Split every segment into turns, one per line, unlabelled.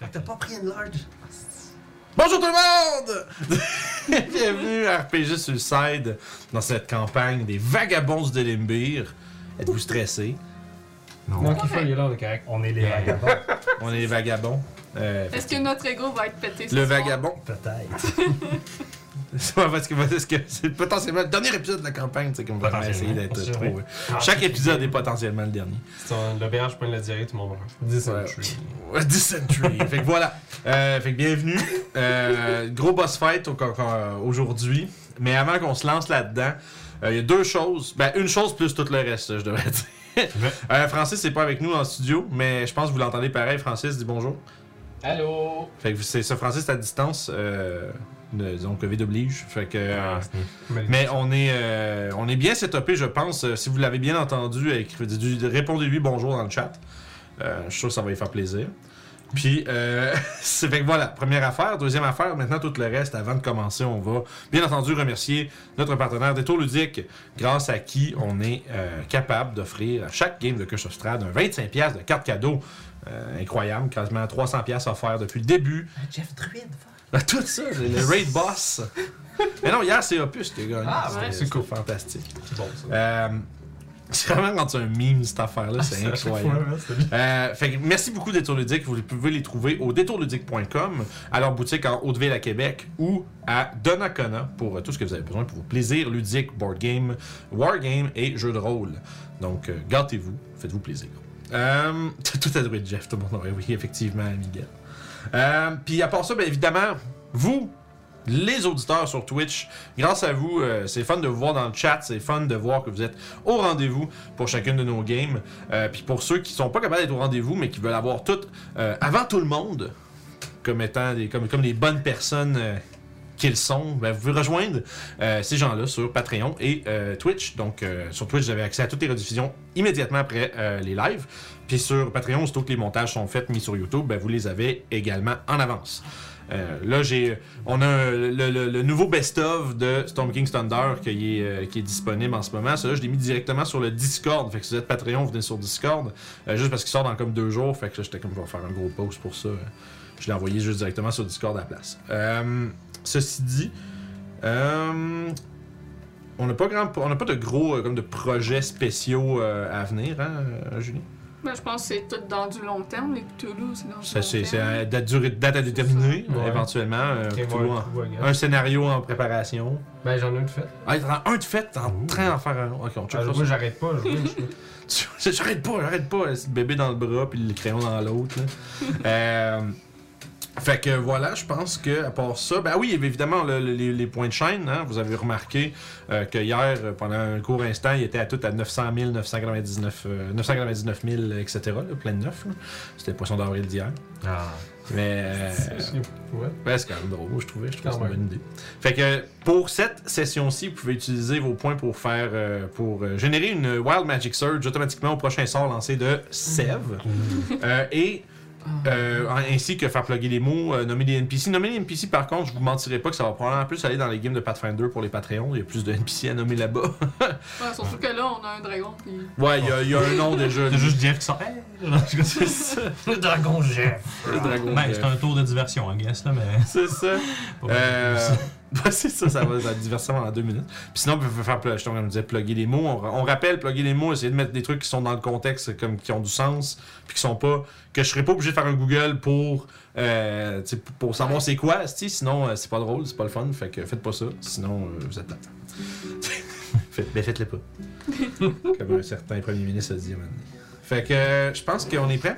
Fait que t'as pas pris une large.
Bonjour tout le monde! Bienvenue à RPG Suicide dans cette campagne des vagabonds de Limbir. Êtes-vous stressé?
Non, qu'il faut, il est là, le correct. On est les vagabonds.
On est les vagabonds. Euh,
Est-ce que notre ego va être pété ce
le
soir?
vagabond.
Peut-être.
Ouais, parce que parce que c'est potentiellement le dernier épisode de la campagne, c'est qu'on va vraiment essayer
Potentiellement,
d'être
c'est
trop.
vrai.
euh, Chaque épisode est potentiellement le dernier.
Si on- le BH peut le dire, tout le monde meurt. Dysentery.
Ouais, Dysentery. fait que voilà. Euh, fait que bienvenue. Euh, gros boss fight au- au- aujourd'hui. Mais avant qu'on se lance là-dedans, euh, il y a deux choses. Ben, une chose plus tout le reste, je devrais dire.
Ouais.
Euh, Francis n'est pas avec nous dans le studio, mais je pense que vous l'entendez pareil. Francis, dis bonjour.
Allô?
Fait que c'est ça, Francis, à distance. Euh, disons, Covid oblige. Fait que. euh, mais on est, euh, on est bien setupé, je pense. Euh, Si vous l'avez bien entendu, euh, écrivez- du- répondez-lui bonjour dans le chat. Euh, je suis sûr que ça va lui faire plaisir. Puis, euh, c'est fait que voilà, première affaire. Deuxième affaire, maintenant tout le reste, avant de commencer, on va bien entendu remercier notre partenaire Détour Ludique, grâce à qui on est euh, capable d'offrir à chaque game de Cush of Strahd un 25$ de carte cadeau. Euh, incroyable, quasiment 300$ offerts depuis le début.
Jeff Druid, va.
Ben, Tout ça, le le Raid Boss. Mais non, hier, c'est Opus qui a gagné.
Ah,
C'était-
ouais.
c'était fantastique.
C'est bon, ça.
Euh, c'est vraiment quand tu as un meme, cette affaire-là, c'est incroyable. Euh, fait que merci beaucoup Détour Ludique. Vous pouvez les trouver au détourludique.com, à leur boutique en Haute-Ville à Québec ou à Donnacona pour euh, tout ce que vous avez besoin pour vos plaisirs ludiques, board game, wargame et jeux de rôle. Donc, euh, gâtez-vous, faites-vous plaisir. Euh, t'as tout à droite, Jeff, tout le monde aurait oui, effectivement, Miguel. Euh, Puis à part ça, bien évidemment, vous, les auditeurs sur Twitch, grâce à vous, euh, c'est fun de vous voir dans le chat, c'est fun de voir que vous êtes au rendez-vous pour chacune de nos games. Euh, Puis pour ceux qui sont pas capables d'être au rendez-vous, mais qui veulent avoir tout euh, avant tout le monde, comme étant des, comme, comme des bonnes personnes euh, qu'ils sont, ben, vous pouvez rejoindre euh, ces gens-là sur Patreon et euh, Twitch. Donc euh, sur Twitch, vous avez accès à toutes les rediffusions immédiatement après euh, les lives. Puis sur Patreon, aussitôt que les montages sont faits, mis sur YouTube, ben, vous les avez également en avance. Euh, là, j'ai, on a un- le, le- le nouveau best-of de Storm King's Thunder qui est, euh, qui est disponible en ce moment. Celui-là, je l'ai mis directement sur le Discord. Fait que si vous êtes Patreon, vous venez sur Discord. Euh, juste parce qu'il sort dans comme deux jours. Fait que là, j'étais comme, je vais faire un gros post pour ça. Je l'ai envoyé juste directement sur Discord à la place. Euh, ceci dit, euh, on n'a pas, grand, on n'a pas de gros euh, comme de projets spéciaux euh, à venir, hein, euh, Julie?
Ben, je pense que c'est tout dans du long terme, les Cthulhu, c'est dans du
Ça,
long
c'est,
terme.
c'est à date, durée- date à déterminer,
ça. Ouais.
éventuellement. euh,
Game
Cthulhu en-
War Two, I guess.
un scénario en préparation.
Ben, j'en ai une faite.
Ah, t'en as un de fait, t'es en train d'en faire un autre. Ok, on check
Ah,
ça.
Moi, j'arrête pas. je joue, je joue.
Tu- J'arrête pas, j'arrête pas. C'est le bébé dans le bras puis le crayon dans l'autre. là. Euh, fait que voilà, je pense que à part ça, ben oui, évidemment, le- le- les, les points de chaîne, hein, vous avez remarqué euh, que hier, euh, pendant un court instant, il était à tout à 900 000, 999, euh, 999 000, etc. là, plein de neuf. là. C'était le poisson d'avril d'hier.
Ah.
Mais. euh,
Ouais.
Ouais, c'est quand même drôle, je trouvais. Je trouvais que c'était
Quand
une
même.
bonne idée. Fait que euh, pour cette session-ci, vous pouvez utiliser vos points pour faire euh, pour euh, générer une Wild Magic Surge automatiquement au prochain sort lancé de Sève. Euh, et euh, en- ainsi que faire plugger les mots, euh, nommer des NPC. Nommer les NPC, par contre, je vous mentirai pas que ça va probablement plus aller dans les games de Pathfinder pour les Patreons. Il y a plus de NPC à nommer là-bas.
Ouais, surtout que là, on a un dragon, puis
ouais, il y a- il y, a un nom déjà.
C'est juste Jeff qui sort. Hey! C'est ça. Le dragon Jeff.
Le dragon.
Ben, c'est un tour de diversion, I guess, là, mais.
C'est ça.
Pas
Euh, bah, c'est ça, ça va ça va être diversement en deux minutes. Puis sinon, on peut faire, pl- justement, comme je disais, plugger les mots. On, ra- on rappelle, plugger les mots, essayer de mettre des trucs qui sont dans le contexte, comme qui ont du sens, puis qui sont pas. que je serais pas obligé de faire un Google pour, euh, tu sais, pour- pour savoir c'est quoi, tu sais, sinon euh, c'est pas drôle, c'est pas le fun, fait que faites pas ça, sinon euh, vous êtes là. Faites, ben faites-le pas. comme un certain premier ministre a dit à un moment donné. Fait que euh, je pense qu'on est prêt.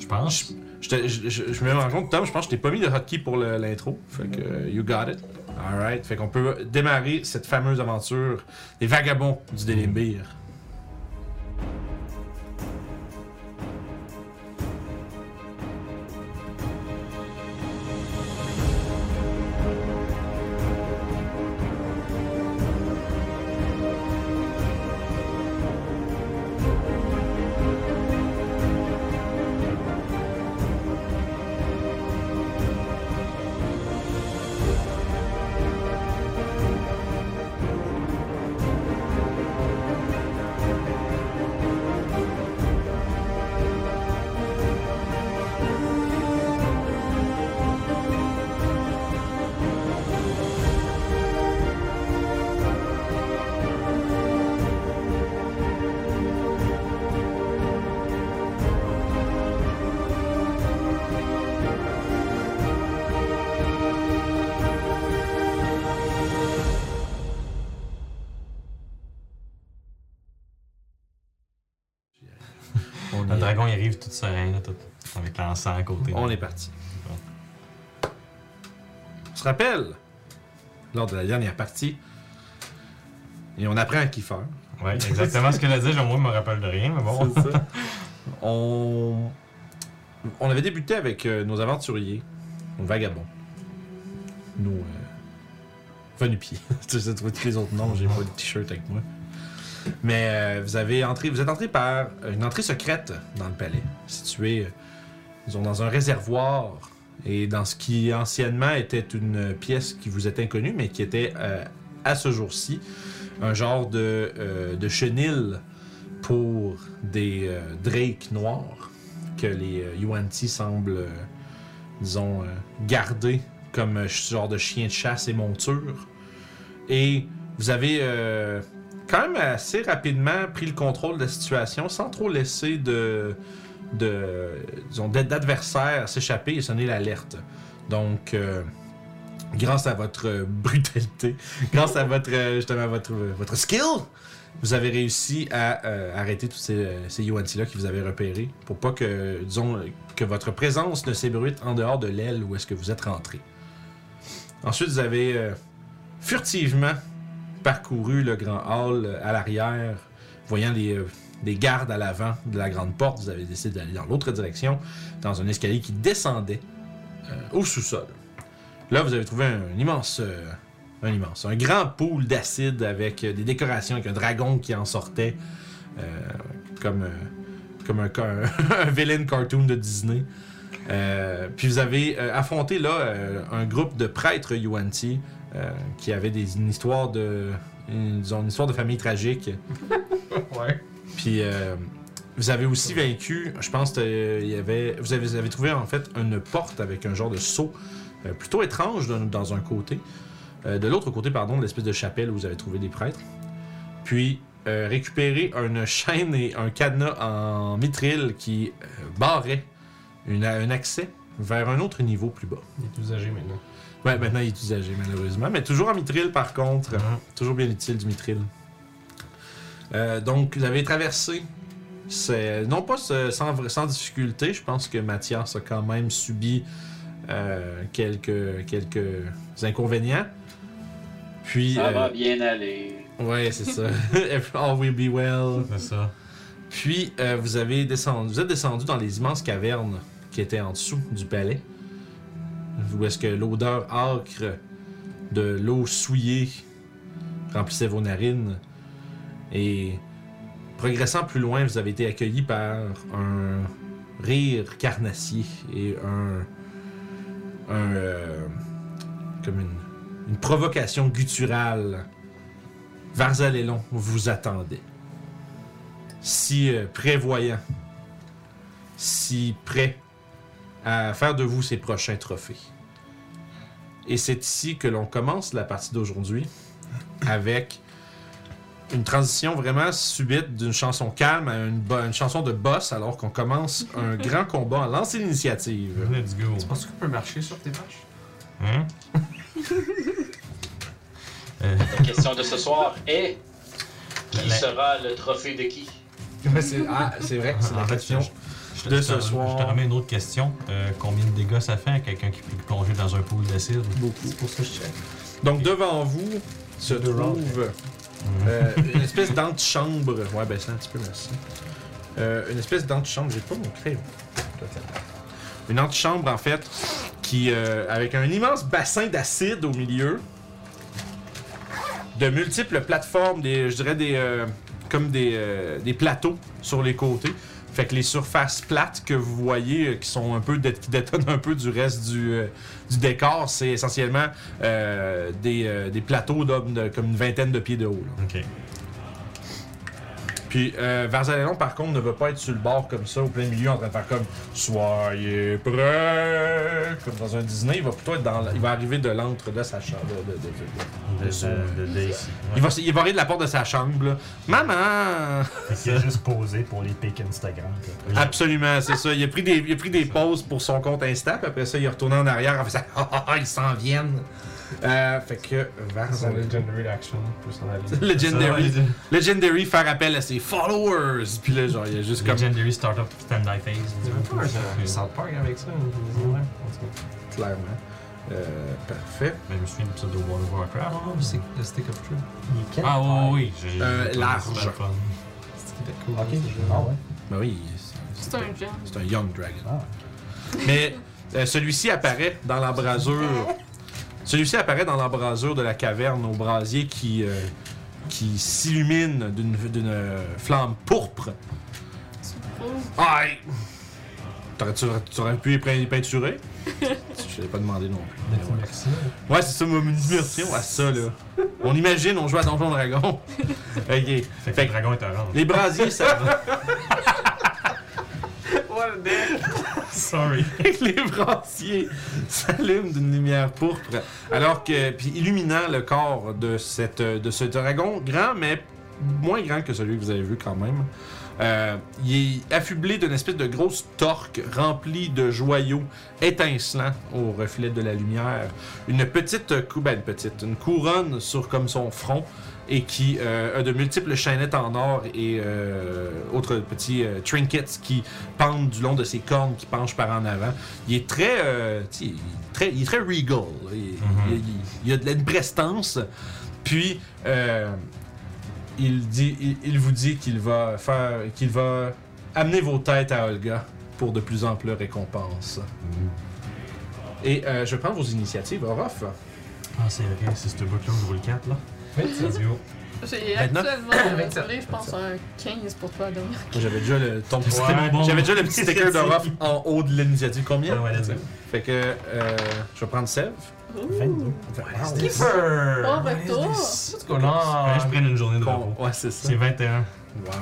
Je pense.
Je, te- je- je- je me rends compte, Tom, je pense que je t'ai pas mis de hotkey pour le- l'intro. Fait que euh, you got it. Alright. Fait qu'on peut démarrer cette fameuse aventure des vagabonds du Délimbir.
dragon, il arrive tout serein, là, tout, avec l'encens à côté.
On est parti. On se rappelle, lors de la dernière partie, et on apprend à qui faire.
Ouais, exactement ce que a dit. Moi, je me rappelle de rien, mais bon.
C'est ça.
On... on avait débuté avec euh, nos aventuriers, nos vagabonds, nos euh, venus-pieds. tu sais, tu vois tous les autres noms, j'ai pas de t-shirt avec moi. Mais euh, vous, avez entré, vous êtes entré par une entrée secrète dans le palais, située euh, disons, dans un réservoir et dans ce qui anciennement était une pièce qui vous est inconnue, mais qui était euh, à ce jour-ci un genre de, euh, de chenil pour des euh, drakes noirs que les euh, Yuan-Ti semblent, euh, disons, euh, garder comme euh, ch- genre de chien de chasse et monture. Et vous avez euh, quand même assez rapidement pris le contrôle de la situation sans trop laisser de, de euh, disons, d'a- d'adversaires s'échapper et sonner l'alerte. Donc, euh, grâce à votre euh, brutalité, grâce à votre, euh, justement, à votre, votre skill, vous avez réussi à euh, arrêter tous ces, euh, ces là qui vous avez repérés pour pas que, disons, euh, que votre présence ne s'ébruite en dehors de l'aile où est-ce que vous êtes rentré. Ensuite, vous avez euh, furtivement parcouru le grand hall euh, à l'arrière, voyant les, euh, des gardes à l'avant de la grande porte. Vous avez décidé d'aller dans l'autre direction, dans un escalier qui descendait euh, au sous-sol. Là, vous avez trouvé un, immense... euh, un immense. Un grand pool d'acide avec euh, des décorations, avec un dragon qui en sortait. euh, comme, euh, comme un, ca- un, villain cartoon de Disney. Euh, puis vous avez euh, affronté là euh, un groupe de prêtres Yuan-Ti euh, qui avaient des, une histoire de. Une, disons, une histoire de famille tragique.
Ouais.
Puis euh, vous avez aussi vaincu, je pense, euh, il y avait, vous, avez, vous avez trouvé en fait une porte avec un genre de seau euh, plutôt étrange d'un- dans un côté. Euh, de l'autre côté, pardon, l'espèce de chapelle où vous avez trouvé des prêtres. Puis euh, récupérer une chaîne et un cadenas en mitril qui euh, barrait une- un accès vers un autre niveau plus bas.
Il est usagé maintenant.
Ouais, maintenant il est usagé malheureusement, mais toujours en mitril par contre. Toujours bien utile du mitril. Euh, donc, vous avez traversé, c'est non pas ce- sans, vra- sans difficulté, je pense que Mathias a quand même subi euh, quelques, quelques inconvénients. Puis,
Ça
euh,
va bien aller.
ouais, c'est ça. All will be well.
C'est ça.
Puis euh, vous avez descendu, vous êtes descendu dans les immenses cavernes qui étaient en dessous du palais, où est-ce que l'odeur âcre de l'eau souillée remplissait vos narines. Et progressant plus loin, vous avez été accueilli par un rire carnassier et un, un euh, comme une, une provocation gutturale. Varzalélon vous attendait si euh, prévoyant, si prêt à faire de vous ses prochains trophées. Et c'est ici que l'on commence la partie d'aujourd'hui avec une transition vraiment subite d'une chanson calme à une, bo- une chanson de boss alors qu'on commence un grand combat en lance l'initiative.
Let's go.
Tu penses qu'on peut marcher sur tes vaches?
Hein?
La question de ce soir est
Ben.
qui
La-
sera le trophée de qui
c'est ah, c'est vrai, c'est la
En fait,
question.
je- Je te, je
De
te-
ce soir.
je te remets une autre question. Euh, combien de dégâts ça fait à quelqu'un qui peut plonger dans un pool d'acide?
C'est pour ça que je check.
Donc devant vous se
Deux rounds.
trouve euh, une espèce d'antichambre. Ouais, ben ça un petit peu, merci. Euh, une espèce d'antichambre, j'ai pas mon crayon. Une antichambre en fait qui euh, avec un immense bassin d'acide au milieu, de multiples plateformes, des, je dirais des euh, comme des, euh, des plateaux sur les côtés. Fait que les surfaces plates que vous voyez euh, qui sont un peu dé- qui détonnent un peu du reste du, euh, du décor, c'est essentiellement euh, des, euh, des plateaux d'hommes de- comme une vingtaine de pieds de haut. là.
Ok.
Puis euh, Varzaléon, par contre, ne veut pas être sur le bord comme ça, au plein milieu, en train de faire comme Soyez prêts! Comme dans un Disney, il va plutôt être dans. la- Il va arriver de l'antre de sa chambre. de- de-
De,
de- de-
de, de, de ici.
Il, va, s- il va arriver de la porte de sa chambre, là. Maman!
Il a juste posé pour les pics Instagram. puis après,
Ah,
Absolument, c'est ça. Il a pris des, il a pris des pauses pour son compte Insta, puis après ça, il est retourné en arrière en faisant Ah, ah, ah, ils s'en viennent. Euh, fait que, Vance,
Dans la Legendary Action, plus en aller.
Legendary, Legendary faire appel à ses followers. Puis là, genre, il y a juste comme.
Legendary Startup Stand-by Phase.
Il y avait pas un South Park avec ça, une ouais.
Clairement. Euh, parfait.
Ben, je me souviens de l'épisode de World of Warcraft.
Ah, c'est le Stick of Truth.
Ah oui, oui, oui. j'ai-
Euh,
j'ai-
large.
c'est pas le fun.
C'est qui était cool.
Ok, ah ouais.
Ben oui, c'est-
C'est un genre.
c'est un Young Dragon.
Ah.
Mais euh, celui-ci apparaît dans l'embrasure. Celui-ci apparaît dans l'embrasure de la caverne au brasier qui, euh, qui s'illumine d'une d'une, euh, flamme pourpre.
Rose.
Aïe! T'aurais, tu, tu aurais pu y pein- y peinturer? Je l'ai pas demandé non plus. mais voilà.
Merci.
Ouais, c'est ça, mon immersion à ça, là. On imagine, on joue à Donjon Dragon. ok.
Fait que le dragon est orange.
Les brasiers, ça va.
What a dick!
Sorry.
les brassiers s'allument d'une lumière pourpre, alors que puis illuminant le corps de cette de ce dragon grand mais moins grand que celui que vous avez vu quand même. Euh, il est affublé d'une espèce de grosse torque remplie de joyaux étincelants au reflet de la lumière. Une petite, cou- ben, une petite, une couronne sur comme son front et qui euh, a de multiples chaînettes en or et euh, autres petits euh, trinkets qui pendent du long de ses cornes qui penchent par en avant. Il est très, euh, tu sais, il est très, il est très regal. là. Il, il- il- il a de la une prestance. Puis euh, il dit, il, il vous dit qu'il va faire, qu'il va amener vos têtes à Olga pour de plus amples récompenses.
Mm.
Et euh, je prends vos initiatives, Orof.
Ah, c'est vrai, c'est ce bout-là où je roule 4 là.
Sadio.
J'ai
Vingt-neuf.
actuellement roulé, je pense, un 15 pour toi, donc.
Moi, J'avais déjà le ton petit
Ouais,
sticker-
bon.
J'avais déjà le petit sticker d'Orof en haut de l'initiative. Combien
Ouais, ouais, let's go.
Fait que euh, je vais prendre Sève.
22.
Keeper!
Bon retour.
What's
Oh
going
Fallait que je
on?
prenne une journée de
Con-
repos.
Ouais, c'est ça.
C'est 21.
Wow,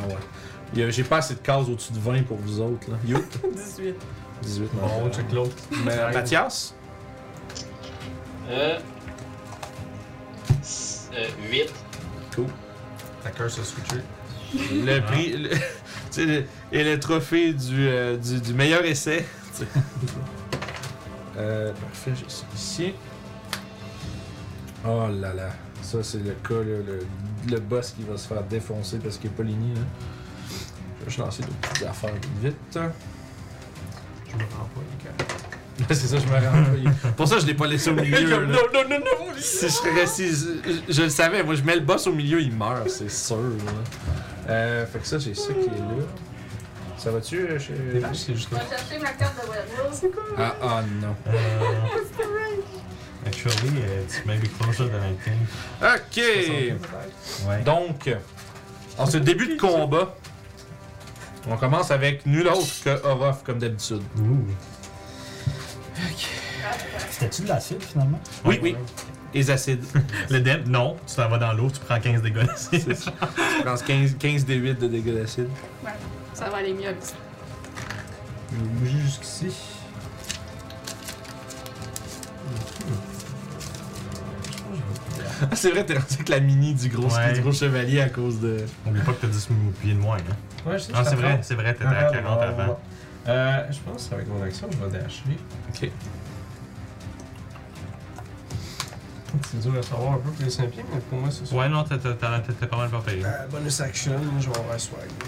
ouais. Il y a- J'ai pas assez de cases au-dessus de 20 pour vous autres. Là. You,
18.
18. non.
Bon, check l'autre.
Mais, Mathias,
Euh, s- euh, 8.
Ta curse a switché.
le prix. le- tu sais, le- et le trophée du, euh, du, du meilleur essai. tu sais. euh, parfait, j'ai ça ici. Oh là là. Ça, c'est le cas, là, le, le boss qui va se faire défoncer parce qu'il est pas ligné. Là. Je vais juste lancer d'autres petites affaires vite.
Je me rends pas, les gars.
c'est ça, je me rends. Pour ça, je l'ai pas laissé au milieu. là.
non, non, non!
Si je serais si je, je le savais, moi je mets le boss au milieu, il meurt, c'est sûr. là. Euh, fait que ça, j'ai ça qui est là. Ça va-tu euh, chez.
Les vaches, c'est juste
Je vais chercher ma carte de Werewolf.
Ah, ah non.
Euh, Actually, uh, it's maybe closer than I think.
Ok!
Ouais.
Donc, en ce début de combat, on commence avec nul autre que Orof, comme d'habitude.
Ouh. C'était-tu de l'acide finalement?
Oui, oui. Les acides.
Le dent, non, tu t'en vas dans l'eau, tu prends 15 dégâts.
C'est ça. Je pense 15, 15 des 8 de dégâts d'acide.
Ouais, ça va aller mieux.
Je vais bouger jusqu'ici.
Ah, c'est vrai, t'es rendu avec la mini du gros,
Ouais.
du gros chevalier à cause de.
Oublie pas que t'as 10 pieds de moins. Hein. Ah,
Ouais, je sais,
Non,
je
c'est
t'apprends.
vrai, c'est vrai, t'étais à 40 avant.
Euh, je pense avec mon action, je vais dasher.
Ok.
C'est dur à savoir un peu pour les 5 pieds, mais pour moi, c'est ça.
Ouais, non, t'as- t'as- t'as- t'étais pas mal pas payé.
Euh, bonus action, moi, je vais avoir un swag. là.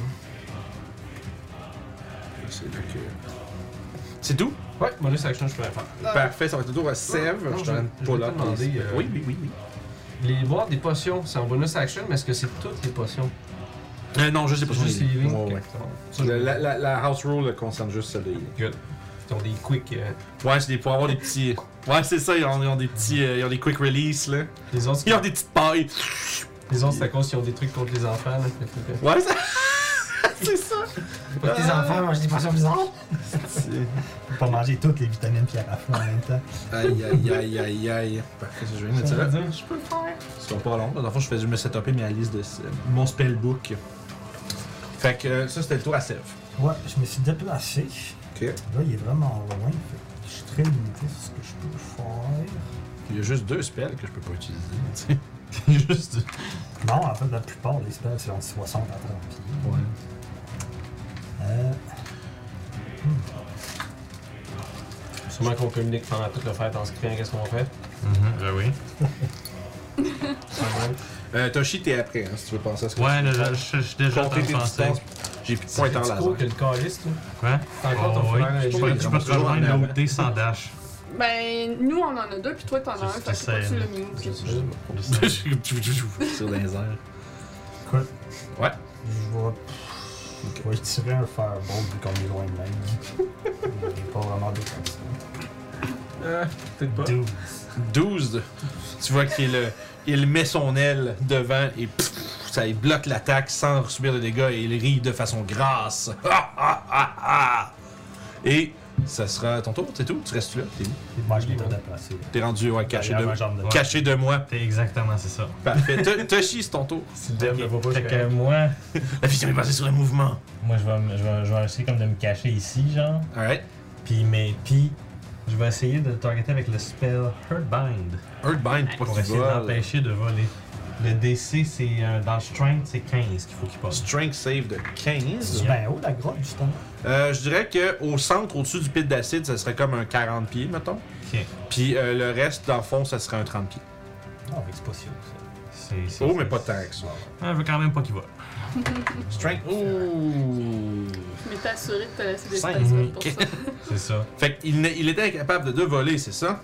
C'est là que- C'est tout?
Ouais, bonus action, je peux la faire.
Parfait, ça va être le tour à Sèvres.
Euh, Non,
je
je-
te donne
je
pas
vais
là.
te demander,
please.
euh,
Oui, oui, oui. oui.
Les boire des potions, c'est en bonus action, mais est-ce que c'est toutes les potions
Euh, non, je sais pas.
Juste
je
les
l'ai dit.
living
Ouais,
Ok,
ouais.
c'est bon. Ça, je-
Le- La, la- la house rule concerne juste celle de healing.
Good. Ils ont des quick. euh,
Ouais, c'est des- pour avoir des petits. Ouais, c'est ça, ils ont, ils ont des petits. euh, ils ont des quick release, là.
Les autres, c'est-
Ils ont des petites pailles.
les autres, c'est à cause qu'ils ont des trucs contre les enfants. Là. Fait que-
Ouais, ça. c'est ça.
Pas tes enfants, moi je dis pas ça aux enfants.
Faut pas manger toutes les vitamines puis à la fois en même temps.
Aïe, aïe, aïe, aïe, aïe. Parfait, je viens de ça.
Je peux le faire.
Ce sera pas long. Dans le fond, je, fais, je me setupais ma liste de. Mon spellbook. Fait que euh, ça, c'était le tour à Sèvres.
Ouais, je me suis déplacé.
Ok.
Là, il est vraiment loin. fait que Je suis très limité sur ce que je peux faire.
Il y a juste deux spells que je peux pas utiliser. tu sais.
Juste.
Non, en fait, la plupart des spells, c'est entre 60 à 30 pieds.
Ouais.
Euh,
Sûrement qu'on communique pendant toute le fête en se créant qu'est-ce qu'on fait.
Mhm, ben oui.
Euh, Toshi, t'es après, hein, si tu veux penser à ce que
Ouais,
tu
là,
veux
je
faire.
je- je suis déjà en train
Compter
de
tes
penser.
distances. J'ai plus de points en
C'est
laser.
plus court que le calice, toi.
Quoi?
T'as
Ah
encore ton
Oh, oui.
frère avec
Je
toi.
peux, tu peux te rejoindre là où t'es sans dash.
Ben, nous, on en a deux, puis toi, t'en as un.
C'est-
Fait que
c'est
pourquoi
ça,
tu l'as
là.
mis où,
Je
puis-
sais pas.
Sur les airs.
Quoi?
Ouais.
Je vais. Je vais tirer un fireball vu qu'on est loin de même. Il est pas vraiment défensif.
Ah, peut-être pas.
12.
12. Tu vois qu'il euh, il met son aile devant et pff, ça il bloque l'attaque sans subir de dégâts et il rit de façon grasse. Ah, ah, ah, ah. Et ça sera ton tour, c'est tout? Tu restes là? T'es, où?
Moi, je l'ai pas déplacé.
T'es rendu ouais, caché,
Derrière
de,
ma jambe de-
caché de moi.
T'es exactement, c'est ça.
Parfait. To- Toshi, c'est ton tour.
Si le dev le voit pas, je
Fait
suis
que
correct.
moi,
La vision est basée sur le mouvement.
moi je vais, me- je vais, je vais essayer comme de me cacher ici, genre.
Alright.
Puis, mais, puis, je vais essayer de le targeter avec le spell Hurtbind
Earthbind, pour
pour
pas qu'il
essayer
vole.
d'empêcher de voler. Le DC, c'est euh, dans le Strength, c'est 15 qu'il faut qu'il passe.
Strength save de 15.
C'est bien haut Ben, oh, la grotte, justement.
Euh, je dirais que au centre, au-dessus du pit d'acide, ça serait comme un 40 pieds, mettons.
Ok.
Puis euh, le reste, dans le fond, ça serait un 30 pieds.
Non, mais c'est pas si haut
C'est- c'est-
Oh,
c'est-
mais pas tant que ça.
Ah, je veux quand même pas qu'il va.
Strength. Ouh.
Mais t'as assuré de te laisser des
Cinq.
espaces
Mhm.
pour ça.
C'est ça.
Fait qu'il n'est- il était incapable de deux voler, c'est ça?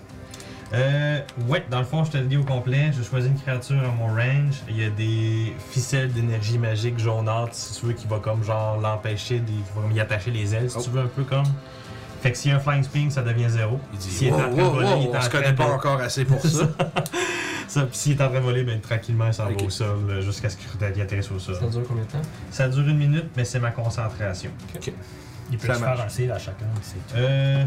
Euh, ouais, dans le fond, je te le dis au complet. Je choisis une créature à mon range. Il y a des ficelles d'énergie magique jaunâtre, si tu veux, qui va comme genre l'empêcher, de- qui va comme y attacher les ailes, si
Oh.
tu veux, un peu comme. Fait que s'il y a un flying spin, ça devient zéro.
Il dit,
S'il est
wow,
en train de
wow,
voler,
wow,
il est
on
en
se
train
connaît pas
de-
encore assez pour ça.
Ça, puis s'il est en train de voler, ben tranquillement, il s'en
Ok.
va au sol euh, jusqu'à ce qu'il atterrisse au sol.
Ça dure combien de temps?
Ça dure une minute, mais c'est ma concentration.
Il peut
Ça
se faire
marche. Oh,
un save à chacun, c'est tout.
Euh.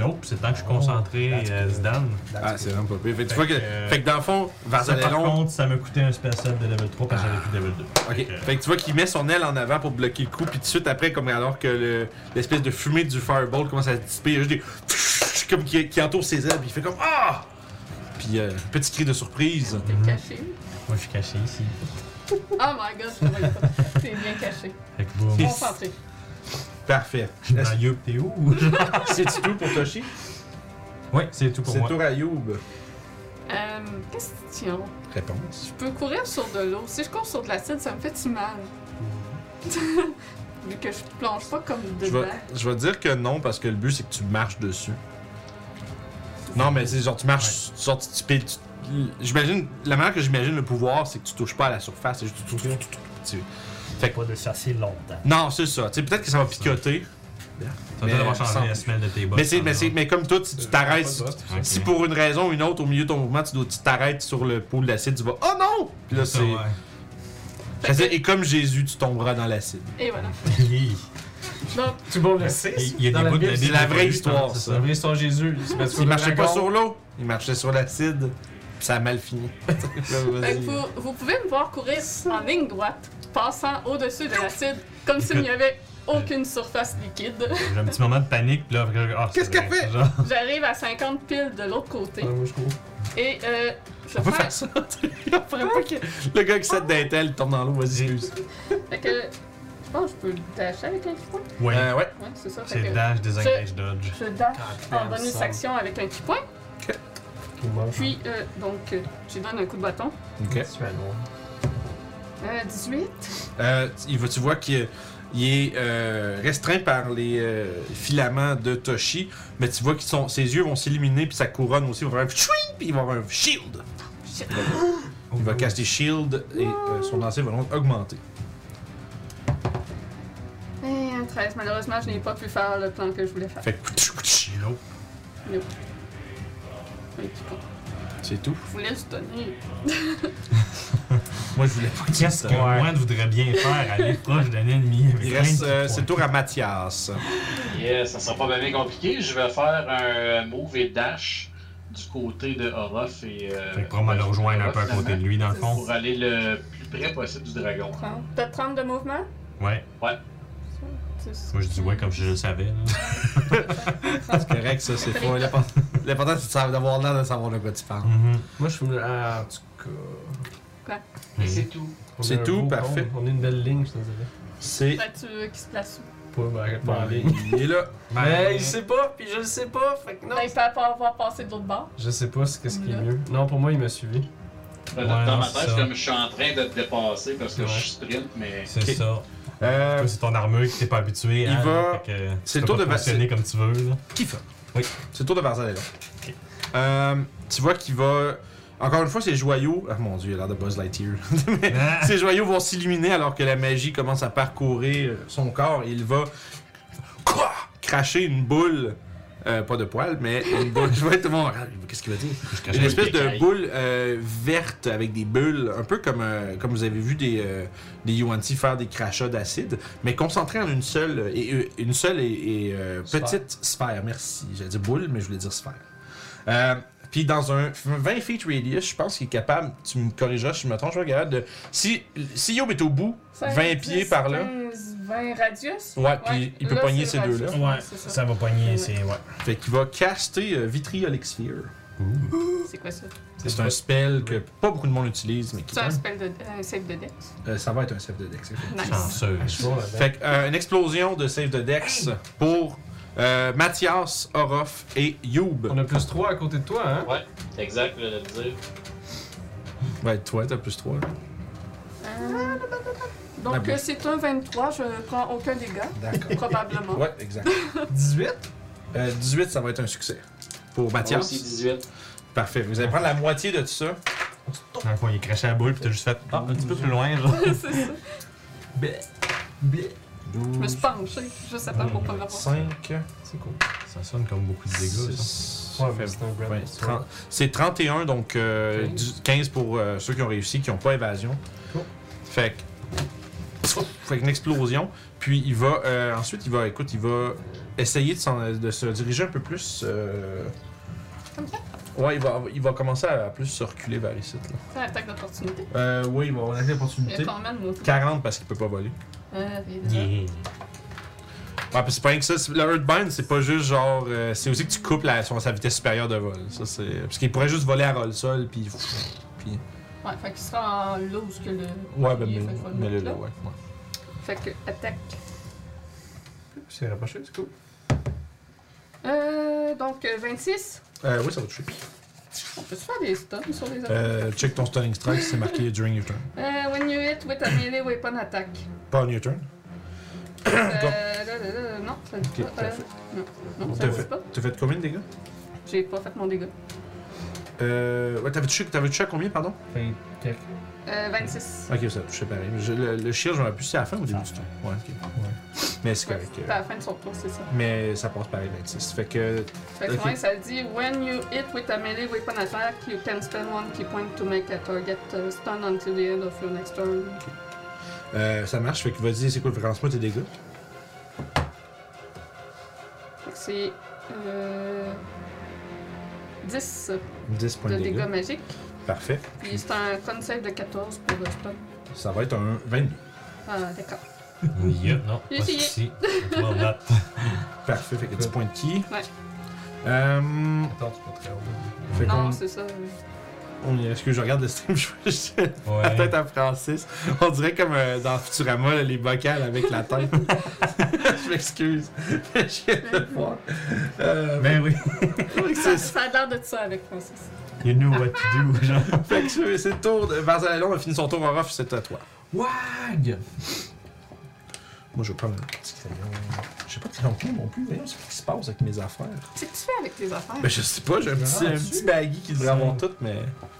Nope, c'est tant que je suis concentré,
that's
euh,
good.
Zidane.
ah, c'est vraiment pas pire. Fait, que tu
Fait
vois que,
que, euh,
fait que dans le fond,
Ça, par
Varzalelon.
contre, ça m'a coûté un spécial de level 3 parce que j'avais plus de level 2.
Ok.
Fait que-
Fait que tu vois qu'il met son aile en avant pour bloquer le coup, puis tout de suite après, comme alors que le- l'espèce de fumée du fireball commence à se dissiper, il y a juste des. comme qui, qui entoure ses ailes, puis il fait comme Ah! Puis euh, petit cri de surprise.
T'es caché.
Moi, je suis caché ici.
Oh my god, je te voyais pas. T'es bien caché.
Fait que boum.
Concentré.
Parfait.
Dans Youp, t'es où?
C'est tout pour Toshi?
ouais, c'est tout pour
C'est
moi.
tour à Youb.
Euh, question.
Réponse.
Je peux courir sur de l'eau. Si je cours sur de l'acide, ça me fait du mal. Vu que je plonge pas comme
Je
dedans.
vais, je vais dire que non, parce que le but, c'est que tu marches dessus. Non, mais c'est genre, tu marches, tu sors, tu tu piles, tu- J'imagine, la manière que j'imagine le pouvoir, c'est que tu touches pas à la surface. C'est juste. tu- tu- tu- tu- tu-
Fait pas de chasser longtemps.
Non, c'est ça. Tu sais, peut-être que ça va picoter.
Ça doit avoir
Mais, sans-
changé la semaine de tes boss.
Mais, c'est, mais,
alors.
c'est, mais comme toi, tu, tu t'arrêtes. Si,
Ok.
si pour une raison ou une autre, au milieu de ton mouvement, tu, dois- tu t'arrêtes sur le pôle d'acide, tu vas Oh non! Puis là,
Ça,
c'est.
ouais.
Ça veut dire, et comme Jésus, tu tomberas dans l'acide.
Et voilà.
Hi.
Donc, euh,
Tout le monde le sait.
Il y a
Dans
des
la
bouts de
Bible,
C'est la vraie histoire,
C'est la vraie histoire de Jésus. Il se bat sur
Il
le
marchait pas
dragon.
sur l'eau, il marchait sur l'acide. Puis ça a mal fini.
fait que
Vas-y.
vous, vous pouvez me voir courir en ligne droite, passant au-dessus de l'acide, comme s'il n'y avait aucune surface liquide.
J'ai un petit moment de panique, puis là, après, ah, c'est
Qu'est-ce qu'elle
vrai,
fait?
genre.
J'arrive à 50 piles de l'autre côté.
Ouais, moi, je cours.
Et euh, je
On peut
vais faire
faire ça. tu sais. On ferait pas que le gars qui saute d'un tel tombe dans l'eau, vas-y. Luce.
Fait que. Je pense que je peux le dasher avec un key point.
Ouais.
Euh, ouais.
Ouais, c'est ça. Fait
c'est
que
dash, disengage, dodge.
je dash
Ah,
en bonus
ça.
action avec un key point.
Tout le monde.
Puis, euh, donc, euh, je lui donne un coup de bâton.
Ok.
Tu vas loin.
Euh, 18.
Euh, il va- tu vois qu'il il est euh, restreint par les euh, filaments de Toshi, mais tu vois que son- ses yeux vont s'illuminer, puis sa couronne aussi va faire un chouing, puis il va avoir un shield.
Shit.
Il va caster shield et euh, son lancer va donc augmenter.
Et un 13. Ben, Malheureusement, je n'ai pas pu faire le plan que je voulais faire.
Fait que
Nope.
Oui, tu comprends.
c'est tout.
Je voulais juste donner.
Moi, je voulais pas que tu
Qu'est-ce que moi, je voudrais bien faire? Aller proche d'un ennemi avec
Il
plein
reste,
de
euh,
petits
c'est le tour à Mathias.
Yeah, ça sera pas bien compliqué. Je vais faire un euh, move et dash du côté de Orof et. euh,
Fait que probablement le rejoindre un peu à côté de lui, Hmm. dans le fond.
Pour aller le plus près possible du dragon.
30. T'as 30 de mouvement?
Ouais. Moi, je dis ouais comme je le savais. là.
C'est correct, ça, c'est pas. l'important- L'important, c'est de savoir- d'avoir l'air de savoir de quoi tu parles.
Mhm.
Moi, je suis. Ah, en tout cas.
Et c'est tout.
on
C'est
est un
tout,
beau
parfait.
pont. On est une belle ligne, je te dirais.
C'est
Là, tu veux qu'il se place où?
pas ben, pas Ben, en
Bon,
ligne.
Il est là.
Mais il sait pas, puis je le sais pas, fait que non.
Ben, il peut pas avoir passé de l'autre bord.
Je sais pas ce qu'est-ce qui est
Là.
mieux. Non, pour moi, il m'a suivi.
Dans
Ouais, non,
ma
c'est
tête,
ça.
comme je suis en train de te dépasser parce que
Ouais.
je sprint, mais.
C'est
Ok.
ça.
Euh,
Toi, c'est ton armure que t'es pas habitué
Il
à.
va-
là, fait que
c'est
tu
le
peux
tour
pas
de
te positionner comme tu veux, là.
Kiefer.
Oui.
C'est le tour de Barzal est là.
Ok.
Euh, tu vois qu'il va. Encore une fois, ses joyaux. Ah mon dieu, il a l'air de Buzz Lightyear. Mais
Ah.
ses joyaux vont s'illuminer alors que la magie commence à parcourir euh, son corps. Il va. Quoi Cracher une boule. euh, pas de poil, mais une boule. Je vois tout le monde. regarde, Qu'est-ce qu'il va dire Une espèce de boule euh, verte avec des bulles, un peu comme, euh, comme vous avez vu des, euh, des Yuan-Ti faire des crachats d'acide, mais concentrés en une seule, euh, et, euh, une seule et, et, euh,
Sphère.
petite sphère. Merci. J'allais dire boule, mais je voulais dire sphère. Euh, Puis dans un 20 feet radius, je pense qu'il est capable, tu me corrigeras si je me trompe, je regarde, de, si, si Yob est au bout, 20 pieds par là,
15, 20 radius.
Ouais, puis il peut
là,
pogner
c'est
ces
radius,
deux-là.
Ouais,
c'est
ça
ça.
va pogner, c'est. Ouais.
fait qu'il va caster euh, Vitriolic Sphere.
C'est quoi ça?
C'est un spell que pas beaucoup de monde utilise, mais qui
C'est un
quand même-
spell de un save de deck.
euh, ça va être un save de dex. effectivement.
Nice.
Chanceux.
Fait que, euh, une explosion de save de Dex pour euh, Mathias, Orof et Youb.
On a plus 3 à côté de toi, hein?
Ouais, exact, je voulais le dire.
Ouais, toi, t'as plus 3.
Euh,
Ah
Donc
bon.
euh, c'est un 23, je ne prends aucun dégât,
D'accord.
probablement.
Ouais, exact.
18?
Euh, 18, ça va être un succès. Pour
Ah,
Moi
Mathias.
aussi 18.
Parfait. Vous allez prendre la moitié de tout ça.
Dans le fond, il crachait la boule, puis t'as juste fait. Ah, un petit peu plus loin, genre.
c'est ça.
Bleh.
Je me suis penchée, juste à temps pour pas le voir.
5,
C'est cool.
Ça sonne comme beaucoup de dégâts, ça.
6,
Ouais, mais c'est un grand sword.
C'est 31, donc euh, du- 15 pour euh, ceux qui ont réussi, qui n'ont pas évasion.
Cool.
Fait que. Fait une explosion. Puis il va. euh, ensuite, il va. Écoute, il va essayer de, s'en- de se diriger un peu plus. euh,
Comme ça?
Ouais, il va, il va commencer à plus se reculer vers ici. Là.
C'est attaque d'opportunité.
Euh, oui, il va avoir une
Il y a
opportunité.
quand même mon
40 parce qu'il peut pas voler.
Euh, et là.
Yeah.
Ouais, puis c'est pas rien que ça. c'est- Le Earthbind, c'est pas juste genre. euh, c'est aussi que tu coupes la, son- sa vitesse supérieure de vol. Ça, c'est. Parce qu'il pourrait juste voler à roll sol, puis.
Ouais, fait qu'il sera en là où ce que le.
Ouais, ben,
il est,
mais,
fait qu'il faut le
mais le,
mettre
le-
là.
ouais, ouais.
Fait que attaque.
C'est rapproché, c'est cool.
Euh, donc euh, 26.
Euh, oui, ça va toucher.
On peut se faire des stuns sur les attaques.
Euh, check ton stunning strike, c'est marqué during your turn.
Euh, when you hit with a melee weapon attack.
Pas on your turn.
euh, là, là, là, non, ça ne dit
Ah, Ok,
pas. euh,
parfait.
non, non, ça
T'as
ne dit
fait,
pas.
t'as fait combien de dégâts
J'ai pas fait mon dégât.
euh, Ouais, t'avais touché, t'avais touché à combien, pardon
Euh, 26.
Ok, ça a touché pareil. Je- le, le chien, j'en ai plus, c'est à la fin ou au début du tour Ouais, ok. Mais c'est
Ouais,
correct.
C'est
euh,
à la fin de son tour, c'est ça.
mais ça passe pareil, 26. Fait que.
Fait que
Ok.
ouais, ça dit When you hit with a melee weapon attack, you can spend one key point to make a target uh, stun until the end of your next turn.
euh, ça marche, fait que vas-y, c'est quoi, lance-moi tes dégâts.
Fait que c'est. Euh, 10
10 points
de
de dégâts.
dégâts magiques.
Parfait.
Puis c'est un con save de 14 pour le stun.
Ça va être un 22.
Ah, d'accord.
Yeah, non.
J'ai
Pas de
essayé.
soucis. Tu vas battre.
Parfait, fait que 10 points de ki.
Ouais.
Euh,
Attends, c'est pas très haut.
fait
Non,
qu'on.
c'est ça.
on est- Est-ce que je regarde le stream je- je- La
Ouais.
tête à Francis. On dirait comme euh, dans Futurama, là, les bocales avec la tête. je m'excuse. je viens de voir. Euh,
Ben oui.
Ça, ça a l'air de ça avec Francis.
You knew what to do, genre.
Fait que c'est- c'est le tour de Varzalalon a fini son tour en off, c'est à toi.
Wag!
Moi, je vais prendre un petit crayon. Je sais pas de crayon court non plus, voyons ce qui se passe avec mes affaires.
Qu'est-ce que tu fais avec tes affaires?
Ben, je sais pas, j'ai un petit,
Ah,
un
tu-
petit baggy qui devrait avoir tout, mais.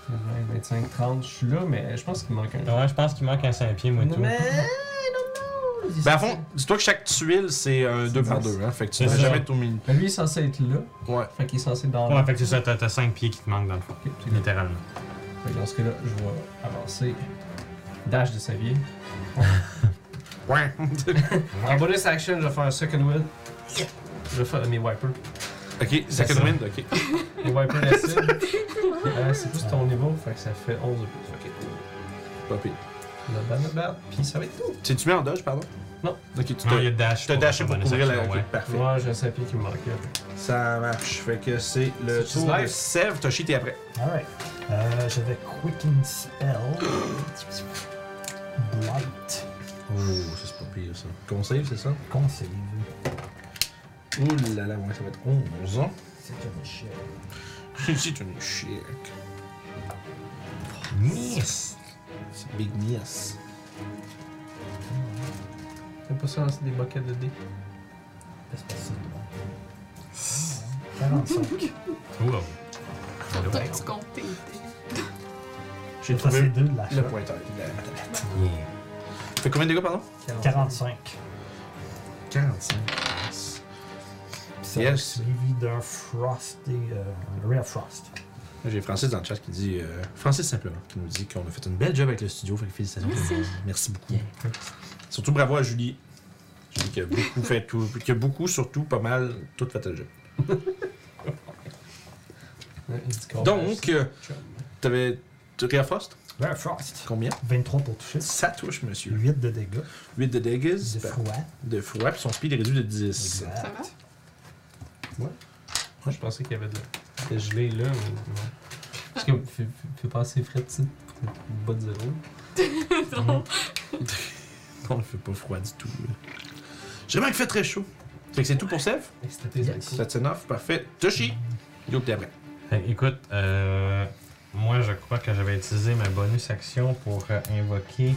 20, 25, 30, je suis là, mais je pense qu'il manque un.
Ouais, je pense qu'il manque un 5 pieds, moi, tout.
Ah, Mais, I don't know!
Ben, à fond, dis-toi que chaque tuile, c'est un 2 par 2, hein. Fait que tu
C'est
ne
ça.
jamais être au milieu.
Mais lui, il est censé être là.
Ouais.
Fait qu'il est censé être dans
Ouais, fait que c'est ça, t'as 5 pieds qui te manquent dans le fond.
Ok, c'est bien.
Littéralement.
Fait que dans ce cas-là, je vais avancer. Dash de Savier.
Ouais.
En bonus action, je vais faire un second wheel. Je vais faire mes wipers.
ok, second
ça.
wind, ok.
Mes wipers d'acide. Euh, c'est plus ton niveau, fait que ça fait 11 de plus. Fait que
Pas pire.
le banane bat, puis ça va être tout.
Tu tu mets en dodge, pardon?
Non.
Ok, tu
Non, il y a
t'as-
dash.
tu t'as dashé pour
ton
couvrir la.
action,
Ok,
ouais.
parfait.
Moi, j'ai un Savier qui me manquait.
Ça marche. Fait que c'est le
C'est
tour de
live.
Sève. Toshi, t'es après.
Alright. Euh, je vais Quicken Spell. Blight.
Oh, ça c'est pas pire ça. Qu'on save, c'est ça?
Conseil.
Ouh là là, ouais, ça va être hein. 11.
C'est un échec.
c'est un échec. Nice! C'est big nice.
T'aimes pas ça lancer des moquettes de dés?
C'est pas ça, bon. 45.
Wow.
Toi, tu comptes tes dés.
J'ai
Ça,
trouvé
c'est deux de la
le
shot.
pointeur. La mathematique. Fait combien de dégâts, pardon?
45.
45.
Ça va
Yes.
être Suivi d'un Frosty. Euh, un Ray of Frost.
J'ai Francis dans le chat qui dit. euh, Francis simplement, qui nous dit qu'on a fait une belle job avec le studio. Fait que félicitations. tout le monde. Merci beaucoup. Surtout bravo à Julie. Julie qui a beaucoup fait tout. Qui a beaucoup, surtout, pas mal, tout fait le job. Donc, euh, t'avais. Ria Frost,
Ray of Frost.
combien
23 pour toucher.
Ça touche, monsieur.
8 de dégâts.
8 de dégâts.
De
ben,
froid.
de froid, puis son speed est réduit de 10.
Ça va?
Exact.
Moi, je pensais qu'il y avait de la. C'était gelé là, mais non. Parce que fait, fait passer frais de titre pour être bas de zéro.
On ne fait pas froid du tout. là. J'ai même fait très chaud. Fait que c'est tout pour Sev
Et c'était tes yes.
That's enough, parfait. Toshi Yo, t'es après.
Fait que, écoute, euh, moi je crois que j'avais utilisé ma bonus action pour euh, invoquer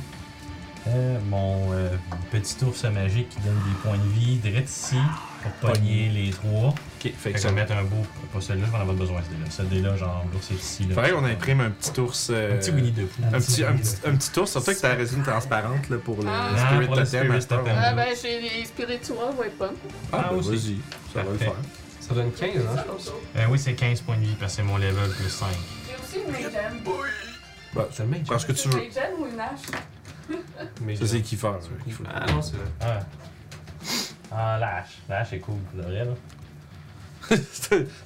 euh, mon euh, petit ours magique qui donne des points de vie direct ici pour pogner les trois.
Ok, fait
Fait
que
que je
ça
vais mettre un beau. Pas celui-là, je vais en avoir besoin celui-là. Celui-là, genre l'ours est ici. Là.
Pareil, on imprime un petit ours. euh,
Un petit Winnie de Pooh.
Un petit, un petit, un petit ours, surtout que t'as la résine transparente là, pour le
Ah.
Ah,
Spirit
pour le
Totem.
Spirit
à part.
Totem.
Ah ben, j'ai les spirituels, ouais, pas.
Ah,
Ah,
ben,
aussi.
vas-y, ça va le
Parfait.
faire.
Ça donne 15, hein, je pense.
Euh, oui, c'est 15 points de vie parce que c'est mon level plus 5.
J'ai aussi une Maiden.
Bah,
Ça mage.
prends ce que tu
C'est une
veux.
Maiden ou une hache?
Mais
Ça, c'est kiffer. hein. ça, qu'il faut.
Ah non, c'est vrai.
Ah. Ah, lâche. Lâche est cool, pour de vrai, là.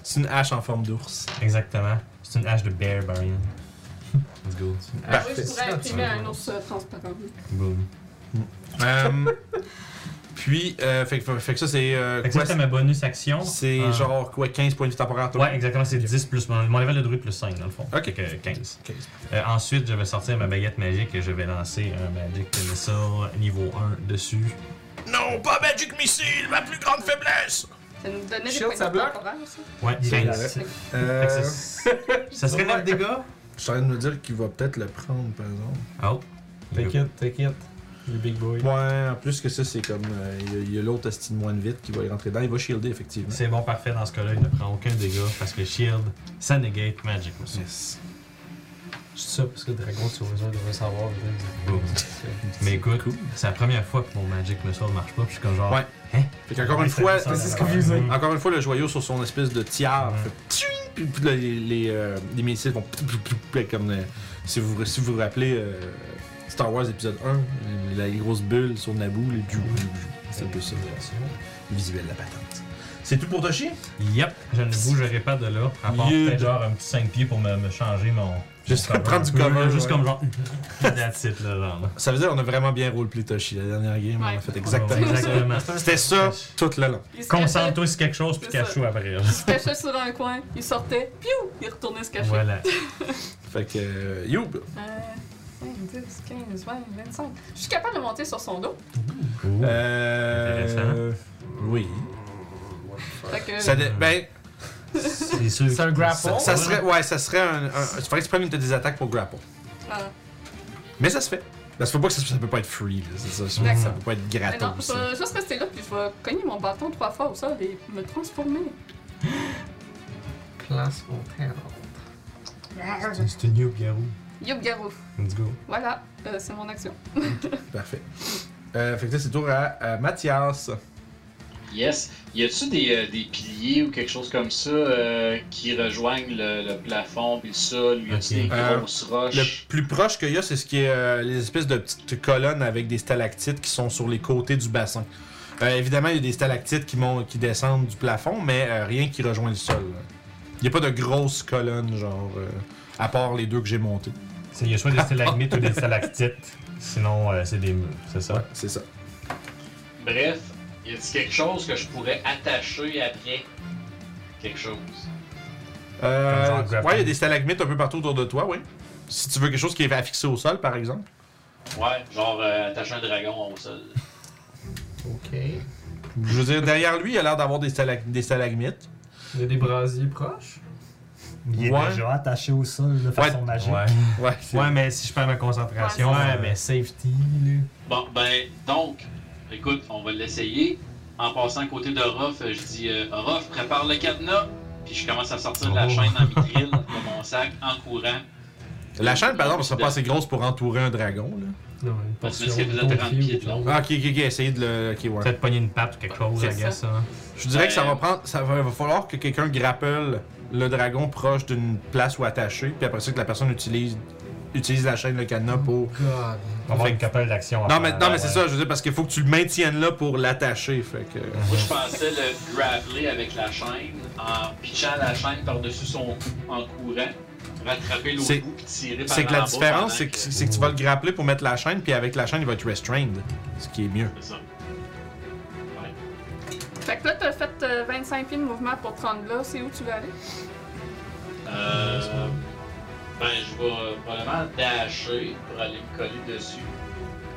c'est une hache en forme d'ours.
Exactement. C'est une hache de bear, Barian. Let's go.
Moi, Ah, je pourrais imprimer un ours euh, transparent.
Boom.
Euh, Puis, euh, fait, que- fait que ça, c'est. euh,
Fait que
quoi,
ça, c'est ma bonus action.
c'est
Ah.
genre quoi, 15 points de vie temporaire toi?
Ouais, exactement, c'est 10 plus mon, mon level de druide plus 5 dans le fond.
Ok.
Fait que 15.
15.
Euh, ensuite, je vais sortir ma baguette magique et je vais lancer un Magic Missile niveau 1 dessus.
Non, pas Magic Missile, ma plus grande faiblesse!
Ça nous donnait des
Shield,
points
ça
de vie
bloque?
temporaires, ça.
Ouais, 15.
Fait que
Fait que
Euh,
c'est- ça serait 9 dégâts.
je suis en train de me dire qu'il va peut-être le prendre, par exemple.
Oh.
T'inquiète, t'inquiète. Le big boy.
Ouais, en plus que ça, c'est comme. euh, Il y a- il y a, l'autre Asti de moine vite qui va y rentrer dedans. Il va shielder, effectivement.
C'est bon, parfait. Dans ce cas-là, il ne prend aucun dégât parce que Shield, ça negate Magic Missile.
Yes.
Je dis ça parce que Dragon sur Réseau devrait savoir. je veux dire.
Boom.
C'est-
Mais écoute, c'est la première fois que mon Magic Missile marche pas. Puis je suis comme genre.
Ouais. Fait qu'encore une fois,
c'est
confusing.
encore une fois, le joyau sur son espèce de tiare
Ouais.
fait tchouing, puis, puis là, les, les, euh, les missiles vont plou, plou, plou, plou, comme euh, si vous si vous vous rappelez euh, Star Wars épisode 1, la grosse bulle sur Naboo, le du c'est un peu ça, le visuel de la patente. C'est tout pour Toshi?
Yep, je ne bougerai pas de là. À part
Yeah.
peut-être genre un petit 5 pieds pour me, me changer mon.
Juste
mon
prendre du
un peu,
cover,
là, Juste
ouais.
comme genre. That's it, là, genre. là.
Ça veut dire qu'on a vraiment bien roleplay Toshi la dernière game, on a
Ouais.
fait exactement
Ouais,
ça.
exactement.
C'était ça tout le long.
il se cachait-
Concentre-toi sur quelque chose, puis
C'est ça.
cache-toi après. là.
Il se cachait sur un coin, il sortait, piou, il retournait se cacher.
Voilà.
Fait que euh, Youb,
Euh, 5, 10, 15, 20, 25. Je suis capable de monter sur son dos.
euh, oui.
Fait que,
Ça dé- ben,
C'est sûr.
C'est un grapple.
ça serait ouais, ça serait un, un il faudrait que tu prennes une de tes attaques pour grapple.
Ah,
Mais ça se fait. Parce qu'il faut pas que ça, ça peut pas être free, là, c'est ça.
D'accord.
Ça peut pas être
mais non,
gratos.
je vais juste rester là, puis je vais cogner mon bâton trois fois au sol et me transformer.
Classe mon père.
C'est une new garou.
Yup Garou.
Let's go.
Voilà, euh, c'est mon action.
Parfait. Euh, fait que là, c'est tour à, à Mathias.
Yes. Y a-tu des, euh, des piliers ou quelque chose comme ça euh, qui rejoignent le, le plafond puis le sol? Y a-tu
Ok.
des
Euh,
grosses roches?
Le plus proche qu'il y a, c'est ce qui est euh, les espèces de petites colonnes avec des stalactites qui sont sur les côtés du bassin. Euh, évidemment, il y a des stalactites qui, montent, qui descendent du plafond, mais euh, rien qui rejoint le sol. là. Il n'y a pas de grosses colonnes, genre, euh, à part les deux que j'ai montées.
C'est- Il y a soit des stalagmites ou des stalactites. Sinon, euh, c'est des murs, c'est ça?
c'est ça.
Bref, y a-tu quelque chose que je pourrais attacher après? Quelque chose.
Euh,
Comme genre grappling.
ouais, il y a des stalagmites un peu partout autour de toi, oui. Si tu veux quelque chose qui est affixé au sol, par exemple.
Ouais, genre euh, attacher un dragon au sol.
Ok.
Je veux dire, derrière lui, il a l'air d'avoir des, stalag- des stalagmites.
Il y a des brasiers proches.
Il est
Ouais.
déjà attaché au sol de façon magique.
Ouais.
Ouais, c'est-
ouais, mais si je perds ma concentration,
Ouais,
ouais, mais safety, là.
Bon, ben, donc, écoute, on va l'essayer. En passant à côté de Ruff, je dis euh, Ruff, prépare le cadenas. Puis je commence à sortir de la
Oh.
chaîne en mitril de mon sac en courant.
La chaîne, par exemple, serait pas assez grosse pour entourer un dragon. Là.
Non, une
Parce que
portion
c'est vous
gonflée
êtes 30 pieds de
ou
long.
Ah, ok, ok, ok, essayez de le. Ok, ouais.
Peut-être pogner une patte ou quelque chose,
C'est
I guess. hein.
Je dirais que ça va prendre. Ça va, va falloir que quelqu'un grappelle le dragon proche d'une place ou attaché, puis après ça que la personne utilise, utilise la chaîne, le cadenas pour.
God.
On va avoir une couple d'actions. à
Non,
faire,
mais, non, mais
ouais.
c'est ça, je veux dire, parce qu'il faut que tu le maintiennes là pour l'attacher. Fait que.
Moi, je pensais le graveler avec la chaîne, en pitchant la chaîne par-dessus son cou en courant, rattraper
C'est-
l'autre bout puis tirer par
C'est que
en
la
bas pendant
différence, c'est que,
que-
c'est que tu vas le grappler pour mettre la chaîne, puis avec la chaîne, il va être restrained, ce qui est mieux.
C'est ça.
Fait que là, t'as fait euh, 25 pieds de mouvement pour te rendre là. C'est où tu veux aller?
Euh, ben, je vais euh, probablement dasher pour aller me coller dessus.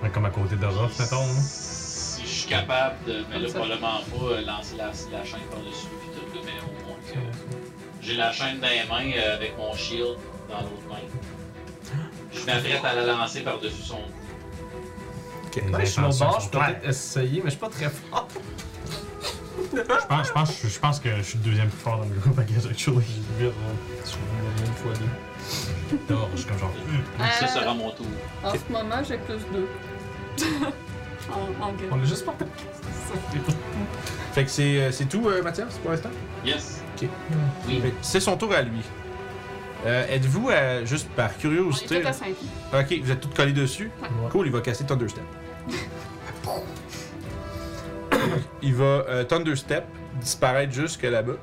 Ouais, Comme à côté de Ruff, Ah, mettons. hein. là.
Si je suis capable de. Mais là,
Ça.
probablement pas euh, lancer la, la chaîne par-dessus, puis tout, mais au moins que. J'ai la chaîne dans les mains euh, avec mon shield dans l'autre main. Je m'apprête à la lancer par-dessus son cou.
Les
Ouais, je suis au
intentions
bord, je
sont
peux
claires.
peut-être essayer, mais je suis pas très fort.
Je pense, je, pense, je pense que je suis le deuxième plus fort dans le groupe, I guess, actually.
Vite, hein. Tu me donnes une fois deux.
Torche, comme genre.
Ah, Ça
Euh,
sera mon tour.
En ce moment, j'ai plus 2. en, en guerre.
On a juste porté
Fait que c'est euh, c'est tout, euh, Mathias, pour l'instant?
Yes.
Ok.
Oui.
Fait que C'est son tour à lui. Euh, Êtes-vous, à- juste par
On est
curiosité.
tous à 5 pieds.
Ok, vous êtes tous collés dessus.
Ouais.
Cool, il va casser Thunder Step. il va euh, Thunder Step disparaître jusque là-bas.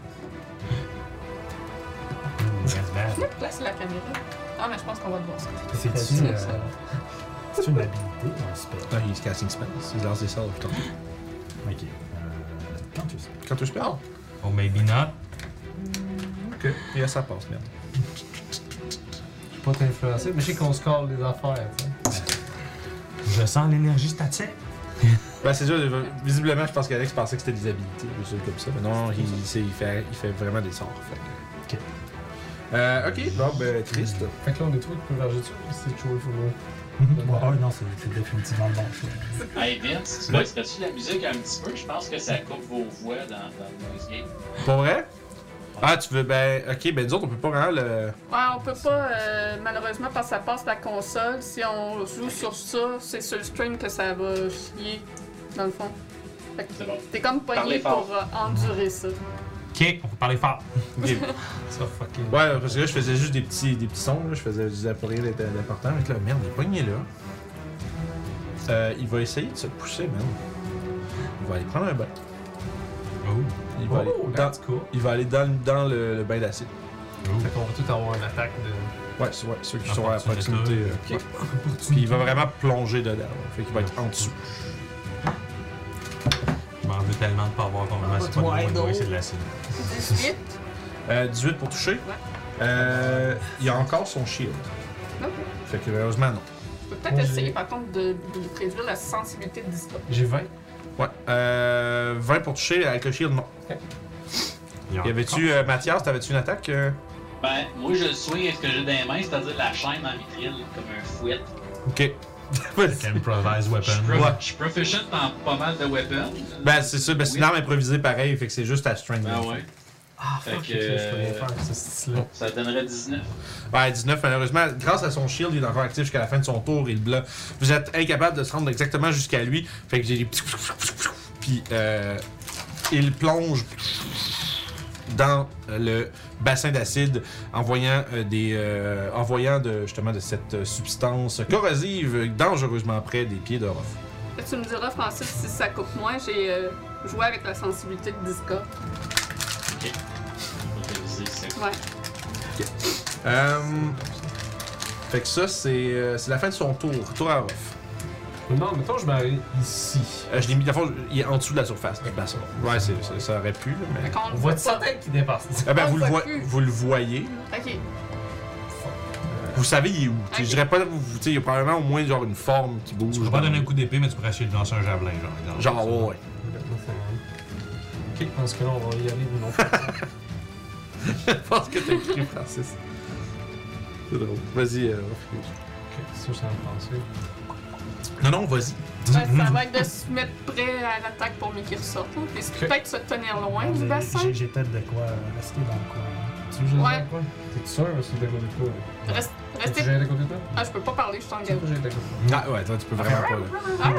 Ouh, that's bad.
Place la caméra. Ah, mais je pense qu'on va devoir ça.
C'est une, euh, c'est une habilité ou un spell?
Non, il est casting spell. Il lance des sorts, putain.
Ok. Euh, quand tu sais.
Quand tu spell?
Oh, maybe not.
Ok. Et là, ça passe, merde.
Je suis pas t'influencer, mais je sais qu'on score les affaires, tu sais.
Je sens l'énergie statique.
Ben, c'est sûr, euh, visiblement, je pense qu'Alex pensait que c'était des habilités, ou choses comme ça. Mais non, il, il sait- il fait, il fait vraiment des sorts. Fait.
Ok.
Euh, ok, bon, ben, triste.
Fait que là, on est trois qui peuvent verger dessus, puis c'est toujours
Ouais,
le
ouais, ah, non, c'est c'est définitivement le bon choix.
Hey Vince, tu
Ouais.
baisserais-tu la musique un petit peu? Je pense que ça coupe vos voix dans, dans le noise gate.
Pour vrai? Ah, tu veux, ben, ok, ben, nous autres, on peut pas vraiment le.
Ouais, on peut pas, euh, malheureusement, parce que ça passe la console. Si on joue sur ça, c'est sur le stream que ça va chier, dans le fond. Fait que
C'est bon.
t'es comme pogné
Parlez fort.
pour euh, endurer ça.
Ok, on peut parler fort.
Ok.
Ça fucking.
Ouais, parce que là, je faisais juste des petits, des petits sons, là. je faisais je disais pas rien d'int- d'important. Fait que là, merde, il est pogné là. Euh, il va essayer de se pousser, merde. Il va aller prendre un bain.
Oh.
Il va,
Oh,
aller, dans,
that's cool.
il va aller dans, le- dans le, le bain d'acide.
Fait qu'on va tout avoir une attaque de.
Ouais, c'est ouais, ceux qui sont à
Opportunité.
proximité. euh, ouais. Puis il va vraiment plonger dedans. là. Fait qu'il va être en dessous.
Je m'en veux tellement de pas avoir
Ah,
ton masse. C'est pas de
Ouais,
moi, de
non.
moi, c'est de l'acide.
18.
Euh, 18 pour toucher. Euh, il a encore son shield.
Ok.
Fait que malheureusement, non.
Je peux peut-être
Moi, j'ai-
essayer, par contre, de, de réduire la sensibilité de Discord.
J'ai 20.
Ouais. Euh, 20 pour toucher avec le shield, non. Y avait-tu, euh, Mathias, t'avais-tu une attaque euh?
Ben, moi je le swing avec ce que j'ai dans les mains, c'est-à-dire la chaîne en mitril, comme un fouet.
Ok.
Avec un improvised
Je suis pro-
weapon.
Ouais.
je suis proficient dans pas mal de weapons.
Ben, c'est ça, ben, c'est une arme improvisée pareil, fait que c'est juste à strength.
Ben ouais.
Ah,
Fait
fuck,
que-
je peux rien faire, ce style-là.
Ça donnerait 19.
Ouais, 19, Ben, malheureusement, grâce à son shield, il est encore actif jusqu'à la fin de son tour, il bloque. Vous êtes incapable de se rendre exactement jusqu'à lui, fait que j'ai des petits. Puis, euh, il plonge dans euh, le bassin d'acide en voyant euh, des euh, en voyant de, justement de cette euh, substance corrosive euh, dangereusement près des pieds de Rof.
Là, tu me diras, Francis, si ça coupe moins. J'ai euh, joué avec la sensibilité de Discord.
Faut réviser, c'est ça.
Ouais.
Euh, fait que ça c'est euh, c'est la fin de son tour, tour à Rof.
Non, mettons, je m'arrête ici.
Euh, je l'ai mis, dans le fond, il est en dessous de la surface du bassin. Ouais, c'est, c'est- ça aurait pu, là, mais.
Fait qu'on
On
le
voit
voit
une
pas.
centaine qui dépassent.
Ah ben,
on
vous le,
voit
voi-
plus.
vous le voyez.
Ok.
Vous savez, il est où. tu sais, Je dirais pas, vous, vous- tu sais, il y a probablement au moins genre une forme qui bouge.
Tu peux pas donner un coup d'épée, mais tu pourrais essayer de lancer un javelin, genre. exemple.
Genre, ouais, ouais.
Ok, dans ce cas-là, on va y aller d'une autre façon.
Je pense que t'as écrit Francis. C'est drôle. Vas-y, euh, Francis.
Ok, c'est sûr que ça me pensait.
Non, non, vas-y.
Ouais, Ben, ça va être de se mettre prêt à l'attaque pour mieux qu'il ressorte. hein. Puis c'est peut-être se tenir loin
Euh,
du bassin.
J'ai j'ai peut-être de quoi rester dans le coin.
Tu veux que je
Ouais.
ouais. quoi? T'es sûr ou c'est de côté de toi?
Reste-
Tu
Restez.
gères de côté de toi?
Ah, je peux pas parler, je suis en
Tu
garde.
peux gérer de côté de
Ah, ouais, toi, tu peux vraiment pas. Là.
toi?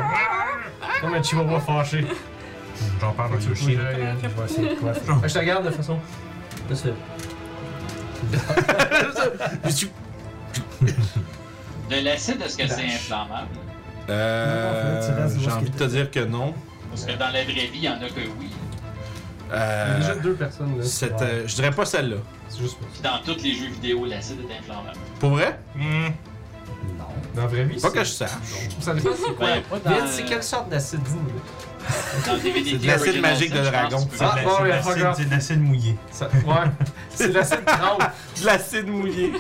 Comme un chihuahua fâché.
J'en parle à
Tu peux
Yoshi.
gérer de
Je vais essayer de quoi faire.
Fait que Je te regarde de façon. Là, c'est.
Puis tu-
De l'acide, est-ce que c'est inflammable?
Non, non, tu
Euh,
restes où
J'ai
est-ce
envie de
qu'il
te dire que non.
Parce que dans la vraie vie, il y en a que oui.
Il y a déjà
Euh,
deux personnes là.
cette,
Ouais.
euh, je dirais pas celle-là.
C'est juste pour
Puis dans tous les jeux vidéo, l'acide est inflammable.
Pour vrai?
Dans la vraie vie,
Pas que je sache.
Ça dépend c'est quoi.
Ben, pas dans-
Vite,
Euh,
c'est quelle sorte d'acide vous là?
Dans DVD
C'est de l'acide
Original
magique de
Sin, je pense
dragon.
que tu peux
Ah,
faire-
bon,
C'est de
ouais,
l'acide-
regarde.
C'est de l'acide mouillé.
Ça- Ouais, c'est l'acide crampe.
De l'acide mouillé.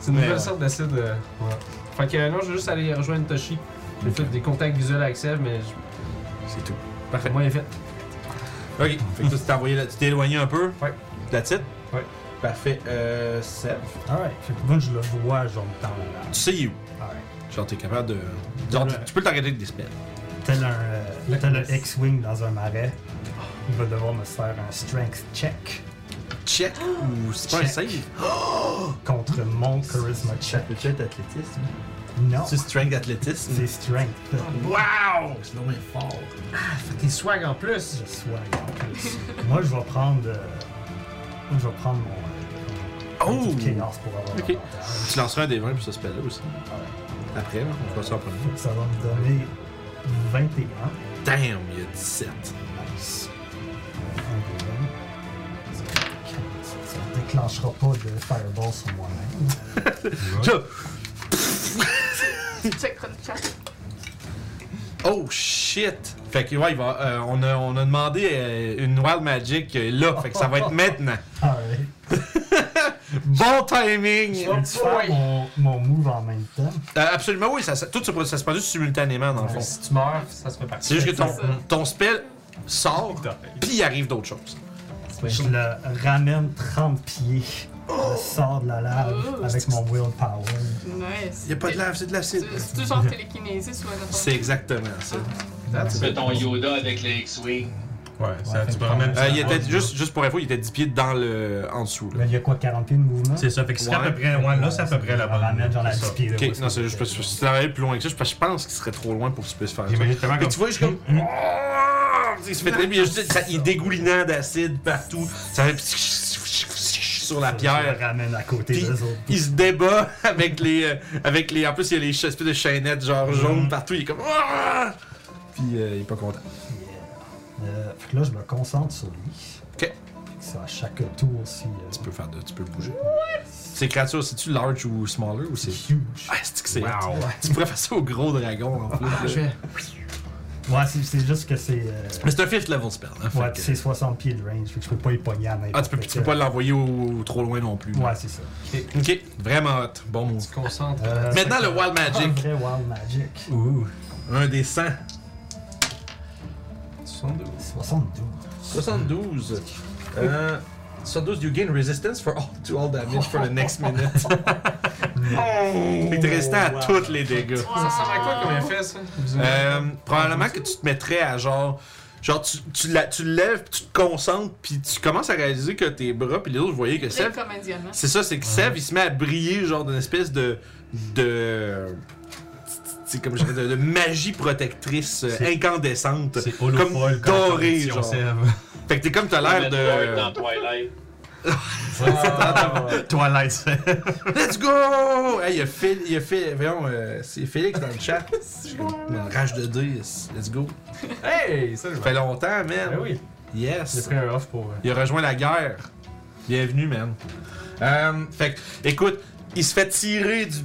C'est une
Mais
nouvelle
ouais.
sorte d'acide. euh, ouais. Fait que euh, non, je vais juste aller rejoindre Toshi. J'ai fait des contacts visuels avec Sev, mais je-
C'est tout.
par contre, moi, il est fait.
Ok. Fait que toi, tu t'es envoyé là- tu t'es éloigné un peu.
Ouais.
De la titre?
Ouais.
Parfait. Euh, Seb.
Alright. Fait que moi, je le vois, genre, dans la.
Tu sais, il est où?
Alright.
Genre, t'es capable de. Genre, tu, tu peux le regarder avec des spells.
Tel un, euh,
Le-
tel un X-Wing dans un marais, il va devoir me faire un strength check
Check ou c'est pas un
Check.
save?
contre mon charisma check.
Peut-être athlétisme.
Non,
C'est strength athlétisme.
c'est strength.
Wow!
C'est long et fort.
Fait que t'es swag en plus.
Je sois en plus. Moi, je vais prendre. euh, moi, je vais prendre mon. euh,
Oh!
petit chaos pour avoir
Ok.
l'avantage.
Tu lanceras un des 20 pour ce spell-là aussi. Après, on fera ça en premier.
Ça va me donner 21.
Damn, il y a 17.
Nice. Un des vingt. Ça fait 15. Ça ne déclenchera pas de fireball sur moi-même.
Check on the chat.
Oh shit! Fait que ouais, il va, euh, on, a, on a demandé euh, une Wild Magic euh, là, fait que ça va être maintenant.
Alright.
Bon timing!
Ah Je peux-tu faire mon, mon move en même temps?
Euh, absolument oui, ça, ça- tout se, pro- ça se produit simultanément dans le fond.
Si tu meurs, ça se fait partie.
C'est juste que ton,
C'est ça.
ton spell sort, puis il arrive d'autres choses.
Je le ramène 30 pieds. Je sors de la lave
Oh.
avec mon willpower.
Nice.
lave, c'est de l'acide.
C'est- C'est toujours télékinésie ou un autre.
C'est exactement ça.
Tu fais ton Yoda avec le X-Wing.
Ouais, ça,
fait
tu peux
que-
remettre.
Euh, il était juste, juste pour info, il était 10 pieds dans le, en dessous.
Là,
Là.
il y a quoi, 40 pieds de mouvement?
C'est ça, fait que c'est à
Ouais.
peu près. Ouais, là, c'est à peu près la
Je le ramène genre
bonne.
à
C'est
10
ça.
pieds. là, où
Ok,
est-ce
non,
que
c'est juste parce que si ça allait plus loin que ça, je, parce que je pense qu'il serait trop loin pour que tu puisses faire ça.
J'imagine tellement
Mais
comme.
tu vois, je suis comme. Il se fait très bien, il y a juste- ça- il est dégoulinant d'acide partout. Ça fait sur la
Je
pierre.
le ramène à côté
Puis
des autres.
il se débat avec les, euh, avec les. En plus, il y a les ch- espèces de chaînettes genre jaunes partout. Il est comme. Mm-hmm. Ah! Puis euh, il est pas content.
Yeah. Euh, fait que là, je me concentre sur lui.
Ok.
C'est à chaque tour euh, aussi.
Tu peux faire de, tu peux bouger. Ces créatures, c'est-tu large ou smaller ou c'est.
huge.
Ah, c'est que c'est.
Wow.
Tu pourrais faire ça au gros dragon en plus. là.
Je vais.
Ouais, c'est- c'est juste que c'est. euh,
Mais c'est un fifth level spell. Hein, Ah. fait
ouais,
que-
c'est 60 pieds de range. Fait que je peux pas y pogner à n'importe
Ah, tu peux, tu peux pas l'envoyer au- trop loin non plus.
Ouais, c'est ça.
Ok, vraiment hot. Bon move.
Tu te concentres.
Euh,
Maintenant, le Wild
c'est un
Magic.
vrai Wild Magic.
Ouh. Un des 100.
72.
72.
72. Euh, 72, you gain resistance for all, to all damage for the next minute. Fait que t'es résistant à
Wow.
tous les dégâts.
Ça ressemble à quoi comme effet, ça
Euh, probablement que tu te mettrais à genre. Genre, tu, tu, la, tu le lèves, puis tu te concentres, puis tu commences à réaliser que tes bras, puis les autres, vous voyez que
C'est
Sev.
comme indiennement.
C'est ça, c'est que Sev, il se met à briller, genre, d'une espèce de. de. C'est comme je dirais, de, de magie protectrice euh,
C'est-
incandescente.
C'est
doré,
holofol comme
genre.
condition, Seb.
Fait que t'es comme t'as l'air
Edward
de.
Dans Twilight.
Ah,
Twilight, Seb.
Let's go! Hey, il a fait. Il a fait. Voyons, euh, c'est Félix dans le chat. J'ai comme une rage de 10. Let's go.
Hey, ça, je
Ça
vais.
fait longtemps,
Ben
man.
oui, j'ai
Yes.
pris un off pour. euh,
Il a rejoint la guerre. Bienvenue, man. Euh, fait que, écoute, il se fait tirer du,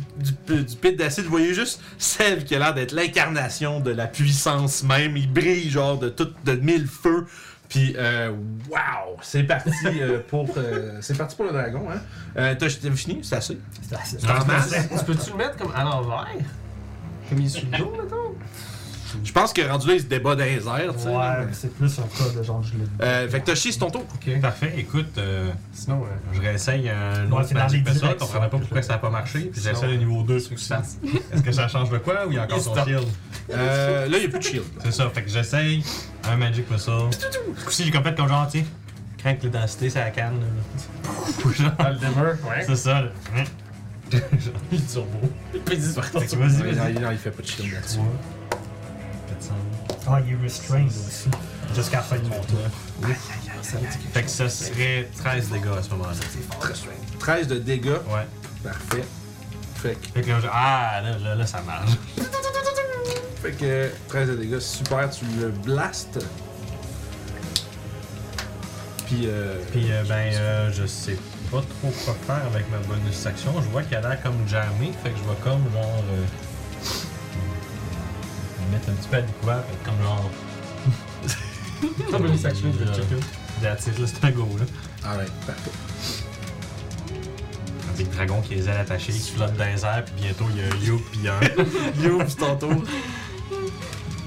du, du pit d'acide. Vous voyez juste Sève qui a l'air d'être l'incarnation de la puissance même. Il brille, genre, de, tout, de mille feux. Puis, euh, wow! C'est parti, euh, pour, euh, c'est parti pour le dragon. Hein? Euh, t'as, t'as fini? C'est assez.
Tu
Ah,
peux- tu peux-tu le mettre comme Ah à l'envers? Comme il est sur le dos, mettons?
Je pense que rendu là, il se débat dans les airs. tu sais.
Ouais, mais c'est plus un cas de genre, je l'ai
Euh, fait que Toshi, c'est ton tour.
Ok.
Parfait, écoute, euh,
Sinon, euh,
je réessaye un
Ouais,
autre
c'est dans les
Magic Pessoa,
directs,
on comprenait pas
ça.
pourquoi ça n'a pas marché, puis j'essaie
Non.
le niveau 2 succès. Est-ce que ça change de quoi ou il y a encore
Il
son
stop.
shield?
Euh, là, il n'y a plus de shield.
C'est ça, fait que j'essaye un Magic Missile. Si j'ai compris comme genre, tiens, crains que l'identité, c'est la canne. là. Genre,
dans le demeure, ouais.
c'est ça, là. Genre, il est turbo. Fait que
Non,
vas-y,
il-
vas-y.
non, il fait pas de shield là-dessus.
Trois, quatre, cinq,
Ah, il est restrained aussi. Jusqu'à la fin de mon tour.
Fait que ça serait 13 dégâts à ce moment-là.
13 de dégâts.
Ouais.
Parfait. Fait que,
Fait que là, je- ah, là, là, là, ça marche.
fait que 13 de dégâts, super, tu le blastes. Puis, euh,
Puis, euh, ben, euh, je sais pas trop quoi faire avec ma bonus action. Je vois qu'elle a l'air comme jammée, fait que je vais comme genre. euh, me mettre un petit peu à découvert, fait que comme genre.
T'as bonus action, je vais le checker.
That's it, là, c'est un go, là.
alright, parfait.
Avec le dragon qui a les ailes attachées, qui flotte dans les airs, puis bientôt il y a un Youb, puis il y a un.
Yo, c'est ton tour.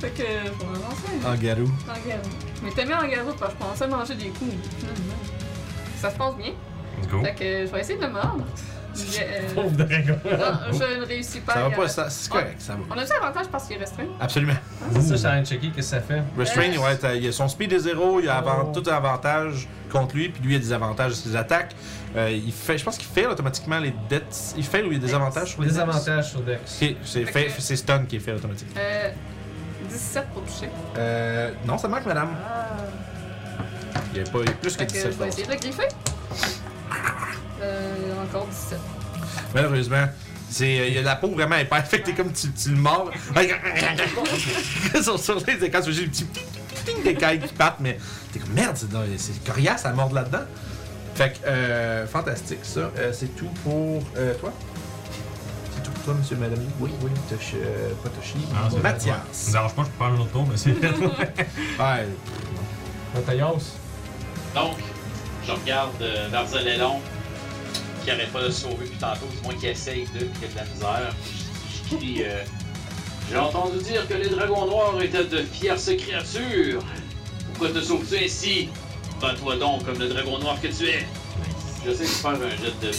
Fait que, faut avancer.
En garou.
En garde. Mais t'as mis en garde parce que je pensais manger des coups. Finalement, Ça se passe bien.
Oh.
go.
Fait que je vais essayer de le mordre. Je, euh,
Pauvre dragon.
non, je ne réussis pas.
Ça
à
va pas,
garder.
ça, c'est correct, ça va.
On a-tu avantage parce qu'il est restreint?
Absolument.
C'est ça, j'allais de checker, qu'est-ce que ça fait?
Restrain, ouais, t'as- il a son speed est zéro, il a avant,
Oh.
tout avantage contre lui, puis lui il a des avantages à ses attaques. Euh, il fait, je pense qu'il fait automatiquement les dettes. Il fait ou il y a des avantages sur les
Des
dex?
avantages sur Dex.
Ok, c'est fait- c'est stun qui est fait automatique.
Euh, 17 pour toucher.
Euh, non, ça manque, madame.
Ah.
Il y a pas il y a plus que
Fait que je
17
vais
dans
essayer de le griffer. Euh, encore 17.
ça. Malheureusement, c'est, euh, il y a la peau vraiment épaisse. Fait que t'es comme tu, tu le mords. sur, sur les écrans, c'est juste des petits ting, ting, ting d'écailles qui partent, mais t'es comme merde, c'est, dans- c'est coriace à mordre là-dedans. Fait que, euh, fantastique ça. Euh, c'est tout pour euh, toi. C'est tout pour toi, monsieur, madame. Oui, oui, Toshi, euh, pas Toshi.
Mathias.
Mathias.
Ça me dérange pas, je peux prendre un autre tour, mais c'est fait.
Ouais,
Matayos.
Donc, je regarde euh, Barzalelon, qui n'arrête pas de se sauver depuis tantôt, du moins qui essaye de, puis qui a de la misère. Je je crie euh, J'ai entendu dire que les dragons noirs étaient de fières créatures. Pourquoi te sauves-tu ainsi Bats-toi donc comme le dragon noir que tu es. J'essaie de faire un jet de.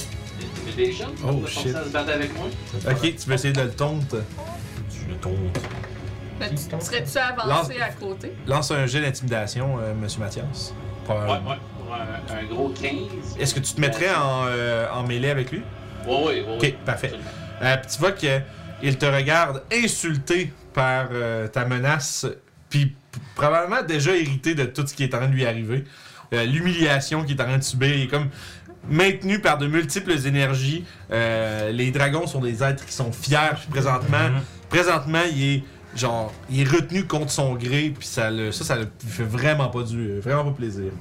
Intimidation,
Oh,
pour
shit.
forcer à se battre avec moi.
ok, tu veux essayer de le tondre.
Tu le tournes.
Mais tu- Serais-tu avancé à côté?
Lance un jet d'intimidation, euh, monsieur Mathias.
Ouais,
Probablement.
ouais, pour un, un gros 15.
Est-ce que tu te mettrais en, euh, en mêlée avec lui?
Ouais, ouais, ouais.
Ok,
ouais.
parfait. Euh, puis tu vois qu'il te regarde insulté par euh, ta menace, puis p- probablement déjà hérité de tout ce qui est en train de lui arriver. Euh, L'humiliation qu'il est en train de subir, il est comme maintenu par de multiples énergies. Euh, les dragons sont des êtres qui sont fiers, puis présentement,
Mhm.
présentement, il est genre, il est retenu contre son gré, puis ça, le, ça, ça le lui fait vraiment pas du, euh, vraiment pas plaisir.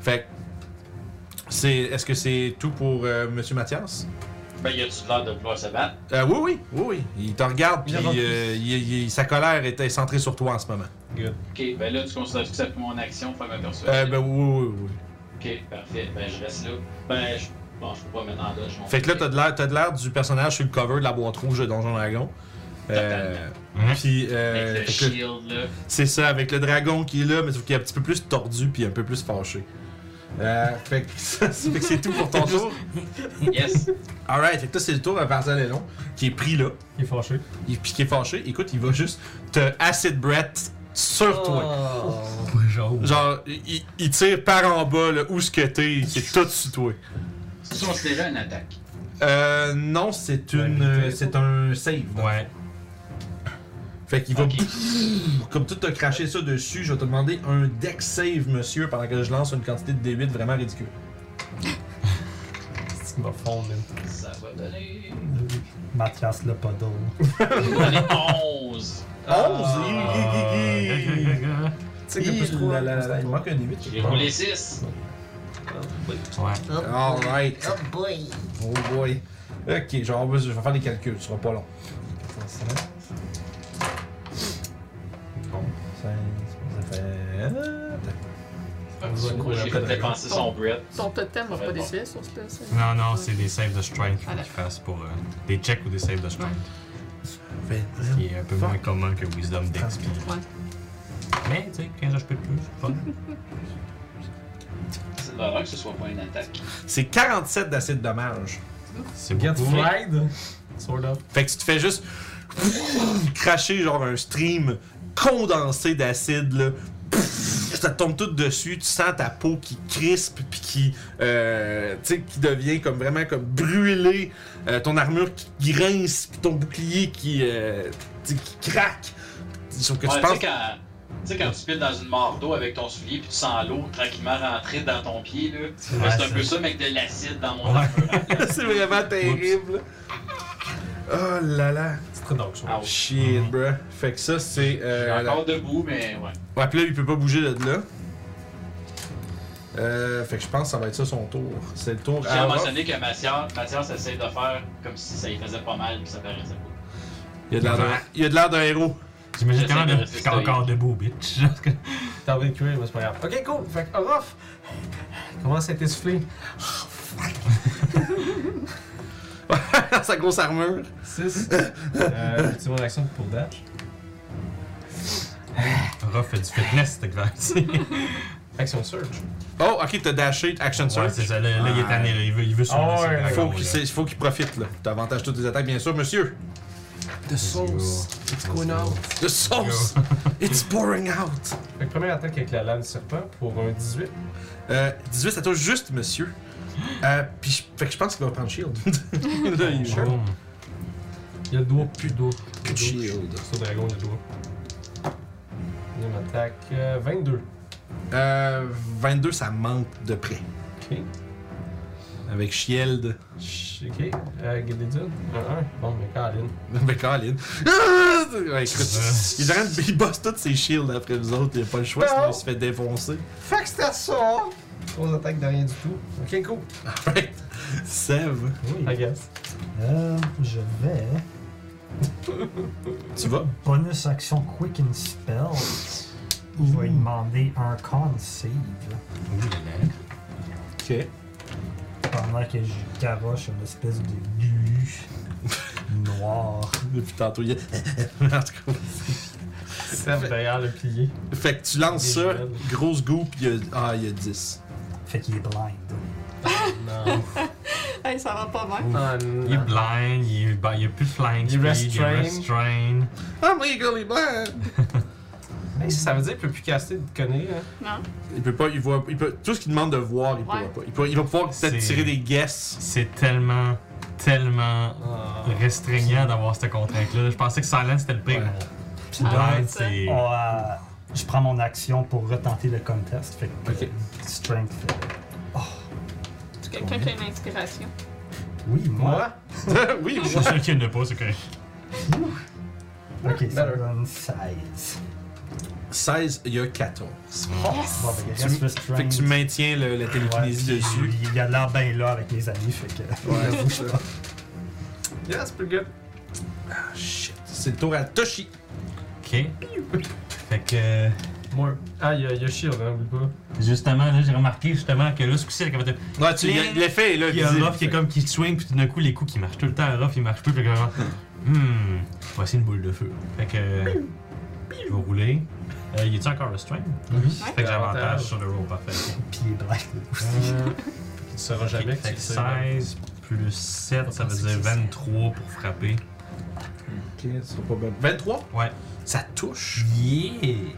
Fait que, c'est, est-ce que c'est tout pour euh, Monsieur Mathias?
Ben, y a-tu l'air de vouloir se battre?
Euh, oui, oui, oui, oui. Il te regarde, puis
Il avance.
euh, il- il- sa colère est, est centrée sur toi en ce moment.
Ok, ben là, tu considères que ça fait mon action, faire ma persuasion?
Euh, ben oui, oui, oui.
Ok, parfait. Ben, je reste là. Ben, je... Bon, je peux pas maintenant là, je m'en
Fait que là, t'as de l'air- t'as de l'air du personnage sur le cover de la boîte rouge de Donjon Dragon. Euh,
Totalement.
puis, euh,
Avec le
fait que là,
shield, là.
c'est ça, avec le dragon qui est là, mais sauf qu'il est un petit peu plus tordu, puis un peu plus fâché. Euh, fait que, ça, fait que c'est tout pour ton tour.
Yes!
Alright, fait que toi, c'est le tour à Varzalelon, qui est pris là,
Il est fâché.
et puis qui est fâché. Écoute, il va juste te acid breath sur toi.
Oh.
Genre, il, il tire par en bas, là, où ce que t'es, c'est tout sur toi.
C'est considéré une attaque.
Euh, non, c'est une. euh, c'est un save.
Ouais.
Fait qu'il va.
Ok.
Comme tout t'as craché ça dessus, je vais te demander un deck save, monsieur, pendant que je lance une quantité de D8 vraiment ridicule.
C'est qui m'a fondé.
Ça va donner.
Mathias le puddle.
On est 11!
Euh,
11! Tu sais
qu'il y a plus trois, plus trois.
Il manque un D8.
J'ai roulé 6!
Ouais.
Alright.
Oh boy.
Oh boy. Ok, genre, je vais faire les calculs, ce sera pas long. Bon. Ça, ça fait.
J'ai fait dépenser son bread.
Son totem va pas décider sur ce hein. test.
Non, non, c'est des saves de strength qu'il faut
Voilà.
qu'ils fassent pour. euh, des checks ou des saves de strength.
Ben,
Ce qui est un peu moins commun que Wisdom Dex. puis-
Ouais.
Mais, tu sais, 15 HP de plus, c'est pas
C'est de l'horreur que ce soit pas une attaque.
C'est 47 d'acide de dommage.
C'est
Get
beaucoup.
fried! Sort of.
Fait que tu te fais juste cracher genre un stream condensé d'acide là. Ça te tombe tout dessus, tu sens ta peau qui crispe puis qui, euh, tu sais, qui devient comme vraiment comme brûlée, Euh, ton armure qui grince, puis ton bouclier qui, euh, tu sais, qui craque. Sauf que
Ouais,
tu
tu
penses
sais, quand, tu sais, quand tu piles dans une mare d'eau avec ton soulier puis tu sens l'eau tranquillement rentrer dans ton pied, là.
Ouais,
Ouais, c'est un
ça-
peu ça, mais avec de l'acide dans mon
Ouais.
armure.
c'est vraiment terrible. Oh là là,
C'est très dark, je
Ah, ouais.
shit, bruh. Fait que ça c'est.
Je suis
Euh, la-
encore debout, mais ouais.
Ouais, puis là, il peut pas bouger de là. Euh, fait que je pense que ça va être ça son tour. C'est le tour
J'ai
à Orof.
mentionné que Mathias, Mathias essaie de faire comme si ça lui faisait pas mal puis ça paraissait pas.
Il a de l'air d'un- il a de l'air d'un héros.
J'imagine
J'essaie
quand
de
même
rester
qu'il est encore debout, bitch.
T'as envie de cuire, mais c'est pas grave. Ok, cool. Fait que Orof commence à t'essouffler.
Sa grosse armure.
6. Euh, tu mon action pour dash.
Ruff fait du fitness, t'es clair.
Action surge.
Oh, ok, t'as dashé, action
Ouais,
surge.
c'est ça, là, là, il est tanné, là, il veut, il veut
Ah
sauver son
ouais,
dragon,
faut
là.
qu'il c'est- faut qu'il profite, là. T'avantages toutes tes attaques, bien sûr, monsieur.
The sauce, it's going out.
The sauce! It's pouring out!
Fait que première attaque avec la lame du serpent pour un 18.
Euh, 18, ça touche juste, monsieur. Euh, puis je- fait que je pense qu'il va prendre shield. là, il
Sure.
joue.
Il y a le doigt, plus de doigt.
Plus de shield.
Sur le dragon, il y a le doigt. Deuxième attaque, euh, 22.
Euh, 22, ça manque de près.
Ok.
Avec shield.
Ch- Ok. Euh, Guillotine. 1-1. Bon, mais Caroline.
Ben, Colin. Ouais, écoute,
Euh.
il, est en train de- il bosse tous ses shields après nous autres, il a pas le choix, sinon il se fait défoncer.
Fait que c'était ça! Grosse attaque de rien du tout. Ok, cool.
Alright. Sève,
Oui.
I guess.
Euh, je vais.
tu vas.
Bonus action Quick and Spell. Il va lui demander un con save
Ok.
pendant que je garoche une espèce de glu noir.
Depuis tantôt, il est- en tout cas.
Serve derrière le pilier.
Fait que tu lances
Des
ça,
shields.
grosse goût, pis il y a. Ah, il y a 10.
Fait qu'il est blind.
Non.
Hey, ça va pas bien.
Ah,
Il est
non.
blind, il, est- bah, il a plus de flying
Il
speed, il
restrain.
est restrain.
I'm legally blind!
Hey, ça veut dire qu'il peut plus caster de conneries, hein?
Non?
Il peut pas, il voit. Il peut, tout ce qu'il demande de voir, il
Ouais.
pourra pas. Il, peut- il va pouvoir peut-être
C'est-
tirer des guesses.
C'est tellement, tellement
Ah.
restreignant d'avoir cette contrainte-là. Je pensais que Silent c'était le pire.
Ouais.
Puis
Ah,
blind,
ouais, ça.
c'est.
Oh, euh, je prends mon action pour retenter le contest. Fait que
Ok.
euh, strength. euh,
Tu quelqu'un qui a une inspiration?
Oui, moi.
Moi?
oui,
Je suis sûr qu'il n'y en a pas, c'est correct.
Ok, ça
Better.
donne 16.
16, il y a 14.
Bon, ben, il
Tu-
reste le strength.
Fait que tu maintiens le- la télékinésie
Ouais,
dessus.
puis Il a l'air bien là avec les amis, fait que.
Ouais, c'est ça.
Yeah, c'est pretty good.
Ah, shit. C'est le tour à Toshi.
Ok. Fait que.
Moi. Ah, il y, a- il y a Shield, hein, oublie pas.
Justement, là, j'ai remarqué justement que là, ce coup-ci, elle avait
Ouais, tu,
Plein-
l'effet est là.
Il y a un
visible.
rough qui est comme qui swing, puis tout d'un coup, les coups qui marchent tout le temps, un rough, il marche plus, puis vraiment. Hmm, voici une boule de feu. Fait que. euh, Je vais rouler. Euh, y a-tu encore restrain?
Oui.
Fait que j'ai avantage sur le roll, parfait.
Puis il est blind aussi.
Euh, tu sauras jamais
fait
que
que
c'est ça.
16 plus 7, ça veut dire 23 pour frapper.
Ok, ça sera pas bon. 23
Ouais.
Ça touche.
Yeah!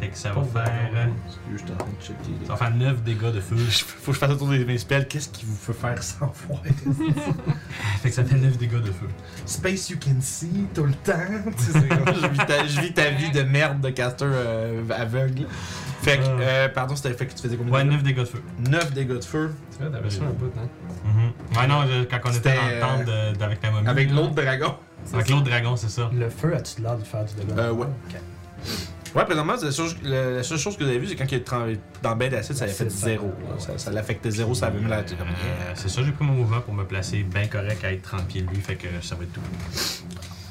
Fait que ça va
Pauvre
faire. euh,
dragon.
Excuse, je suis en train de checker.
Ça va faire 9 dégâts de feu.
Faut que je fasse le tour des mes spells. Qu'est-ce qui vous peut faire sans foi
Fait que ça fait 9 dégâts de feu.
Space you can see tout le temps. Tu sais, c'est comme, je, vis ta, je vis ta vie de merde de caster euh, aveugle. Fait que,
Ah.
euh, pardon, c'était fait que tu faisais combien
Ouais,
de
9 dégâts de feu.
9 dégâts de feu.
Tu vois, t'avais ça un bout, hein?
Mhm. Ouais, non, je- quand on
C'était,
était dans
euh,
le temple de- d'avec la momie.
Avec
là.
l'autre dragon.
Avec l'autre dragon, c'est ça.
Mm.
Le feu, as-tu l'air de faire du dégât?
Euh, ouais.
Ok.
Ouais, présentement, c'est la seule, la- la seule chose que vous avez vue, c'est quand il est trempé dans Ben d'acide, ça avait fait
L'acide, ça-
0. là. Ça, ça l'affectait 0, ça avait mis la. comme,
Euh, c'est ça, j'ai pris mon mouvement pour me placer bien correct à être 30 pieds de lui, fait que ça va être tout.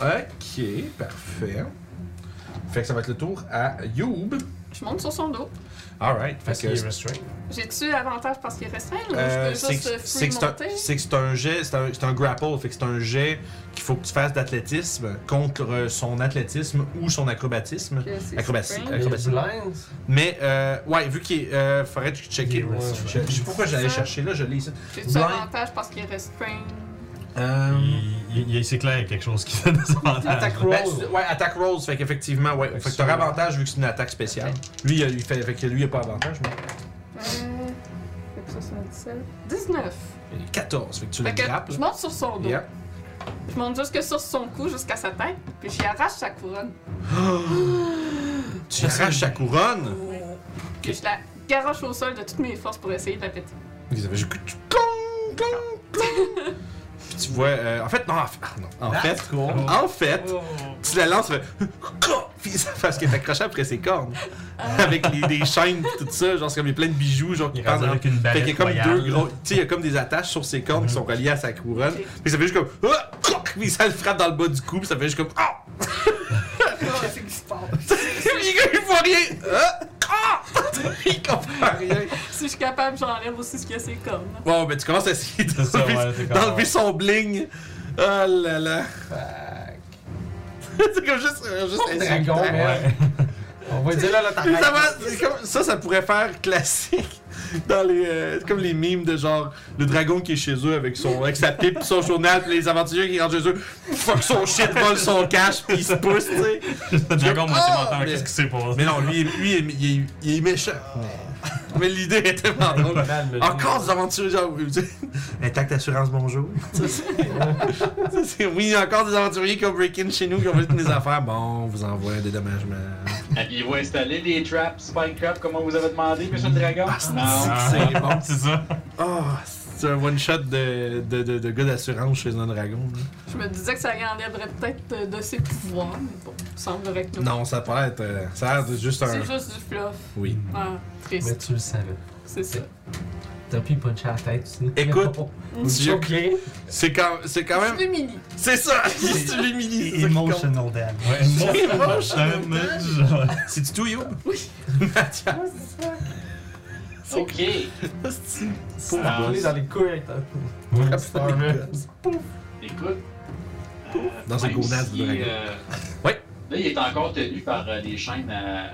Ok, parfait. Fait que ça va être le tour à Youb.
Je monte sur son dos.
Alright. Fait
Parce
que
qu'il est restreint.
J'ai-tu avantage parce qu'il est restreint ou
Euh,
je
c'est
peux
que-
juste
c'est
free
que c'est un-
monter?
c'est que c'est un jet, c'est un, c'est un grapple, fait que c'est un jet qu'il faut que tu fasses d'athlétisme contre euh, son athlétisme ou son acrobatisme.
Que c'est
Acrobatie.
spring.
acrobatie. Mais, euh, ouais, vu qu'il est. euh, faudrait que tu checker.
Il est
Je, je sais pas pourquoi j'allais
Ça.
chercher là, je l'ai ici.
J'ai-tu
Blind.
avantage parce qu'il est restreint?
Euh,
Il, il- il- c'est clair, il y a quelque chose qui donne des avantages.
Attaque
ben,
roll.
c'est- ouais, attaque rolls, fait qu'effectivement, ouais. Fait que t'auras avantage vu que c'est une attaque spéciale. Lui, il a- il fait, fait que lui, il a pas avantage, mais.
Euh, fait que ça, c'est un 17. 19.
il est 14, fait que tu le
Fait que
grappes.
je monte sur son dos.
Yeah.
Je monte jusque sur son cou, jusqu'à sa tête, puis j'y arrache sa couronne.
Tu arraches sa couronne.
Puis je la garoche au sol de toutes mes forces pour essayer de la péter.
Ils avaient juste. Clong, clong, clong. Puis tu vois. euh, en fait, non, en fait. ah, non. En fait, en fait tu la lances, tu fais. Puis ça fait parce qu'elle est accrochée après ses cornes. avec les, des chaînes pis tout ça, genre c'est comme il y a plein de bijoux, genre qui
Ah. Il est rendu
pendent en-
avec une
Fait qu'il y a
baguette
comme
royale. Mhm.
deux gros. Tu sais, il y a comme des attaches sur ses cornes qui sont reliées à sa couronne. Puis ça fait juste comme. Ah! Puis ça le frappe dans le bas du cou, puis ça fait juste comme. Ah!
Qu'est-ce qui se passe?
Puis il voit rien! Ah! Ah! il comprend rien!
Si je suis capable, j'enlève aussi ce qu'il y a ses cornes.
Bon, ben tu commences à essayer de-
C'est ça, ouais, c'est comme-
d'enlever son bling. Oh là là. c'est comme juste, euh, juste insultant.
Dragon, ouais. On va dire là, là,
Mais Ça,
t'arrêtes.
va- c'est comme- ça, ça pourrait faire classique dans les, euh, comme les mimes de genre le dragon qui est chez eux avec son, avec sa pipe, pis son journal, pis les aventuriers qui rentrent chez eux, fuck son shit, vole son cash, pis il se pousse, tu sais.
Le dragon
Ah,
moitié-menteur,
mais-
qu'est-ce qui s'est passé?
Mais non, lui, lui, il est- il est, il est méchant. Mais l'idée est tellement drôle. Encore des aventuriers, genre, vous dites, Intact Assurance, bonjour. Ça, c'est- Ça, c'est- oui, encore des aventuriers qui ont break-in chez nous, qui ont volé toutes les affaires. Bon, on vous envoie un dédommagement.
Aviez-vous installé des traps Spike Up comme on vous avait demandé, Monsieur le Dragon? non.
Ah,
C'est bon.
c'est ça.
Oh, c'est un one-shot de, de, de, de gars d'assurance chez un dragon. là.
Je me disais que ça enlèverait peut-être euh, de, de ses pouvoirs, mais bon, il semblerait que
Non, ça paraît être. euh, Ça a l'air de juste un.
C'est juste du fluff.
Oui.
Ah,
Mais
triste,
tu le savais.
c'est ça.
T'as pu puncher la tête, tu sais. Oh,
Écoute,
Tu- ok.
C'est quand, c'est quand
Je
même.
l'humilie.
C'est ça! Tu l'humilies! c'est ça qui compte.
Emotional damage.
C'est-tu tout, Yo?
Oui.
Mathias!
Ok.
Pauvre
Ah,
gosse.
On est dans les hein. couilles avec ta hein.
Écoute. euh,
Dans un
même
gonade
s'il
de
est,
dragon.
euh,
Ouais.
Là, il est encore tenu par euh, les chaînes à.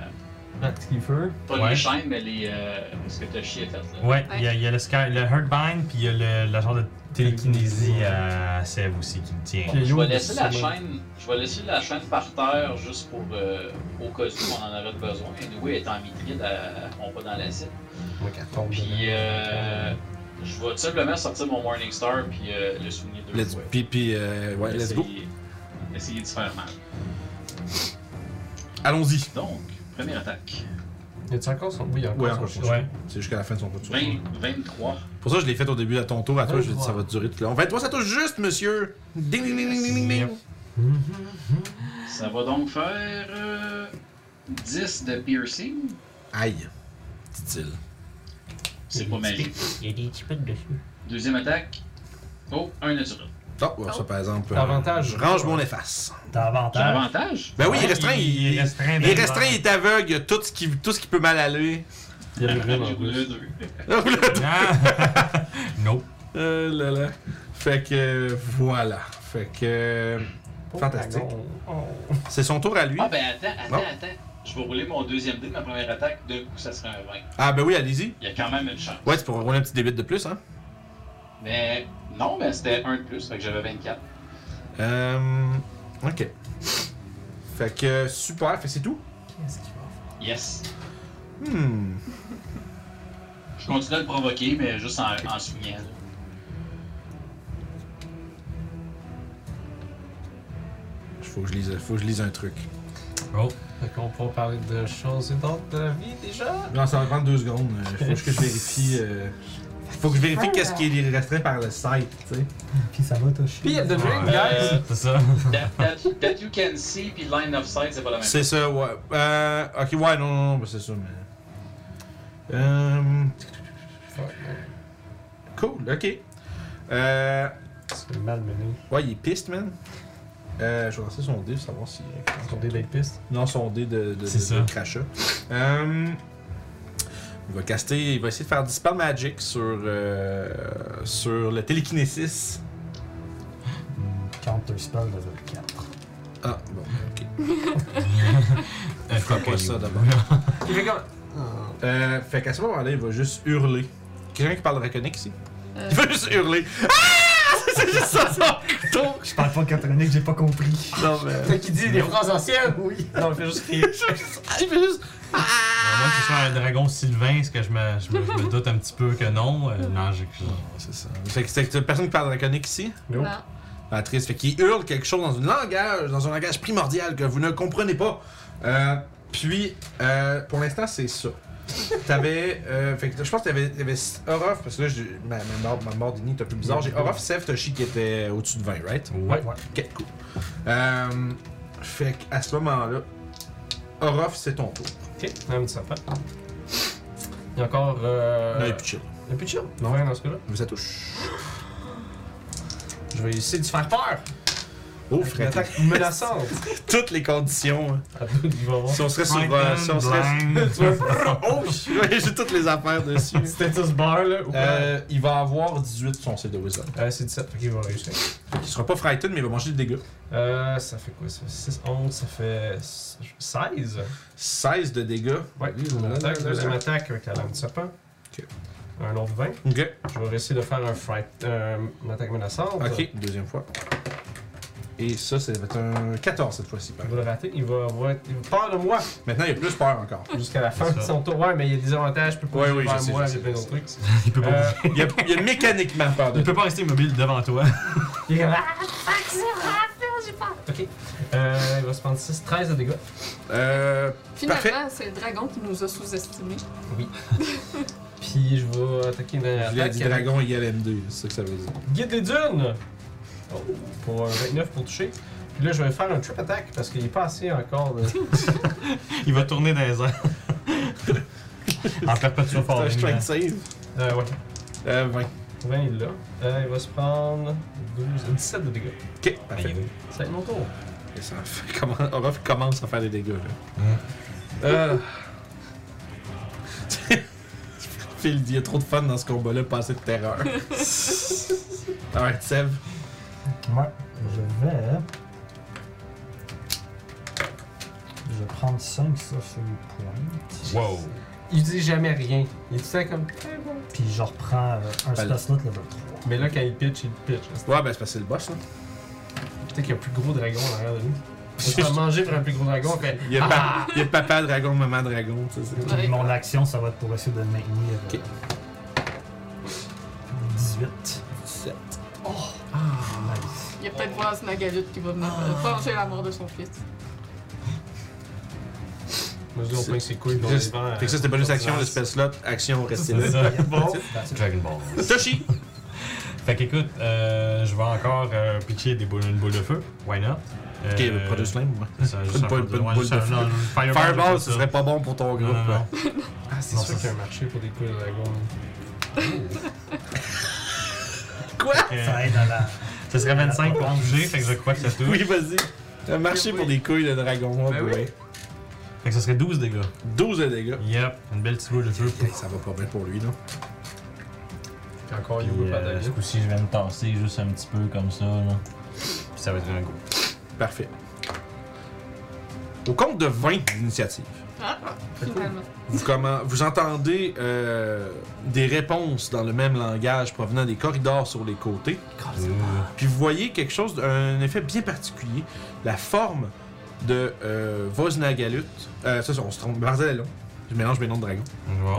Ratkeeper.
Pas
Ouais.
les chaînes, mais les. euh, ce que t'as chié fait là.
Ouais, il y a, il y a le, sky, le Hurtbind, puis il y a le, la genre de télékinésie à Sèvres aussi qui le tient.
Puis
Ah
le
Je vais
Yo,
laisser
c'est
la
sûrement-
chaîne. Je vais laisser la chaîne par terre juste pour euh, au cas où on en aurait besoin. Nous, elle est en mitride, elle- euh, on va dans l'acide.
Ouais, qu'elle tombe
Puis euh, je vais tout simplement sortir mon Morning Star puis euh, le souligner deux
Let's,
fois.
puis, puis, euh, ouais, let's go.
Essayer- Essayer de se faire mal.
Allons-y.
Donc, première attaque.
dedans. Y a encore son. Oui, y a
Ouais,
encore son.
encore.
Ouais.
C'est jusqu'à la fin de son tour.
20, 23.
Pour ça, je l'ai fait au début de ton tour à toi. Je dit, ça va
23.
durer tout le long. 23, ça touche juste, monsieur! Ding, ding, ding, ding, ding, ding, ding.
Ça va donc faire euh, 10 de piercing.
Aïe. Dit-il.
C'est pas magique.
Il y a des petits de dessus.
Deuxième attaque. Oh, un naturel.
Oh, ouais, ça, par exemple. euh,
Avantage.
Je range mon efface.
T'as
J'ai
Ah.
avantage.
avantage.
Ben oui, il est restreint.
Ah, il-
Il,
il est restreint
Il est
dans
restreint, il est aveugle. Il a tout ce qui, tout ce qui peut mal aller.
Il y a le
J'ai
rime en
roulé
plus.
deux.
Ah. nope.
Euh, là, là. Fait que euh, voilà. Fait que. euh, Fantastique. C'est son tour à lui.
Ah ben attends, attends,
Non.
attends. Je vais rouler mon deuxième dé de ma première attaque. D'un coup, ça serait un 20.
Ah, ben oui, allez-y.
Il y a quand même une chance.
Ouais, tu pourras rouler un petit débit de plus, hein.
Mais non, mais c'était un de plus, fait que j'avais 24.
Euh. Ok. Fait que super, fait que c'est tout.
Qu'est-ce qu'il va faire?
Yes.
Hmm.
Je continue à le provoquer, mais juste en, en soignant. là.
Faut que je lise, faut que je lise un truc.
Oh.
Fait qu'on pourra parler de choses et d'autres de la vie déjà.
Non, ça va prendre deux secondes. euh, Faut que je vérifie. euh, Faut que je vérifie qu'est-ce qui est restreint par le site, tu sais.
Puis ça va toucher.
Puis il y a de drink, guys.
Euh,
C'est ça.
that, that- that you can see puis line of sight, c'est pas la même chose.
C'est ça, ouais. Euh. Ok, ouais, non, non, non, bah, c'est ça, mais. Euh.
Fuck, man.
Cool, ok. Euh.
C'est malmené.
Ouais, il est piste, man. Euh, je vais lancer son dé pour savoir si.
Sur des belles pistes.
Non, son dé de, de,
C'est
de-
ça.
de crachat. Euh, Il va caster, il va essayer de faire Dispel Magic sur, euh, sur le télékinésis.
Counter spell level 4.
Ah, bon, ok.
Un
Je ferai pas ça d'abord. Il fait comme- Euh, fait qu'à ce moment-là, il va juste hurler. Quelqu'un qui parle draconique ici?
Euh.
Il va juste hurler. Ah! C'est juste ça, ça!
Je parle pas catronique, j'ai pas compris.
Ah,
Non, mais.
Fait qu'il dit des phrases anciennes!
Oui.
Non, il fait juste rire.
Il fait juste.
Moi, que ce soit un dragon sylvain, est-ce que je me, je me- je me doute un petit peu que non? Euh, non, j'ai que
Non, c'est ça. Fait que c'est une personne qui parle draconique ici?
Non.
Patrice. Fait qu'il hurle quelque chose dans un langage, dans un langage primordial que vous ne comprenez pas. Euh, puis, euh, pour l'instant, c'est ça. T'avais. euh, fait que je pense que t'avais avais Orof, parce que là, j'ai- ma, ma mort, ma mort d'Ini était un peu bizarre. J'ai Orof, Sef, Toshi qui était au-dessus de 20, right?
Ouais.
Ok, cool. Euh, fait qu'à ce moment-là, Orof, c'est ton tour.
Ok, on a mis ça fait. Il y a encore. Euh...
Là, il est plus chill.
Il y a plus de chill. Non, rien dans ce cas-là.
Vous êtes touche.
Je vais essayer de se faire peur.
Oh,
Une
frère.
attaque menaçante.
Toutes les conditions. hein.
Attends, il va voir.
Si on serait sur. euh, si on serait. oh, j'ai j'ai toutes les affaires dessus.
Status bar là. Ou
Euh, il va avoir 18 sur son C de Wizard.
Euh, c'est 17, ok, il va réussir.
Il sera pas frightened, mais il va manger des dégâts.
Euh, ça fait quoi Ça fait 6, 11, ça fait s- 16.
16 de dégâts.
Ouais, une attaque, deuxième attaque avec la lame de serpent.
Ok.
Un autre 20.
Ok.
Je vais essayer de faire un fright, euh, une attaque menaçante.
Ok, deuxième fois. Et ça, ça va être un 14 cette fois-ci. par
Il
contre.
va le rater, il va avoir il va peur de moi
Maintenant, il a plus peur encore.
jusqu'à la fin de son tour. Ouais, mais il y a des avantages, je peux pas
Ouais,
bouger
oui, je
vers
sais,
moi,
je
j'ai
sais,
plein
je
d'autres trucs.
Il peut, pas,
Euh,
Il a, il a mécaniquement peur de
il peut pas rester immobile devant toi.
il est comme, Ah, fuck, c'est rapide, j'ai peur. Ok, euh, il va se prendre 6, 13 de dégâts.
Euh, Parfait.
Finalement, c'est le dragon qui nous a sous-estimés.
Puis je vais attaquer une
il a
attaque
dit
avec
dragon m 2 c'est ça que ça veut dire.
Guide des dunes! Oh, pour un 29 pour toucher. Puis là, je vais faire un trip attack parce qu'il est pas assez encore. là.
Il va tourner dans les airs. en perpétuel
C'est
fort.
un strength save.
Euh, ouais,
Euh, 20.
20 il est là. Euh, il va se prendre 12, 17 de dégâts.
Ok, parfait.
Ça va être mon tour.
Et ça fait- comment- Orof commence à faire des dégâts. là.
Euh,
Phil dit il y a trop de fun dans ce combat-là, pas assez de terreur. Alright, Sev.
Ouais, je vais. Je vais prendre 5 ça sur les points.
Wow.
il dit jamais rien. Il dit ça comme. Eh bon.
Puis je reprends euh, un
Voilà.
spell slot level 3.
Mais là, quand il pitch, il pitch.
Ouais, ben c'est parce que c'est le boss, là.
Peut-être qu'il y a un plus gros dragon derrière de lui. On se fait manger pour un plus gros dragon. on fait,
Il y a, pa- il y a papa dragon, maman dragon, tu sais.
Puis mon action, ça va être pour essayer de le maintenir. euh, 18. Oh! Nice.
Il y a peut-être voir Snagalut qui va venir
Ah.
euh, venger la mort de son fils.
Moi, je dis, on euh, pointe ses couilles dans les
Juste-
vents.
Fait que ça, c'était bonus action, le spell slot, action, restez
C'est
là.
ça.
Bon.
Dragon Ball.
Toshi!
Fait qu'écoute, euh, je vais encore euh, pitcher des boules, une boule de feu. Why not?
Ok,
Euh,
pas de slam, ouais.
c'est ça, juste
Une
un
boule-
coup de-
une
ouais,
boule
juste
de
un-
feu.
non, une fireball,
Fireball,
c'est
ce
ça.
serait pas bon pour ton
Non,
groupe.
non, non.
là.
Ah, c'est
Non,
sûr
ça,
qu'il y a un marché pour des couilles de dragon.
Ça aide à la.
Ça serait 25 pour bouger, fait que je crois que ça touche.
Oui, vas-y. T'as marché pour des couilles de dragon, ouais.
Ben oui.
ouais.
Fait que ça serait 12 dégâts.
12 de dégâts.
Yep, une belle petite boule de feu.
Hey, Ça va pas bien pour lui, non?
Puis encore,
Puis,
il ouvre pas
euh, ce
d'attaque.
coup-ci, je vais me tasser juste un petit peu comme ça. Là. Puis ça va être un go.
Parfait. Au compte de 20 d'initiative,
Finalement.
vous, comment- vous entendez euh, des réponses dans le même langage provenant des corridors sur les côtés. Puis vous voyez quelque chose, un effet bien particulier. La forme de euh, Voznagalut. Euh, ça, on se trompe. Barzello. Je mélange mes noms de dragon.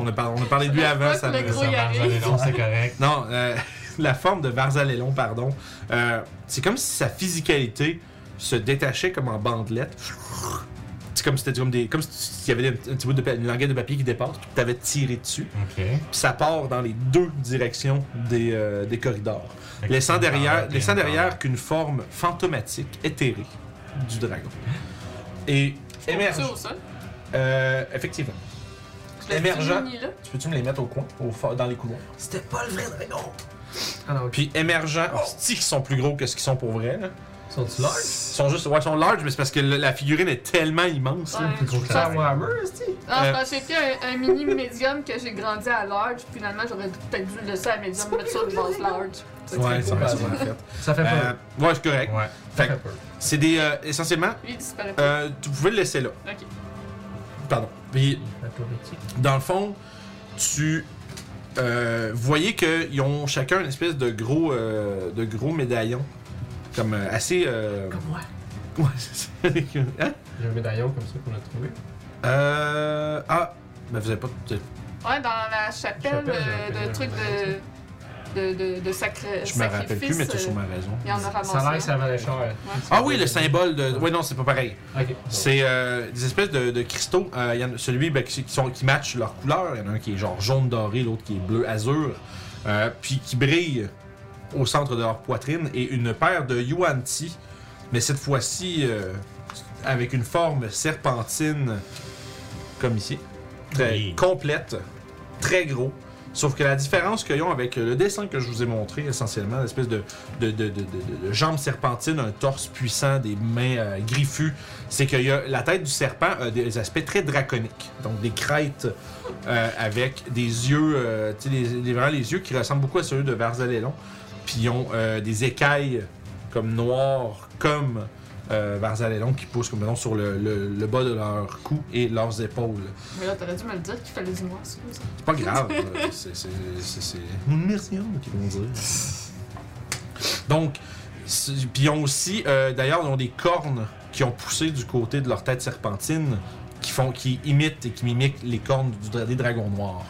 On a, par- on a parlé de lui avant, ça me-
Le gros, il arrive.
non, c'est correct.
Non, euh, la forme de Barzalelon, pardon. euh, c'est comme si sa physicalité se détachait comme en bandelette. C'est comme si c'était comme des. Comme s'il y avait un petit bout de pa- une languette de papier qui dépasse, puis t'avais tiré dessus.
Ok.
Puis ça part dans les deux directions des, euh, des corridors.
Fait que
Laissant
tu me
derrière,
parles,
laissant
tu me parles.
derrière qu'une forme fantomatique, éthérée, du dragon. Et émerge.
Sur ça.
Euh, effectivement.
Je l'ai
Émergent.
fini, là.
Tu peux-tu me les mettre au coin, au fo- dans les couloirs? C'était pas le vrai dragon!
Ah non, ok.
Puis émergents, hosties qui sont plus gros que ce qu'ils sont pour vrai. là.
Sont-tu large?
Ils sont juste, ouais, ils sont large, mais c'est parce que le- la figurine est tellement immense. là.
Ouais.
C'est un Warhammer, c'est-tu?
Ah,
Euh,
parce que j'ai pris un, un mini médium que j'ai grandi à large, finalement j'aurais peut-être dû le laisser à médium, mettre ça de base large.
Ouais, ça
pas
reste
mal.
bien fait.
Ça fait
Euh,
peur.
ouais, c'est correct.
Ouais.
Fait que c'est des. euh, essentiellement,
Lui, il disparaît pas.
euh, tu- vous pouvez le laisser là.
Ok.
Pardon. Puis,
La politique.
dans le fond, tu euh, voyez qu'ils ont chacun une espèce de gros, euh, de gros médaillon. Comme euh, assez. euh,
Comme moi.
Ouais, c'est ça. Hein?
J'ai un médaillon comme ça qu'on a trouvé.
Euh. Ah! Ben, vous avez pas. vous avez-
Ouais, dans la chapelle,
Chapelle,
euh,
j'avais
de trucs
appelé
de, de, de, de sacré.
Je me rappelle plus, mais
sacrifice,
t'as
euh,
sûrement raison.
Il y en a ramassé.
Ça a l'air que
un.
ça valait cher.
Ah oui, le symbole de. Ouais, non, c'est pas pareil.
Ok.
C'est euh, des espèces de, de cristaux. Euh, il y en a- celui ben, qui, qui sont, qui matchent leur couleur. Il y en a un qui est genre jaune doré, l'autre qui est bleu azur. Euh, puis qui brille au centre de leur poitrine. Et une paire de yuan-ti, mais cette fois-ci euh, avec une forme serpentine, comme ici. Très
Oui.
complète, très gros. Sauf que la différence qu'ils ont avec le dessin que je vous ai montré, essentiellement, l'espèce de, de, de, de- de- de jambes serpentines, un torse puissant, des mains euh, griffues, c'est que y a- la tête du serpent a des aspects très draconiques. Donc des crêtes euh, avec des yeux, euh, tu sais, des- des- vraiment les yeux qui ressemblent beaucoup à ceux de Varzalelon. Puis ils ont euh, des écailles comme noires, comme euh, Varzalelon, qui poussent comme mettons, sur le, le- le bas de leur cou et leurs épaules.
Mais là, t'aurais dû me le dire qu'il fallait du noir, c'est comme ça.
C'est pas grave. euh, c'est- c'est- c'est- c'est- Merci, hein, qu'ils vont dire. Donc, c'est- puis ils ont aussi, euh, d'ailleurs, ils ont des cornes qui ont poussé du côté de leur tête serpentine, qui font, qui imitent et qui mimiquent les cornes du, dra- des dragons noirs.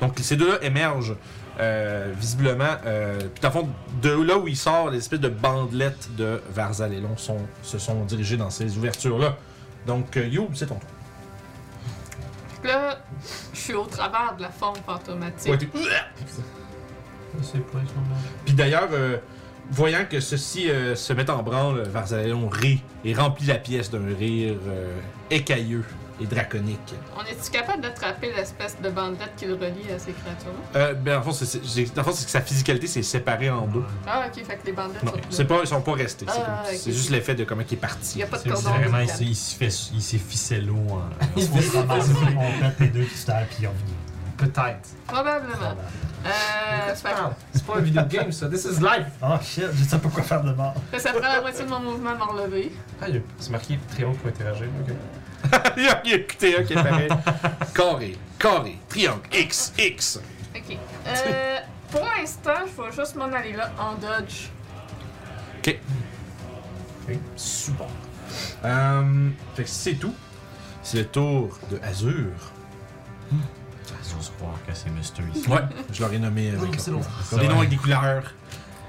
Donc, ces deux-là émergent euh, visiblement. euh, puis, dans le fond, de là où ils sortent, les espèces de bandelettes de Varzalelon sont, se sont dirigées dans ces ouvertures-là. Donc, euh, Youb, c'est ton tour.
Fait que Là, je suis au travers de la forme fantomatique.
Ouais, t'es-
C'est pour les
Puis d'ailleurs, euh, voyant que ceci euh, se met en branle, Varzalon rit et remplit la pièce d'un rire euh, écailleux et draconique.
On est-tu capable d'attraper l'espèce de bandelette qui le relie à ces créatures-là?
Euh, ben, en fond, c'est- c'est j'ai- dans le fond, c'est que sa physicalité s'est séparée en deux.
Ah, ok, fait que les bandelettes
Non,
sont plus
c'est
là.
pas, ils sont pas restés. C'est
Ah,
comme-
ok.
c'est juste l'effet de comment il est parti.
Il y a pas de
C'est
cordon.
vraiment, il
ombilical.
s'est- il s'y fait- il s'est ficello en.
On se ramasse, on pète les deux tout à l'heure, puis on revient.
Peut-être.
Probablement. Euh, fait
Ah, C'est pas un video game ça. This is life.
Oh shit, je sais pas quoi faire de mort.
que ça prend la moitié de mon mouvement à me relever.
Ah, il y a- c'est marqué très long pour interagir. ok.
il y a il y a QTA qui est pareil. carré, carré, triangle, X, X.
Ok. Euh, pour l'instant, je vais juste m'en aller là en dodge.
Super. Euh, fait que c'est tout. C'est le tour de Azur.
J'ose croire que c'est Mister ici.
Ouais, je l'aurais nommé avec
c'est long.
Ils ont des noms avec des couleurs.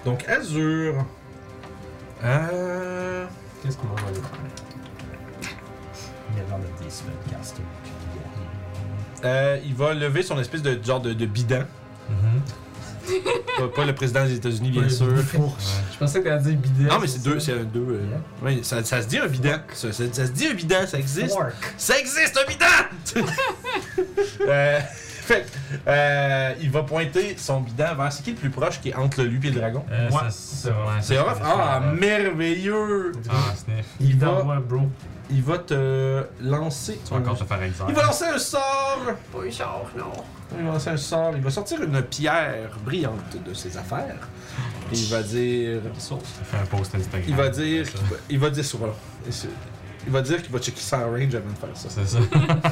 Donc Azur. Euh...
Qu'est-ce qu'on va aller faire?
Il y avait le 10 spellcaster, puis il arrive.
euh, il va lever son espèce de genre de, de bidon. pas, Mm-hmm. pas le président des États-Unis, bien
Ouais.
sûr.
Je pensais que t'allais dire bidet.
Non, mais c'est deux. C'est un deux. euh, oui, ça, ça se dit un bidon. Ça, ça- ça se dit un bidon, ça existe.
Fork.
Ça existe, un bidon! Euh, fait que, euh, il va pointer son bidon vers. C'est qui le plus proche qui est entre le lui et le dragon?
Euh,
Ouais.
ça, c'est ouais,
C'est
ça,
Orof?
ça,
Ah,
ça,
merveilleux!
Ah, sniff.
Il
Bidet,
va,
ouais, bro.
il va te lancer.
Tu vas encore te faire exercer.
Il va lancer un sort!
Pas eu char, non.
Il va lancer un sort, il va sortir une pierre brillante de ses affaires. Et il va dire.
Fais un post Instagram.
Il va dire.
C'est
qu'il va- Il va dire. voilà. Et c'est- Il va dire qu'il va checker ça en range avant de faire ça.
ça. C'est ça.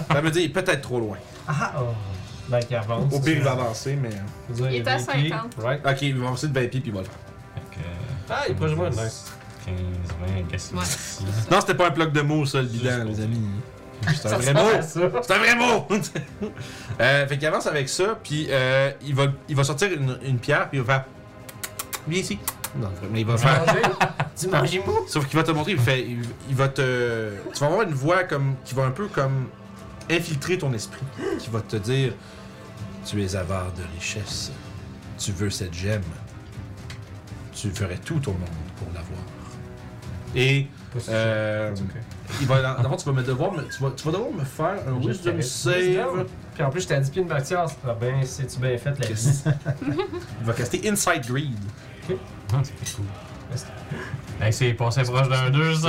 Il va me dire, il est peut-être trop loin.
Ah, oh.
Like, il avance.
Au pire, il va avancer, mais. euh,
Je veux dire,
Il est à
des pieds,
50.
Right.
Ok, il va avancer de 20 pieds, puis il va le faire.
Fait que,
Ah, il est proche de moi. Nice.
15, 20, qu'est-ce que
Ouais.
c'est?
Non, c'était pas un bloc de mots, ça, le bilan, les amis. C'est un vrai
Ah,
mot!
ça.
C'est un vrai mot! Euh, fait qu'il avance avec ça, puis euh, il, va, il va sortir une, une pierre, puis il va faire. Viens ici! Non, mais il va faire. Sauf qu'il va te montrer, il fait, il, il va te, tu vas avoir une voix comme qui va un peu comme infiltrer ton esprit, qui va te dire, tu es avare de richesse, tu veux cette gemme, tu ferais tout au monde pour l'avoir. Et euh,
Ok.
il va, dans- dans le fond, tu vas me devoir, me- tu vas, tu vas devoir me faire un
J'ai fait
wisdom
un
save.
wisdom. Puis en plus, j'étais à 10 pieds de Mathias. Ah ben, c'est-tu bien fait la vie?
Il va caster inside greed.
Ah, c'est cool. Hey, c'est passé proche d'un 200.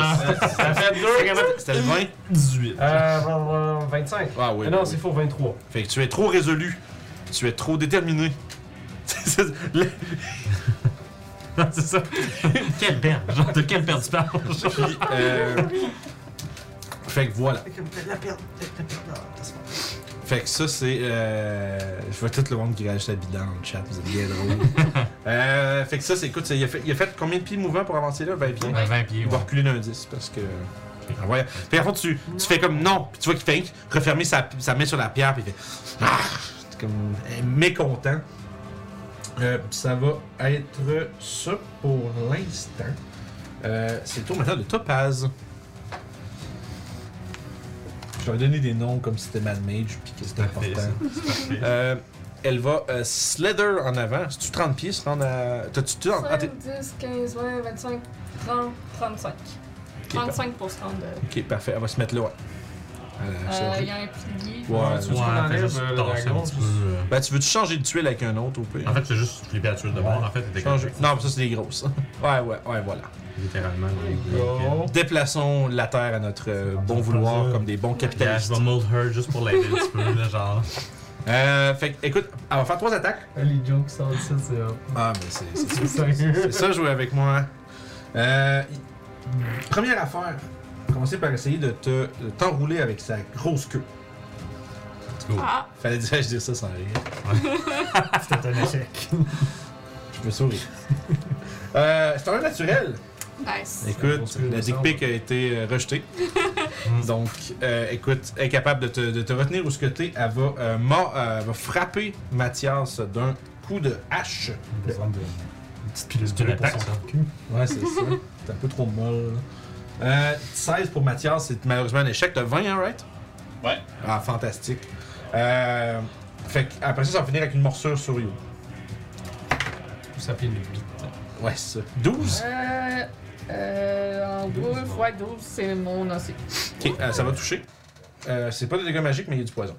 Ça fait deux! C'était le 20?
18.
Euh, blablabla, 25.
Ah oui.
Ah non,
oui.
c'est faux, 23.
Fait que tu es trop résolu. Tu es trop déterminé. C'est- le-
Non, c'est ça. quelle perte. Genre, de quelle perte tu parles?
Puis, euh, Fait que voilà. Fait que ça, c'est. euh, Je vois tout le monde qui rajoute la bidon dans le chat. Vous êtes bien drôle. euh, fait que ça, c'est. Écoute, c'est- il a, fait, il a fait combien de pieds mouvants pour avancer là 20 pieds.
À 20 pieds,
Il
ouais.
va reculer d'un 10 parce que. Ah ouais. Fait qu'en fond, tu, tu fais comme non. Puis tu vois qu'il fait refermer sa, sa main sur la pierre. Puis il fait. Ah! C'est comme euh, mécontent. Euh, puis ça va être ça pour l'instant. Euh, c'est le tour maintenant de Topaz. Je vais donner des noms comme si c'était Mad Mage puis que c'était
Parfait,
important. Euh, elle va euh, slither en avant. C'est-tu 30 pieds? Se rendre à... T'as-tu... t'as- ah,
5,
t'es-
10, 15, 20, 25, 30, 35.
Ok, parfait.
35 pour se rendre. euh,
Ok, parfait. Elle va se mettre là, ouais. Euh,
Il
c'est vrai.
y a un pilier.
Ouais,
tu
ouais.
veux qu'on
Ouais,
enlève,
fais juste
euh, le
tasser un
dragon,
petit peu.
juste-
euh.
Ben, tu veux-tu changer de tuile avec un autre au pire?
En fait, c'est juste flipper la tuile de bord. En fait, t'étais
Changer-
correct.
Non, mais ça, c'est des grosses. ouais, ouais, ouais, voilà.
Littéralement. euh,
Go.
Déplaçons la Terre à notre euh, bon vouloir comme des bons
Puis je
capitalistes.
vais mold her juste pour l'aider un petit peu, là, genre.
Euh, fait que, écoute, elle va faire trois attaques.
Les jokes qui sortent de ça, c'est hop.
Ah, mais c'est- c'est
C'est sérieux.
C'est ça, jouer avec moi. Euh, première affaire, commencer par essayer de te de t'enrouler avec sa grosse queue.
Ah,
Fallait déjà je dis ça sans rire.
C'était un échec.
Je me souris. euh, c'est un naturel.
nice.
Écoute, la dick pic a été euh, rejetée. Donc, euh, écoute, incapable de te, de te retenir où ce que t'es, elle va, euh, mor- euh, elle va frapper Mathias d'un coup de hache.
Il a besoin de- Une petite pilule
C'est une
bleue pour
attaque,
son
ça.
cul.
Ouais, c'est ça. T'es un peu trop molle. Euh, 16 pour Mathias, c'est malheureusement un échec. T'as 20, hein, right?
Ouais.
Ah, fantastique. Euh, fait que après ça, ça va finir avec une morsure sur You.
Vous s'appelez le bit.
Ouais, c'est ça. 12?
Euh, euh, en gros, ouais, 12, c'est mon AC.
Ok, euh, ça va toucher. Euh, c'est pas de dégâts magiques, mais il y a du poison.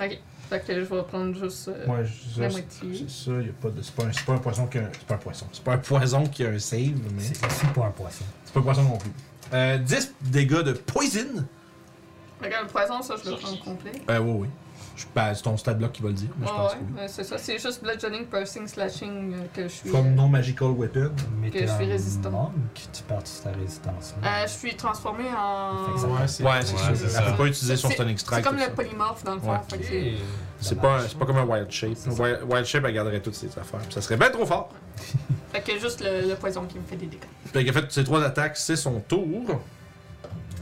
Ok. Fait que je vais prendre juste euh,
Ouais, je-
la
c'est
moitié.
c'est ça, il y a pas de. C'est pas, un- c'est pas un poison qui a un. C'est pas un poison. C'est pas un poison qui a un save, mais.
C'est
C'est
c'est pas un poisson.
pas un poison non plus. Euh, 10 dégâts de poison.
Regarde, le poison, ça, je le prends complet.
Euh, oui, oui. Je, ben, c'est ton stat block qui va le dire, mais
Ouais,
je pense que
Ah ouais,
oui.
mais c'est ça. C'est juste bludgeoning, piercing, slashing euh, que je suis.
Comme
euh,
non-magical weapon.
Mais
Que je suis résistant.
monk, tu perds toute ta résistance-là.
Euh, je suis transformée
Fait que ça
en.
prend-
Ouais, c'est
Ouais,
ça.
c'est
Elle
ça.
peut pas utiliser son
C'est-
stunning
C'est
strike.
comme
tout
le
ça.
polymorph dans le fond.
Ouais.
fait que c'est-
C'est pas, un- c'est pas comme un wild shape.
C'est ça.
Wild, wild shape, elle garderait toutes ses affaires. Puis Ça serait bien trop fort.
Fait que juste le, le poison qui me fait des dégâts.
Fait qu'en fait, ces trois attaques, c'est son tour.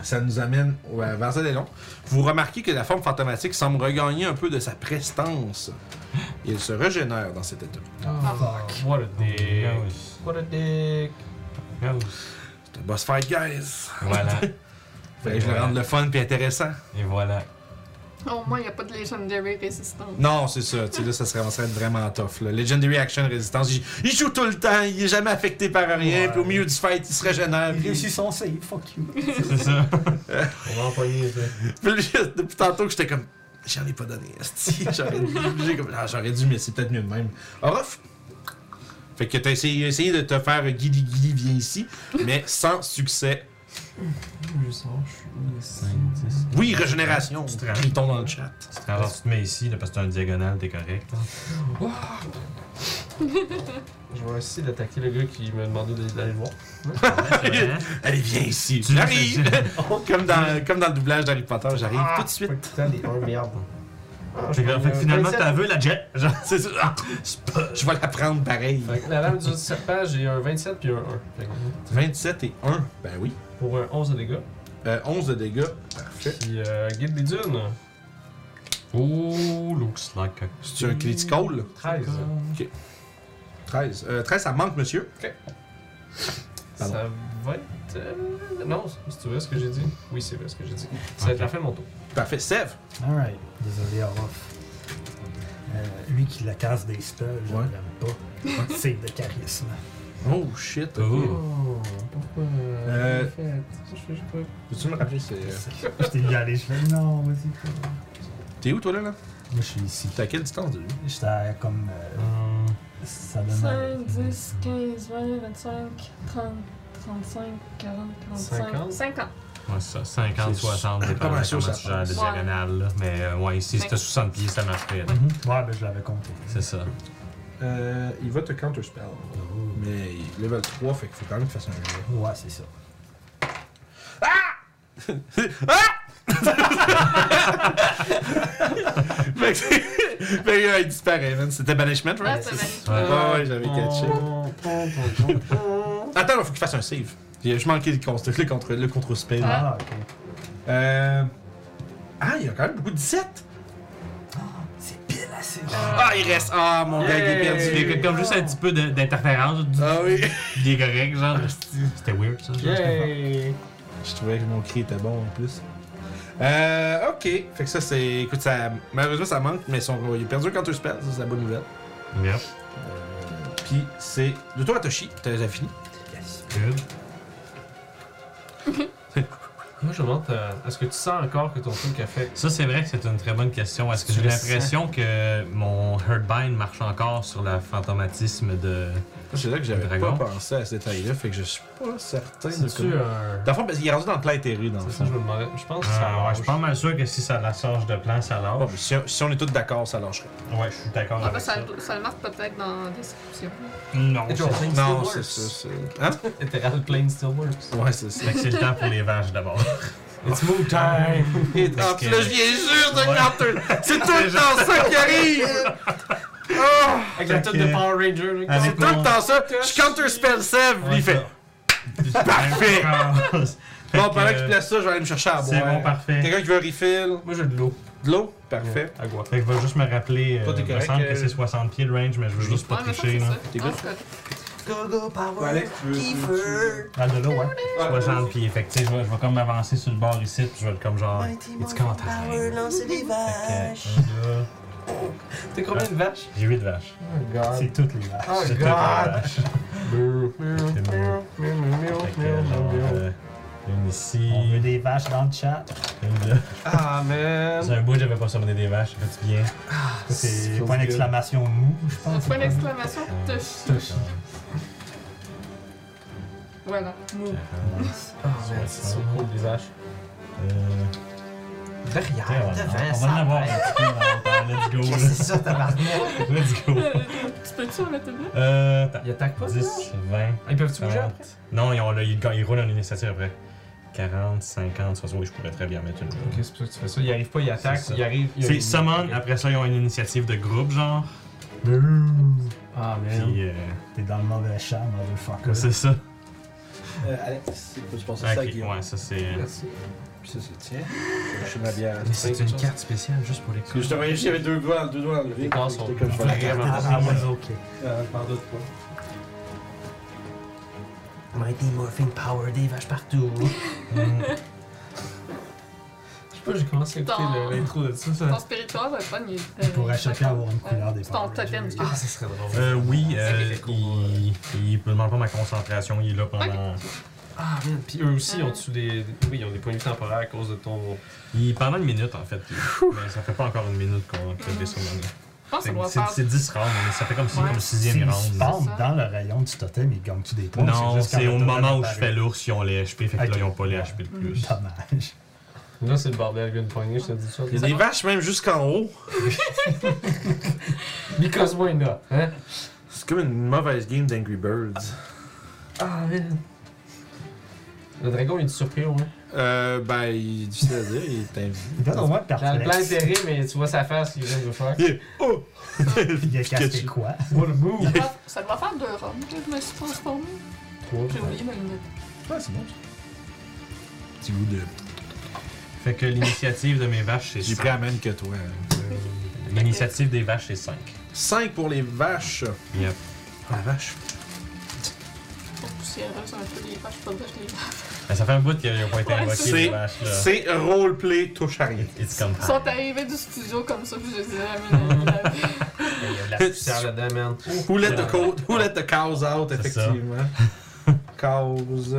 Ça nous amène ouais, vers Zélélon. Vous remarquez que la forme fantomatique semble regagner un peu de sa prestance. Et elle se régénère dans cet état.
Ah, What a dick.
Gross.
What a dick.
Gross.
C'est un boss fight, guys!
Voilà.
Fait que je le rende le fun puis intéressant.
Et voilà.
Au moins, il n'y a pas de legendary résistance.
Non, c'est ça. Tu sais, là, ça serait, ça serait vraiment tough. Là. Legendary Action Résistance, il, il joue tout le temps, il est jamais affecté par rien,
Ouais.
puis au milieu du fight, il se régénère.
Il
puis-
réussit son save, fuck you.
C'est ça.
On va empoigner ça.
Puis là, depuis tantôt que j'étais comme, j'en ai pas donné, esti. J'aurais dû, j'ai comme, Ah, j'aurais dû, mais c'est peut-être mieux de même. Orof! Fait que t'as essayé, essayé de te faire guili guili, viens ici, mais sans succès.
Je sens, je suis où ici?
5, 10.
Oui, régénération!
Tu te rends-
Criton dans le chat.
Tu te rends- genre, tu te mets ici, là, parce que t'as un diagonale, t'es correct. hein. là.
Je vais essayer d'attaquer le gars qui me demandait d'aller- d'aller le voir.
Allez, viens ici.
Tu
J'arrive!
l'as
comme, dans, comme dans le doublage d'Harry Potter, j'arrive
Ah,
tout de
Fait
suite.
que putain, les un merde. Ah,
Fait que, en fait, finalement, t'as vu la jet. Genre,
C'est ça. Ah, c'est pas- je vais la prendre pareil.
Fait que la lame du serpent, j'ai un 27 puis un 1. Fait que
27 et 1. Ben oui.
pour un 11 de dégâts.
Euh, 11 de dégâts. Parfait.
Puis euh, Guide des Dunes,
Oh, looks like a.
C'est un critical.
13.
13. Euh, 13, ça manque, monsieur. Pardon.
Ça va être. euh, Non, c'est vrai ce que j'ai dit. Oui, c'est vrai ce que j'ai dit. Ça va être la fin de mon tour.
Parfait. Sève.
Alright, désolé, Orof. Euh, lui qui la casse des spells, je
Ouais.
l'aime pas. Save de charisme.
Oh shit.
Oh.
pourquoi.
Euh,
Je fais juste pas.
Peux-tu me rappeler c'est. euh,
Je t'ai vu aller, je fais non, vas-y. toi.
T'es où toi là là
Moi, je suis ici.
T'es à quelle distance de lui
J'étais à comme. euh,
Hum,
Ça donne.
5, 10, 15, 20, 25, 30, 35, 40, 45,
50.
50.
Ouais, c'est ça. 50,
C'est
60, dépendamment
mal
comment
sûr, ça
tu gères le
passe.
diagonal. là. Mais euh, ouais, si c'était 60
Cinq.
pieds, ça marcherait. là.
Ouais, ben je l'avais compté.
C'est ça.
Euh, il va te counterspell. Mais il est level 3, fait qu'il faut quand même qu'il fasse un jeu.
Ouais, c'est ça.
fait que- fait que, euh, il disparaît, man. C'était Banishment,
Ah,
right?
c'est magnifique.
Ouais, ouais, j'avais catché. Attends, il faut qu'il fasse un save. J'ai- Je manquais de construire le contre le contre spell.
Ah.
Ah, ok.
Euh... Ah, il y a quand même beaucoup de 17.
Oh, C'est pile assez.
Ah, il reste. Ah, mon gars, il est
Il y a
perdu.
comme juste un petit peu de- d'interférence, du-
Ah oui.
il est correct, genre. C'était weird ça. genre.
Yay!
Je trouvais que mon cri était bon en plus. Euh, ok. Fait que ça, c'est. Écoute, ça... malheureusement, ça manque, mais son... il a perdu quand tu spell, ça, c'est la bonne nouvelle.
Yep,
Puis c'est. De toi à Toshi, t'as déjà fini.
good.
Moi, je me demande, euh, est-ce que tu sens encore que ton truc a fait.
Ça, c'est vrai que c'est une très bonne question. Est-ce que
Tu
j'ai
le
l'impression que mon Herdbind marche encore sur le fantomatisme de.
C'est là que j'avais pas
Dragon.
pensé à ce détail-là, fait que je suis pas certain de
Ah,
C'est-tu
comment. Dans
un.
le fond, parce qu'il est rendu dans le plein terrain, dans le
C'est
fond.
ça, je me demandais. Je pense que ça
Ah, ouais, je
lâche.
suis pas mal sûr que si ça la change de plan, ça
Ah,
lâche.
mais si, si on est tous d'accord, ça lâcherait.
Oh.
Ouais, je suis d'accord
Ah, ben,
avec ça.
ça, ça le marque peut-être dans la description.
Non,
Et
c'est
genre,
ça.
Plain
Non,
still
c'est
works.
ça. c'est- Hein?
Littéral plain still works.
Ouais, c'est ça.
Fait que c'est le temps pour les vaches d'abord.
It's move time!
Ah, puis là, je viens juste de
Ouais.
counter. C'est tout le temps ça qui arrive. Ah!
Avec la tête de Power Ranger, là.
Avec
C'est tout le temps ça. Je counter spell Sev, lui, il fait. Parfait. Bon, pendant que tu places ça, je vais aller me chercher à boire.
Ah,
C'est bon, parfait.
Quelqu'un qui veut un refill?
Moi, j'ai de l'eau.
De l'eau? Parfait.
Agua.
Fait que va juste me rappeler. euh,
Toi, t'es
il me
correct,
semble
euh,
que c'est 60 pieds de range, mais je veux juste pas
Ouais, mais ça,
tricher.
c'est
là.
ça.
T'es
Ah,
good?
c'est-
Go go power.
Alex, tu veux- tu veux-
Ah, de là, ouais. 60 pieds. Fait que tu sais, je vais je vais comme m'avancer sur le bord ici, puis je vais être comme genre. It's content.
lancer des
T'es combien de vaches?
J'ai 8 vaches.
Oh
Ah.
god.
C'est toutes les vaches.
Oh,
C'est toutes les
God.
vaches. C'est mieux. Fait que, genre, euh, Une
On veut
ici,
des vaches dans le chat.
une là.
Ah, man!
Dans un bout, j'avais pas surmené des vaches, ça fait du bien.
C'est point d'exclamation mou, je
Un
pense.
point d'exclamation pour Toshi. Voilà.
Ah, man, c'est so cool, les vaches.
Euh,
Derrière!
tiens, on-
devrait
on va en avoir un petit peu dans le temps.
Qu'est-ce que c'est ça, tabarnak?
Let's go. là. Let's go.
Euh, tu peux-tu enlever ta boule?
Euh, attends.
Ils attaquent pas?
10, 20,
Ah, Ils peuvent-tu bouger
40.
après?
Non, ils, ont, le- ils, ils roulent en initiative après. 40, 50, 60. Oui, je pourrais très bien mettre une.
Ok, c'est pour ça que tu fais ça. Ils arrivent pas, ils attaquent,
C'est ça.
ils arrivent. ils-
C'est
ils-
Summon, après ça, ils ont une initiative de groupe, genre.
Ah, man.
Puis, euh,
T'es dans le mauvais champ, motherfucker.
comme c'est ça.
Euh, Alex, il faut que tu passes
Ok,
ça à Guillaume.
ouais, ça c'est. euh,
Puis ça, c'est tien. Je suis ma bière.
Mais c'est une carte spéciale juste pour les
Parce que je te voyais, j'avais deux doigts, deux doigts enlevés.
Les gars sont
J'étais comme je vais la garder.
vraiment.
Ah, ouais, ok.
Euh, par d'autres points.
Mighty Morphing Power, des vaches partout. Je sais pas, j'ai commencé à écouter
Dans-
le- l'intro de ça.
Ton
ça.
spirituel va être bon, il est.
Pour à chacun avoir une couleur des
C'est ton
Power
totem,
Rangers.
tu
Ah, ça serait drôle.
Euh, oui,
Ça,
euh,
c'est cool.
il, il me demande pas ma concentration, il est là pendant.
Ah, man. Puis eux aussi, ils ont-tu des. Oui, ils ont des points de vie temporaires à cause de ton.
Il, pendant une minute en fait. Mais ça fait pas encore une minute qu'on que des surnommés.
Je pense que Ah, ça doit
C'est
faire.
c'est 10 rounds, mais ça fait comme si
Ouais.
comme
S'ils
sixième
se
round.
pendent dans le rayon du totem, ils gagnent-tu des points?
Non,
juste
c'est
quand
au
le totem
moment où je
apparaît.
fais l'ours, ils ont les HP, fait que
Ok.
là, ils ont pas les HP de plus.
Dommage.
Là, c'est le bordel avec une poignée, je te dis ça.
Il y a des vaches même jusqu'en haut.
Because why not? Hein?
C'est comme une mauvaise game d'Angry Birds.
Ah, man. Le dragon, il est surpris, au moins.
Euh, ben, il est difficile à dire, il est invisible.
Il donne au moins
Ah,
Dans le plan
perplexe.
serré, mais tu vois sa face, il vient de le faire.
Il est- Oh!
Il a cassé
Pikachu.
quoi?
What a move!
Ça doit- Ça doit faire deux robes que je me suis transformée. J'ai oublié ma lunette.
Ouais, c'est bon. Petit goût de.
Fait que l'initiative de mes vaches, c'est
J'ai pris la
5.
même que toi.
L'initiative des vaches, c'est 5.
5 pour les vaches.
Yep.
Ah, la vache.
Pour poussiéreuse un peu les vaches, pas de vaches, les vaches.
Ben, Ça fait un bout qu'ils n'ont pas été
Ouais,
invoqués,
c'est-
les vaches, là.
C'est roleplay touche à rien.
It's come
Ils sont arrivés du studio comme ça, puis je les ai ramenés. à la vie.
Il y a de la poussière là-dedans, man.
Who let the, co- who let the cows out,
C'est ça.
effectivement. Cows.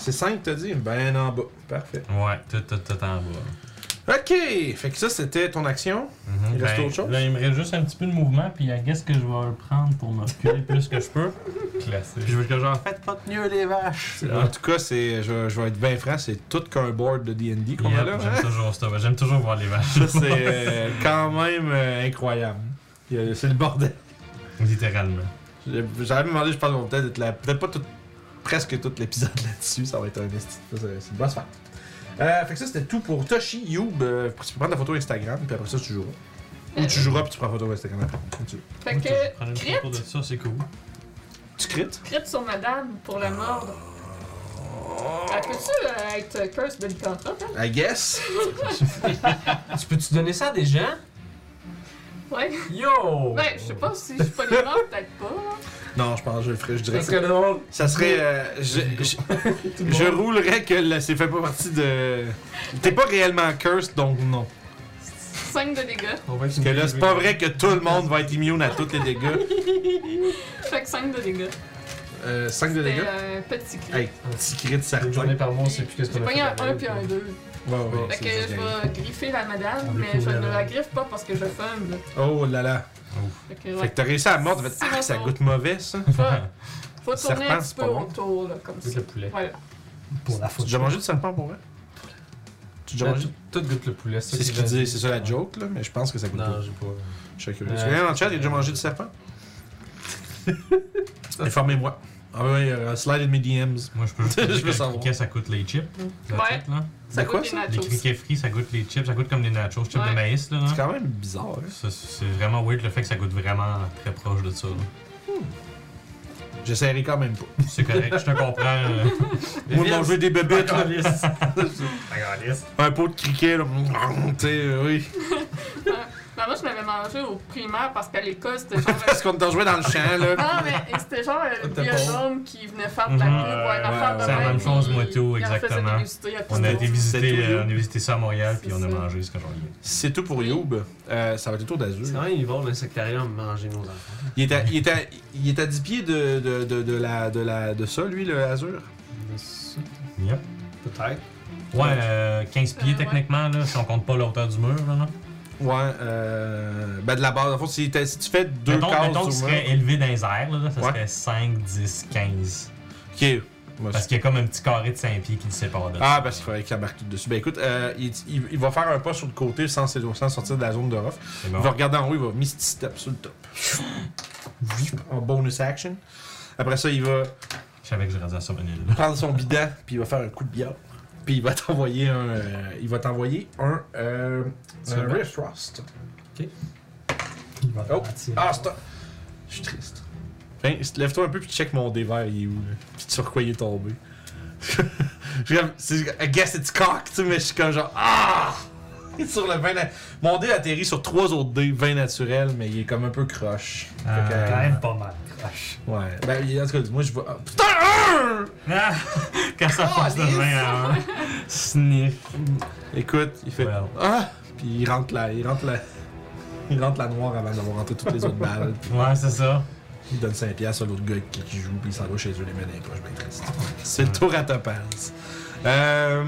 C'est 5, t'as dit? Ben en bas. Parfait.
Ouais, tout, tout, tout en bas.
Ok, fait que ça c'était ton action.
Mhm.
Il reste autre chose?
Là, il me reste juste un petit peu de mouvement, puis I guess que je vais le prendre pour me reculer plus que je peux.
Classique.
Puis je veux que genre, faites pas de mieux les vaches!
En tout cas, c'est, je, je vais être bien franc, c'est tout qu'un board de DD qu'on a
Yep,
là.
J'aime
hein?
toujours ça, mais j'aime toujours voir les vaches.
Ça c'est euh, quand même euh, incroyable. Il y a- C'est le bordel.
Littéralement.
J'ai- J'avais même demandé, je pense qu'on va peut-être être là- peut-être pas tout, presque tout l'épisode là-dessus, ça va être un esti- ça, c'est c'est une bonne fête. Euh, fait que ça c'était tout pour Toshi Youb. Euh, tu peux prendre ta photo Instagram, puis après ça tu joueras. Ou tu joueras puis tu prends la photo Instagram après. comme tu veux.
Fait
Ok, je prends
que
une
crit,
photo de ça, c'est cool.
Tu crites?
crit sur madame pour la mordre. Elle peut-tu euh, être curse de lycanthrope, hein?
I guess.
Ah, Tu peux-tu donner ça à des gens?
Ouais.
Yo!
Ben, je sais pas si je suis pas les morts, peut-être pas. là.
Non, je pense que je le ferai, je dirais.
Ça serait drôle.
Ça serait. euh, je, je, je roulerais que là, c'est fait pas partie de. T'es pas réellement cursed, donc non.
5 de dégâts.
On va être
Parce que là, c'est pas vrai que tout le monde va être immune à tous les dégâts.
Fait que 5 de dégâts.
5 de
C'était
dégâts.
un petit crit.
Hey, petit crit
Une
certain.
journée par mois, on sait plus qu'est-ce
J'ai
qu'on a
pogné
fait.
un
la
1
veille,
puis un 2.
Ouais, ouais,
Fait
c'est
que
juste
je
gagné.
vais griffer la madame,
On
mais
découvre
je ne
la-
la griffe pas parce que je fumble.
Oh là là.
Fait que,
Fait
ouais.
que t'as réussi à mordre, tu vas te
C'est
ah,
bon,
ça
bon.
goûte mauvais ça.
Faut, faut tourner
Serpent,
un petit
c'est
peu
pas bon.
autour, là, comme
Goûte
ça.
le poulet.
Voilà.
Pour la
Tu as
faute.
déjà mangé du serpent pour vrai? Tu as déjà mangé?
Tout goûte le poulet.
C'est ce
qui
qu'il dit, c'est ça la joke là, mais je pense que ça goûte
Non,
pas.
j'ai pas.
Je suis curieux. Tu
Euh,
connais dans le chat, il a déjà
euh,
mangé du serpent? Informez-moi. Ah ouais, euh, slide in mes DMs.
Moi, je peux juste
Je
dire
veux
que le
savoir.
criquet, ça coûte les chips. La
Ouais.
tête, là.
Ça
De quoi,
goûte des
ça?
Les
nachos.
criquets frits, ça goûte les chips, ça goûte comme des nachos, chips
Ouais.
de maïs, là.
C'est
hein.
quand même bizarre. hein.
Ça, C'est c'est vraiment weird le fait que ça goûte vraiment très proche de ça. là.
J'essaierai quand même pas.
C'est correct, je te comprends. euh.
Moi, manger des bébêtes, là.
Regardez.
un pot de criquet, là. Mm, tu sais, euh, oui.
Ben, moi, je m'avais mangé au primaire parce qu'à l'école, c'était genre. euh,
Parce qu'on t'en jouait dans le champ, là.
Non, mais c'était genre euh, le
T'as
biodome qui venait faire de la
Mhm.
pub ou une affaire de
C'est la
même,
même chose,
puis
moi, tout,
il en faisait
exactement.
déguster à
On a,
Piston.
été visiter,
C'était tout
euh, on a visité ça à Montréal, puis
C'est
on a
ça.
mangé ce que j'en ai.
C'est tout pour Youb. Euh, ça va être le tour
C'est
d'Azur.
vrai, ils vont dans le sectarium manger nos enfants.
Il est, à, il, est à, il est à 10 pieds de, de, de, de la, de, la, de ça, lui, le Azur.
Yep.
Peut-être.
Ouais, euh, 15
Euh,
Ah,
pieds
ouais.
techniquement, là, si on compte pas la hauteur du mur. Là, non?
Ouais, euh. Ben, de la base. En fait, si, t'as- si tu fais deux
mettons
cases
mettons qu'il
sur
serait
moi.
élevé dans les airs, là, ça
Ouais.
serait 5, 10, 15.
Ok. Moi,
Parce qu'il y a comme un petit carré de 5 pieds qui le sépare de
Ah, parce qu'il faudrait qu'il embarque tout dessus. Ben écoute, euh, il, il- il va faire un pas sur le côté sans, s'é- sans sortir de la zone de rough.
C'est bon.
Il va regarder en haut, il va Misty Step sur le top. en bonus action. Après ça, il va
Je savais que j'aurais dû à Sauvenil. là.
prendre son bidon, puis il va faire un coup de billard. Puis il va t'envoyer un. euh, il va t'envoyer un. Euh, un
Sûrement.
Ray of Frost.
Il va
Oh.
attirer.
Ah, stop! Je suis triste. Hein, Lève-toi un peu, puis check mon dévers, il est où, là. Puis sur quoi il est tombé. Je suis comme- c'est- I guess it's cocked, tu sais, mais je suis comme genre. Ah! Il est sur le 20. na- Mon dé atterrit sur trois autres dés, 20 naturels, mais il est comme un peu croche. Fait que,
Ah, Quand même pas mal. Crash.
Ouais. Ben, il- en tout cas, moi, je vois. ah, putain! un!
Ah! Quand
Oh,
ça passe de 20 à 1. Sniff.
Écoute, il fait.
Well.
Ah! Puis il rentre la. Il rentre la. Il rentre la noire avant d'avoir rentré toutes les autres balles. Puis
Ouais, c'est ça.
il donne 5 piastres à l'autre gars qui, qui joue, puis il s'en va chez eux les mains dans les poches, ben triste. C'est le tour à Topaz. Euh,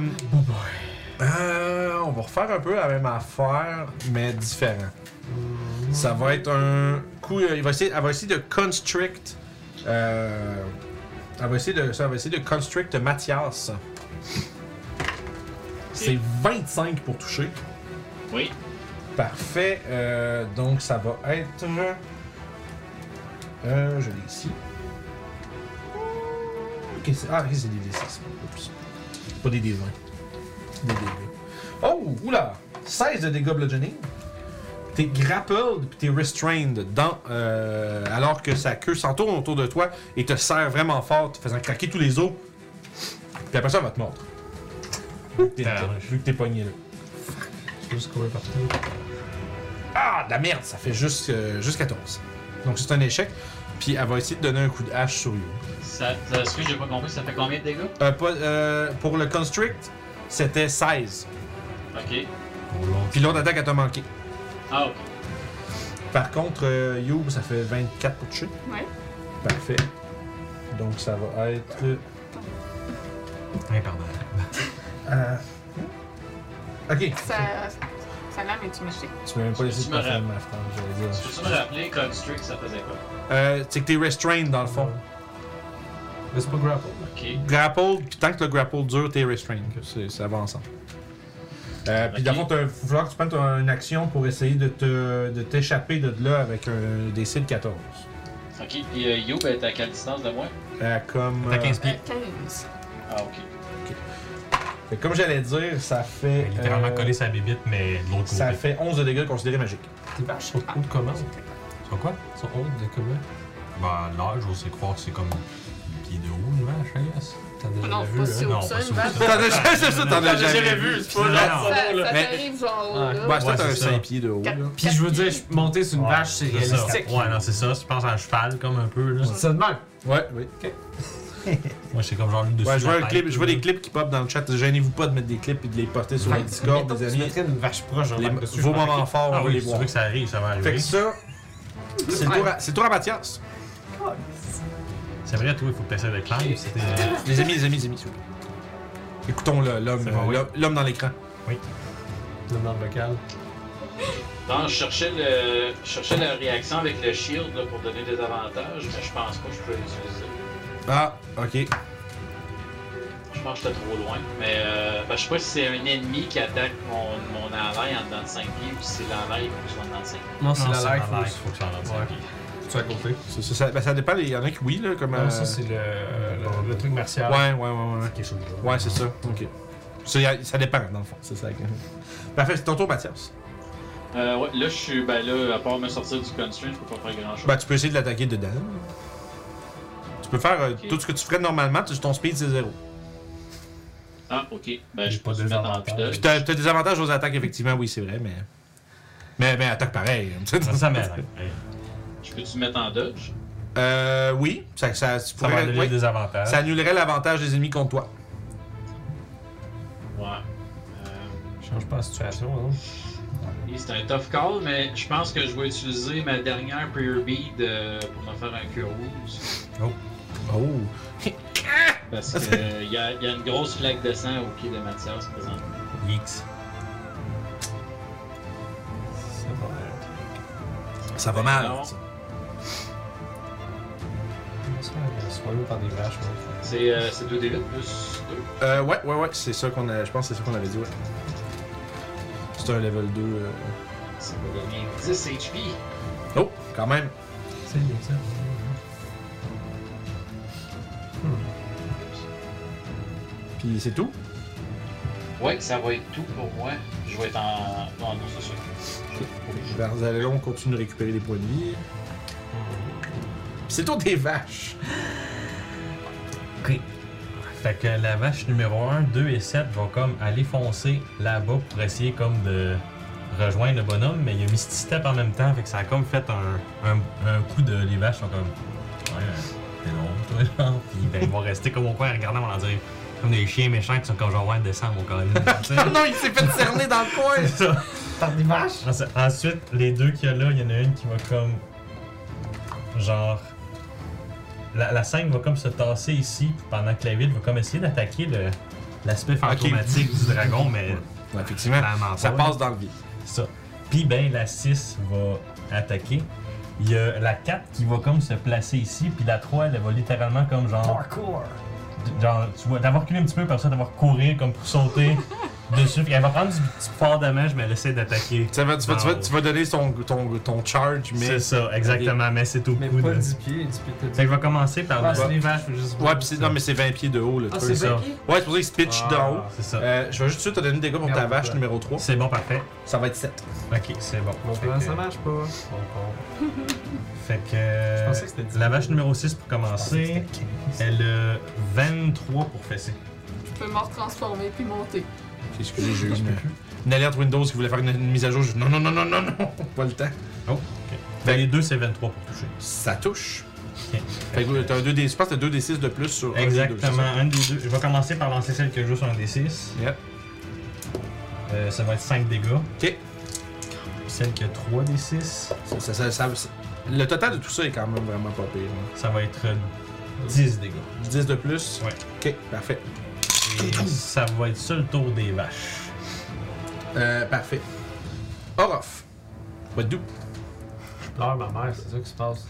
euh, on va refaire un peu la même affaire, mais différent. Ça va être un coup. euh, Il va essayer, elle va essayer de constrict. Euh, elle, va essayer de, ça, elle va essayer de constrict Mathias. C'est 25 pour toucher.
Oui.
Parfait. Euh, donc ça va être. Euh, je l'ai ici. Ok, c'est- ah, ok, c'est des D6. Oups. Pas des D20. Des D20. Oh, oula! 16 de dégâts bludgeoning. T'es grappled puis t'es restrained dans, euh, alors que sa queue s'entourne autour de toi et te serre vraiment fort, te faisant craquer tous les os. Puis après ça, elle va te mordre. Vu que t'es-
Tabarnouche.
vu que t'es pogné là.
Je veux courir partout.
Ah, de la merde, ça fait juste, euh, juste 14. Donc c'est un échec. Puis elle va essayer de donner un coup de hache sur lui.
Ça, ça- ce que j'ai pas compris, ça fait combien de dégâts?
Euh, pas- euh, pour le constrict, c'était 16.
Ok.
Oh, l'autre.
Puis l'autre attaque, elle t'a manqué.
Ah, ok.
Par contre, euh, Youb, ça fait 24 pour toucher.
Ouais.
Parfait. Donc ça va être.
Impardonnable.
Euh, Ok.
Ça, ça lame est-tu magique?
Tu m'as même pas laissé
Tu
de
me
parler
rappelles.
ma phrase, j'allais dire.
Peux-tu me rappeler Constrict, ça faisait quoi?
Euh, c'est que t'es restrained dans le fond.
Mais c'est pas grapple.
Ok.
Grapple, puis tant que le grapple dure, t'es restrained. C'est- Ça va ensemble. Euh, Puis
Ok.
d'abord, il faut falloir que tu prennes ton- une action pour essayer de te- de t'échapper de, là avec un DC de 14.
Ok, puis euh, You, ben, t'es à quelle distance de moi?
Euh, comme,
T'as
euh,
15 pieds.
Euh, 15.
Ah, ok.
fait euh, comme j'allais dire, ça fait.
Littéralement
euh,
collé sa bébite, mais de l'autre côté.
Ça fait 11 de dégâts considérés magiques.
Tes vaches sont hautes comment
Sur quoi?
Elles sont hautes de comment
Ben, l'âge, j'ose croire que c'est comme un pied de haut, une vache, I guess.
T'as déjà
Non,
vu,
pas
hein?
si
non,
haut que ça,
pas
une
si haut
vache.
que
Ça,
T'en as jamais, c'est ça, t'en as jamais vu.
c'est pas
genre-
ça
Mais-
t'arrive genre
Ah,
là.
Bah,
Ouais,
toi, t'as
c'est
un
ça.
5 pieds de haut, là.
Quatre-
Puis je veux dire, je- monter sur une
Ouais,
vache, c'est
C'est ça.
réalistique.
Ouais, non, c'est ça. Si tu penses à un cheval, comme un peu, là.
Je dis ça de même.
Ouais, oui.
Moi, c'est comme genre lui dessus.
Ouais, je vois,
la
un
tête,
clip, je vois
là.
des clips qui pop dans le chat. Gênez-vous pas de mettre des clips et de les poster sur le
Fait que, mettons
Discord,
que
des
Tu
amis.
mettrais une vache proche,
Les-
genre, par-dessus,
vos
je vais
moments forts,
Ah
on va les
oui, si tu
voir.
veux que ça arrive, ça va
Fait que
arriver.
ça, c'est le tour à- c'est le tour à Mathias.
C'est vrai, toi, il faut que t'essaies de
Ah,
climb. C'était.
Les amis, les amis, les amis, s'il vous plaît. Écoutons le- l'homme
C'est bon, oui.
euh, l'homme dans l'écran.
Le nom local.
Non, je cherchais, le... je cherchais la réaction avec le shield là, pour donner des avantages, mais je pense pas que je peux l'utiliser.
Ah, ok.
Je pense que j'étais trop loin. Mais euh, ben, je sais pas si c'est un ennemi qui attaque mon, mon envers en dedans de 5 pieds ou si c'est l'envers il faut que je sois en dedans de 5 pieds.
Non,
Non,
Ah, c'est la life.
life, faut que ça en rentre cinq
Ouais.
pieds.
Tu à côté.
Ça, ça- ça- ben, ça dépend, il y en a qui oui, là, comme. euh,
Ah,
Non, ça, c'est le, le, le truc martial.
Ouais, ouais, ouais, ouais.
Quelque chose de genre.
Ouais, c'est ça. Ok. Ça, y a- ça dépend, dans le fond. C'est ça. Parfait, c'est ton tour, Mathias.
Euh, ouais, là, je suis. Ben là, à part me sortir du constraint, je peux pas faire grand chose.
Ben, tu peux essayer de l'attaquer dedans. Tu peux faire euh, tout ce que tu ferais normalement, tu- ton speed, c'est zéro.
Ah, ok. Ben, je
pas
peux
de
me mettre en
avantages.
pilote.
Puis t'as t'as des avantages aux attaques, effectivement, oui, c'est vrai, mais. Mais, mais attaque pareil.
Ça, ça m'aide. hein. Hey,
Je peux-tu me mettre en dodge?
Euh, oui, ça, ça, tu
Ça
pourrais-
va donner
oui.
des avantages.
ça annulerait l'avantage des ennemis contre toi.
Ouais. Euh,
Change pas la situation, hein. non?
et c'est un tough call, mais je pense que je vais utiliser ma dernière Prayer Bead euh, pour me faire un Cure Wounds.
Oh.
Parce qu'il y, a, y a une grosse flaque de sang au pied de Mathias présent.
Yeeks.
C'est pas mal.
Ça va mal.
Non.
ça.
Ça, euh, soigné par des vaches, ouais.
C'est euh, c'est 2D8 plus 2.
Euh, ouais, ouais, ouais, c'est ça qu'on a. Je pense que c'est ça qu'on avait dit, ouais. C'est un level 2. euh.
Ça va donner 10 HP.
Oh, quand même.
C'est bien ça.
Puis c'est tout.
Ouais, ça va être tout pour moi. Je vais être en. Non, non, c'est sûr.
Barzalon continue de récupérer des points de vie. Puis c'est tout des vaches.
Fait que la vache numéro 1, 2 et 7 vont comme aller foncer là-bas pour essayer comme de rejoindre le bonhomme, mais il y a Misty Step en même temps, fait que ça a comme fait un, un- un coup de... Les vaches sont comme... Ouais, t'es long, toi, genre. Puis ben, ils vont rester comme au coin à regarder, on va leur dire... Comme des chiens méchants qui sont comme genre, ouais, descends, mon colline. Tu sais,
non, il s'est fait cerner dans le coin.
c'est ça.
Par des vaches?
Ense- Ensuite, les deux qu'il y a là, il y en a une qui va comme. Genre. La, la 5 va comme se tasser ici, puis pendant que la 8 va comme essayer d'attaquer le- l'aspect fantomatique du dragon, mais
Ouais, effectivement,
Clairement
ça
pas,
passe dans le vide.
ça. Puis ben, la 6 va attaquer. Il y a la 4 qui va comme se placer ici, puis la 3 elle va littéralement comme genre.
Parkour!
genre tu vois, d'avoir reculé un petit peu, comme ça, d'avoir courir comme pour sauter dessus. Puis elle va prendre du petit fort damage, mais elle essaie d'attaquer.
Tu vas, tu vas- tu vas-
Non.
tu vas donner ton, ton, ton charge, mais.
C'est ça, exactement, mais c'est au
Mais
coup
pas
de.
10 pieds, 10 pieds
Fait que je vais commencer par
Ah,
le...
c'est les vaches, faut juste.
Ouais, pis c'est, non, mais c'est 20 pieds de haut, le
Ah,
truc.
c'est
ça.
ça. Pieds?
Ouais, c'est pour ça qu'il se pitch
Ah.
d'en haut.
C'est ça.
Euh, je vais juste tout de suite te donner des dégâts pour ta
Merde,
vache
ouais.
numéro 3.
C'est bon, parfait.
Ça va être 7.
Ok, c'est bon.
Mon
Fait
plan,
que-
ça marche pas.
Fait que.
Je pensais que c'était 10.
La vache numéro 6 pour
Ah,
commencer, elle a 23 pour fesser.
Je peux me retransformer puis monter.
C'est ce que j'ai eu. Une, une alerte Windows qui voulait faire une, une mise à jour. Je dis non, non, non, non, non, non, pas le temps.
Oh, ok. Ben, les deux, c'est 23 pour toucher.
Ça touche.
Ok.
Fait que t'as un 2D, je pense que t'as 2D6 de plus sur. un des deux, c'est
Exactement, un des deux. Je vais commencer par lancer celle que je joue sur un des 6.
Yep.
Euh, ça va être 5 dégâts.
Ok.
Celle qui a 3 des 6,
Ça, Ça- ça- ça- ça- le total de tout ça est quand même vraiment pas pire. hein.
ça va être 10 dégâts.
10 de plus.
Ouais.
Ok, parfait.
Et ça va être ça le tour des vaches.
Euh, parfait. Orof. What do?
Je pleure ma mère, c'est ça qui se passe.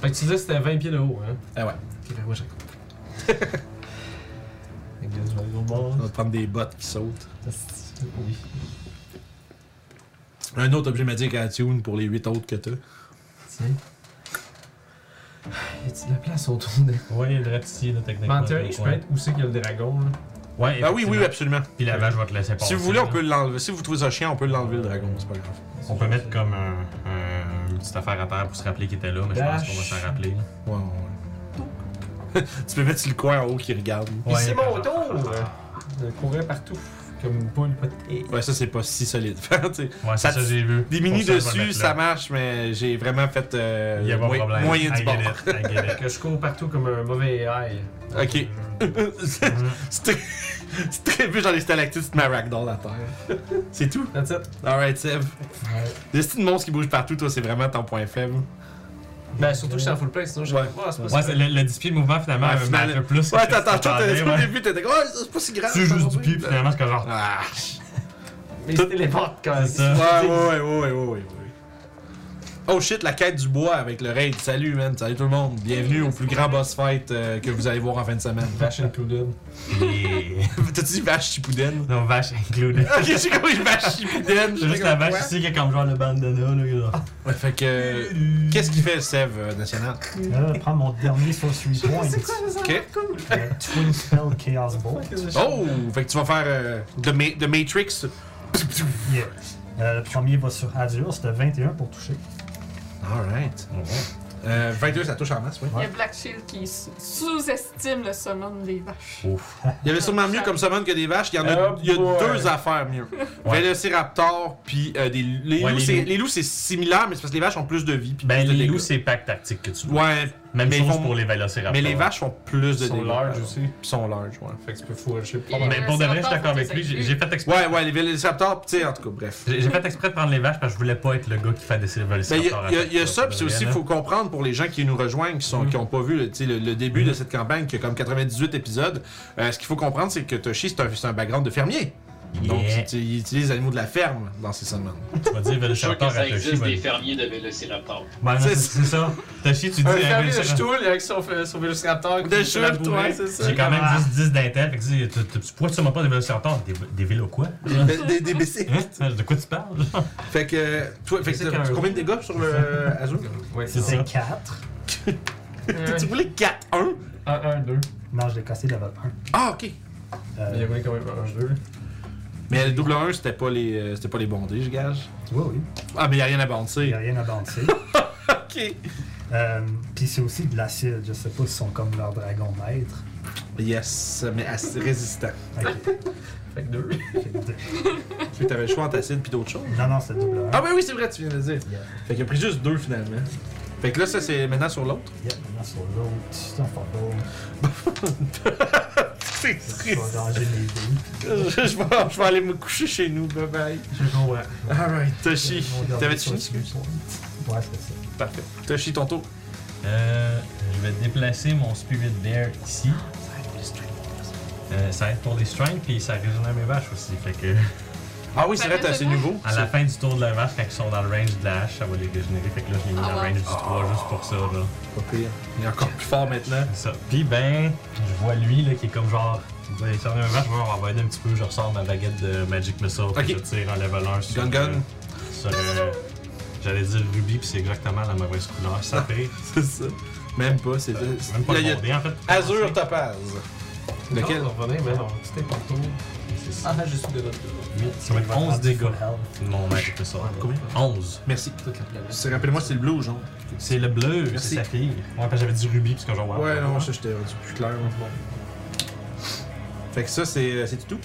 fait que tu disais que c'était 20 pieds de haut, hein?
Ah ouais.
Ok, ben moi j'accroche. Fait que là, je vais aller au bord.
On va prendre des bottes qui sautent.
Oui.
Un autre objet magique à tune pour les 8 autres que t'as.
Tiens. Y a-t-il de la place autour de.
Ouais, il y a le reptile, là, techniquement.
Mais en théorie, je peux
Ouais.
être où c'est qu'il y a le dragon, là?
Ouais,
Ah oui, oui,
effectivement.
absolument.
Puis la vache va te laisser passer.
Si vous voulez, on
là.
peut l'enlever. Si vous trouvez ça chiant, on peut l'enlever le dragon, c'est pas grave.
On peut mettre comme un, un- une petite affaire à terre pour se rappeler qu'il était là, mais je pense qu'on va s'en rappeler. là.
Ouais, ouais. ouais. tu peux mettre sur le coin en haut qui regarde.
Puis
Ouais,
c'est mon
genre-
tour! Je courais partout, comme une poule pas de.
Ouais, ça c'est pas si solide. Tu sais,
Ouais, c'est
Ça
ça,
te-
j'ai vu.
Des
Pour
minis
ça, je vais le
dessus,
mettre
ça
là.
marche, mais j'ai vraiment fait euh,
Il y a pas de
moy-
problème.
moyen du
I
bord.
get it, I get it.
Que je cours partout comme un mauvais AI.
Ok. C'est c'est très vu dans les stalactites, tu te mets un ragdoll à terre. C'est tout.
That's it.
Alright, Seb. Des petits monstres qui bougent partout, toi, c'est vraiment ton point faible.
Ben surtout que je suis en full place, sinon je.
Ouais.
Ah, c'est pas
Ouais,
ça.
c'est le, le 10 pieds de mouvement Ah, finalement
Ouais,
un
finalement-
matter plus. que
Ouais,
ce que
t'attends, toi,
t'attendais,
t'es- au
ouais.
début, t'étais comme, oh, c'est pas si grave.
C'est juste du
aujourd'hui.
pied, puis finalement, c'est comme genre.
Ah,
Mais c'était les portes quand même.
C'est ça.
ouais, ouais, ouais, ouais, ouais, ouais, ouais. Oh shit, la quête du bois avec le raid. Salut, man. Salut tout le monde. Bienvenue au plus grand boss fight euh, que vous allez voir en fin de semaine.
Vache included.
Yeah.
T'as dit vache chipoudaine?
Non, vache included.
ok, j'ai compris vache chipoudaine.
Juste la vache ici qui est comme genre le bandana, là. genre.
Ouais, fait que. euh, Qu'est-ce qu'il fait, Sève euh, National?
Ah, Là, je prends mon dernier sorcery point.
Ok.
Euh, Twin Spell Chaos Bolt.
Oh! Fait que tu vas faire euh, The, Ma- The Matrix.
Yeah. Euh, le premier va sur Azure, c'était 21 pour toucher.
Alright.
Ouais.
Euh, 22, ça touche en masse, oui.
Il y a Black Shield qui s- sous-estime le summon des vaches.
Il y avait sûrement mieux comme summon que des vaches. Il y en a,
Oh
il y a
boy.
deux affaires mieux.
Ouais.
Vélociraptor, puis euh, des, les,
Ouais,
loups,
les
c'est-
loups.
les loups, c'est similaire, mais c'est parce que les vaches ont plus de vie. Puis
Ben,
plus de
les loups,
dégâts.
c'est pack tactique que tu vois.
Ouais,
Même
mais ils
chose
font-
pour les vélociraptors.
mais les vaches font plus de
Ils sont
dégâts.
larges
par
aussi.
exemple. Puis sont larges, ouais.
Fait que tu peux fourrer pas
Et
mal.
Mais Ben, pour de vrai, je suis d'accord avec lui. J'ai j'ai fait exprès.
Ouais, ouais, les vélociraptors, tu sais, en tout cas, bref.
J'ai j'ai fait exprès de prendre les vaches parce que je voulais pas être le gars qui fait des
Ben, il y,
vélociraptors.
a-
à
il y a-
chaque
il y a
fois,
ça, puis c'est
pour de
aussi,
vrai,
il
là.
faut comprendre pour les gens qui nous rejoignent, qui n'ont pas vu le, tu sais, le- le début de cette campagne, qui a comme 98 épisodes. euh, ce qu'il faut comprendre, c'est que Toshi, c'est un, c'est un background de fermier. Donc,
Yeah.
il, il utilise les animaux de la ferme dans ses summons.
Tu vas dire
Je suis sûr que
vélociraptor à
ça
Toshi.
existe
va-
des fermiers de vélociraptor.
Ben, non,
C'est
C'est c'est ça. Toshi, tu dis.
Un
hey,
fermier de
vélociraptor.
ch'toul avec son, euh, son vélociraptor. qui
De
fait la
ch'toul,
bourrée.
ouais, c'est ça.
J'ai quand même 10-10 d'intel, fait que tu dis, tu- tu- tu- pourquoi tu ne pas des vélociraptors? Des, des vélos quoi?
Des, Ben, des, des BC.
Hein? De quoi tu parles?
Fait que, euh, toi, fait que
C'est
t'as-
qu'un
t'as
euro.
combien de dégâts sur le euh, Azul?
Ouais,
C'est ça.
C'est 4.
Tu voulais 4-1?
1, 1, 2.
Non, je l'ai cassé level Euh,
Ah, ok.
1.
Il y a quand même un 2.
Mais le double 1, c'était pas les, euh, c'était pas les bondés, je gage.
oui, oui.
Ah, mais y a rien à
Il
balancer.
n'y a rien à danser.
Ok.
euh, Puis c'est aussi de l'acide. Je sais pas s'ils sont comme leur dragon maître.
Yes, mais assez résistant.
Ok.
Fait que 2.
Tu sais, t'avais le choix entre acide puis d'autres choses.
non, non, c'est double 1.
Ah, ben oui, c'est vrai, tu viens de le dire.
Yeah.
Fait qu'il a pris juste deux finalement. Fait que là, ça c'est maintenant sur l'autre.
Yeah, maintenant sur l'autre. C'est un fumble.
C'est
Je vais ranger mes dés.
je, je vais, je vais aller me coucher chez nous, bye bye.
Je comprends.
Alright, Toshi. Ah, T'avais-tu fini? excuse?
Ouais, c'est ça.
Parfait. Toshi, ton tour.
Euh, je vais déplacer mon Spirit Bear ici. Euh, ça aide pour les strengths, puis ça résonne à mes vaches aussi. Fait que
Ah oui, c'est vrai,
Parfait,
t'as assez
c'est bon.
nouveau.
à la fin du tour de la vache, quand ils sont dans le range de la hache, ça va les régénérer. Fait que là, je les mets
Ah
dans le
ouais.
range du 3 juste pour ça. Là.
Pas pire. Il est encore plus fort maintenant.
C'est ça. Puis ben, je vois lui là, qui est comme genre. ben, Vous allez sortir mes vaches, je vais en aider un petit peu. Je ressors ma baguette de Magic Missile.
Ok.
que Je tire en level 1 sur.
Gun gun.
euh, sur, euh, J'allais dire rubis, puis c'est exactement la mauvaise couleur. Ça fait.
C'est ça. Euh, Même pas, c'est
c'est Même pas
Là,
le
il y a
bon dé, en fait.
Azur Topaz. Lequel
Ah, On revenait, mais non. C'était pas le tour.
C'est ça.
Ah, je suis de l'autre.
Oui, ça va être 11 dégâts. Mon magic missile.
Ah, Combien
11.
Merci.
Toute la planète.
C'est- Rappelle-moi, c'est le bleu ou jaune
C'est le bleu,
Merci.
c'est sa fille. Ouais, parce que j'avais dit rubis, parce que genre,
Ouais, non, ça, j'étais rendu plus clair. hein. Fait que ça, c'est c'est tout.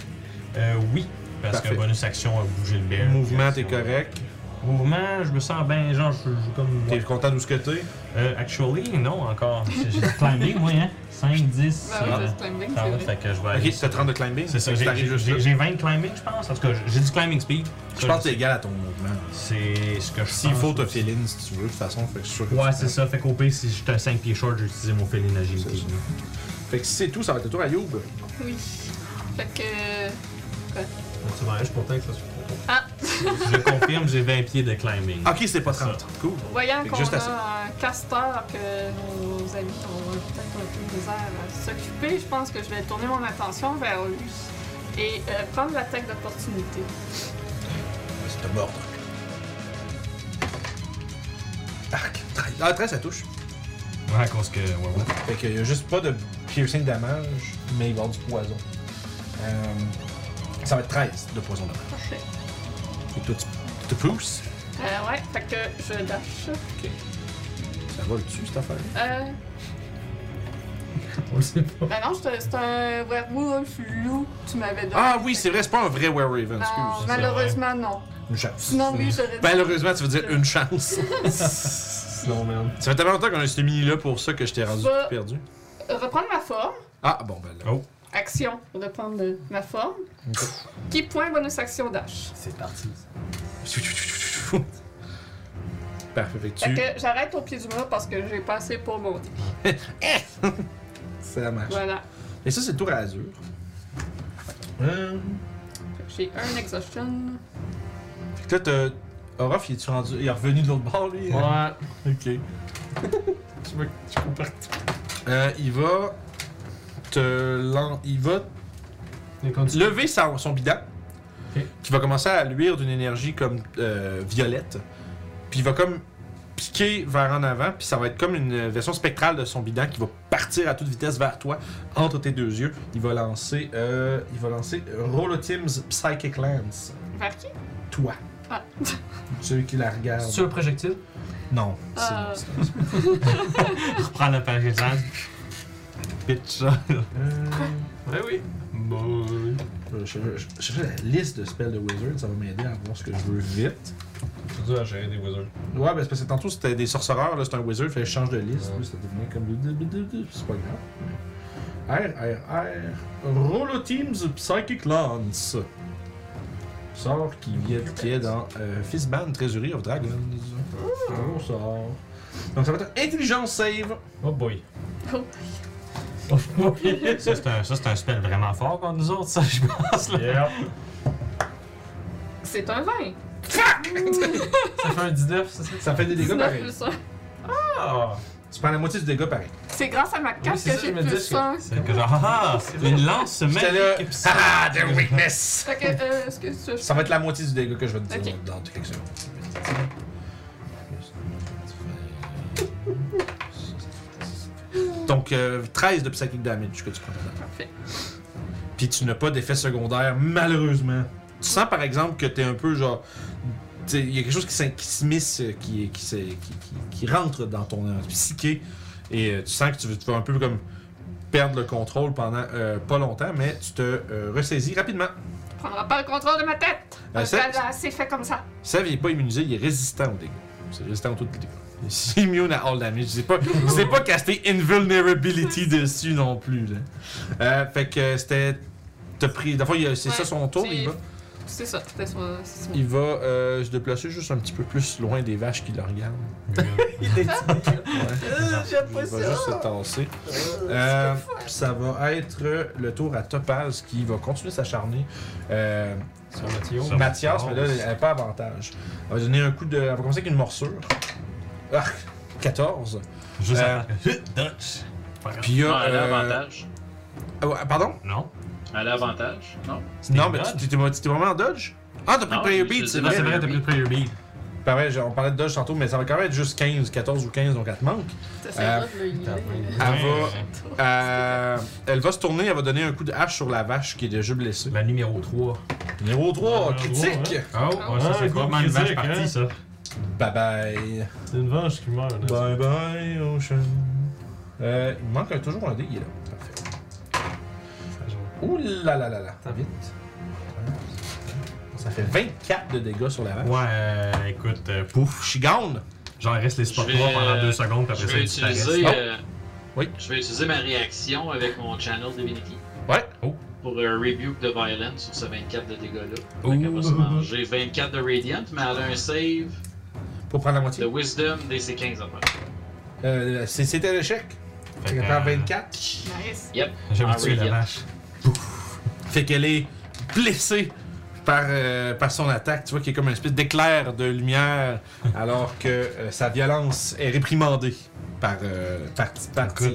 Euh, oui, parce
Parfait.
que bonus action a bougé le bear.
Mouvement,
Action.
t'es correct.
Mouvement, je me sens bien, genre, je je suis comme.
T'es content d'où ce que t'es.
Euh, actually, non, encore. J'ai j'ai climbé, moi, hein. 5, 10.
Ben oui, c'est climbing, c'est vrai.
fait que je vais
Ok,
aller.
t'as 30 de climbing.
C'est ça,
Fait que
j'ai-
t'arrives
j'ai
juste là.
j'ai- j'ai 20 de climbing, je pense. En tout cas, j'ai du climbing speed.
Je pense que t'es égal à ton mouvement.
C'est ce que Ah, je pense.
S'il faut, t'as feeling si tu veux, de toute façon, fait que je suis sûr que
Ouais,
tu
c'est ça. Fait qu'au pire, si j'étais un 5 pieds short, j'ai utilisé mon feline agility.
C'est ça.
là. Mm.
Fait que si c'est tout, ça va être le tour à Youb.
Oui. Fait que.
Tu voyages pourtant que ça soit pour toi.
Ah!
Je confirme, j'ai 20 pieds de climbing.
Ok, c'est pas
Ça.
30. Cool.
Voyant
Fait que
qu'on
juste
a
assez.
un castor que nos amis ont peut-être un peu de misère à s'occuper, je pense que je vais tourner mon attention vers lui et euh, prendre l'attaque d'opportunité.
C'est te mordre. Arc. 13. Ah, 13, ça touche.
Ouais, à cause que. Ouais, ouais.
Fait qu'il y a juste pas de piercing damage, mais il va y avoir du poison. Euh, ça va être 13 de poison damage.
Parfait.
Et toi, tu tu te pousses.
Euh, ouais, fait que je dash.
Ça va le dessus, cette affaire.
Euh,
On le sait pas.
ben non, c'est c'est un werewolf loup que tu m'avais donné.
Ah oui, c'est vrai, c'est pas un vrai Were-Raven,
Non,
excuse.
malheureusement, non.
Une chance.
Sinon, oui, j'aurais
Malheureusement, tu veux dire une chance.
Non, merde.
ça fait tellement longtemps qu'on a ce mini-là pour ça que je t'ai rendu
Ça- Oh.
tout perdu.
Reprendre ma forme.
Ah, bon, ben là.
Action. Reprendre ma forme. Qui point bonus action dash.
C'est parti.
Parfait, fait que tu.
Fait que j'arrête au pied du mur parce que j'ai passé pour monter.
Ça marche.
Voilà.
Et ça, c'est le tour à Azur. Euh,
Fait que J'ai un exhaustion.
Fait que là, t'as. Orof, il est rendu. Il est revenu de l'autre bord, lui. hein?
Ouais.
Ok. Euh, il va te lan- il va
Et quand tu-
lever sa- son bidon,
Ok.
qui va commencer à luire d'une énergie comme euh, violette, puis il va comme piquer vers en avant, puis ça va être comme une version spectrale de son bidon qui va partir à toute vitesse vers toi, entre tes deux yeux. Il va lancer, euh, il va lancer Rolotim's Psychic Lance,
Vers qui?
toi,
Ah.
celui qui la regarde.
C'est-tu un projectile?
Non, c'est
Ah.
c'est-
Reprends le page Bitch.
Ouais, Ben oui.
Boy.
Euh, Je cherche la liste de spells de Wizard, ça va m'aider à voir ce que je veux vite.
C'est dur à gérer des wizards.
Ouais, ben c'est parce que tantôt c'était des sorcereurs, là c'était un Wizard, fait que je change de liste, puis ça devient comme. C'est pas grave. R, R, R. Rolo Teams Psychic Lance. Sort qui, vient, qui est dans euh, Fistband Treasury of Dragons. Bon Ah, sort. Donc ça va être Intelligence Save.
Oh boy.
Oh.
ça, c'est un, ça, c'est un spell vraiment fort contre nous autres, ça, je pense. Là.
C'est un 20.
Ça fait un 19, c'est ça?
Ça fait des dégâts
19
pareils.
plus un.
Ah!
Tu prends la moitié du dégât pareil.
C'est grâce à ma carte
c'est
que
ça,
j'ai
je me dis
plus
que-
1.
C'est que genre, ah! Une lance
J'étais là.
magique!
Ah, their weakness!
Fait que, euh, est-ce que tu veux-
Ça va être la moitié du dégât que je vais te dire
Ok.
dans quelques secondes. Donc, euh, 13 de psychic damage que tu prends dedans.
Parfait.
Puis tu n'as pas d'effet secondaire, malheureusement. Tu sens par exemple que t'es un peu genre. t'sais, Il y a quelque chose qui s'in- qui s'immisce, euh, qui, qui, s'est- qui, qui, qui rentre dans ton euh, psyché. Et euh, tu sens que tu, veux- tu vas un peu comme perdre le contrôle pendant euh, pas longtemps, mais tu te euh, ressaisis rapidement.
Tu prendras pas le contrôle de ma tête.
Ben,
Parce
c'est-
que là, C'est fait comme ça.
Sav, il est pas immunisé, il est résistant aux dégâts. C'est résistant à tout les dégâts. Il est immune à all damage. C'est pas, c'est pas casté invulnerability dessus non plus. Là. Euh, fait que c'était. T'as pris. D'abord, c'est ça
Ouais,
son tour.
c'est-
Il va,
C'est ça. C'était son. c'est son-
il va euh, se déplacer juste un petit peu plus loin des vaches qui le regardent.
Euh,
Il va juste se tasser. Euh, ça va être le tour à Topaz qui va continuer s'acharner. Euh,
Sur Mathieu.
Sur-
Mathias, mais là, elle n'a pas avantage. Elle va donner un coup de. Elle va commencer avec une morsure. Ah, 14.
Juste
Euh,
à Dutch!
Puis il y a.
Ah, elle a
euh,
avantage.
ah ouais, pardon
Non?
Elle a avantage. Non.
Non,
une
mais
dodge.
tu t'es tu t'es vraiment en dodge Ah, t'as pris
Non,
le player
je-
beat,
je-
c'est
non,
vrai.
C'est vrai, t'as plus de prayer beat.
Pareil, genre, on parlait de dodge tantôt, mais ça va quand même être juste 15, 14 ou 15, donc elle te manque.
Euh,
T'essaieras de le healer.
Elle va. euh, elle va se tourner, elle va donner un coup de hache sur la vache qui est déjà blessée.
La numéro 3.
Numéro 3,
Ouais,
critique
ouais. Oh, ouais, ça,
Ah,
c'est
gros
probablement une vache
critique,
partie,
hein.
ça.
Bye bye.
C'est une vache qui meurt. Là.
Bye bye, Ocean. Euh, il me manque un- toujours un dé, il est là. Parfait. Ouh là là là là.
T'as vite.
Ça fait 24 de dégâts sur la vache.
Ouais, euh, écoute, euh,
Pouf, she gone.
genre, reste les spots
Je vais-
noirs pendant 2 secondes, puis
Je
après ça,
vais
ils disparaissent.
utiliser.
Non.
euh,
Oui.
Je vais utiliser ma réaction avec mon channel Divinity.
Ouais.
Oh.
Pour un rebuke de violence sur ce 24 de dégâts-là.
Ouh.
Donc, elle va se manger 24 de Radiant, mais elle a un save
Pour prendre la
de
moitié.
Wisdom DC 15 après.
Euh, c'est- C'était l'échec. Fait
Fait
qu'elle
que,
prend
euh,
24.
Nice.
Yep.
J'ai
Ah,
tué la
Radiant.
vache.
Fait qu'elle est blessée par, euh, par son attaque, tu vois, qui est comme une espèce d'éclair de lumière, alors que euh, sa violence est réprimandée par, euh, par, par tir.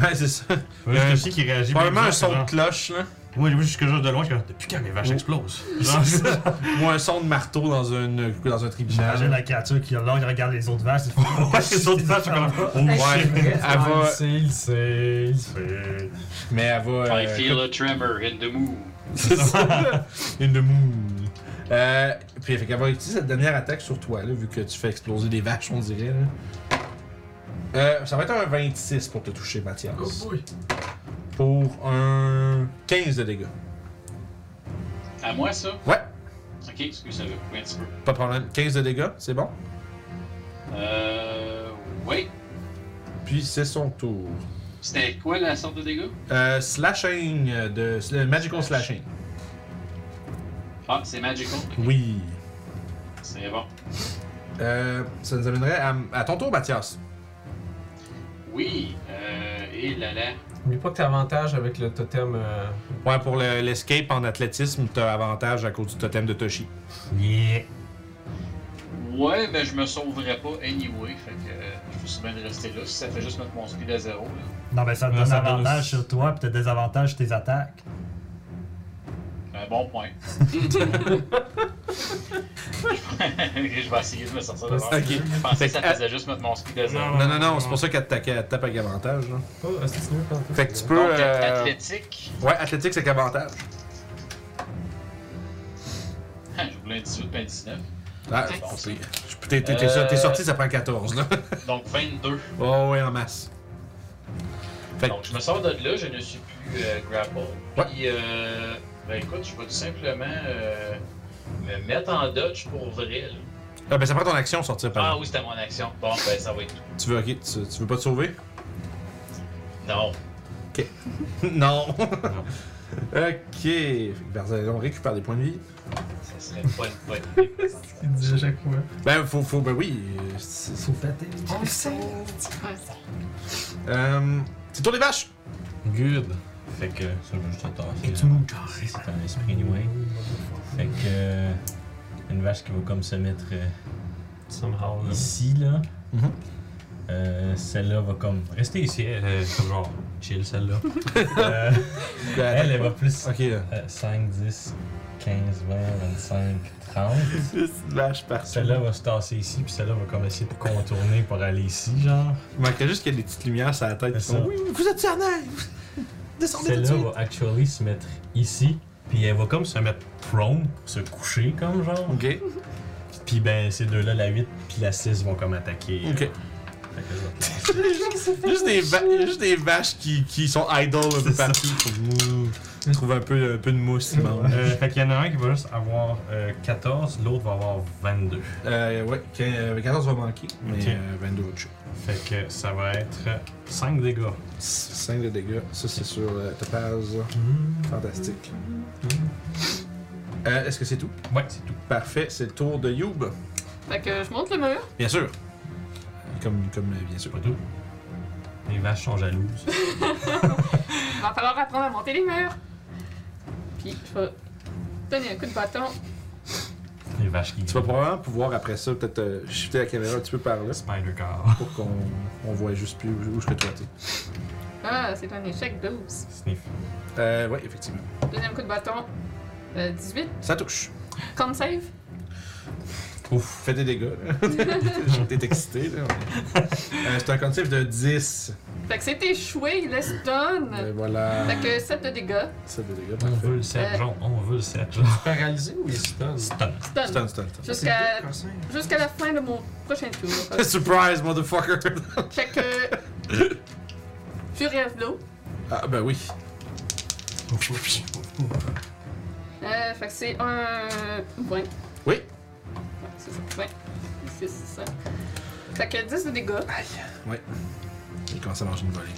Ouais, c'est ça. Euh,
Il y a euh, un aussi qui réagit.
Probablement un
bizarre,
son
genre-
de cloche, là.
Oui, oui, jusque juste de loin, je suis comme, putain, mes vaches explosent. Genre,
Ou un son de marteau dans, une, dans un
J'imagine
tribunal.
la créature qui, là, il regarde les autres vaches.
ouais, les autres vaches sont comme, oh,
Ouais, elle va,
il sait, il
Euh,
sait.
mais elle va.
I
euh,
feel a tremor in the moon.
C'est ça. In the moon. Euh, puis fait qu'elle va utiliser cette dernière attaque sur toi, là, vu que tu fais exploser des vaches, on dirait. là. Euh, ça va être un 26 pour te toucher, Mathias.
Oh,
Pour un 15 de dégâts.
À moi, ça?
Ouais,
Ok, excusez-le. Oui, un petit peu.
pas de problème. 15 de dégâts, c'est bon.
Euh. Oui.
Puis c'est son tour.
C'était quoi la sorte de dégâts?
Euh, slashing, euh, de, euh, magical slashing.
Ah, c'est magical.
Oui.
C'est bon.
Euh, ça nous amènerait à, à ton tour, Mathias.
Oui. Euh. Et là là.
N'oublie pas que t'as avantage avec le totem. euh,
Ouais, pour le- l'escape en athlétisme, t'as avantage à cause du totem de Toshi.
Yeah.
Ouais, mais je me sauverais pas anyway. Fait que euh, je vous souviens de rester là. Si ça fait juste mettre mon speed à zéro. Là.
Non, mais ça te
Ouais,
donne
ça donne
avantage
aussi.
sur toi, puis t'as des avantages sur tes attaques.
Un bon point. je vais essayer de me sortir de là.
Ok.
Je pensais que
Fait
ça
que- euh,
faisait juste mettre mon speed à zéro.
Non, non, non, c'est pour ça qu'elle te taque- elle te tape avec avantage. Là.
Oh, est-ce que tu veux tenter?
Fait que tu peux.
Donc,
euh,
athlétique,
Ouais, athlétique, c'est qu'avantage.
Hein, je voulais un 18 puis un 19.
Ah,
Ouais.
bon, c'est- je- T'es t'es- t'es sorti- t'es sorti, ça prend 14, là.
Donc 22.
Oh, ouais, en masse. Fait que-
Donc je me sors de là, je ne suis plus euh, grapple. Puis, euh, ben écoute, je vais tout simplement euh, me mettre en dodge pour vrai. là.
Ah, ben, ça prend ton action, sortir par
Ah
là.
oui, c'était mon action. Bon, ben ça va être tout.
Tu veux, ok, tu, tu veux pas te sauver?
Non.
non. ok. Fait que Barzalon récupère des points de vie.
Ça serait pas une bonne idée.
Il dit à chaque fois.
Ben, faut, faut, ben oui. euh, c'est-
Faut fêter.
On le sait.
Euh, c'est tour des vaches!
Good. Fait que ça va juste tasser.
Tu nous
C'est un esprit anyway. Fait que euh, une vache qui va comme se mettre euh,
Somehow. là.
ici là.
Mhm.
Euh, celle-là va comme rester ici, elle est comme genre chill celle-là. Euh, elle, elle va plus
Ok, là.
euh, 5, 10, 15, 20, 25, 30.
Petite vache par
Celle-là va se tasser ici, puis celle-là va comme essayer de contourner pour aller ici, genre.
Il manquerait juste qu'il y ait des petites lumières sur la tête. qui
C'est ça.
font, Oui, vous êtes charnel! Descendez tout de
Celle-là
suite!
va actually se mettre ici, puis elle va comme se mettre prone, pour se coucher comme genre.
Ok,
Puis ben ces deux-là, la 8 puis la 6 vont comme attaquer.
ok.
Fait que là,
Juste des, va- juste des vaches qui, qui sont idle un peu
C'est ça.
partout. Ouh, Trouve un peu, un peu de mousse, ils mangent.
Euh, fait qu'il y en a un qui va juste avoir euh, 14, l'autre va avoir 22.
Euh, ouais, quin- euh, 14 va manquer, mais
Ok.
euh, 22 va toucher.
Fait que ça va être 5 dégâts.
5 de dégâts, ça c'est sur euh, Topaz.
Hmm.
Fantastique. Euh, Est-ce que c'est tout?
Ouais, c'est tout.
Parfait, c'est le tour de Youb.
Fait que je monte le mur.
Bien sûr. Comme, comme euh, bien sûr.
Pas tout. Les vaches sont jalouses.
Il va falloir apprendre à monter les murs. Puis je vais donner un coup de bâton.
Les vaches qui
Tu vas probablement pouvoir après ça peut-être euh, shifter la caméra un petit peu par là
Spider Car.
pour qu'on on voit juste plus où, où je serais toi. tu sais.
Ah, c'est un échec 12.
Sniff.
Euh, ouais, effectivement.
Deuxième coup de bâton. Euh, 18.
Ça touche.
Con save.
Ouf, fais des dégâts. là. T'es excité. là. mais- Euh, c'est un concept de 10.
Fait que c'est échoué, il est
Euh,
stun.
voilà.
Fait que 7 de dégâts.
7 de dégâts,
On veut
parfait.
le 7
Euh.
jaune, on veut le 7 jaune.
Paralysé ou il stun?
Stun.
Stun.
Stun, stun, stun.
Jusqu'à jusqu'à la fin de mon prochain tour.
Surprise, motherfucker!
fait que. Furious Blow.
ah, ben oui.
Euh, fait que c'est un. 20. Ouais,
Oui.
c'est ça. 20. C'est ça. Fait que 10 de dégâts.
Il commence à manger une volée.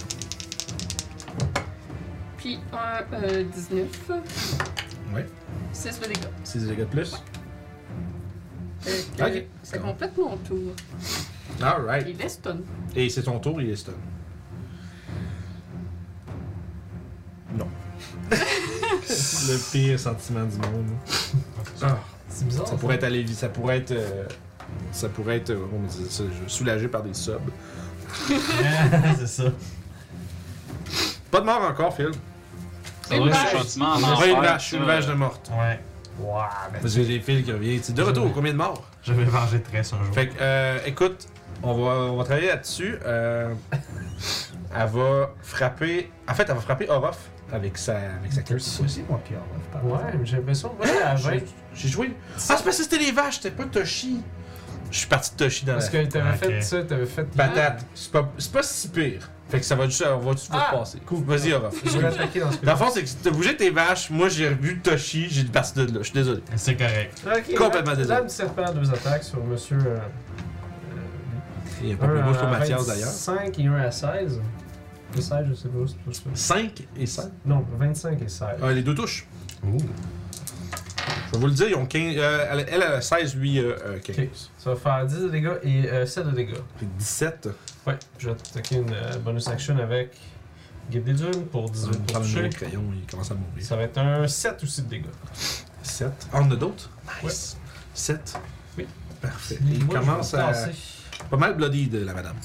Puis un euh, 19.
Ouais.
6 de dégâts.
6 dégâts de plus.
Fait que
Ok.
Ça complète mon tour.
Alright.
Il est stun.
Et c'est son tour, il est stun. Non.
le pire sentiment du monde.
Ah.
C'est bizarre.
Ça pourrait être allévi- ça pourrait être, euh, ça pourrait être, euh, comment on dit ça, soulagé par des subs.
c'est ça.
Pas de mort encore, Phil.
C'est vrai, c'est gentiment en
Ouais,
enfer,
une vache,
ça.
une vache de morte.
Ouais.
Parce que j'ai Phil qui revient. C'est de retour, combien de morts?
Je vais venger de tresse un jour.
Fait que, euh, écoute, on va, on va travailler là-dessus. Euh, elle va frapper. En fait, elle va frapper Orof avec sa, avec sa
C'était
curse.
aussi, moi, puis Orof, par
Ouais, mais j'ai l'impression. Moi, j'étais à 20.
J'ai- J'ai joué. Ah, c'est parce que c'était les vaches, c'était pas Toshi. Je suis parti de Toshi dans
Parce
la
que t'avais
Ah,
fait
ok.
ça, t'avais fait.
patate. C'est pas, c'est pas si pire. Fait que ça va juste, on va tout
Ah!
passer. Vas-y, Orof.
Je voulais attaquer dans ce
Dans le fond, c'est que t'as bougé tes vaches, moi j'ai revu Toshi, j'ai parti de là. Je suis désolé.
C'est correct.
Ok,
Complètement
l'âme-
désolé.
L'âme du serpent, deux attaques sur monsieur. euh,
Il y a
euh,
pas plus beau
un
sur
à
Mathias d'ailleurs.
25 et un à 16. Le 16, je sais pas où c'est pour ça.
5 et 5.
Non, 25 et 16.
Ah, les deux touches. Je vais vous le dire, ils ont 15. euh, elle, elle a 16, lui euh, euh, 15.
Ok. Ça va faire 10 de dégâts et euh, 7 de dégâts.
Fait que 17.
Ouais, je vais attaquer une euh, bonus action avec Guide des Dunes pour
On
18 pour
prend
toucher.
le crayon, il commence à mourir.
Ça va être un 7 aussi de dégâts.
7. Ah, on en a d'autres? Nice. 7.
Oui.
Parfait.
Et
Il
moi, je vais
commence à.
tasser.
Pas mal bloody de la madame.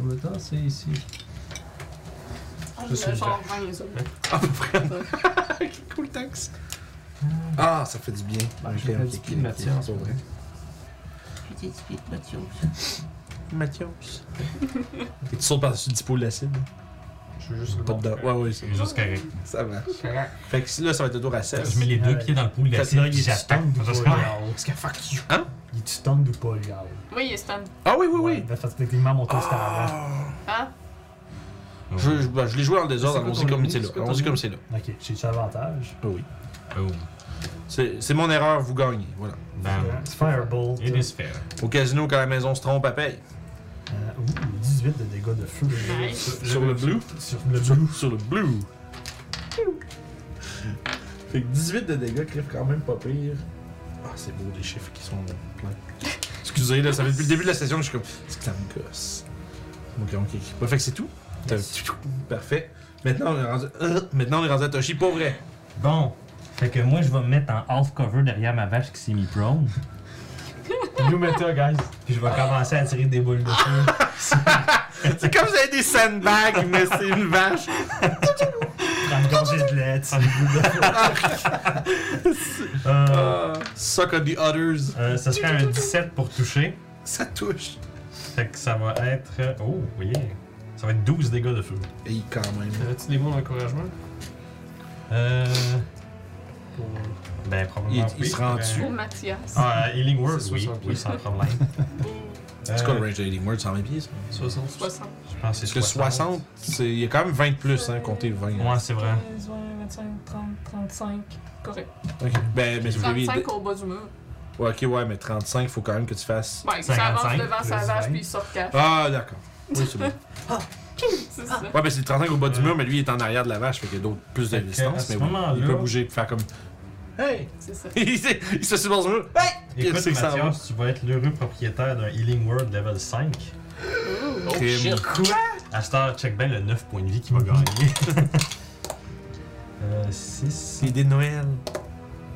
On va tasser ici.
On
Je suis
a genre
une
20 les autres.
Ah, vraiment. cool, tax. Ah, ça fait du bien.
Ben, je fais du pied de Mathias,
c'est
pour
vrai.
vrai.
Mathias. T'es sûr par-dessus du pot d'acide?
Je veux juste
Pas dedans. Ouais, ouais, c'est
C'est juste correct.
Ça va. Fait que là, ça va être le tour à 16.
Je mets les deux pieds dans le pool de la
Fait que
cible
là,
et
il est
j'attaque.
stunned ou
Parce que-
pas,
Parce que fuck you.
Il est stunned ou pas, le gars?
Oui, il est stun.
Ah oui, oui,
Ouais,
oui.
ben, Parce que techniquement, mon tour, c'était avant.
Ah.
Hein?
Je, je, bah, je l'ai joué en désordre,
C'est quoi
allons-y
ton
comme
ennemi?
c'est là.
C'est quoi ton
Allons-y
ennemi?
comme c'est là.
Ok, j'ai-tu avantage?
Ah oui.
Oh.
C'est c'est mon erreur, vous gagnez. Voilà.
Euh,
Bam.
Fireball.
It is fair.
Au casino, quand la maison se trompe, elle paye.
Euh, ouh, 18 de dégâts de feu.
Nice.
Sur Euh, le blue.
Sur le blue.
Sur le blue. Fait que 18 de dégâts crève quand même pas pire. Ah, c'est beau, les chiffres qui sont pleins. Excusez, là, ça fait depuis le début de la session que je suis comme. C'est que ça me gosse. Ok, ok. Ouais, Bah, fait que c'est tout. T'as- Parfait. Maintenant, on est rendu. euh, maintenant, on est rendu à Toshi, pas vrai.
Bon. Fait que moi, je vais me mettre en half cover derrière ma vache qui s'est mis prone.
New meta, guys.
Puis je vais commencer à tirer des boules de feu.
C'est comme si j'avais des sandbags, mais c'est une vache.
Prends une gorgée de lait, tu-
Euh,
Suck on the others.
euh, ça serait un 17 pour toucher.
Ça touche.
Fait que ça va être. Oh, yeah. Ça va être 12 dégâts de feu.
Et il, quand même.
T'avais-tu des mots d'encouragement
Euh.
Pour-
Ben, probablement.
Il- il
oui.
se rend
Euh,
dessus.
Pour Mathias.
Ah, Healing Word,
C'est
oui.
60
Oui, sans problème.
C'est quoi le
Euh,
range de Healing Word 120 pieds, ça?
60.
60.
Je pense que
Parce
c'est
que 60, c'est- il y a quand même 20 de plus, hein, comptez 20. hein.
Ouais, c'est vrai.
15, 20, 25, 30, 35. Correct.
Ben, mais vous avez.
35 au bas du mur.
Ouais, ok, ouais, mais 35, faut quand même que tu fasses.
Ouais, ça avance
55,
devant sa
plus
vache
20.
puis il sort cache.
Ah, d'accord. Oui, c'est bon.
C'est ça.
Ouais, ben c'est 35 au bas du mur, mais lui, il est en arrière de la vache, fait qu'il y a d'autres plus de
Fait que, à
résistance.
ce
Mais oui, il
moment-là-
peut bouger et faire comme. Hey!
C'est ça.
il se il se fait dans ce mur. Hey!
Écoute,
c'est que ça va.
Mathias, tu vas être l'heureux propriétaire d'un Healing Word level 5.
Oh
Crime.
shit!
À cette heure, check bien le 9 points de vie qu'il va gagner. euh, 6,
C'est des Noël.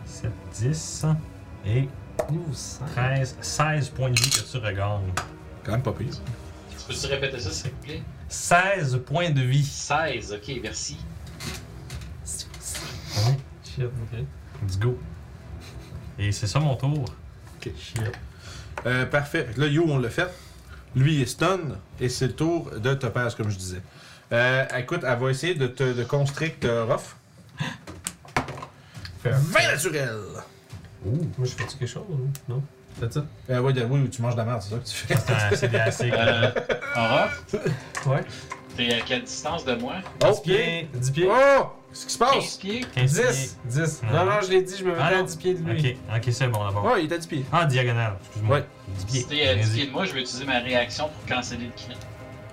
7, 10 et
Ouh, 5.
13, 16 points de vie que tu regagnes.
Quand même pas pire.
Tu peux-tu répéter ça, s'il te plaît?
16 points de vie.
16, ok, merci.
Shit, ok.
Let's go. Et c'est ça mon tour.
Ok. Euh, parfait. Fait que là, You, on l'a fait. Lui, il est stun. Et c'est le tour de Topaz, comme je disais. Euh, écoute, elle va essayer de te de constrict euh, Ruff.
Fair.
20 naturel!
Moi, je fais-tu quelque chose hein. ou non? That's it?
Euh, ouais, de- oui, ou tu manges de la merde, c'est ça que tu fais.
C'est un CDAC.
Euh, Aura,
Ouais.
t'es à quelle distance de moi?
10 pieds. 10 pieds.
Oh! Qu'est-ce qui Mmh. se
15
passe?
pieds?
15
Euh,
10. 10.
Non.
Non, non, je l'ai dit, je me mettais
Ah
à
non.
10 pieds de lui.
Ok, ok, c'est bon d'abord.
Ouais, il est à 10 pieds.
Ah, diagonale, excuse-moi.
Ouais.
10 pieds.
Si t'es à 10
Vas-y.
euh, pieds de moi, je vais utiliser ma réaction pour canceller le crit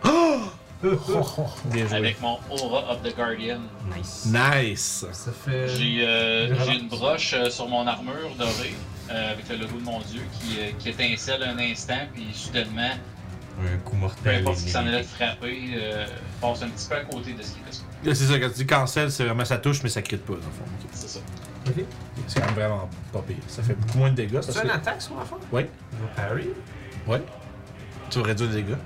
Oh, oh, bien joué.
avec mon Aura of the Guardian.
Nice.
Nice!
Ça fait.
J'ai
Il
euh,
relance.
j'ai une broche euh, sur mon armure dorée euh, avec le logo de mon dieu qui, euh, qui étincelle un instant, puis soudainement
un coup
Peu
mortel.
importe ce qui s'en
mais-
allait te frapper, euh, passe un petit peu à côté de ce qui était sur
Là, c'est ça, quand tu dis cancel, c'est vraiment ça touche, mais ça crit pas, dans le fond. Ok.
C'est ça.
C'est quand même vraiment pas pire. Ça fait beaucoup moins de dégâts. parce
C'est une
que-
attaque sur la fin?
Oui.
Parry?
Tu réduis les dégâts.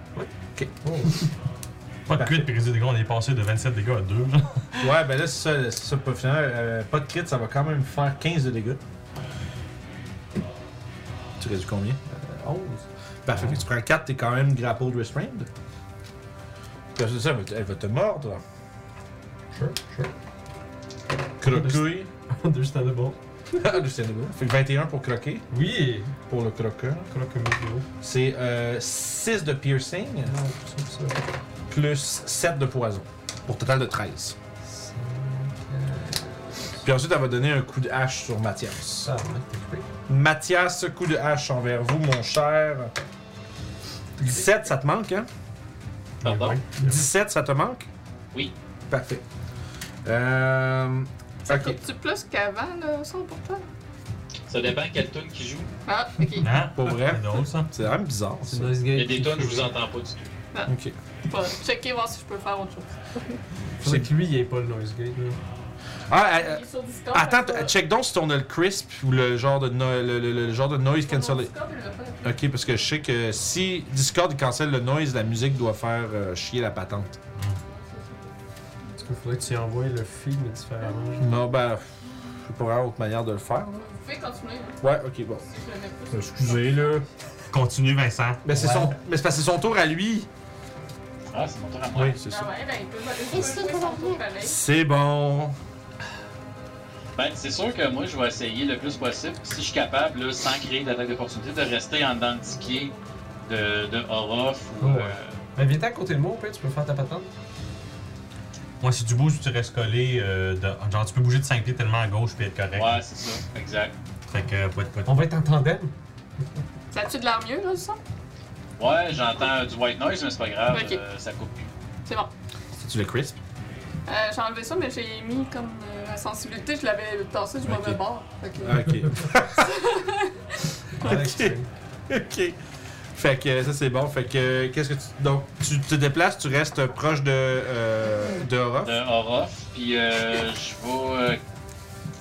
Pas de crit, puis résultat des gars, on est passé de 27 dégâts à 2. genre.
Ouais, ben là, c'est ça, c'est ça, pas final. euh, pas de crit, ça va quand même faire 15 de dégâts. Tu réduis combien
11.
Parfait, fait que tu prends 4, t'es quand même grappled restrained. Parce que ça, elle va- elle va te mordre.
Sure, sure.
Croquer.
Understandable.
Ah, Lucien Dubois. Fait que 21 pour croquer,
Oui!
pour le croqueur.
Croque Mugno.
C'est euh, 6 de piercing,
Non, plus ça, plus ça.
plus 7 de poison. Pour total de 13.
Cinq,
Puis ensuite, elle va donner un coup de hache sur Mathias.
Ça, hein. mec, t'es coupé.
Mathias, coup de hache envers vous, mon cher. 17, ça te manque, hein?
Pardon?
17, ça te manque?
Oui.
Parfait. Euh...
Ça
Ok.
coûte-tu plus qu'avant, là, ça, pour toi?
Ça dépend quel tune qui joue.
Ah, ok.
Hein?
Pour vrai?
C'est drôle ça.
C'est vraiment bizarre,
C'est
ça.
nice guy.
Il y a des tunes, je vous entends pas du tout.
Ok.
Bon, checker, voir si je peux faire autre chose.
C'est que lui, il est pas le noise gate. là.
Ah, euh,
Il est sur Discord.
attends,
fait que-
t- euh, check donc si on a le crisp ou le genre de, no- le, le- le- le genre de noise
Sur
cancellé.
Discord, il l'a pas.
Ok, parce que je sais que si Discord il cancelle le noise, la musique doit faire euh, chier la patente.
Est-ce qu'il faudrait que tu envoies le feed, mais différemment? genre?
Non, ben, je sais pas vraiment autre manière de le faire. là.
Vous pouvez continuer, là,
Ouais, ok, bon.
si je le mets pas. sur-
Excusez, là.
Continue Vincent.
Mais c'est son, mais c'est parce que c'est son tour à lui.
Ah, c'est mon tour à moi.
c'est
Ah ouais, ben, il peut aller jouer son tour pareil.
C'est bon.
Ben, c'est sûr que moi, je vais essayer le plus possible, si je suis capable, là, sans créer d'attaque d'opportunité, de rester en dedans de 10 pieds de, de Orof ou.
Ouais.
euh,
Ben, viens à côté de moi, au pire, tu peux faire ta patente.
Moi, si tu bouges, tu restes collé. euh, de- Genre, tu peux bouger de 5 pieds tellement à gauche puis être correct.
ouais, c'est ça, exact.
Fait que, euh, poit, poit.
On va être en tandem.
Ça a-tu de l'air mieux, là, le son?
Ouais, j'entends du white noise, mais c'est pas grave,
Ok.
euh, ça coupe plus.
C'est bon.
C'est-tu le crisp?
Euh, j'ai enlevé ça, mais j'ai mis comme euh, la sensibilité, je l'avais tassé du
Ok.
mauvais bord. Fait que,
Ok.
Ok.
ok. Fait que euh, ça c'est bon. Fait que euh, qu'est-ce que tu. Donc tu te déplaces, tu restes proche de euh, de Orof.
De Orof, puis euh, je vais. euh,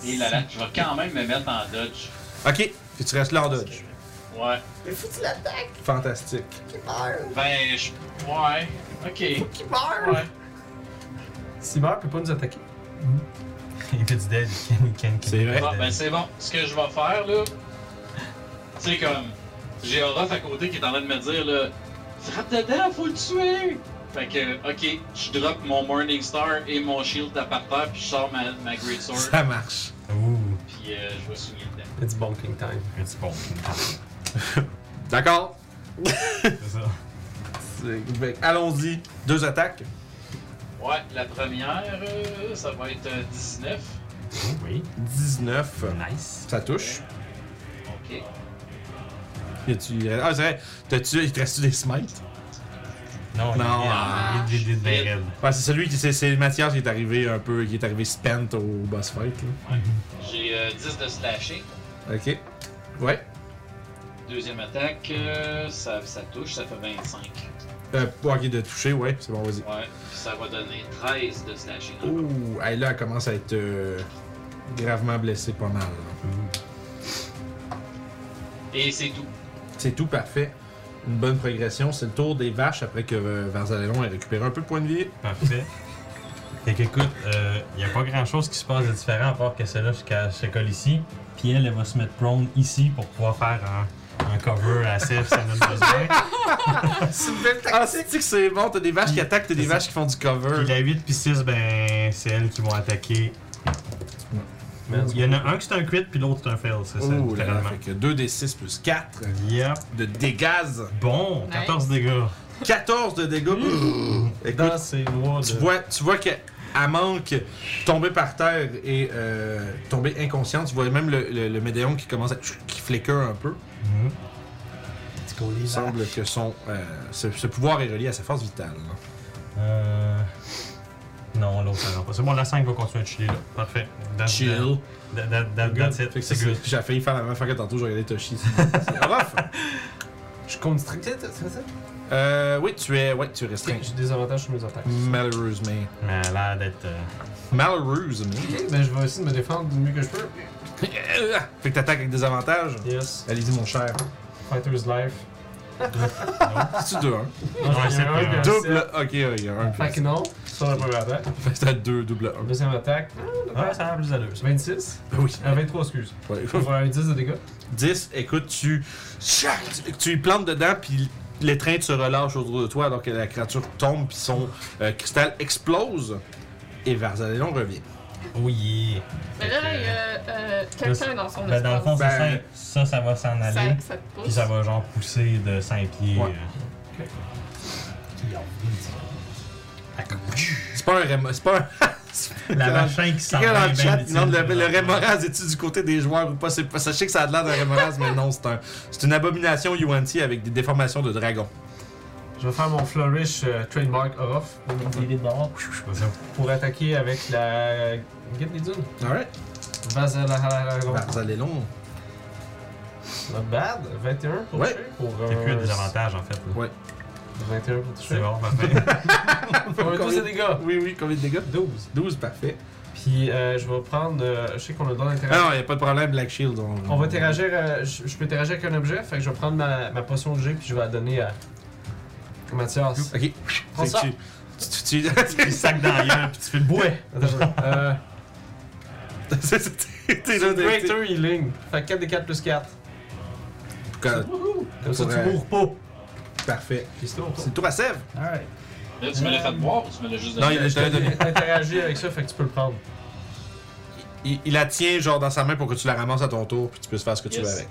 et là là, je vais quand même me mettre en dodge.
Ok. Puis tu restes là en dodge.
Ouais.
Mais faut tu l'attaque
Fantastique.
qui meurt?
Ben, je. Ouais. Ok.
Qui meurt?
Ouais.
Cyber peut pas nous attaquer.
Il fait du dead. il can- il can- il
C'est
can-
vrai.
dead.
Bon, ben c'est bon. Ce que je vais faire, là, c'est comme. J'ai Orof à côté qui est en train de me dire, là, frappe dedans, faut le tuer! Fait que, ok, je drop mon Morning Star et mon Shield à par terre, puis je sors ma, ma Great Sword,
Ça marche.
Ouh,
puis euh, je vais souiller dedans.
It's bonking time.
un petit bon.
D'accord.
C'est ça.
C'est- fait que Allons-y. Deux attaques.
Ouais, la première, euh, ça va être euh, 19.
Oui.
19.
Nice.
Ça touche.
Ok.
Y a-tu- Ah, c'est vrai. T'as-tu. Il te reste-tu des smites?
Non, ah,
Non,
il est- il est- il est- il est- il est-
Ouais, c'est celui qui. C'est, c'est Mathias qui est arrivé un peu. qui est arrivé spent au boss fight. là.
J'ai euh, 10 de slashing.
Ok. Ouais.
Deuxième attaque, euh, ça, ça touche, ça fait 25.
Euh, pour ok, de toucher, ouais. C'est bon, vas-y.
Ouais, puis ça va donner 13 de slashing.
Ouh, elle, là, elle commence à être euh, gravement blessée pas mal. là.
Et c'est tout.
C'est tout parfait. Une bonne progression. C'est le tour des vaches après que euh, Varzalelon ait récupéré un peu de points de vie.
Parfait. Fait qu'écoute, il n'y a pas grand chose qui se passe de différent à part que celle-là se ca- se colle ici. Puis elle, elle va se mettre prone ici pour pouvoir faire un, un cover assez si elle en a besoin.
Ah, c'est que c'est bon, t'as des vaches qui attaquent, t'as des vaches qui font du cover.
Puis la 8 puis 6, ben c'est elles qui vont attaquer. Il y en a un qui c'est un crit puis l'autre c'est un fail, c'est ça
Ouh là là,
littéralement.
fait que 2 des 6 plus 4
Yep.
de dégâts.
Bon,
Nice.
14 dégâts.
14 de dégâts. Écoute,
Dans ces mois de.
tu vois, tu vois qu'elle manque, tombée par terre et euh, tombée inconsciente. Tu vois même le, le, le médaillon qui commence à qui flicker un peu.
Mhm.
Mm-hmm.
Let's go, les
Il semble que son, euh, ce, ce pouvoir est relié à sa force vitale. hein.
Euh... Non, l'autre ça rend pas. C'est bon, la 5 va continuer de chiller là. Parfait. That's- that- that- that- Ah, ben, that's it.
Fait que ça,
C'est good.
c'est- J'ai failli faire la même affaire que tantôt, j'ai regardé Toshi. C'est rough.
Je suis constricté, c'est ça?
Euh, oui, tu es, ouais, tu es
Ok,
restreint.
J'ai des avantages sur mes attaques.
Malheureusement.
Mais elle a l'air d'être. euh,
Malheureusement.
Ok, ben je vais essayer de me défendre du mieux que je peux.
fait que t'attaques avec des avantages.
Yes.
Allez-y, mon cher.
Fighter's Life.
C'est-tu 2-1?
Non,
Ouais,
il y
c'est
a un
bien.
qui a
Double.
sept.
Ok, ouais, il y a un.
Fait que
plus.
non, sur la première attaque.
Fait que t'as 2, double 1.
Deuxième attaque,
Ouais, ça a l'air plus à deux. ça.
26.
Ben oui.
Euh, 23, excuse.
Ouais.
On va faire un 10 de dégâts.
10, écoute, tu, chac, tu, tu y plantes dedans, puis l'étreinte se relâche autour de toi, alors que la créature tombe, puis son euh, cristal explose, et Varzalelon revient.
Oh yeah.
Mais
Fait
là,
que,
il y a euh, quelqu'un dans son
Ben, dans le fond, c'est
Ben,
ça, ça, ça va s'en
ça,
aller.
ça te pousse.
Puis ça va genre pousser de 5 pieds.
Ouais.
euh.
Qui a envie
C'est pas un rémo... C'est pas un...
La
Quand-
machin qui s'en
Quelqu'un dans le
vient,
chat,
ben,
il demande le,
dit-
le rémoraz, est-tu du côté des joueurs ou pas? C'est pas- Sachez que ça a l'air d'un rémoraz, mais non, c'est un, c'est une abomination Yuanti avec des déformations de dragon.
Je vais faire mon Flourish euh, Trademark Orof pour attaquer avec la Guide des Dunes.
Alright.
Vasalahalahalon.
Varzalelon.
Not bad. 21 pour
Ouais.
toucher. Pour,
T'as
euh,
plus des avantages en fait. là.
Ouais.
21 pour
C'est
toucher.
bon, parfait.
Pour un 12 de dégâts.
Oui, oui, combien de dégâts?
12.
12, parfait.
Puis euh, je vais prendre. euh, je sais qu'on a le droit
Ah
d'interagir.
non, y a pas de problème, Black Shield. On,
On va interagir. euh, je je peux interagir avec un objet. Fait que je vais prendre ma, ma potion de G puis je vais la donner à Mathias.
Ok.
Prends ça.
Fait que Tu, tu, tu-
Tu sac dans la gueule, puis tu fais le bouet.
Attends, euh,
C'est- c'est- T'es là, t'es- t'es-
Greater Healing. Fait 4 des 4 plus 4.
Quand-
Comme ça,
Pourrait-
tu mourras pas.
Parfait.
Puis c'est tout.
C'est le tour à Sèvres.
Alright.
Là, tu me l'as fait boire ou tu me l'as juste
Non,
donné?
il, je te l'ai donné.
Interagis avec ça, fait que tu peux le prendre.
Il- il la tient genre dans sa main pour que tu la ramasses à ton tour puis tu puisses faire ce que tu veux
Yes.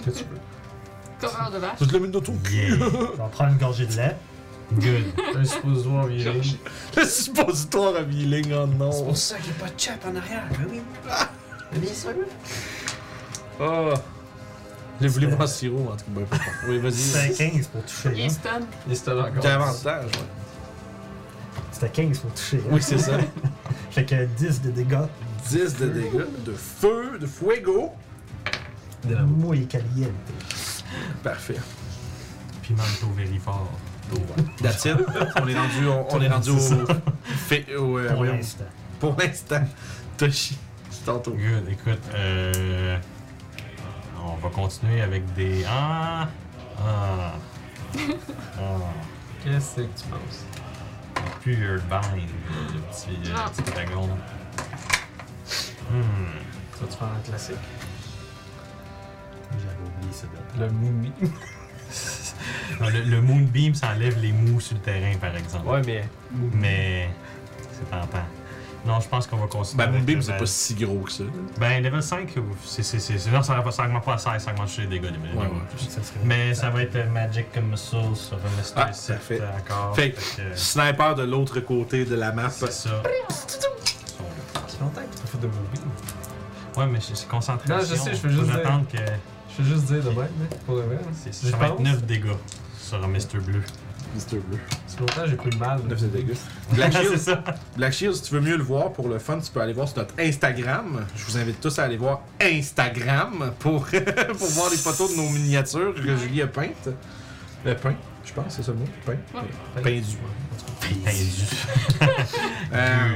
avec.
Coureur de vache.
Tu te le mets dans ton cul.
Yeah.
Je vais en prendre une gorgée de lait.
Good.
Un suppositoire healing.
Le suppositoire à healing, oh non.
ça qu'il n'y a pas de chap en arrière. ben oui. Bien sûr.
Oh. Je voulais voir Siro en tout cas. ben, peu importe. Oui, vas-y.
C'était 15 pour
Il
toucher.
est
hein.
stun.
Il se donne encore.
T'as avantage, ouais.
C'était 15 pour toucher. hein.
Oui, c'est ça.
Fait que 10 de dégâts.
10 de dégâts, de feu, de fuego.
De moi et caliente.
Parfait.
Puis Manto very fort.
That's it. On est rendu, on, on est rendu au. fait- au, euh,
Pour
voyons.
l'instant.
Pour l'instant. Toshi, c'est ton tour.
Good. Écoute, euh. On va continuer avec des. Ah! Ah! Ah!
Qu'est-ce que tu penses?
Pure bind, le petit, le
Ah.
petit dragon. Hmm.
Ça, tu faire un classique.
J'avais oublié ce date.
Le Moumi.
Ah, Le, le Moonbeam s'enlève les mous sur le terrain, par exemple.
Ouais, mais.
Mais. C'est tentant. Non, je pense qu'on va continuer.
Ben,
avec
Moonbeam,
le-
c'est pas si gros que ça.
Ben, level 5, c'est. c'est- c'est- c'est- Non, ça va- ça augmente pas à 16, ça augmente juste les dégâts des melee.
Ouais, ouais.
Ça serait
Mais ça va être euh, Magic comme Missile sur un Mister
Ah,
Set
parfait.
euh, encore.
Fait
que,
Sniper de l'autre côté de la map.
C'est ça.
Ça fait longtemps que tu as fait de Moumi.
Ouais, mais c'est c'est concentration.
Non, je sais, je veux juste
Faut
dire-
attendre que.
Je vais juste dire de même, mais pour le vrai. hein.
c'est-
Je
Ça va être
pense.
9 dégâts sur un Mister Bleu.
Mister Bleu.
C'est longtemps que j'ai plus mal.
9 de dégâts. Black
c'est
Shield,
ça.
Black Shield, si tu veux mieux le voir pour le fun, tu peux aller voir sur notre Instagram. Je vous invite tous à aller voir Instagram pour, pour voir les photos de nos miniatures que Julie a peintes. Le pain, Euh, je pense, c'est ça le mot. Pain.
Ouais.
Pain du.
Ben,
Euh,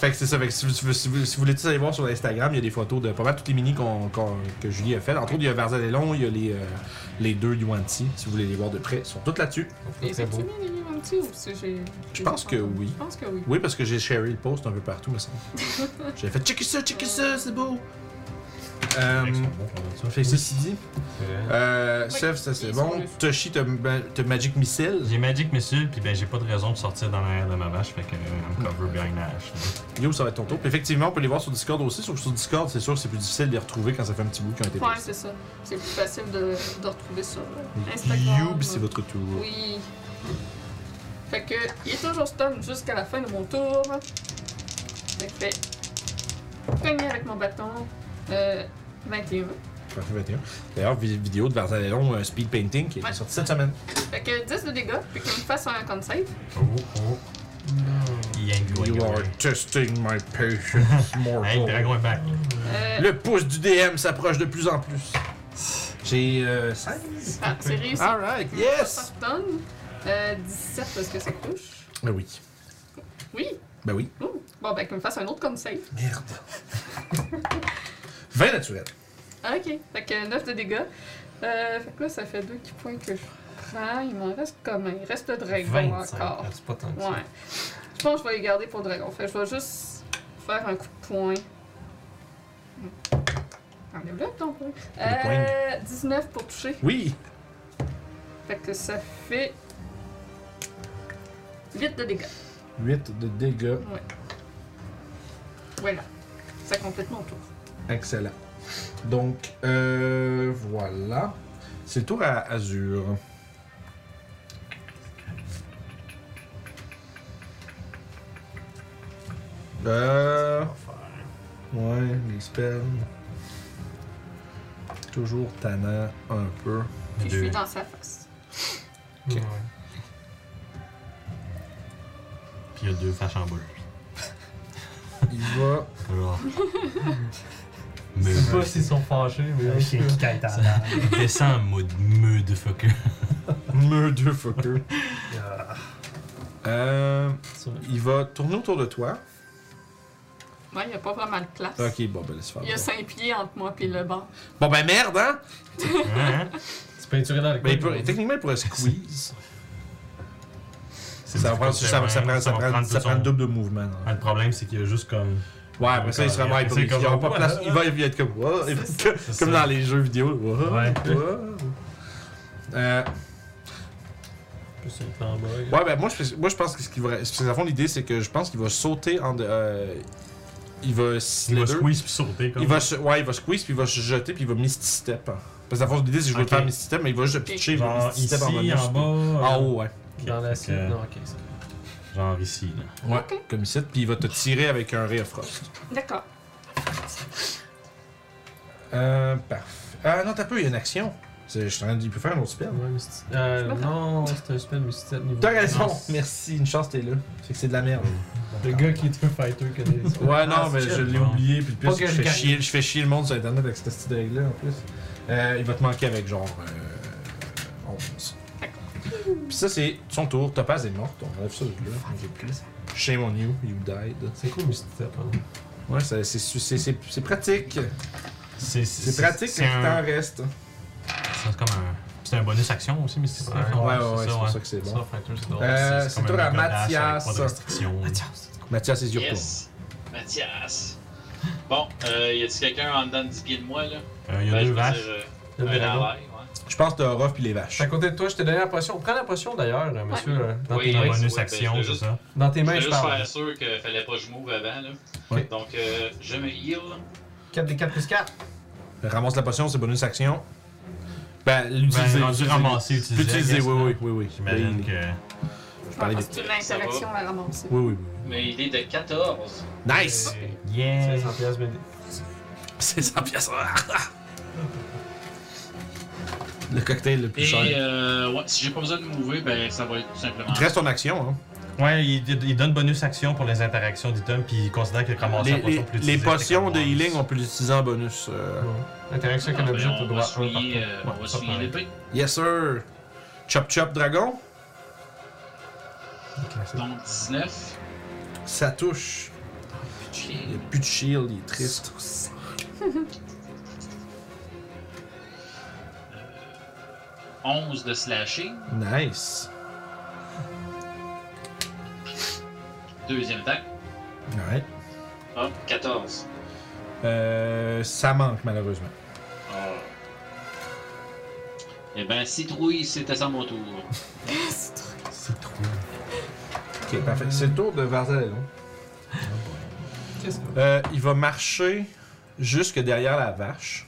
fait que c'est ça. Fait que si, vous, si vous- si vous- si vous voulez tous aller voir sur Instagram, il y a des photos de pas mal toutes les minis qu'on- qu'on- que Julie a faites. Entre autres, il y a Varzalelon, il y a les, euh, les deux Yuanti, si vous voulez les voir de près. Ils sont toutes là-dessus.
C'est
Et
très
c'est
beau.
tu mis les livres petits ou si j'ai.
Je pense que oui.
Je pense que oui.
Oui, parce que j'ai sharé le post un peu partout, mais ça. J'ai fait checker ça, checker ça, c'est beau. Euh, fait que ceci dit, euh,
Oui,
Seth, ça c'est
ils sont
bon.
dessus.
Toshi, t'as ma- t'as Magic Missile.
J'ai Magic Missile, puis ben j'ai pas de raison de sortir dans l'arrière de ma vache, fait que euh, I'm cover behind the ash.
Yo, ça va être ton tour. Puis Effectivement, on peut les voir sur Discord aussi. Sauf que sur Discord, c'est sûr, c'est plus difficile de les retrouver quand ça fait un petit bout qu'ils ont été
Ouais,
postés.
c'est ça. C'est plus facile de, de retrouver sur euh, Instagram.
Youb, c'est votre tour.
Oui. Fait que, il est toujours stun jusqu'à la fin de mon tour. Fait que, fait. Cogner avec mon bâton. Euh, 21.
Parfait, 21. D'ailleurs, vi- vidéo de Varzalelon, euh, Speed Painting, qui est
Ouais.
sortie cette semaine.
Fait que 10 de dégâts, puis qu'il me fasse un con save.
Oh, oh. Yang
Hmm. You are testing my patience,
Hey, le
mortal.
dragon est back.
Euh,
Le pouce du DM s'approche de plus en plus. J'ai euh, 16.
Ah, c'est réussi.
Alright,
Ça
yes!
retonne. Euh, 17, parce que ça touche?
Ben oui.
Oui.
Ben oui.
Ouh. Bon, ben, qu'il me fasse un autre comme save.
Merde. 20 naturel.
Ah, ok. Fait que 9 de dégâts. Euh, fait que là, ça fait 2 petits points que je prends. Il m'en reste comme un. Il reste le dragon
25.
encore.
C'est pas tant que ça.
Ouais. Je pense que je vais les garder pour le dragon. Fait que je vais juste faire un coup de poing. Hmm. Enlève-le ton poing.
Le poing.
Euh, 19 pour toucher.
Oui.
Fait que ça fait 8 de dégâts.
8 de dégâts.
Ouais. Voilà. Ça complète mon tour.
Excellent. Donc, euh, voilà. C'est le tour à Azur. Euh. Ouais, les spells. Toujours tannant un peu.
Puis je
Deux.
suis dans sa face.
Ok.
Puis il y a deux fâches en bas de lui.
Il va.
Genre. Mais
Je sais pas s'ils sont fâchés, mais.
Là, j'ai qui est en l'air.
descend en mode motherfucker.
Murderfucker.
Ah,
Euh.
sont-
Il va tourner autour de toi.
Ouais, il n'y a pas vraiment de place.
Ok, bon, ben laisse faire.
Il y a
bon.
5 pieds entre moi et le banc.
Bon, ben merde, hein!
Hein?
Tu peinturais dans le
Ben, il peut- techniquement, il pourrait squeeze.
C'est
Ça
du
prend ça, prend- ça, prend-
contemporain,
ça
va
prend-
prendre
ça
tout
prend le
son-
double de mouvement.
Ah,
là.
le problème, c'est qu'il y a juste comme.
Ouais, après ça, il se remet comme
C'est
il il aura
comme-
pas de place. Il va, il va être comme. Oh, il va- comme
ça.
dans les jeux vidéo. Oh,
Ouais.
oh. Euh,
C'est en bas.
ouais, ben moi je, moi, je pense que ce qu'il va. Parce que, à fond, l'idée, c'est que je pense qu'il va sauter en. de- euh, il va.
Il va
slither.
squeeze puis sauter comme
Il va se, ouais, il va squeeze, puis il va se jeter, puis il va misty step. Parce que à force l'idée, c'est que je veux
Ok.
faire misty step, mais il va juste pitcher, il va
Genre
misty
ici,
step
en
en bas. euh.
bas.
En haut, ouais.
Ok,
Dans la
fait que-
euh,
cible. Non, ok, ça.
Genre ici, là.
Ouais, comme ici, puis il va te tirer avec un ray of frost.
D'accord.
Euh, parfait. Ah non, t'as peu, il y a une action. C'est- Je suis en train d'y faire un autre spell.
Ouais, mais c'est- euh, non, c'est un spell, mais c'est niveau.
T'as raison,
Non, c'est-
merci, une chance t'es là. Fait que c'est de la merde.
Le gars qui est un fighter que des.
Ouais, non,
Ah,
mais
c'est
je
chill.
l'ai
Bon.
oublié, puis le pire,
Pas
c'est que
que
je
je
fais,
gagne.
chier, je fais chier le monde sur Internet avec cette petite règle-là, en plus. Euh, il va te manquer avec genre euh, 11. Puis ça, c'est son tour. Topaz est morte, on enlève ça de là. Shame on you, you died.
C'est cool, Misty Step. hein.
Ouais, ça- c'est c'est- c'est- c'est pratique.
C'est
C'est pratique,
C'est
mais il t'en
un-
reste.
c'est comme un. C'est un bonus action aussi, mais c'est
Ouais,
Ouais, ouais, ouais, c'est pour ça que c'est
Ça,
bon.
fighter, c'est drôle.
Euh, c'est
comme
toi,
un
à
mega dash avec
Mathias.
pas de restriction.
Mathias, c'est your tour.
Yes! Mathias! Bon, euh, y a-t-il quelqu'un en dedans de 10 pieds de moi, là?
Euh, Il y a
Ben, je
deux
veux
vaches.
dire, euh,
Le
un
dragon.
envers, ouais.
Je pense que t'as Orof puis les vaches.
Je suis à côté de toi, je t'ai donné la potion. Prends la potion d'ailleurs, euh, monsieur. euh, Dans,
Oui,
tes
Un
mains,
ouais.
bonus
ben, je
action,
veux
c'est
juste-
ça.
dans tes
Je voulais
mains, je
juste
parle.
faire sûr qu'il fallait pas que je m'ouvre avant, là.
Ouais.
Donc, euh, je me heal.
4 des 4 plus 4.
Ramasse la potion, c'est bonus action. Ben, l'utiliser.
Ben, rendu ramassé, utiliser.
L'utiliser,
I guess,
oui,
là.
oui, oui, oui.
J'imagine
Ben,
que.
Je
parlais
pense que Ah, c'est une interaction à ramasser.
Oui, oui,
Mais il est de 14.
oui. Nice!
Yeah!
500 Euh, piastres, mais.
C'est 100 pièces. Le cocktail le plus
Et
cher.
euh, ouais, si j'ai pas besoin de mouver, ben ça va être tout simplement.
Il te reste ton action, hein.
Ouais, il, il donne bonus action pour les interactions d'items, puis il considère que ramasser
Les,
la potion
les-
plus
les potions de healing, on peut les utiliser en bonus. euh.
Interaction avec
Ah,
un
ben,
objet,
on
tu
va
droit
se mouiller, euh, on
Ouais,
va
pas
se mouiller
pareil.
l'épée.
Yes, sir! Chop chop dragon,
Donc 19.
ça touche. Il n'y a plus de shield, il est triste.
Euh, 11 de slashing.
Nice!
Deuxième attaque.
Ouais.
Hop, 14.
Euh, ça manque, malheureusement.
Ah. Eh ben, citrouille, c'était ça mon tour.
C'est trop.
Ok, parfait. C'est le tour de Varzalello.
Qu'est-ce que-
Euh, il va marcher jusque derrière la vache.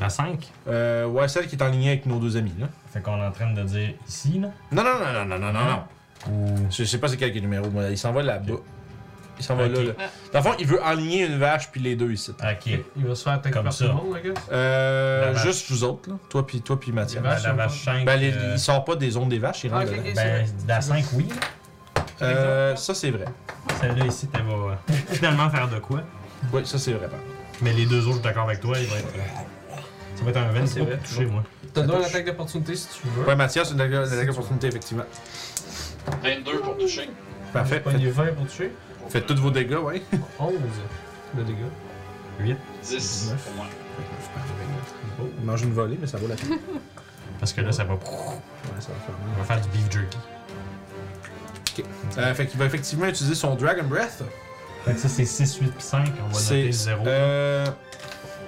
La 5?
Euh, ouais, celle qui est en ligne avec nos deux amis, là.
Fait qu'on est en train de dire ici, là?
Non, non, non, non, non, non, non, non.
Ou.
Je sais pas c'est quel qui est le numéro, mais il s'en va là-bas. Il s'en va
Ok.
là, là.
Ah.
Dans le fond, il veut aligner une vache puis les deux ici.
Ok.
Il va se faire attaquer
Comme
par tout le
ça.
monde, I guess.
Euh,
La vache.
juste vous autres, là. Toi puis toi puis Mathieu.
Les
Ben,
vaches
la
sont
vache 5.
Ben, les- il sort pas des zones des vaches, il
Ah,
rentre
ok,
dedans.
ok,
ben
c'est
la 5, oui.
Euh, ça c'est vrai.
Celle-là ici, t'as va finalement faire de quoi?
Oui, ça c'est vrai. pardon.
Mais les deux autres, je suis d'accord avec toi, ils vont être. euh, Ça va être un 23
vrai.
pour toucher, moi.
T'as droit à l'attaque d'opportunité si tu veux.
Ouais, Mathias, une attaque une attaque d'opportunité, effectivement.
22 pour toucher.
Parfait.
Pas
Faites,
20 pour tuer.
faites tous vos dégâts, ouais.
11 de dégâts.
10 pour moi.
Oh, il mange une volée, mais ça vaut la peine.
Parce que là, ça va,
Ouais, ça va faire
on va faire du beef jerky.
mal. Euh, fait qu'il va effectivement utiliser son Dragon Breath.
Fait que ça, c'est 6, 8, 5. On va
C'est.
noter 0.
Euh.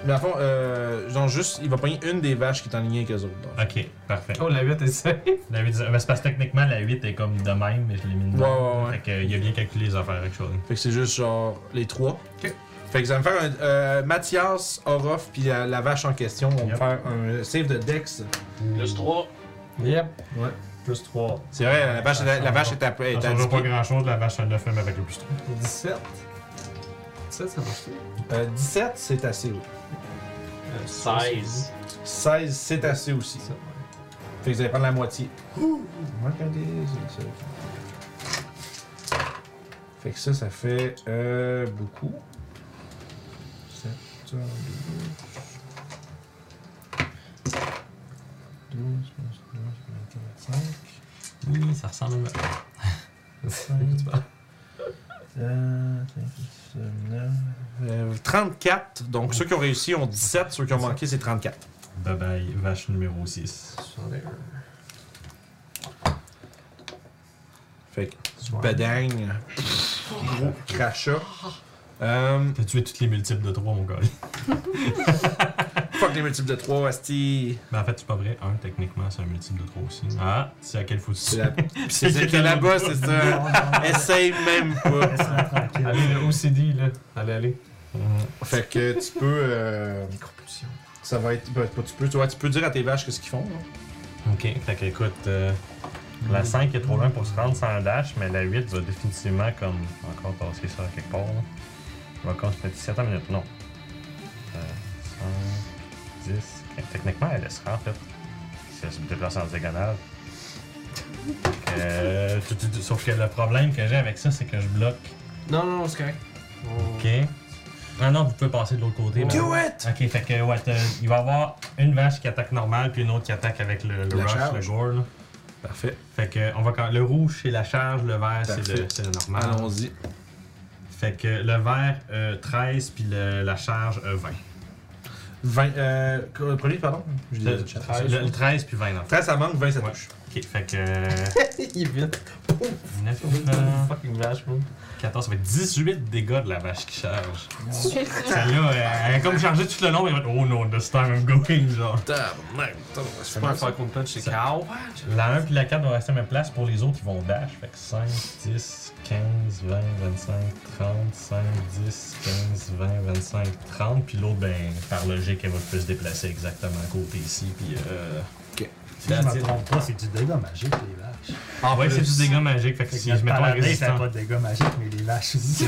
Mais à fond, euh. Genre juste, il va pogner une des vaches qui est en ligne avec eux autres. donc.
Ok, parfait.
Oh, la 8 et 5.
La 8, ben, c'est parce que techniquement, la 8 est comme de même, mais je l'ai mis de
Ouais,
même.
ouais, ouais.
Fait que, euh, il a bien calculé les affaires, quelque chose.
Fait que c'est juste genre les trois. Fait que ça va me faire un. Euh, Mathias, Orof, puis la, la vache en question vont me
Yep.
faire un save de Dex.
Plus 3.
Yep.
Ouais.
Plus 3.
C'est vrai, la vache, la, la vache est à. Est
Ça
à
change pas grand chose, la vache a 9 même avec le plus 3.
17. 17, ça marche Euh, tout.
euh, 17, c'est assez, oui.
16.
16, c'est assez aussi. Fait que vous allez prendre la moitié. Regardez, c'est ça. Fait que ça, ça fait euh, beaucoup. 7, 12. 12, 25,
Oui, ça ressemble même.
34, euh, donc ceux qui ont réussi ont 17, ceux qui ont manqué c'est 34.
Bye bye, vache numéro 6.
61.
Fait que du bedagne, gros crachat. Euh,
T'as tué toutes les multiples de 3, mon gars.
Fuck les multiples de 3, Asti.
Mais en fait, c'est pas vrai. 1, techniquement, c'est un multiple de 3 aussi. Ah, c'est à quel foutu.
C'est la- c'est celle qui est là-bas, c'est ça. Essaye même pas.
Laisse-la tranquille.
Allez, le OCD, là. Allez, allez.
Mm,
Fait que tu peux. euh, ça va être. bah, pas tu peux, tu vois, tu peux dire à tes vaches qu'est-ce qu'ils font. là.
Ok, fait que écoute, euh, la 5 est trop loin pour se rendre sans dash, mais la 8 va définitivement comme encore passer ça à quelque part. Là. Elle Va encore se mettre 17 minutes, non. Euh, 5, 10, 15. Techniquement, elle laissera en fait. Si elle se déplace en diagonale. Fait que, euh, tu- tu- tu- sauf que le problème que j'ai avec ça, c'est que je bloque.
Non, non, non, c'est correct. On-
Ok. Ah non, vous pouvez passer de l'autre côté. mais-
Do it!
Ok, fait que ouais, t'as- il va y avoir une vache qui attaque normale, puis une autre qui attaque avec le, le
La
rush,
charge.
le gore. là.
Parfait.
Fait que on va quand- le rouge c'est la charge, le vert c'est
Parfait.
le, c'est le normal.
Allons-y.
Fait que le vert euh, 13 puis le- la charge euh, 20.
20. Euh, le premier, pardon. Je dis
Le,
le chat.
13, le- le 13 puis 20 dans le fond.
13, ça manque, 20, ça
Ouais.
touche.
Ok, fait que euh,
Il est vite.
9,
Oh,
euh,
Fucking vache, moi.
14, ça fait 18 dégâts de la vache qui charge.
C'est
Celle-là, euh, elle est comme chargée tout le long, mais elle va être, oh no, this time I'm going, genre.
Tabarnak, tabarnak, ça fait mal, ça.
faire contre punch, c'est
Ça-
KO.
La 1 puis la 4 vont rester à même place pour les autres ils vont dash. Fait que 5, 10, 15, 20, 25, 30, 5, 10, 15, 20, 25, 30. Puis l'autre, ben, par logique, elle va plus se déplacer exactement à côté ici. Puis euh.
Ok.
Si je me trompe pas, c'est du dégât magique, les vaches.
Ah ouais, c'est du dégât magique. Fait que
Fait que
si
notre
je mets un
paladin, ça fait
résistant.
pas de dégâts magiques, mais les vaches aussi.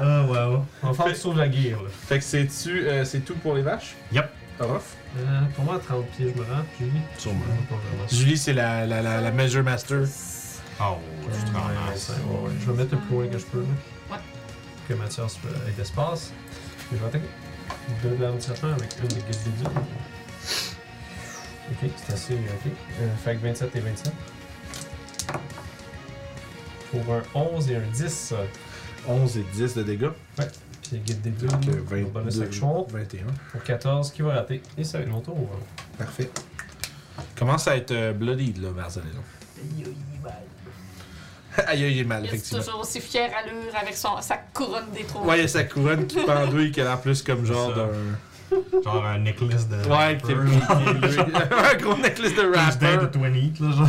Ah ouais, ouais.
On va faire que tu sauves la guerre, là.
Fait que c'est-tu, euh, c'est tout pour les vaches?
Yep.
Orof?
Euh, pour moi, à 30 pieds, je me rends, puis.
Sûrement.
Non, pas vraiment.
Julie, c'est la, la, la, la Measure Master.
Oh, je te
Ouais,
ramasse.
c'est- ouais, ouais. Je vais mettre le plus loin que je peux. là.
Ouais.
Que Mathias peut- ait d'espace. Et je vais attaquer. Deux de l'arme de serpent avec une des guides dédiées. Ok, c'est assez. Ok. Euh, fait que 27 et 27. Pour un 11 et un 10.
11 et 10 de dégâts.
Puis guide des deux.
Donc, euh,
mon bonus
22,
action.
21.
Pour 14 qui va rater. Et ça va être mon tour. hein.
Parfait. Commence à être euh, bloodied, là, Marzalino. Aïe, aïe, il est mal, effectivement.
toujours aussi fier allure avec son, sa couronne des trous.
Ouais, il y a sa couronne qui pend d'eux et qui a l'air plus comme genre
Ça.
d'un.
Genre un necklace de.
Ouais, qui est Un gros necklace de
Tuesday de
rapper.
28, là, genre.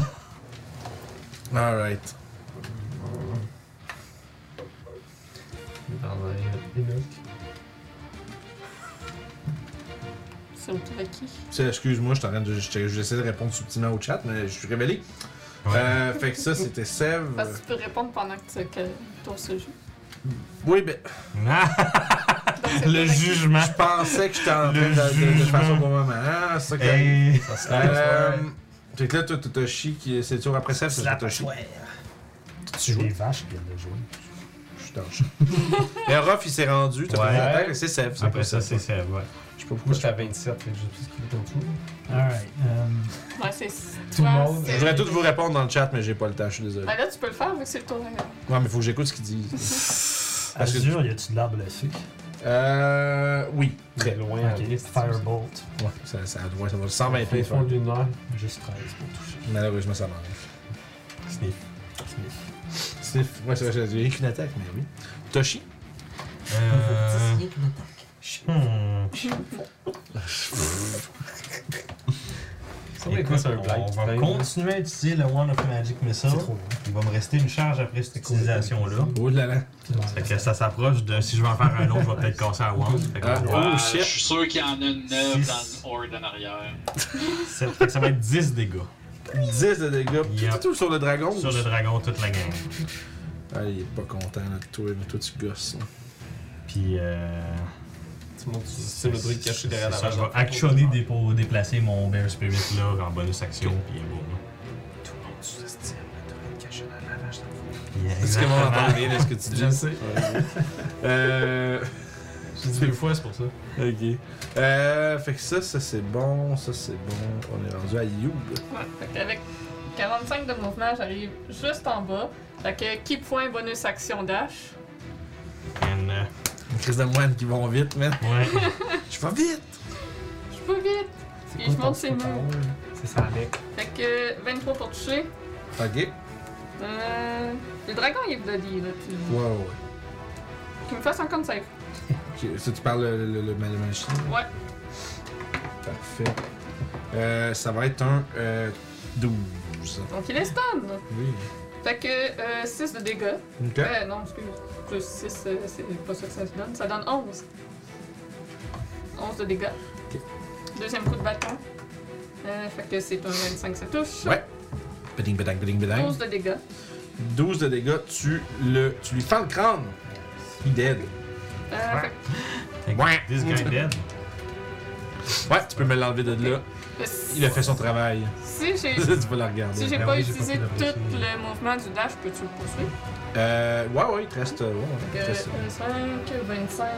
Alright.
Pardon, il y a une autre.
C'est le tour de qui?
Tu sais, Excuse-moi, je suis en train de. je- J'essaie de répondre subtilement au chat, mais je suis révélé.
Ouais.
Euh, fait que ça, c'était Sève.
Parce que tu peux répondre pendant que tu- que ton se joue.
Oui, ben,
Ah,
Donc,
le
c'est tour de qui?
jugement.
je pensais que j'étais en train de,
Le
de, de
jugement.
faire ça au bon moment. Ah, c'est ça que t'as-
Hey. Ah,
Ça se
Euh,
passe, ouais.
Fait que là, toi, Totoshi, qui est- c'est toujours après Sève, c'est Totoshi.
Euh, Tu joues. Les vaches viennent de jouer.
Je suis dans le champ. Et Ruff, il s'est rendu, t'as
Ouais.
pris la tête, et c'est Sèvres. c'est
Après
pas
ça,
Sèvres.
c'est Seb, ouais.
Je sais pas pourquoi j'étais à 27, fait que j'ai tout ce qui est autour.
Alright. um,
Ouais, c'est.
Tout le monde.
Je voudrais tout vous répondre dans le chat, mais j'ai pas le temps, je suis désolé.
Ben là, tu peux le faire vu que c'est le tournoi.
Ouais, mais faut que j'écoute ce qu'ils disent. Parce que-
Azure, y a-tu de l'arbre là-dessus?
Euh. Oui, très loin. hein.
Loin,
Ok, Firebolt.
Ouais, ça, ça doit ça va 120
Au
pieds.
fond d'une heure.
Juste 13 pour toucher.
Malheureusement, ça m'enlève.
Sniff.
Sniff. Ouais, c'est vrai, j'ai- j'ai qu'une attaque, mais oui. Toshi.
Euh... hmm.
vrai
Écoute,
que c'est un blague.
on va continuer à utiliser le One of Magic Missile.
C'est trop hein. loin.
Il va me rester une charge après cette utilisation-là.
Oh là là.
Fait que ça s'approche de si je vais en faire un autre, je vais peut-être casser à One. Fait que,
Ah,
ouais.
Oh,
Ah,
shit.
Je suis sûr qu'il y en a 9
Six.
dans le horde en arrière.
Ça- fait que ça va être 10 dégâts
10 de dégâts.
Yep.
Tout, tout sur le dragon.
sur le dragon toute la gang.
Ah, il est pas content, là. Toi, là, toi tu gosses. là.
Puis euh,
Tu montes c'est le truc caché derrière la
ça,
vache.
je vais actionner, dépo- déplacer mon Bear Spirit là en bonus action, puis boum.
Est-ce que mon entend rien de ce que tu dis?
Je sais.
Euh.
J'ai dit deux fois, c'est pour ça.
Ok. Euh. Fait que ça, ça c'est bon. Ça c'est bon. On est rendu à Youb.
Ouais, fait qu'avec 45 de mouvement, j'arrive juste en bas. Fait que qui point bonus action dash.
And, euh,
Une crise de moines qui vont vite, man.
ouais.
Je vais vite!
Je vais vite! Puis je monte ses murs.
C'est ça, mec.
Fait que 23 pour toucher.
Ok.
Euh, le dragon il est bloody là. Tu,
Ouais, ouais, ouais.
tu me fasses encore une save.
Ok, Ça, tu parles le, le, le, le magicien?
Ouais.
Parfait. Euh, ça va être un euh, 12.
Donc il est stun.
Oui.
Fait que 6 de dégâts.
Ok.
Euh, non, excuse. Plus 6, c'est pas ça que ça se donne. Ça donne 11. 11 de dégâts.
Ok.
Deuxième coup de bâton. Euh, fait que c'est un 25, ça touche.
Ouais. Beding, bedang, beding, bedang.
12 de dégâts.
12 de dégâts, tu, le, tu lui fends le crâne. Il dead.
Euh, fait
Fait que
Ouais.
This guy dead.
Ouais, tu peux me l'enlever de là.
que si-
Il a Ah fait son travail.
Si j'ai
tu peux le
si
regarder.
j'ai
Ben
pas
oui, j'ai pas
utilisé
pu l'apprécier.
tout le mouvement du dash, peux-tu le poursuivre?
Euh, ouais, ouais, il te reste. Ouais, ouais, il te
Euh,
reste-
25, 25, 30,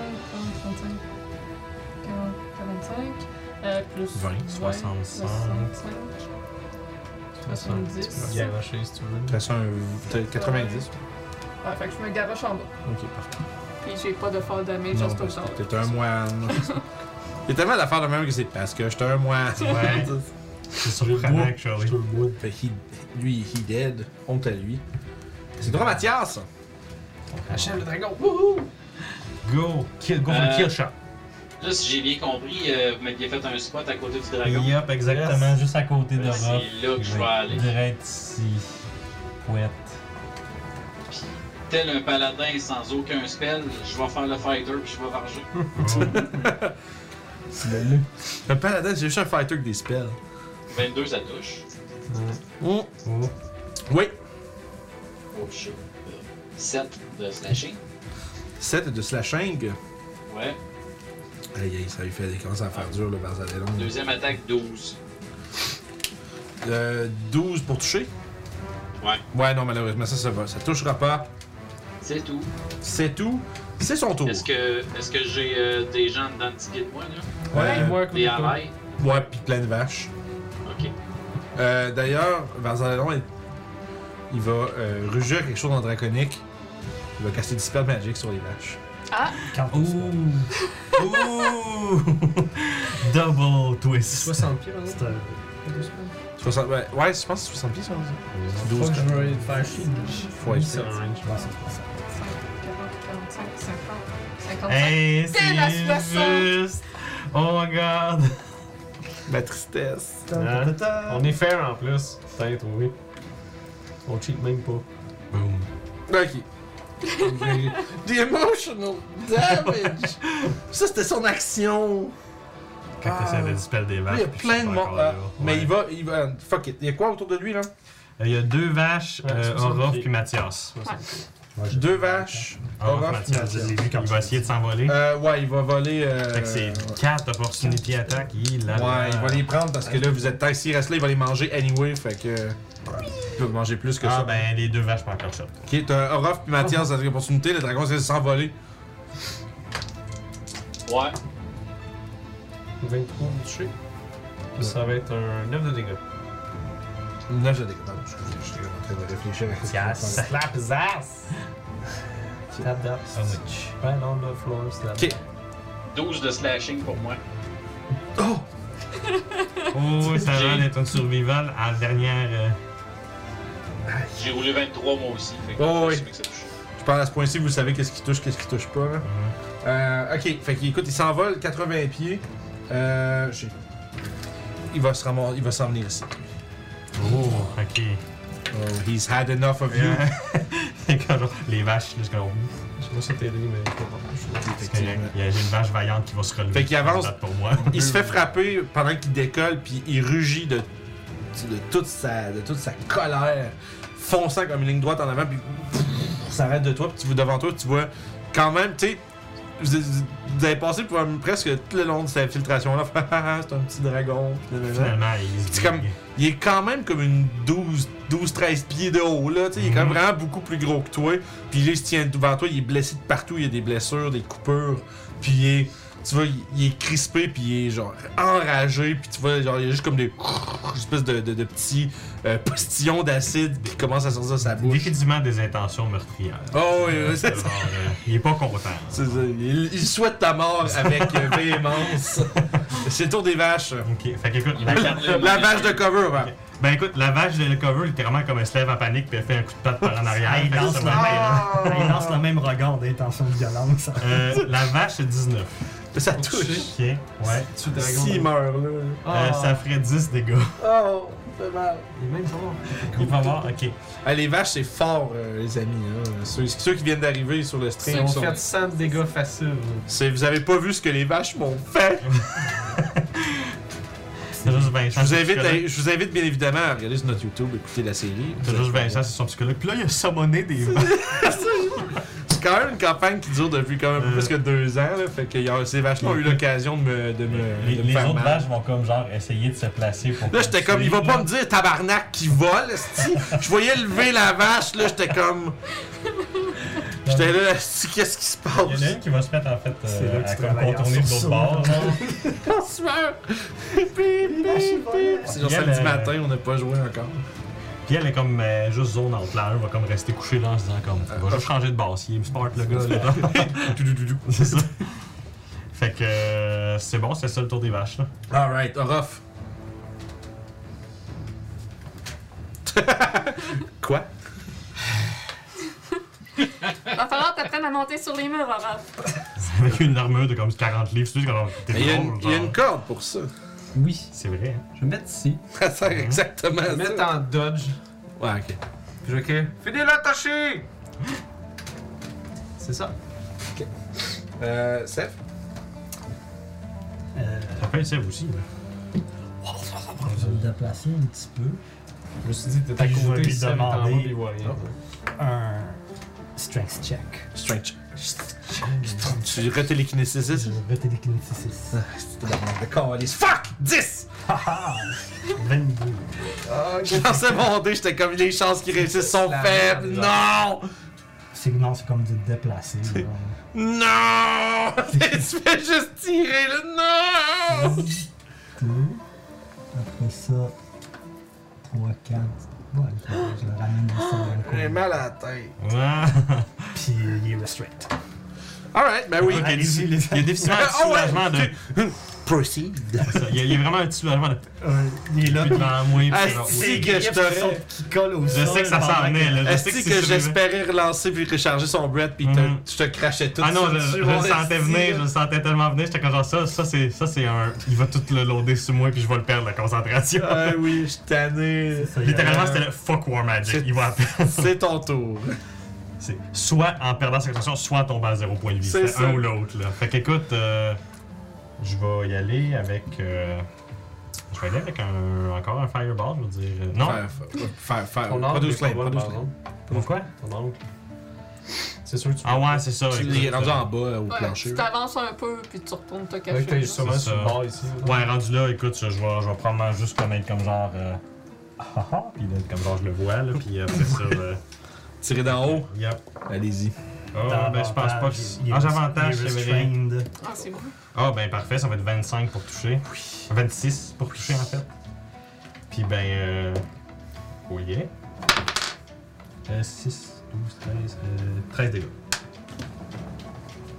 35, 40, 45, euh, plus
20, 65.
70.
Yeah, vaché, si tu veux.
il te reste un
euh,
t'as 90.
Ouais, Ah, fait que je me garoche en bas.
Ok, parfait.
Puis j'ai pas de fall damage,
Non,
juste tout le
parce
temps.
que T'es un moine. Il y a tellement d'affaires de même que c'est parce que j'étais un moine.
Ouais. C'est surprenant, actually.
Fait que he- lui, he dead. Honte à lui. C'est drôle, Mathias!
Achève le dragon.
Go! Kill, go for
Euh,
the kill shot!
Là, si j'ai bien compris, euh, vous m'aviez fait un spot à côté du dragon.
Yup, exactement, juste à côté de
Ben,
Rob.
C'est là que je vais aller.
Direct ici. Pouette.
Tel un paladin sans aucun spell, je vais faire le fighter puis je vais varger.
Un paladin, c'est juste un fighter avec des spells.
22, ça touche. Mm.
Oh.
Oui,
Oh shit. 7 de slashing.
7 de slashing.
Ouais.
Aïe, aïe, ça lui fait, il commence à faire dur le Barzalelon.
Deuxième attaque, 12.
Euh, 12 pour toucher.
Ouais.
Ouais, non, malheureusement, ça, ça va. Ça touchera pas.
C'est tout.
C'est tout. C'est son tour.
Est-ce que, est que j'ai euh, des gens dedans de ticket de moi, là?
Ouais, ouais,
Moi, comme
Des
toi.
allies?
Euh, puis plein de vaches.
Ok.
Euh, D'ailleurs, Barzalelon, il, il va euh, rugir quelque chose dans le draconique. Il va casser Dispel Magic sur les vaches.
Quand on se bat.
Ouh! Ouh! Double twist!
60 pieds, maintenant.
C'est un-
60, ouais, ouais, je pense que c'est 60 pieds, ça. hein, ça.
Faut
12
que je veux le faire chier. Hein?
fois
Oui,
ici.
c'est un range.
je pense que c'est pour ça.
40, 45, 50, 55.
Hey,
T'es la
c'est juste! Oh my god!
La tristesse.
Hein? On est fair en plus. T'as trouvé. On cheat même pas.
Boom!
Ok. The emotional damage! Ça, c'était son action!
Quand
Ah.
t'essaies de dispel des vaches.
Lui, il y a
puis
plein
je
de
suis
monde.
encore
Ah,
là.
Mais
Ouais.
il va, il va. Fuck it. Il y a quoi autour de lui, là?
Euh, Il y a deux vaches,
Ouais,
euh,
c'est ça.
Orof puis Mathias.
Moi, j'ai-
Deux vaches.
Orof,
Orof,
Mathias,
Mathias.
je l'ai vu quand il va essayer de s'envoler.
Euh, ouais, il va voler. euh,
fait que c'est quatre opportunités attaque. Il a
Ouais, il va les prendre parce que là, vous êtes taxi, reste là, il va les manger anyway. Fait que. Ils peuvent manger plus que
Ah
ça.
ben les deux vaches par shot.
Qui est un Orof puis Mathias à l'opportunité, le dragon s'est s'envoler.
Ouais.
23 touché. Ça va être un 9 de dégâts.
9 de dégâts. Non, excusez, j'étais en train de réfléchir à
Yes. Slap his ass!
Tap that.
Ah
Sandwich.
Right on the Ben floor, slap.
Ok.
12 de slashing pour moi.
Oh!
Oh, ça a l'air d'être une survivante à la dernière. euh,
J'ai roulé 23 moi aussi. Fait que
Oh, oui.
je sais que ça touche.
Je parle à ce point-ci, vous savez qu'est-ce qui touche, qu'est-ce qui touche pas. là. Euh, ok, fait qu'il écoute, il s'envole 80 pieds. Euh, j'ai- il va se ramon- il va s'en venir ici.
Oh, ok.
Oh, he's had enough of you.
Et quand genre, les vaches, juste comme.
Je sais pas si t'es aidé, mais je comprends.
C'est correct. Il y a j'ai une vache vaillante qui va se relever.
Fait qu'il
pour se
avance.
battre pour moi.
Il se fait frapper pendant qu'il décolle, puis il rugit de, de, toute sa, de toute sa colère, fonçant comme une ligne droite en avant, puis il s'arrête de toi, puis tu vois devant toi, tu vois quand même, tu sais, vous, vous avez passé pour un- presque tout le long de cette filtration-là, c'est un petit dragon, puis blablabla.
Finalement, il se
C'est comme-
digue.
Il est quand même comme une 12, 12 13 pieds de haut, là. tu sais, Il est quand même vraiment beaucoup plus gros que toi. Puis là, il se tient devant toi, il est blessé de partout. Il y a des blessures, des coupures. Puis il est, tu vois, il- il est crispé, puis il est genre enragé. Puis tu vois, genre, il y a juste comme des espèces de, de, de petits euh, postillons d'acide qui commencent à sortir de sa bouche.
Définitivement des intentions meurtrières.
Oh, oui, oui, c'est
C'est
ça.
genre, euh, il est pas content.
C'est ça. Il, il souhaite ta mort avec euh, véhémence. C'est le tour des vaches.
Ok, fait qu'écoute,
Il
la,
regarde les
La
mains.
vache de cover, hein. ouais.
ben écoute, la vache de le cover, littéralement, comme elle se lève en panique, puis elle fait un coup de patte par en arrière.
il,
Fait que
lance
ça
le
va bien, là.
même, il lance le même regard d'intention violente. Ça.
Euh, la vache, c'est 19.
Ça touche.
Ok, ouais.
Tu dragon.
S'il meurt, là.
Euh, ça ferait 10 dégâts.
Oh, c'est mal.
Ah, Il est même mort.
Il va voir, ok.
Ah, les vaches, c'est fort, euh, les amis. hein. Ceux, ceux qui viennent d'arriver sur le
Ils
stream
ont
sont.
fait 100 de dégâts faciles.
C'est- Vous avez pas vu ce que les vaches m'ont fait!
C'est juste
Je
Vincent.
vous,
son
invite à-
psychologue.
je vous invite bien évidemment à regarder sur notre YouTube, écouter la série.
C'est juste Vincent, c'est son psychologue. Puis là, il a summoné des
C'est quand même une campagne qui dure depuis quand même
Euh.
plus que deux ans, là, fait que y a- ces vaches-là ont eu l'occasion de me, de me,
Les,
de me
les
faire
autres
mal.
vaches vont comme genre essayer de se placer pour.
Là, j'étais comme, il va pas me dire tabarnak qui vole, esti. Je voyais lever la vache, là, j'étais comme. J'étais là, esti, qu'est-ce qui se
Il y en a
passe?
une qui va se mettre en fait
C'est là
euh,
que
à
tu
comme
travailles en
contourner de l'autre
sursaut.
bord. genre.
C'est genre
Il y a
samedi
le-
matin, on n'a pas joué encore.
Puis elle est comme euh, juste zone en plein, elle va comme rester couchée là en se disant comme. Il va juste changer de basse, il me smart le gars là. Tout, tout, tout, tout. c'est ça. Fait que euh, c'est bon, c'est ça le tour des vaches là.
Alright, Orof. Quoi?
Va falloir t'apprendre à monter sur les murs, Aurore.
Avec une armure de comme 40 livres, c'est juste comme. t'es
Il y, a
drôle,
une, il y a
genre.
une corde pour ça.
Oui.
C'est vrai. hein.
Je vais me mettre ici.
Ça sert exactement
Je vais
à
me mettre
ça.
en dodge.
Ouais, ok.
Puis je vais crier Finis l'attaché C'est ça.
Euh, Seth?
Euh,
Ça fait ça aussi. là.
je vais me déplacer un petit peu.
Je me suis dit, t'es à
Puis je vais
côté,
lui
si ça m'est en bas,
demander-
puis il voit rien.
Un strength check.
Strange. Tu retélékinésistes?
Je vais télékinésis.
Le corps, il est- Fuck! 10!
Haha! 22.
Je pensais mon dé, j'étais comme les chances qu'ils réussissent sont faibles. Non!
C'est non, c'est comme de déplacer. là.
Non! tu fais juste tirer là. Non!
Après ça, 3, 4. Ouais, je le ramène dans son même
J'ai
coin.
mal à la tête.
Ouais.
Puis il est restrict.
Alright, ben oui.
Il y a
Allez-y,
des-
les
il y a définitivement un
Ah ouais,
soulagement de.
Proceed.
Ça, Il y, a, il y a vraiment un petit soulagement de.
Euh, il est là.
Puis devant moi, puis
Ah,
genre,
si,
oui.
que je t'aurais-
Qui colle au
Je
sol
sais que ça
pendant
s'en venait, là. Je
Est-ce
sais que
que,
c'est sur-
j'espérais relancer puis recharger son bread puis te-
Mhm.
je te crachais tout
Ah non,
ça
je,
dessus,
je
mon
le sentais
esti,
venir, je
là.
le sentais tellement venir, j'étais comme genre ça, ça c'est, ça c'est un. Il va tout le loader sur moi puis je vais le perdre la concentration.
Ah oui, je suis tanné.
Ça, il y a-
Littéralement c'était le fuck War Magic,
C'est-
il va perdre.
C'est ton tour.
C'est soit en perdant sa concentration, soit en tombant à zéro point de vie.
C'est
C'était
ça.
un ou l'autre là. Fait qu'écoute, euh, je vais y aller avec. euh, je vais aller avec un, encore un Fireball, je veux dire. euh, Non,
Faire, faire, faire.
Ton
Ah, Pas
arme,
de
il est
slam,
pas
pas
bon,
de
par
slam.
exemple.
pourquoi
Ton arme. C'est sûr que tu
Ah ouais, c'est ça.
Tu
écoute,
l'es rendu
euh,
en bas au
Ouais,
plancher.
tu t'avances un peu, puis tu retournes te
Fait que t'es
cacher.
justement
C'est
sur
ça.
le bord ici. là.
Ouais, rendu là, écoute, je je vais, je vais probablement juste comme être comme genre. euh, ah ah, puis là, comme genre je le vois, là, puis après ça. euh,
Tirez d'en haut.
yep.
Allez-y.
Ah, ben je pense pas que. si- Ah, j'avantage, c'est vrai.
Ah, c'est bon.
Ah, ben parfait, ça va être 25 pour toucher. Oui. 26 pour toucher, en fait. Puis ben. Euh... Oh yeah. Euh, 6, 12, 13, euh, 13 dégâts.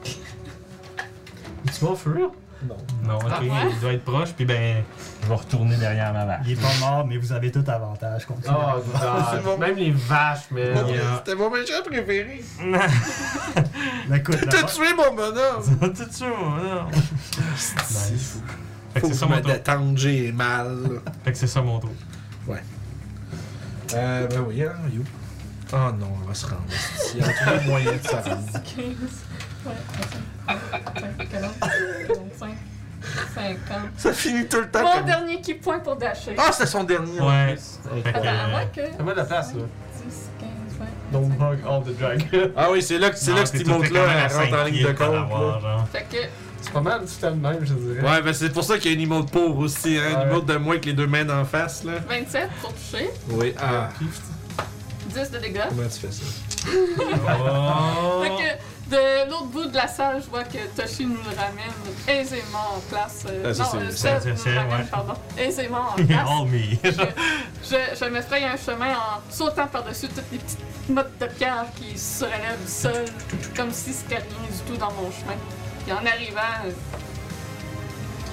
Tu vas for real?
Non, ok,
Ah ouais?
il doit être proche, puis ben. Je vais retourner derrière ma vache.
Il est pas mort, mais vous avez tout avantage
Ah,
contre
Oh, God. Même les vaches, man.
Yeah.
C'était mon méchant préféré.
La coupe, la-
T'as tué mon bonhomme.
Tout de suite, moi, non. Nice. Fait que
Faut
c'est
que
ça
je
mon
me
tour.
détende, j'ai mal.
Fait que c'est ça mon tour.
Euh, ben oui, hein, you. Oh non, on va se rendre. Il y a trop de moyens de se rendre.
15. Ouais, 25. 40. 45. 50.
Ça finit tout le temps
Mon
comme-
dernier qui point pour dasher.
Ah, c'était son dernier.
Ouais. Fait que,
Attends, à moins
euh,
que.
ah.
Ça va de la place, là.
10, 15, 20.
Don't
25.
bug all the dragon.
Ah oui, c'est là que, c'est
euh, non,
là que
t'es
cette
tout quand même à
emote-là
cinq
rentre en ligne
pieds
de
pour
compte. là.
l'avoir, genre.
Fait que.
C'est pas mal tout à le même, je dirais.
Ouais, ben c'est pour ça qu'il y a une emote pauvre aussi, hein. Une
Ouais.
emote de moins que les deux mains d'en face, là.
27 pour toucher.
Oui, ah.
10 de dégâts.
Comment tu fais ça? Ah.
Fait que de l'autre bout de la salle, je vois que Toshi nous le ramène aisément en place. Euh,
Ah, ça,
non,
c'est-
euh,
c'est-
Seb
c'est-
nous
c'est-
le ramène,
ouais.
pardon. Eh, Aisément en
Yeah,
place.
all me.
Je, je me fraye un chemin en sautant par-dessus toutes les petites mottes de pierre qui se relèvent du sol, comme si c'était rien du tout dans mon chemin. Et en arrivant, euh,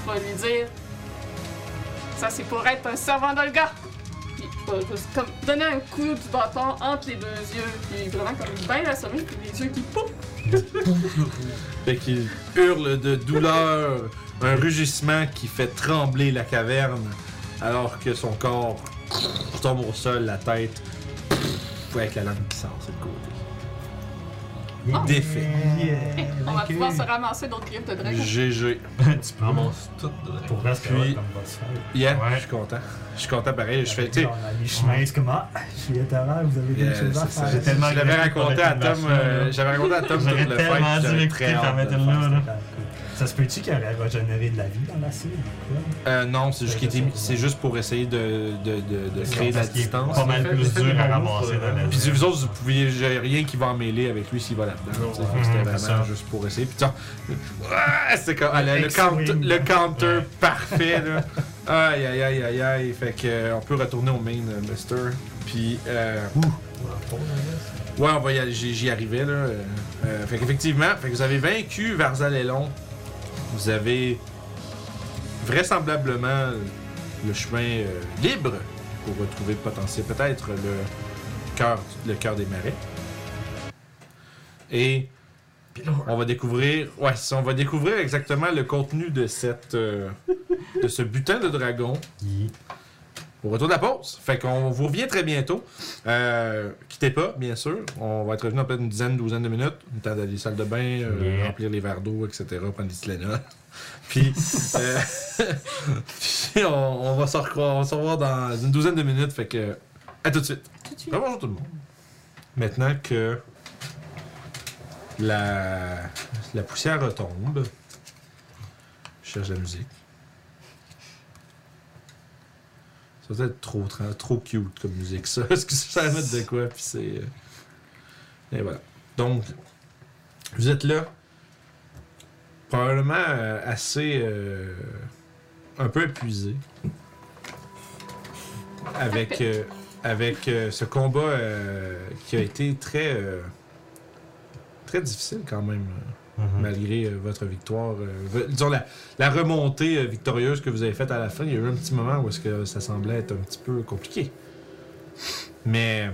je vais lui dire Ça, c'est pour être un servant d'Olga Puis je vais juste comme donner un coup du bâton entre les deux yeux, puis vraiment comme bien assommé, puis les yeux qui pouf
Fait qu'il hurle de douleur, un rugissement qui fait trembler la caverne, alors que son corps tombe au sol, la tête avec la langue qui sort sur le côté. Il
Ah,
Oh.
est défait.
Yeah.
On va
vaincu.
pouvoir se ramasser d'autres griffes de dragon.
GG.
tu peux
Commence tout de dragon.
Pour appuyer.
Puis- Yeah, je suis content. Je suis content pareil. Je fais, tu sais,
Genre, à mi-chemin, c'est comme, ah, je suis étonnant, vous avez quelque
euh,
chose à
c'est ça.
faire.
J'ai tellement
Je l'avais
regretté
raconté à
qu'on ait
Tom.
fait
euh,
machin,
J'avais raconté à Tom
J'aurais
tout le
tellement
fight,
dû
j'avais
l'écouter
très
quand
hâte de
mettre
le
une
faire.
main.
C'était quand même cool. Ça se peut-tu qu'elle aurait régénéré de la vie dans la série? ou quoi?
Euh, non, c'est juste, qu'il était- c'est juste pour essayer de, de, de, de créer de la
Parce qu'il est
distance.
Pas mal plus dur à ramasser dans la
Puis si vous autres, vous pouviez, j'ai rien qui va en mêler avec lui s'il va là-dedans. tu sais. Fait que
Mhm,
C'était
c'est
vraiment
ça.
juste pour essayer. Puis t'as- Ouais, c'est comme ah, le, le
X-Wing.
count- le counter parfait là. Aïe aïe aïe aïe aïe. Fait que euh, on peut retourner au main, euh, Mister. Puis euh, ouais, on va y aller. J'y j'y arrivais là. Euh, euh, fait qu'effectivement, fait que vous avez vaincu Varzalelon. Vous avez vraisemblablement le chemin euh, libre pour retrouver potentiel peut-être le cœur le cœur des marais. Et on va découvrir, ouais, c'est ça, on va découvrir exactement le contenu de cette, euh, de ce butin de dragon. Au retour de la pause, fait qu'on vous revient très bientôt. Euh, quittez pas, bien sûr. On va être revenu en peut-être une dizaine, douzaine de minutes. Le temps d'aller à la salle de bain, euh,
Yeah.
remplir les verres d'eau, etc., prendre des Tylenol. Puis, euh, puis on, on va se recroire, on va se revoir dans une douzaine de minutes. Fait que, à tout de suite.
Tout de suite.
Ah, bonjour tout le monde. Maintenant que la, la poussière retombe, je cherche la musique. Ça doit être trop, tra- trop cute comme musique, ça. Est-ce que ça va mettre de quoi? Puis c'est. euh, Et voilà. Donc, vous êtes là. Probablement euh, assez. euh, un peu épuisé. Avec. euh, avec euh, ce combat euh, qui a été très euh, très difficile quand même euh, malgré euh, votre victoire euh, v- disons la, la remontée euh, victorieuse que vous avez faite à la fin il y a eu un petit moment où est-ce que ça semblait être un petit peu compliqué mais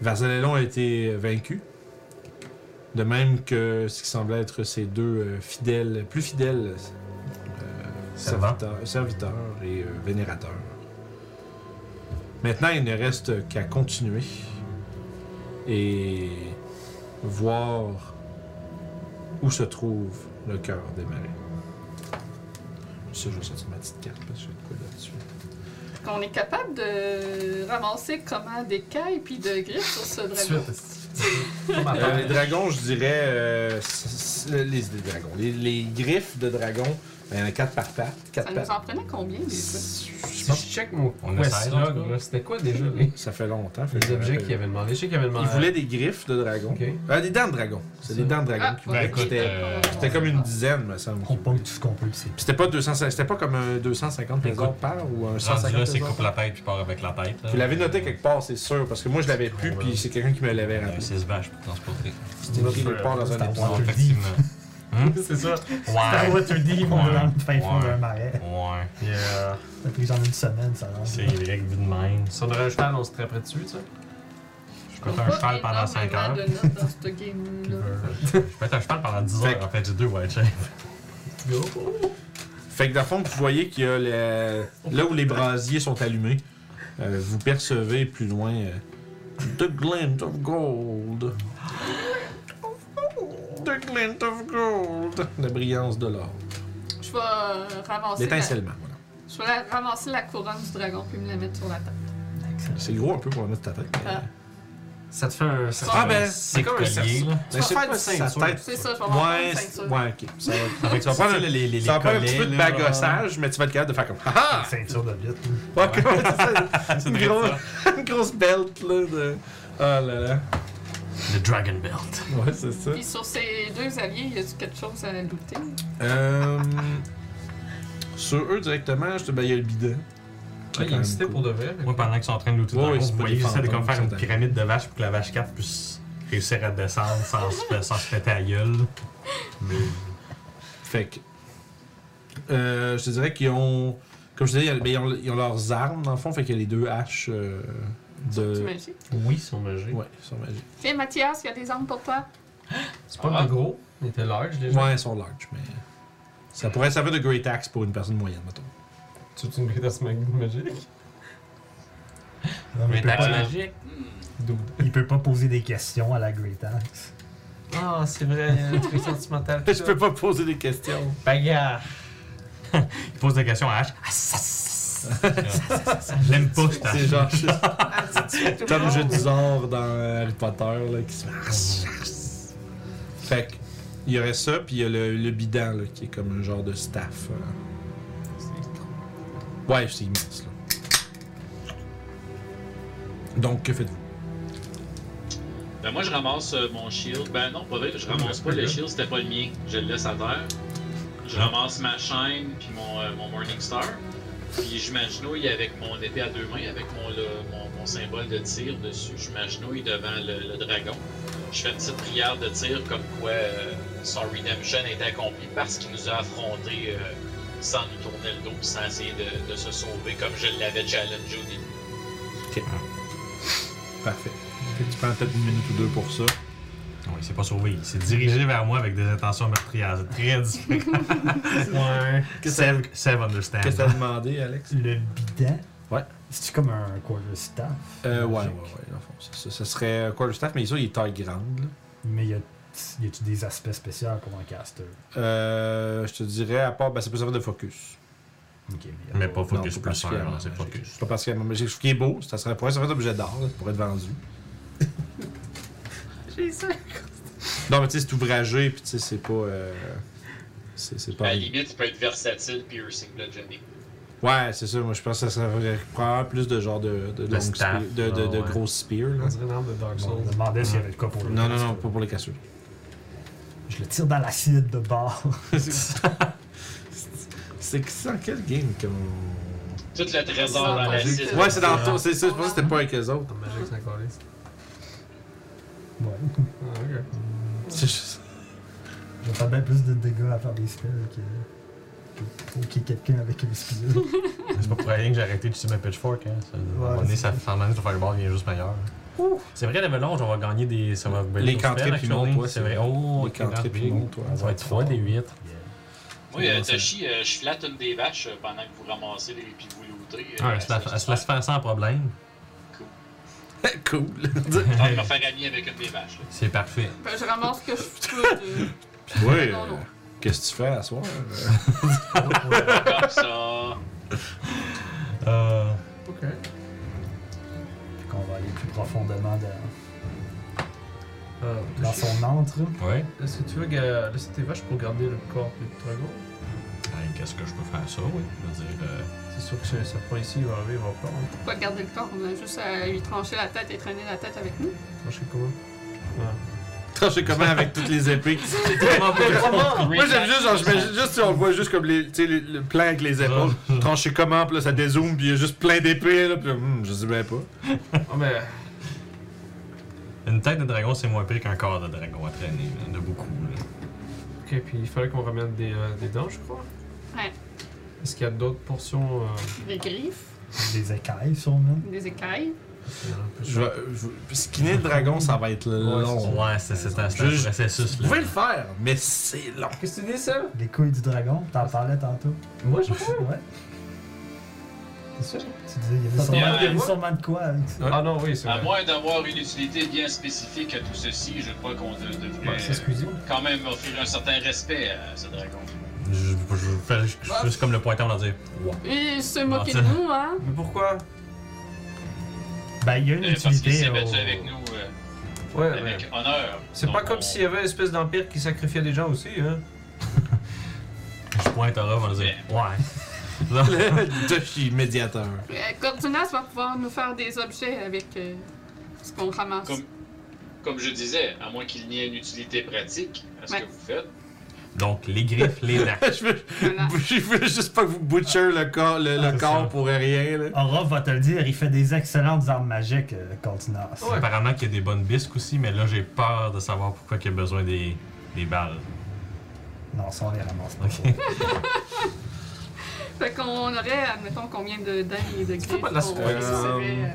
Varzalelon a été vaincu de même que ce qui semblait être ses deux euh, fidèles plus fidèles euh,
Servants.
serviteurs, serviteurs et euh, vénérateurs Maintenant, il ne reste qu'à continuer et voir où se trouve le cœur des marais. Ça, je vais sortir ma petite carte parce que j'ai de quoi là-dessus.
Qu'on est capable de ramasser comment des cailles puis de griffes sur ce dragon.
Euh, les dragons, je dirais. euh, c- c- les, les dragons. Les, les griffes de dragon, ben, il y en a 4 par patte.
Ça
Quatre
nous
pattes.
en prenait combien des
Je
Si je check mon
On
quest
essaie, en tout
log,
cas.
là, c'était quoi déjà les,
Ça fait longtemps. fait que
les
je me
objets
rappelle.
qu'il avait demandé? Je sais qu'il avait demandé.
Il voulait des griffes de dragon.
Ok.
Ah, des dents de dragon. C'est des dents de dragon
Ah,
qu'il
ouais,
voulait.
écoute,
C'était-
euh,
ben, C'était comme une dizaine, me semble.
On pogne tout ce qu'on peut, puis c'est
Puis C'était pas 250, c'était pas comme un 250 trésors par ou un
Rendu
150
là, c'est
trésors
coupe
par.
la tête puis part avec la tête. là.
Tu l'avais noté quelque part, c'est sûr, parce que moi je l'avais plus, puis c'est quelqu'un qui me l'avait
Euh,
rappelé.
C'est se vache pour transporter.
C'était écrit quelque part dans un
Star
épisode.
Wars.
Non,
Waterdeep.
effectivement.
C'est ça.
Dans
Ouais.
Waterdeep, on
Ouais.
rentre fin fond
Ouais.
d'un marais.
Ouais.
Yeah.
Ça fait genre une semaine, ça hein. rentre.
C'est les règles de même.
Si on aurait un cheval, on se taperait dessus, ça.
Je peux être un cheval pendant 5 heures.
de notes dans ce game-là.
Je peux être un cheval pendant
Fait
10
que-
heures. En fait, j'ai deux white chains.
Fait que dans le fond, vous voyez qu'il y a le- là où les brasiers sont allumés, euh, vous percevez plus loin euh, The Glint of Gold. The Glint of Gold. La brillance de l'or.
Je vais euh, ramasser. La...
L'étincellement, voilà.
Je vais la- ramasser la couronne du dragon puis me la mettre sur la tête.
C'est gros un peu pour mettre ta tête.
Ah.
Ça te fait un. ça te
Ah,
fait
ben,
un-
c'est
comme un
collier,
cerceau.
là.
Tu vas
je sais
faire
Ben, pas
une
si ça
ceinture.
tête-
C'est ça, je vais m'en
Ouais,
une
c'est-
ceinture.
ouais, ok. Ça va,
Fait que tu vas prendre les, les, les
ça va prendre un petit peu de
collets, là.
bagossage, mais tu vas être capable de faire comme. Ah
Une ceinture de lutte.
ah! Ouais, comment tu sais,
C'est
une,
vrai,
grosse, une grosse belt, là. De... Oh là là.
Le Dragon Belt.
Ouais, c'est ça.
Puis sur ces deux alliés, y a-tu quelque chose à looter?
Euh, sur eux directement, je te ben, il y a le bidon. Qui est quand
Ouais, il
même
existait
cool.
pour de vrai.
Moi, pendant qu'ils sont en train de looter
Ouais,
dans le
ouais,
fond,
c'est
vous
pas
voyez,
des
ils essaient de comme
fantômes,
faire une
c'est
pyramide de vaches pour que la vache 4 puisse réussir à descendre sans, se fa- sans se péter à gueule. Mais
Fait que. euh, je te dirais qu'ils ont. Comme je te disais, ben, ils, ont, ils ont leurs armes dans le fond, fait qu'il y a les deux haches euh,
Tu
de.
magiques.
Oui, ils sont magiques.
Ouais, ils sont magiques.
Hé Mathias, y a des armes pour toi?
C'est pas
Ah.
le plus gros. Il était large déjà.
Ouais, ils sont large, mais. Ça pourrait servir de great axe pour une personne moyenne, mettons.
Tu veux une greatest magique?
Non, mais il, peut
Great Axe
pas,
magique.
Dude.
il peut pas poser des questions à la Great Axe.
Ah, c'est vrai, un truc sentimental.
Je peux pas poser des questions.
Bagarre.
Ils posent des questions à H. J'aime pas cette
C'est
hache.
genre c'est comme jeu
je
du genre dans Harry Potter là, qui se fait. Fait que, il y aurait ça, puis il y a le, le bidon là, qui est comme un genre de staff. euh. Ouais, c'est immense là. Donc que faites-vous
Ben moi, je ramasse euh, mon shield. Ben non, pas vrai, je ramasse pas le shield, c'était pas le mien. Je le laisse à terre. Je ramasse ma chaîne puis mon, euh, mon Morning Star. Puis je m'agenouille avec mon épée à deux mains, avec mon, le- mon, mon symbole de tir dessus. Je m'agenouille devant le, le dragon. Je fais une petite prière de tir comme quoi euh, son redemption est accompli parce qu'il nous a affrontés euh, sans nous tourner le dos, sans essayer de, de se sauver comme je l'avais challengé au début.
Parfait. Fait que tu prends peut-être une minute ou deux pour ça.
Oui, c'est pas sauvé. Il s'est dirigé vers moi avec des intentions meurtrières. C'est très différent. ouais. Save, save understand.
Qu'est-ce que t'as demandé, Alex
Le bidon.
Ouais.
C'est-tu comme un quarterstaff?
Euh, ouais, ouais, ouais,
magique?
dans le fond, ça, ça- ça serait quoi le staff, mais ça, il est taille grande. là.
Mais y a- y a-tu des aspects spéciaux pour un caster?
Euh, je te dirais, à part, ben, ça peut servir de focus.
Ok, mais y a
Mais pas focus
Non, pas
plus un,
particulièrement
là, c'est
magique.
focus.
Pas parce que mais je trouve qu'il est beau, ça serait pour ça serait un objet d'art, là, ça pourrait être vendu.
J'ai ça.
Non mais tu sais c'est ouvragé puis tu sais c'est pas euh, c'est c'est
À
pas
la limite, il peut être versatile, piercing, blood, Johnny.
Ouais, c'est ça, moi je pense que ça serait probablement plus de genre de de, longue
staff,
spear- de, de,
là,
de
ouais.
grosse spear là.
On dirait une arme de Dark
On
Souls.
me demandait s'il y avait de quoi pour le
Non non non,
caster.
pas pour les cassures.
Je le tire dans l'acide de bord.
c'est que c'est dans quel game comme
Tout le trésor dans la
Magique.
cité.
Ouais, c'est dans ton, c'est ça, je pensais que c'était pas avec les autres.
Arme magique, c'est encore lisse.
ouais.
Ah, ok.
C'est juste-
Je vais faire bien plus de dégâts à faire des spells que, que, que- que quelqu'un avec une spear.
C'est pas pour rien que j'ai arrêté d'utiliser ma pitchfork. Hein. Ça, à un moment donné,
c'est
ça fait un moment donné, ton fireball devient juste meilleur. C'est vrai, level 11, on va gagner des. Ça va
Les
nos
cantrips,
spells,
ils montent,
actually.
ouais,
C'est
c'est
vrai. Oh,
les cantrips,
cantrips,
ils
oui.
montent, toi.
Ça va être 3 des 8.
Oui, euh, Toshi, euh, je flatte une des vaches euh, pendant que vous ramassez les puis vous lootez. euh,
Ah, elle se la- elle se laisse faire sans problème.
cool.
Ah, je vais me faire ami avec une des vaches. là.
C'est parfait.
Ben, je ramasse ce que je peux de.
ouais.
Non, non.
euh, Qu'est-ce que tu fais à soir euh?
Comme ça.
Euh,
Ok.
Fait qu'on va aller plus profondément dans,
Ah,
dans son antre.
ouais.
Est-ce que tu veux ga- laisser tes vaches pour garder le corps du dragon?
5, est-ce Ben, que je peux faire ça? Oui. Je veux dire, euh,
C'est sûr que ce serpent ici, il va arriver, il va pas. hein.
Pas garder le corps, on a juste à lui trancher la tête et traîner la tête avec nous.
Moi, je sais comment.
Tranché comment avec toutes les épées. Moi j'aime juste, genre, je mets juste, si on le voit juste comme les, tu sais, le, le plan avec les épaules. Tranché comment, puis là ça dézoome, puis il y a juste plein d'épées, là, puis hum, je sais bien pas.
Ah, mais.
une tête de dragon, c'est moins pire qu'un corps de dragon à traîner. là. Il y en a beaucoup. Là.
Ok, puis il fallait qu'on remette des, euh, des dents, je crois.
Ouais.
Est-ce qu'il y a d'autres portions euh,
Des griffes,
Des écailles, sûrement.
des écailles.
Je vais- je- skinner le dragon, ça va être long.
Ouais, c'est c'est un, c'est un
Je-
processus.
Vous
Là.
pouvez le faire, mais c'est long.
Qu'est-ce que tu dis, ça
Les couilles du dragon, t'en parlais tantôt.
Moi, je crois.
Ouais.
C'est sûr.
Tu disais, il y avait
Ça
sûrement,
tombe
il y avait
bien.
sûrement de quoi avec ça.
Ah non, oui, c'est
À
vrai.
moins d'avoir une utilité bien spécifique à tout ceci, je crois qu'on de- devrait
Ouais, c'est excusé.
quand même offrir un certain respect à ce dragon.
Je, je, je fais je- je fais juste comme le pointeur leur dire Wow.
Et se moquer
ça-
de nous, hein.
Mais pourquoi
Ben, il y a une
Euh, parce qu'il
utilité.
s'est battu
au-
avec nous euh,
Ouais, Eh, mais.
avec honneur.
C'est
Donc,
pas
on-
comme s'il y avait une espèce d'empire qui sacrifiait des gens aussi, hein.
Je pointe à leur dire Ouais.
Le Duffy médiateur.
Euh, Cordunas va pouvoir nous faire des objets avec euh, ce qu'on ramasse.
Comme- Comme je disais, à moins qu'il n'y ait une utilité pratique à ce
Ouais.
que vous faites.
Donc, les griffes, les dents.
Je veux,
Voilà.
je veux juste pas que vous butcher le corps, le, le
c'est
corps
ça.
pour rien. Là.
Orof va te le dire, il fait des excellentes armes magiques, euh, Cortinas.
Ah
Ouais.
Apparemment qu'il y a des bonnes bisques aussi, mais là, j'ai peur de savoir pourquoi qu'il y a besoin des, des balles.
Non, ça, on les ramasse pas.
Fait qu'on aurait, admettons, combien de dents et de griffes
pas de la
on
surprise.
receverait, euh,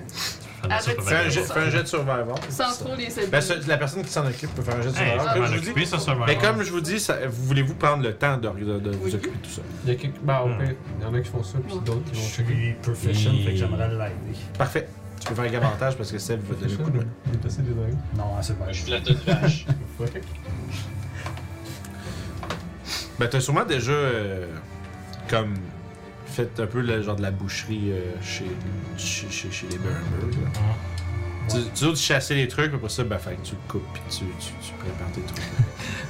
Je Ah, ben, fais ça pour
Fais un,
la-
jet- fais un jet de survival.
sans trop les aider.
Ben, ce- la personne qui s'en occupe peut faire un jet de
Hey,
survival.
je
comme
vais
je
m'en
vous dis-
occuper, ça, Survivor.
Mais comme je vous dis, ça- vous voulez-vous prendre le temps de, de- de vous occuper de tout ça?
Il y a quelques. Bah, au
Hmm.
pire, il y en a qui font ça, puis
Ouais.
d'autres qui
Je
vont checker.
suis proficient,
Et-
fait que j'aimerais l'aider.
Parfait. Tu peux faire avec avantage parce que Seb va te donner un coup de main.
Déplacer des dragons.
Non, hein, c'est pas.
Je flatte une vache.
Ouais.
Ben, t'as sûrement déjà, euh, comme, fait un peu le genre de la boucherie euh, chez, chez, chez, chez les Burners. Tu, tu dois te chasser les trucs, puis pour ça, ben, fait que tu le coupes, puis tu, tu, tu prépares tes trucs.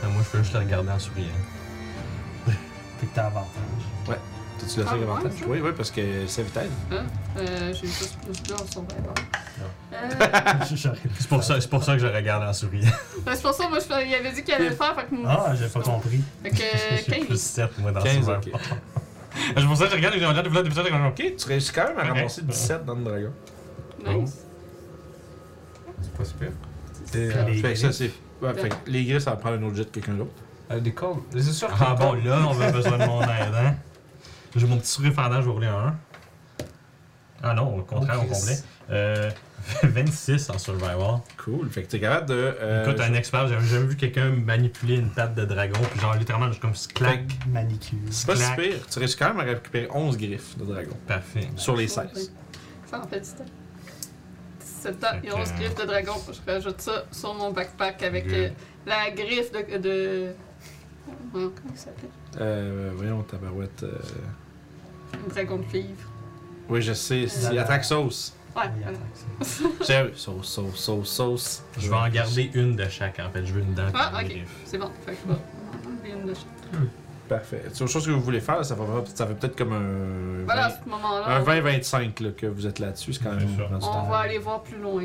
Ah, Moi, je peux juste le regarder en souriant.
Fait que t'as avantage.
T'as-tu le
Ah,
fait avec
ouais,
avantage?
ça.
Oui, oui, parce que Seb t'aide.
Euh, J'ai juste plus de en survivant. Euh,
J'aurais pu
C'est pour,
faire-
ça- c'est pour ça que je regarde en souriant.
ben, c'est pour ça, moi, je, il avait dit qu'il allait le faire, fait que...
Ah, j'ai pas compris.
Fait que,
J'ai plus
15.
7, moi, dans
15,
Survivor.
ok.
C'est pour ça que Ben, je regarde et je regarde le depuis ça, je regarde.
Ok, tu réussis quand même à
Ok.
ramasser 17 dans le dragon.
Nice.
C'est pas super.
Et,
les
fait que ça,
griffes.
c'est. euh, Ouais, fait que les grilles, ça va prendre un autre jet de quelqu'un d'autre.
Euh, des cordes. Mais C'est sûr que.
Ah bon, là, on a besoin de mon aide, hein? J'ai mon petit sourire fendant, je vais rouler un 1. Ah non, au contraire,
Oh,
au
Chris.
complet. Euh, 26 en survival.
Cool. Fait que t'es capable de. euh,
Écoute, un expert, j'avais jamais vu quelqu'un manipuler une patte de dragon, puis genre littéralement, juste comme clac.
Manicure.
C'est pas si
Clac.
pire. Tu réussis quand même à récupérer 11 griffes de dragon.
Parfait.
Sur les 16.
Ça en fait du temps. 17 ans et
Fait que-
11 griffes de dragon. Je rajoute ça sur mon backpack avec
Good.
euh, la griffe de... de... Comment il s'appelle?
Euh, voyons, tabarouette. euh,
Dragon de livre.
Oui, je sais. C'est
Euh,
attaque sauce.
Ouais, euh,
Oui,
voilà.
attends, c'est-
J'ai- Sauce, sauce, sauce, sauce.
Je vais en garder une de chaque, en fait. Je veux une dent.
Ah,
puis
ok.
une griffe.
C'est bon. Fait que je vais enlever une de chaque.
Parfait. C'est autre chose que vous voulez faire, ça, va, ça fait peut-être comme un.
Voilà, à
20
ce moment-là,
Un
on-
20-25 là, que vous êtes là-dessus, c'est quand même
C'est ça.
dans du
on
temps.
va aller voir plus loin.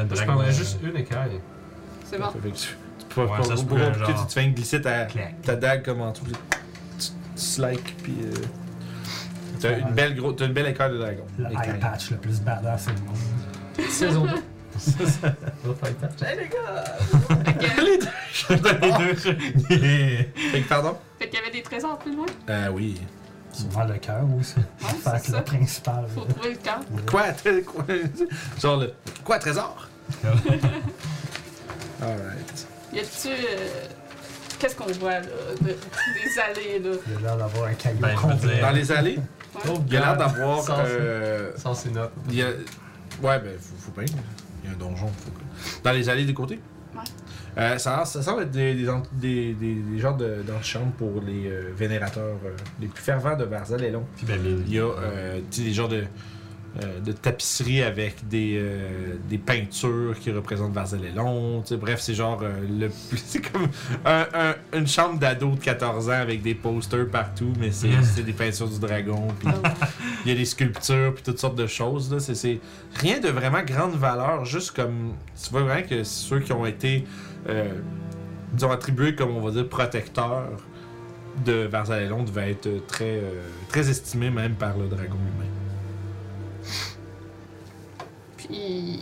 Un
Je
dragon. euh,
prendrais juste une écaille.
C'est bon.
Fait que tu, tu peux
Ouais,
pas-
ça se
pour
peut,
compliquer,
genre.
tu te fais une glisser ta,
Clac.
ta dague comme en tout. Tu, tu slikes, puis. euh, T'as une belle gros, t'as une belle école de dragon.
Le eye
Écaille.
patch le plus badass au monde.
Saison 2. Hey les gars!
Fait que-
les deux. Yeah.
Fait que, pardon?
fait qu'il y avait des trésors plus loin.
Euh, oui.
Souvent le cœur aussi.
Ouais,
Fait
c'est
que
ça.
le principal.
Faut trouver le camp.
Quoi? tré- quoi- Genre le. Quoi, trésor? Alright.
Y a-tu. euh, Qu'est-ce qu'on voit, là de- Des allées, là.
Il a l'air d'avoir un caillou
Ben, je veux
complet.
dire-
Dans les allées, il y a l'air d'avoir.
Sans-
euh,
Sans ses notes.
il y a- Ouais, ben, faut, faut bien. Il y a un donjon. faut que- Dans les allées des côtés?
Ouais.
Euh, ça, ça semble être des, des, ant- des, des, des genres de- d'antichambres pour les euh, vénérateurs euh, les plus fervents de Barzal et Long.
Puis ben, les-
Il y a euh, tu sais, des genres de, euh, de tapisserie avec des, euh, des peintures qui représentent Varzalelon. Tu sais, Bref, c'est genre euh, le c'est comme un- un- une chambre d'ado de 14 ans avec des posters partout, mais c'est c'est des peintures du dragon. puis Il y a des sculptures puis toutes sortes de choses. là. C'est- C'est rien de vraiment grande valeur, juste comme tu vois vraiment que ceux qui ont été euh, disons attribués comme on va dire protecteurs de Varzalelon devaient être très euh, très estimés même par le dragon humain.
Puis.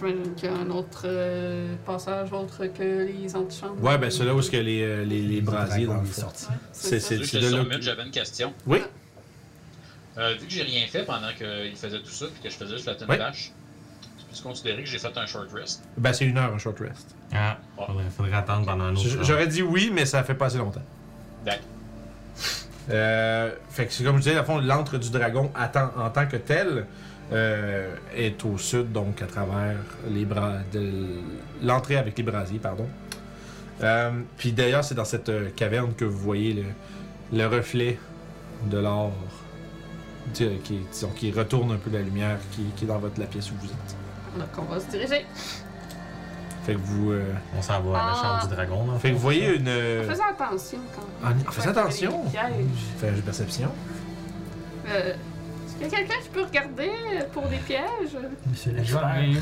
J'imagine qu'il y a un autre euh, passage autre que les antichambres.
Ouais, ben c'est là où est-ce que les, euh, les, les brasiers dans le fond.
Ouais,
C'est-
c'est
c'est-
ça.
Vu que
de
j'étais sur
là
mute,
que-
j'avais une question.
Oui.
Euh, vu que j'ai rien fait pendant qu'il faisait tout ça puis que je faisais juste la tonne
Oui.
vache, tu peux considérer que j'ai fait un short rest.
Ben c'est une heure un short rest.
Ah, faudrait, faudrait attendre pendant un autre
J-
round.
J'aurais dit oui, mais ça fait pas assez longtemps.
D'accord.
Euh, fait que c'est comme je disais, à fond, l'antre du dragon attend, en tant que tel euh, est au sud, donc à travers les bras de l- l'entrée avec les brasiers, pardon. Euh, Puis d'ailleurs, c'est dans cette euh, caverne que vous voyez le, le reflet de l'or tu sais, qui, disons, qui retourne un peu la lumière qui, qui est dans votre, la pièce où vous êtes.
Donc on va se diriger.
Fait que vous, euh,
On s'en va à la chambre
Ah.
du dragon. dans le
fait que
fond.
vous voyez une.
En
euh,
faisant attention quand même.
En, en faisant attention.
Des pièges.
Fais un jeu de perception.
Euh, Est-ce qu'il y a quelqu'un qui peut regarder euh, pour des pièges?
Je
Monsieur
vais
l'expert.
arriver.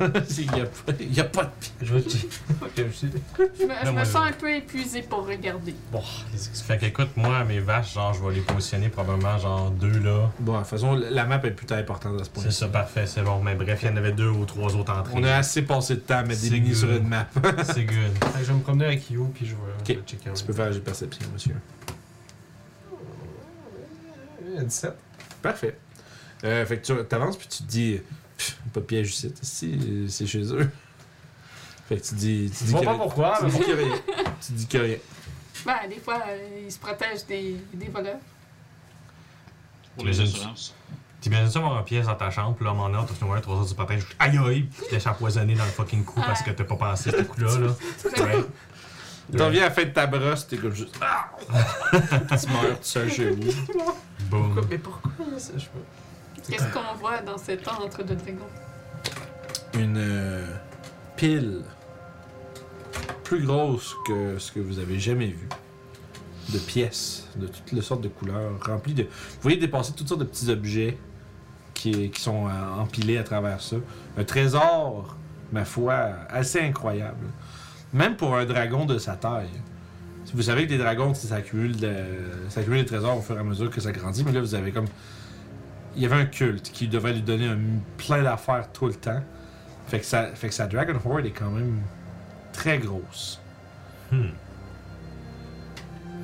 Il n'y a, pas- il y a pas de
Je vais te.
Je
Ben,
me, je
moi,
me
je-
sens un peu épuisée pour regarder.
Bon, qu'est-ce que- fait qu'écoute, moi, mes vaches, genre, je vais les positionner probablement, genre, deux là.
Bon, de toute façon, la map est plutôt importante à ce point.
C'est ça, parfait, c'est bon. Mais bref, il y en avait deux ou trois autres entrées.
On a assez passé de temps à mettre des
C'est
minis
good.
sur une map.
C'est good.
Je vais me promener avec You puis je vais je vais checker.
tu peux faire des perceptions, monsieur.
Euh, 17.
Parfait. Euh, fait que tu avances puis tu te dis, Pff, pas de piège ici, si, euh, c'est chez eux. Fait que tu dis, tu
Je
dis
vois
qu'il y
pas
a-
pourquoi,
tu
mais
dis
bon.
qu'il y a rien. Tu dis qu'il y a rien.
Ben, des fois, euh, ils se protègent des, des voleurs.
Pour les
Mais-
assurances.
T'imagines ça avoir un pièce dans ta chambre, puis là, à un moment donné, on te fait 3 heures du matin, je aïe aïe, puis tu te laisses empoisonner dans le fucking coup parce que t'as pas pensé à ce coup-là, là. Ouais.
T'en viens à la fin de ta brosse, t'es comme juste, ah! tu meurs tout seul chez vous.
Boum.
Mais pourquoi ça, je sais pas.
Qu'est-ce qu'on voit dans cet antre de dragon?
une euh, pile plus grosse que ce que vous avez jamais vu de pièces de toutes les sortes de couleurs remplies de vous voyez dépasser toutes sortes de petits objets qui, qui sont euh, empilés à travers ça un trésor ma foi assez incroyable même pour un dragon de sa taille Si vous savez que des dragons tu sais, ça accumule de, ça accumule des trésors au fur et à mesure que ça grandit mais là vous avez comme il y avait un culte qui devait lui donner un, plein d'affaires tout le temps fait que, ça, fait que sa Dragon Horde est quand même très grosse.
Hmm.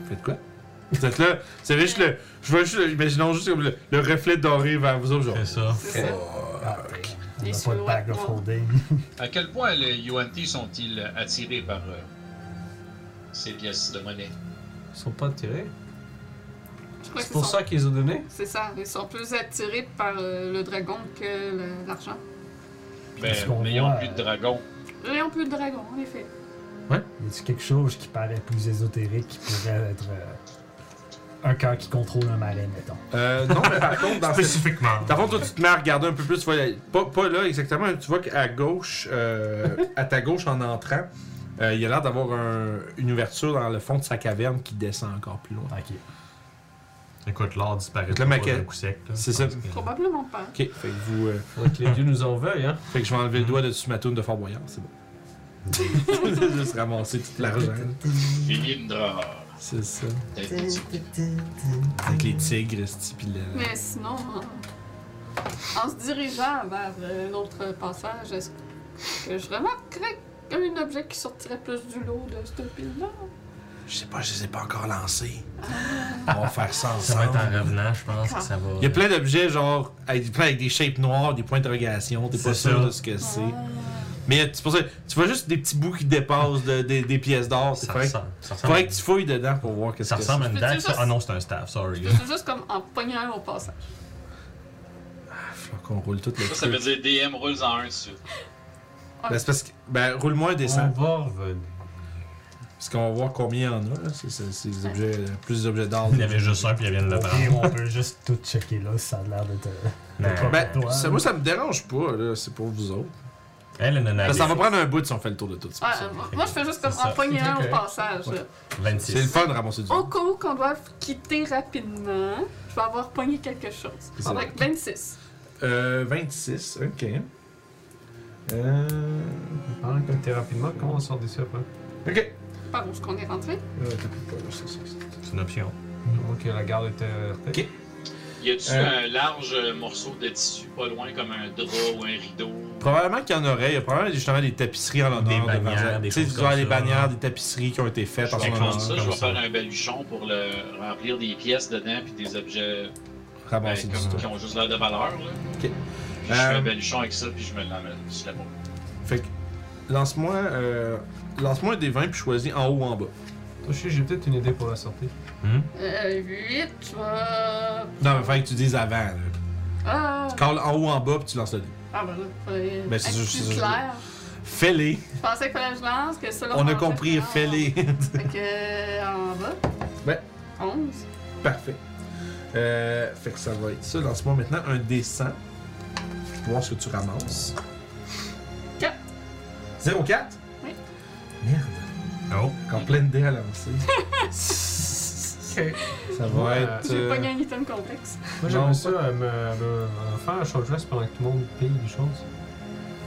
Faites quoi? Vous êtes là, vous savez juste le. Je vois juste, le- imaginons juste comme le, le reflet doré vers vous autres, genre.
C'est ça.
C'est ça.
Ah, On
Les
n'a pas de bag of
silhouettes,
holding.
À quel point les UNT sont-ils attirés par euh, ces pièces de monnaie?
Ils sont pas attirés.
Je crois
C'est
que
pour
sont-
ça qu'ils les ont donné.
C'est ça, ils sont plus attirés par euh, le dragon que le- l'argent.
Ben,
Parce qu'on
n'ayant
voit,
plus de
euh,
dragons.
Eux, ils ont plus de dragon, en effet.
Y a-tu quelque chose qui paraît plus ésotérique qui pourrait être euh, un cœur qui contrôle un malin, mettons?
Euh, non, mais par contre, dans cette-
Spécifiquement.
Dans le fond, toi, tu te mets à regarder un peu plus. Tu vois, pas, pas là exactement. Tu vois qu'à gauche, euh, à ta gauche en entrant, euh, il y a l'air d'avoir un- une ouverture dans le fond de sa caverne qui descend encore plus loin.
Ok.
Écoute, l'or disparaît
Le
pas
maquette.
d'un coup sec, là.
C'est
Je
ça.
pense que-
Probablement pas.
Ok, fait que vous. euh,
Faudrait que les dieux nous en veuillent, hein.
fait que je vais enlever le doigt de ma toune de Fort Boyard, c'est bon. Juste ramasser toute l'argent.
Vilindra.
C'est ça.
Peut-être des petits-
Avec les tigres, ce pis le-
Mais sinon, en, en se dirigeant vers euh, l'autre passage, est-ce que je remarquerais un objet qui sortirait plus du lot de cette pile-là?
Je sais pas, je les ai pas encore lancés. On va faire ça
Ça va être
ensemble.
en revenant, je pense que ça va.
Il y a plein d'objets, genre, avec, plein avec des shapes noires, des points d'interrogation, t'es pas
C'est
sûr
ça.
de ce que c'est. Mais c'est pour ça, tu vois juste des petits bouts qui dépassent de- des, des pièces d'or. C'est
Ça
vrai
ressemble. Ça ressemble-
faudrait que tu fouilles dedans pour voir qu'est-ce
Ça
que c'est.
ressemble à une
Je peux-tu
dague. ça-
juste-
Ah non, c'est un staff, sorry.
Je suis juste comme en pognant un au passage.
Faut qu'on Ah, roule toutes les
Ça, ça veut
trucs.
dire DM rolls en un dessus.
Ben, c'est parce que. Ben, roule-moi un dessin.
On va revenir.
Parce qu'on va voir combien il y en a. là. C'est- c'est- C'est des objets, euh, plus d'objets d'art.
Il y avait juste un, puis il vient de le prendre.
on peut juste tout checker là, ça a l'air euh, de te.
Non.
Ben, ça, moi, ça me dérange pas, là. C'est pour vous autres.
Ben, Elle, elle en a
Parce que ça va prendre un bout si on fait le tour de tout
Ouais,
ça.
euh, moi- moi, je fais juste comme
C'est ça.
en poignant un
Ok.
au passage. là.
C'est le
26.
fun de ramasser du
Au
monde.
cas où qu'on doive quitter rapidement, je vais avoir pogné quelque chose.
C'est
Ça va
ça.
être 26.
Euh, 26, ok. Euh...
Parle comme t'es rapidement, comment on sort d'ici après
Ok.
Par où est-ce qu'on est rentré?
Euh, t'as plus pas, là, ça, ça, ça.
C'est une option.
Moi que la garde était heurtée.
Mm. Ok.
Y a-tu
Euh.
un large euh, morceau de tissu pas loin, comme un drap ou un rideau?
Probablement qu'il y en aurait. Il y a probablement justement des tapisseries en
Des
l'honneur de
bannières,
Varzin.
des
Tu sais,
choses
tu vois,
comme
les
ça.
bannières, des tapisseries qui ont été faites en
Quelque
son
pense
chose comme
honneur.
comme
ça, je vais
ça.
faire un baluchon pour le remplir des pièces dedans puis des objets ben,
Ramasser du
comme-
stock.
qui ont juste l'air de valeur. Là. Puis je
Euh.
fais un baluchon avec ça puis je me l'emmène sur la peau.
Fait que, lance-moi euh, lance-moi un des 20 puis choisis en haut ou en bas.
Toi, je sais, j'ai peut-être une idée pour la sortie.
Euh, 8, je vais...
Non, mais fallait que tu dises avant. Là.
Ah!
Tu calles en haut ou en bas puis tu lances le dé.
Ah ben là, fallait
Ben, c'est
être
sûr,
plus
c'est sûr.
clair.
Fais-les.
Je pensais qu'il fallait que je lance, que ça là,
On a
en fait,
compris,
non.
fais-les.
Fait que, euh, en bas.
Ouais.
11.
Parfait. Euh, fait que ça va être ça. Lance-moi maintenant un dessin. Je vais voir ce que tu ramasses.
Quatre.
04?
Oui.
Merde.
Oh.
Encore plein de dés à lancer.
Ok.
Ça va
Ouais.
être.
J'ai
euh,
pas gagné un item complexe.
Non.
Moi, j'aimerais ça euh, me, me- me faire un short rest pendant que tout le monde paye des choses.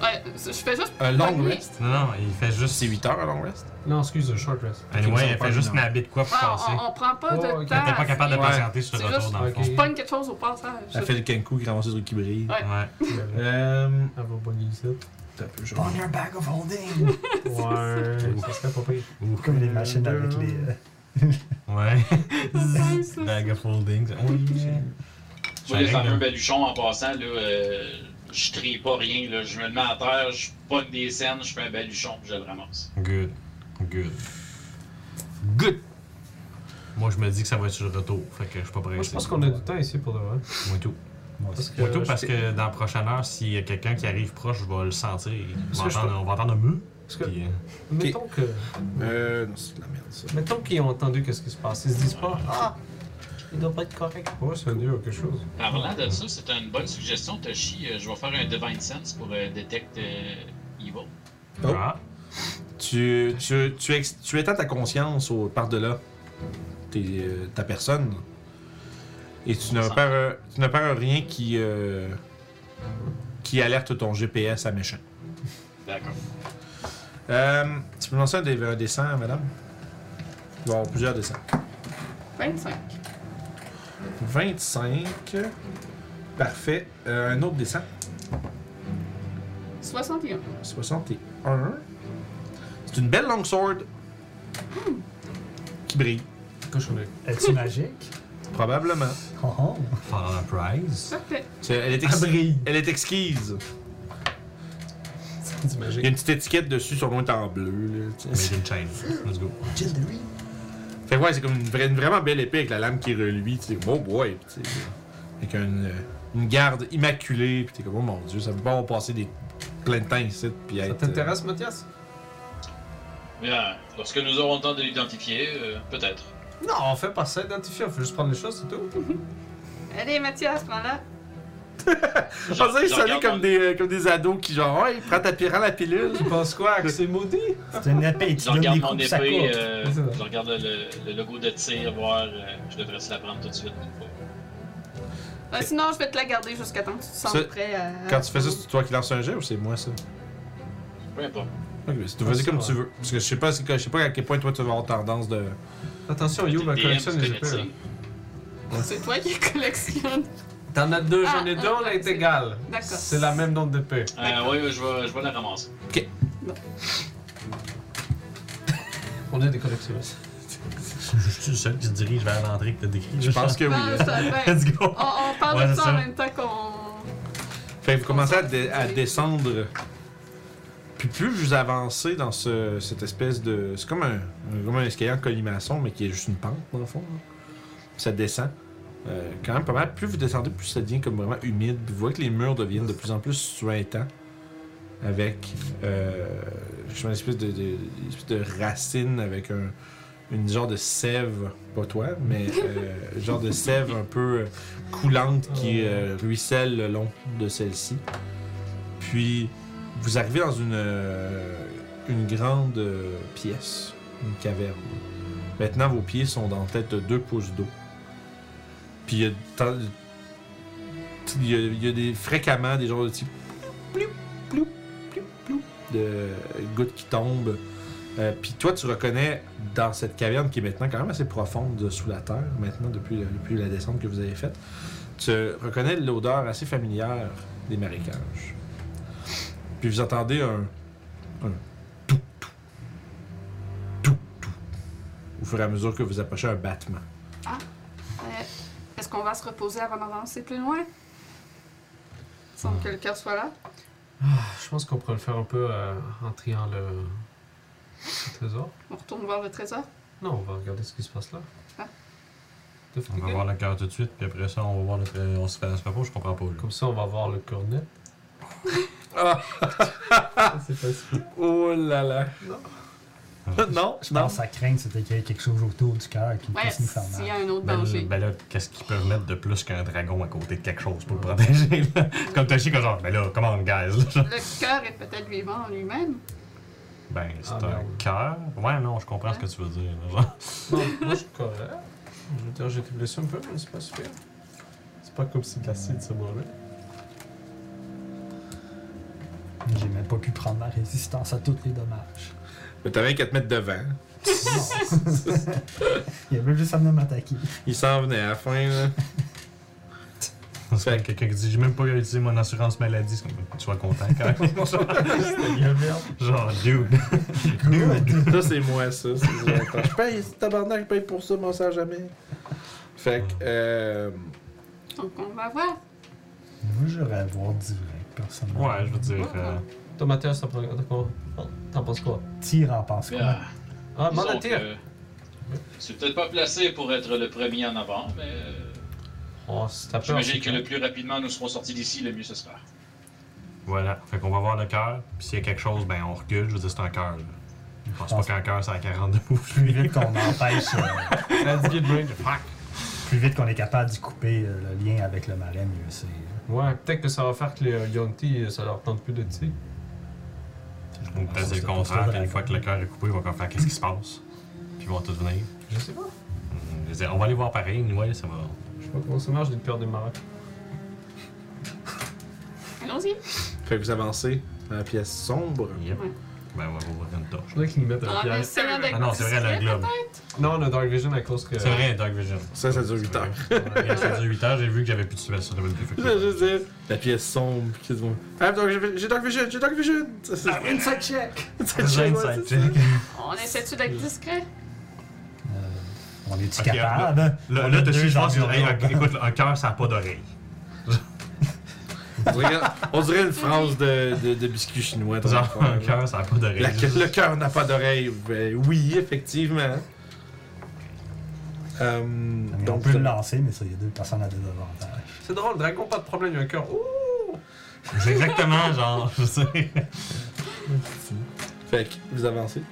Ouais, je fais juste...
Un long
pogner.
rest.
Non, non, il fait juste.
C'est 8 heures à long rest.
Non, excuse, un short rest.
Anyway, elle
pas
fait juste
énorme.
nabber de quoi
Ouais,
pour
ah, on-
passer.
on, on prend pas
Oh,
de
ok.
temps.
Elle était pas capable de
Ouais.
patienter sur
C'est
le retour
juste-
dans le
Ok.
fond.
Je pogne quelque chose au passage.
Elle fait le Kenku qui ramasse des trucs qui brillent.
Ouais.
Ouais.
Elle
Euh.
va bugger ici.
T'as peu, je
Bonne bag of holding!
Ouais, Euh, ça serait pas pire.
Comme les machines avec les. euh,
Ouais.
C'est ça.
Bag of holdings. Oh, Oui.
Moi, le
Ça
fameux
règle.
baluchon en passant, là, euh, je trie pas rien. Là. Je me le mets à terre, je pogne des scènes, je fais un baluchon puis je le ramasse.
Good. Good.
Good!
Moi, je me dis que ça va être sur le retour. Fait que je suis pas pressé.
Moi, je pense qu'on a Euh, du temps ici pour de vrai.
Moi tout.
moi aussi.
Parce que,
Moi tout
je-
parce que dans la prochaine heure, s'il y a quelqu'un qui arrive proche, je vais le sentir. On va
que je
entendre-
peux-
on va entendre un meuh.
parce que-
Puis, euh,
Mettons que.
Euh. Non, c'est de la merde ça.
Mettons qu'ils ont entendu qu'est-ce qui se passe. Ils se disent pas, ah, il doit pas être correct. Ouais, c'est dû à quelque chose.
Parlant de ça, c'est une bonne suggestion, Toshi. Euh, Je vais faire un Divine Sense pour euh, Detect euh, Evil.
Oh.
ah,
Tu, tu, tu, ex- tu étends ta conscience au, par-delà t'es, euh, ta personne. Et tu ne repères, tu ne repères rien qui, euh, qui alerte ton GPS à méchant.
D'accord.
Euh, tu peux me lancer un, dé- un dessin, madame? Il va y avoir plusieurs dessins.
25.
25. Parfait. Euh, un autre dessin.
61.
61. C'est une belle longsword qui brille.
Cochonnerie.
Es-tu magique?
Probablement.
Oh oh!
Fall on a prize.
Parfait.
C'est- Elle est,
Elle
ex-
brille.
elle est exquise.
C'est
Il y a
magique.
une petite étiquette dessus, sur est en bleu. Là, tu sais.
Made in China. Let's go.
Jindery!
fait que ouais, c'est comme une, vraie- une vraiment belle épée avec la lame qui reluit. tu sais, Oh boy! tu sais. Avec une, euh, une garde immaculée. Puis t'es comme, oh mon dieu, ça peut pas passer des, plein de temps ici. Puis
Ça
être,
t'intéresse, Mathias
Bien, euh, lorsque nous aurons le temps de l'identifier, euh, peut-être.
Non, on fait pas ça, identifier, on fait juste prendre les choses, c'est tout.
Allez, Mathias, prends-la.
euh, Je pensais qu'ils
Je
sonnaient
regarde
comme
mon-
des, euh, comme des ados qui, genre, ouais, prends ta pirate la pilule.
Tu penses quoi que c'est maudit
C'est une épée, tu
Je
donnes
regarde
des
mon
coups, ça coupe!
épée, euh,
C'est ça.
je regarde le, le logo de tir, voir, euh, je devrais se la prendre tout de suite.
Euh, sinon, je vais te la garder jusqu'à temps que tu te sens
Ça-
prêt à.
Quand tu fais ça, c'est toi qui lance un jet ou c'est moi ça?
Peu importe.
Ok, c'est- vas-y comme tu veux. Parce que je sais pas, si- je sais pas à quel point toi tu vas avoir tendance de.
Attention, You, ma
DM,
collection
c'est
est
le tir.
épée.
C'est toi qui collectionne.
T'en as deux, j'en ai
Ah,
deux,
ah,
on est
c'est-
égal.
D'accord.
C'est la même nombre d'épées.
Euh, oui, oui, je vais, je vais la ramasser.
On est des collectionnistes.
Je suis le seul qui se dirige vers l'entrée que t'as décrit.
Je pense que oui.
Non,
hein.
ça, ben,
Let's go.
on, on parle
Ouais,
de
c'est
ça,
ça.
en même temps qu'on.
Fait que vous commencez à, dé- à descendre. Puis plus vous avancez dans ce- cette espèce de. C'est comme un, un- comme un escalier en colimaçon, mais qui est juste une pente, dans le fond. là. Puis Ça descend. euh, quand même pas mal. Plus vous descendez, plus ça devient comme vraiment humide. Puis vous voyez que les murs deviennent de plus en plus suintants. avec euh, je sais pas, une espèce de, de- une espèce de racine avec un, une genre de sève, pas toi, mais euh, genre de sève un peu euh, coulante qui euh, ruisselle le long de celle-ci. Puis vous arrivez dans une, euh, une grande euh, pièce, une caverne. Maintenant, vos pieds sont dans tête de deux pouces d'eau. Puis il y a tant- il y a, il y a des, fréquemment des genres de petits plou, plou, plou, plou de gouttes qui tombent. Euh, Puis toi, tu reconnais dans cette caverne qui est maintenant quand même assez profonde de- sous la terre, maintenant depuis, le- depuis la descente que vous avez faite, tu reconnais l'odeur assez familière des marécages. Puis vous entendez un, un tout, tout, tout, tout, au fur et à mesure que vous approchez un battement.
Euh, Est-ce qu'on va se reposer avant d'avancer plus loin? Il semble que le cœur soit là.
Je pense qu'on pourrait le faire un peu euh, en triant le... le trésor.
On retourne voir le trésor.
Non, on va regarder ce qui se passe là.
Ah.
Tout à fait.
On va voir le cœur tout de suite, puis après ça, on va voir le. euh, On se fait on se fait pas, je comprends pas. là.
Comme ça, on va voir le cornet.
Ah.
C'est facile.
Oh là là! Non, non,
Je pense que sa crainte, c'était qu'il y ait quelque chose autour du cœur qui
Ouais,
puisse nous faire
s'il y
mal.
a un autre
Ben,
danger.
ben là, qu'est-ce qu'ils peuvent mettre de plus qu'un dragon à côté de quelque chose pour le protéger? là? C'est comme Toshi, que genre, ben là, comment on guys? Là.
Le cœur est peut-être vivant en lui-même.
Ben, c'est
Ah,
un
merde.
cœur. Ouais, non, je comprends ce que tu veux dire. là, genre.
Non, moi, je suis correct. Je veux dire, j'ai été blessé un peu, mais c'est pas super. C'est pas comme si de l'acide se brûlait.
J'ai même pas pu prendre ma résistance à tous les dommages.
Mais t'avais qu'à te mettre devant.
Non. Il avait juste à venir m'attaquer.
Il s'en venait à la fin, là.
C'est comme quelqu'un qui dit, j'ai même pas utilisé mon assurance maladie. C'est comme, sois content quand même. genre, dude.
ça, c'est moi, ça. c'est ce que j'entends. Je paye, c'est tabarnak, je paye pour ça, m'en sert jamais. Fait que, euh,
Donc on va voir.
Moi, j'aurais à voir direct, personnellement.
Ouais, je veux dire. euh,
Toi, Mathias, t'en prends- t'en prends- oh, t'en penses quoi
Tire en pense quoi?
Ah,
Disons
demande à Tyr.
que C'est peut-être pas placé pour être le premier en avant, mais euh,
Oh, c'est ta peur, c'est
j'imagine que
clair.
le plus rapidement nous serons sortis d'ici, le mieux ce sera.
Voilà. Fait qu'on va voir le cœur. Puis s'il y a quelque chose, ben on recule. Je veux dire, c'est un cœur. là. Je pense pas
pense-
qu'un cœur, c'est à 42 pouces.
Plus vite qu'on empêche, euh,
Let's get rid of-
Fuck!
plus vite qu'on est capable d'y couper euh, le lien avec le marais, mieux c'est. euh. là.
Ouais, peut-être que ça va faire que les euh, Yonti, ça leur tente plus de tirer.
Ou peut-être c'est le contraire. Puis une fois que le cœur est coupé, ils vont comme faire qu'est-ce qui se passe. Puis ils vont tous venir.
Je sais pas.
Hum, Je veux dire, on va aller voir pareil. Nous, ouais, ça va.
Je sais pas comment ça marche d'une peur des marais.
Allons-y.
fait que vous avancez dans la pièce sombre.
Yep. Ben, on va ouvrir une torche.
Je voudrais qu'ils nous mettent un
Ah, mais
piège.
c'est
Ah non, c'est vrai, le globe.
Non, on a Dark Vision à cause que.
C'est vrai, Dark Vision.
Ça, ça dure 8 heures.
Ouais, Ça a duré 8 heures, j'ai vu que j'avais plus de tuer sur le level
Je veux juste dire, la pièce sombre, qu'est-ce que Ah, donc j'ai- j'ai Dark Vision, j'ai Dark Vision! Ça, c'est-
Ah, Inside check!
Inside check, ouais, c'est ça.
On essaie-tu d'être discret?
Euh, on est-tu
Ok,
capable?
Là,
On
là
a
dessus,
deux
je pense que
environs.
hey, écoute, un cœur, ça n'a pas d'oreille.
On dirait- On dirait une phrase de, de, de biscuit chinois. dans
Genre, un
le fond, là.
cœur, ça n'a pas d'oreille.
La- le cœur n'a pas d'oreille. Ben oui, effectivement. Euh,
Mais on
donc,
peut
vous-
le lancer, mais ça, il y a deux personnes à désavantage.
C'est drôle, dragon, pas de problème, il y a un cœur. Ouh
C'est exactement, genre, je sais.
fait que vous avancez.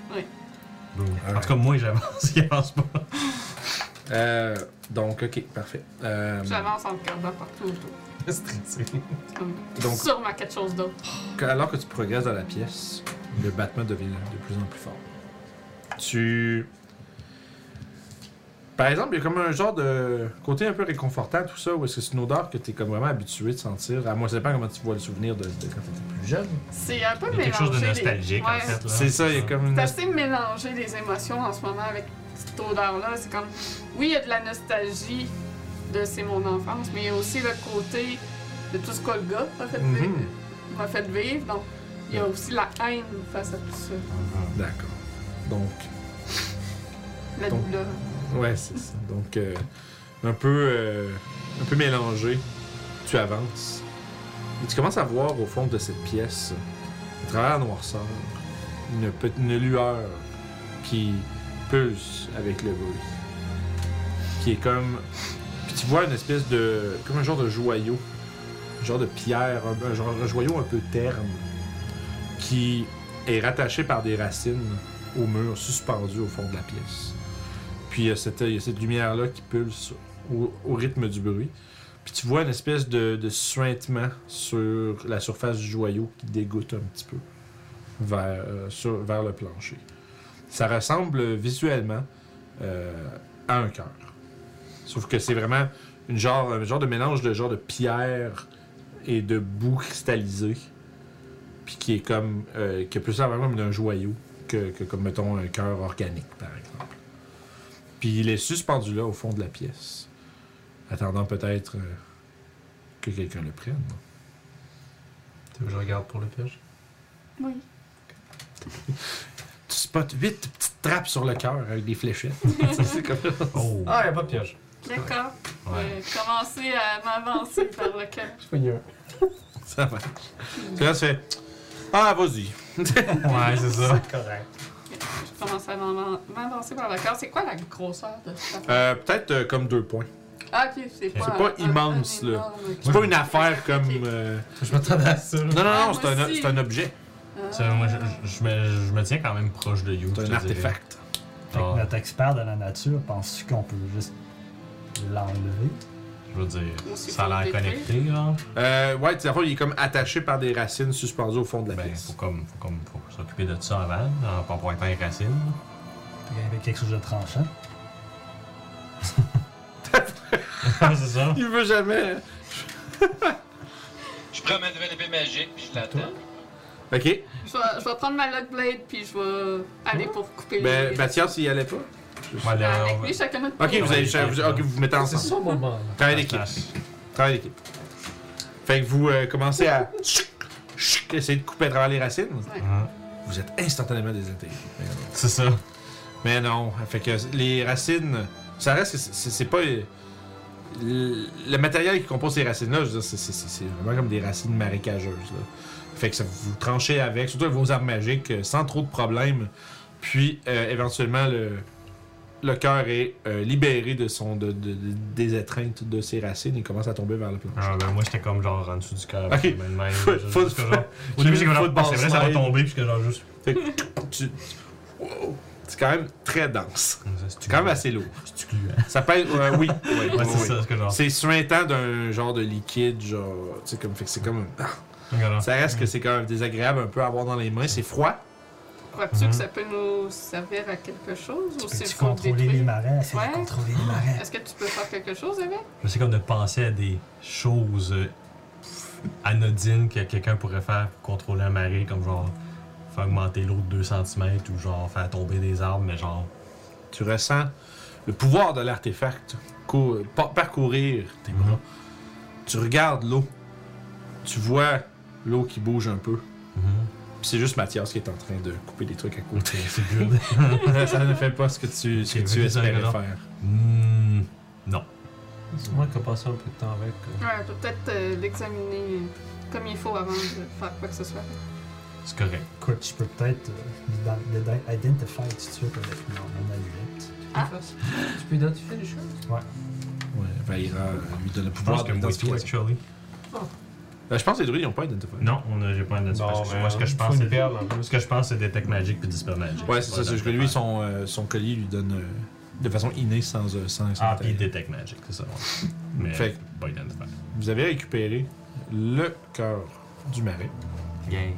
En tout cas, moi, j'avance, il avance pas.
Euh, donc, ok, parfait. Euh,
J'avance en regardant partout autour.
Stressé.
donc,
Sûrement quelque chose d'autre.
que- alors que tu progresses dans la pièce, le battement devient de plus en plus fort. Tu. Par exemple, il y a comme un genre de côté un peu réconfortant, tout ça, où est-ce que c'est une odeur que tu es comme vraiment habitué de sentir. À moi, ça dépend comment tu vois le souvenir de, de quand tu étais plus jeune.
C'est un peu
Il y a
mélangé.
quelque chose de
les-
nostalgique, en
Ouais.
fait. là.
C'est ça, il y a comme une.
C'est assez mélangé les émotions en ce moment avec cette odeur-là. C'est comme, oui, il y a de la nostalgie de c'est mon enfance, mais il y a aussi le côté de tout ce que le gars m'a fait,
Mhm.
vivre, m'a fait vivre. Donc, il y a aussi la haine face à tout ça,
D'accord. Donc,
la
Donc,
douleur.
Ouais, c'est ça. Donc, euh, un peu euh, un peu mélangé, tu avances. Et tu commences à voir au fond de cette pièce, à travers la noirceur, une, pe- une lueur qui pulse avec le bruit. Qui est comme. Puis tu vois une espèce de. comme un genre de joyau. Un genre de pierre, un, un genre un joyau un peu terne. qui est rattaché par des racines au mur, suspendu au fond de la pièce. Puis il y a cette, il y a cette lumière-là qui pulse au, au rythme du bruit. Puis tu vois une espèce de, de suintement sur la surface du joyau qui dégoûte un petit peu vers, euh, sur- vers le plancher. Ça ressemble visuellement euh, à un cœur. Sauf que c'est vraiment une genre, un genre de mélange de genre de pierre et de boue cristallisée. Puis qui est comme. euh, qui a plus l'air vraiment comme d'un joyau que, que comme, mettons, un cœur organique, par exemple. Puis il est suspendu là au fond de la pièce, attendant peut-être euh, que quelqu'un le prenne.
Tu veux que je regarde pour le piège?
Oui.
Tu spots huit petites trappes sur le cœur avec des fléchettes. c'est comme ça.
Oh!
Ah, y a pas de piège.
D'accord.
Ouais.
Euh, commencer à m'avancer vers le cœur.
Je suis un.
Ça marche. Puis là, tu fais Ah, vas-y.
Ouais, c'est ça.
Je commence à m'avan- m'avancer vers le cœur. C'est quoi la grosseur de ça?
Euh, peut-être euh, comme deux points.
Ah, ok, c'est pas.
C'est pas
un-
immense,
un
là.
énorme-
C'est pas une affaire comme. euh,
Je m'attendais à ça.
Non, non, non,
Ah,
c'est
moi
un,
aussi.
c'est un objet.
Ah.
Ça, moi, je, je- je me, je me tiens quand même proche de You.
C'est
je
un
te
artefact.
dirais.
Fait que
Ah,
notre expert de la nature, penses-tu qu'on peut juste l'enlever?
je veux dire,
Ou c'est
ça
pour
a l'air
le détruire.
connecté, genre.
Euh, ouais, tu sais, en fait, il est comme attaché par des racines suspendues au fond de la
Ben,
pièce.
faut comme, faut comme, faut s'occuper de ça avant, en pas pointant les racines.
Fait qu'il y avait quelque chose de tranchant.
c'est ça.
Il veut jamais. hein.
Je prends ma nouvelle épée magique, puis je l'attends.
Ok.
Je vais, je vais prendre ma log blade puis je vais aller pour couper
Ben,
les.
Mathias, il y allait pas.
Ouais,
Euh,
là,
avec
on va-
lui, chacun notre
Ok, vous,
Ouais,
avez,
il
vous,
était
ok, vous vous mettez
C'est
ensemble.
son moment, là.
Travail d'équipe. Travail d'équipe. Fait que vous euh, commencez à. chouc, chouc, essayer de couper à travers les racines.
Hein,
Vous êtes instantanément désintégré.
C'est ça.
Mais non, fait que les racines, ça reste que c'est- c'est c'est pas. euh, Le le matériel qui compose ces racines-là, je veux dire, c'est- c'est c'est- c'est vraiment comme des racines marécageuses. là. Fait que ça vous tranchez avec, surtout avec vos armes magiques, euh, sans trop de problèmes. Puis euh, éventuellement, le, le cœur est euh, libéré de son de- de- de- des étreintes de ses racines et commence à tomber vers le plancher.
Ah, ben, moi, j'étais comme genre en dessous du cœur.
Ok.
puis ben, ben,
Faut-
je-
faut-
parce que genre-
j'ai
Au début,
vu
j'ai comme
le
genre,
football
ah, c'est vrai, ça va
slide.
tomber, puisque genre juste.
Fait que tu- wow, c'est quand même très dense.
C'est
C'est quand même assez lourd.
C'est gluant.
Ça pèse. euh, oui, oui, oui,
Ouais, c'est
oui.
ça, ce que genre.
C'est suintant d'un genre de liquide, genre. Tu sais, comme. Fait que c'est comme.
Regarde.
Ça reste que c'est quand même désagréable un peu à avoir dans les mains. C'est froid.
Crois-tu que ça peut nous servir à quelque chose ou c'est
Peux-tu
faut le
contrôler les
détruire?
marais? Essayer
Ouais.
de contrôler les marais.
Est-ce que tu peux faire quelque chose avec?
Mais C'est comme de penser à des choses euh, anodines que quelqu'un pourrait faire pour contrôler un marée, comme genre faire augmenter l'eau de 2 cm ou genre faire tomber des arbres, mais genre.
Tu ressens le pouvoir de l'artefact cou- pa- parcourir tes bras.
Mm-hmm.
Tu regardes l'eau. Tu vois l'eau qui bouge un peu.
Mhm.
Puis c'est juste Mathias qui est en train de couper des trucs à côté.
C'est good.
ça ne fait pas ce que tu, ce que
Ok,
tu
ok,
espérais
d'accord.
faire.
Hmm, non.
C'est moi qui ai passé un peu de temps avec. euh.
Ouais, on peut peut-être euh, l'examiner comme il faut avant de faire quoi que ce soit.
C'est correct.
Écoute, je peux peut-être euh, l'ident- l'ident- identify tout de suite avec mon, mon amulette.
Ah.
Tu peux identifier les choses?
Ouais, Vaïra euh, lui donne le
Je pense
pouvoir
que moi tout,
d'identification.
actually.
Euh, Je pense que les druides n'ont pas identifié.
Non, on a, j'ai pas un
Non,
identification.
mais
Moi, ce que je
faut
pense,
une
c'est.
perle, en plus.
Ce que je pense, c'est Detect Magic puis Dispel Magic.
Ouais, c'est ça. C'est juste que lui,
sont
son, euh, son collier lui donne euh, de façon innée sans. euh, sans, sans
Ah, puis
intérêt.
Detect Magic, c'est ça. ouais. Mais.
Fait
Pas identifié.
Vous avez récupéré le cœur du marais.
Gang.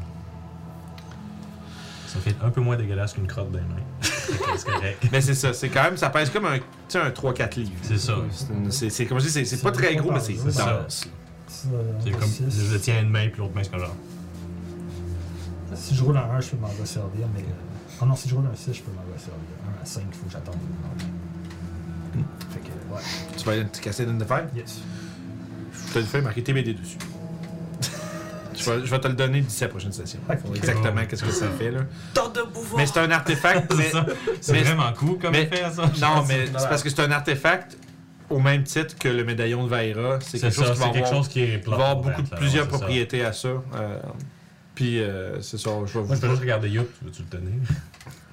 Ça fait un peu moins dégueulasse qu'une crotte dans les mains. C'est correct.
Mais c'est ça, c'est quand même, ça pèse comme un, tu sais, un 3-4 livres.
C'est ça.
C'est une- C'est c'est- comme je dis, c'est- c'est
C'est
pas très
pas
gros, mais c'est
dangereux.
dense.
Ça, euh,
C'est comme
six.
je le tiens à une main puis l'autre main c'est comme genre.
Si je roule un 1, je peux m'en resservir, mais. euh, Oh non, si je roule un 6, je peux m'en resservir. Un à 5, il faut que j'attende. Fait que, ouais.
Tu vas te casser une de faire.
Yes.
Je te le fais marquer TBD dessus. je, vais, je vais te le donner d'ici la prochaine session.
Ok.
Exactement, qu'est-ce que ça fait, là. Mais c'est un artefact,
C'est
mais-
ça. C'est
mais-
vraiment cool comme
mais-
effet, ça.
Non, mais c'est parce que c'est un artefact au même titre que le médaillon de Vaira. C'est
c'est
quelque chose
ça,
qui va
c'est quelque
avoir,
chose qui est
il va
plat.
avoir beaucoup, de- plusieurs propriétés à ça. euh, puis, euh, c'est ça, je vais vous...
Moi, je peux juste regarder Yup, tu veux-tu le tenir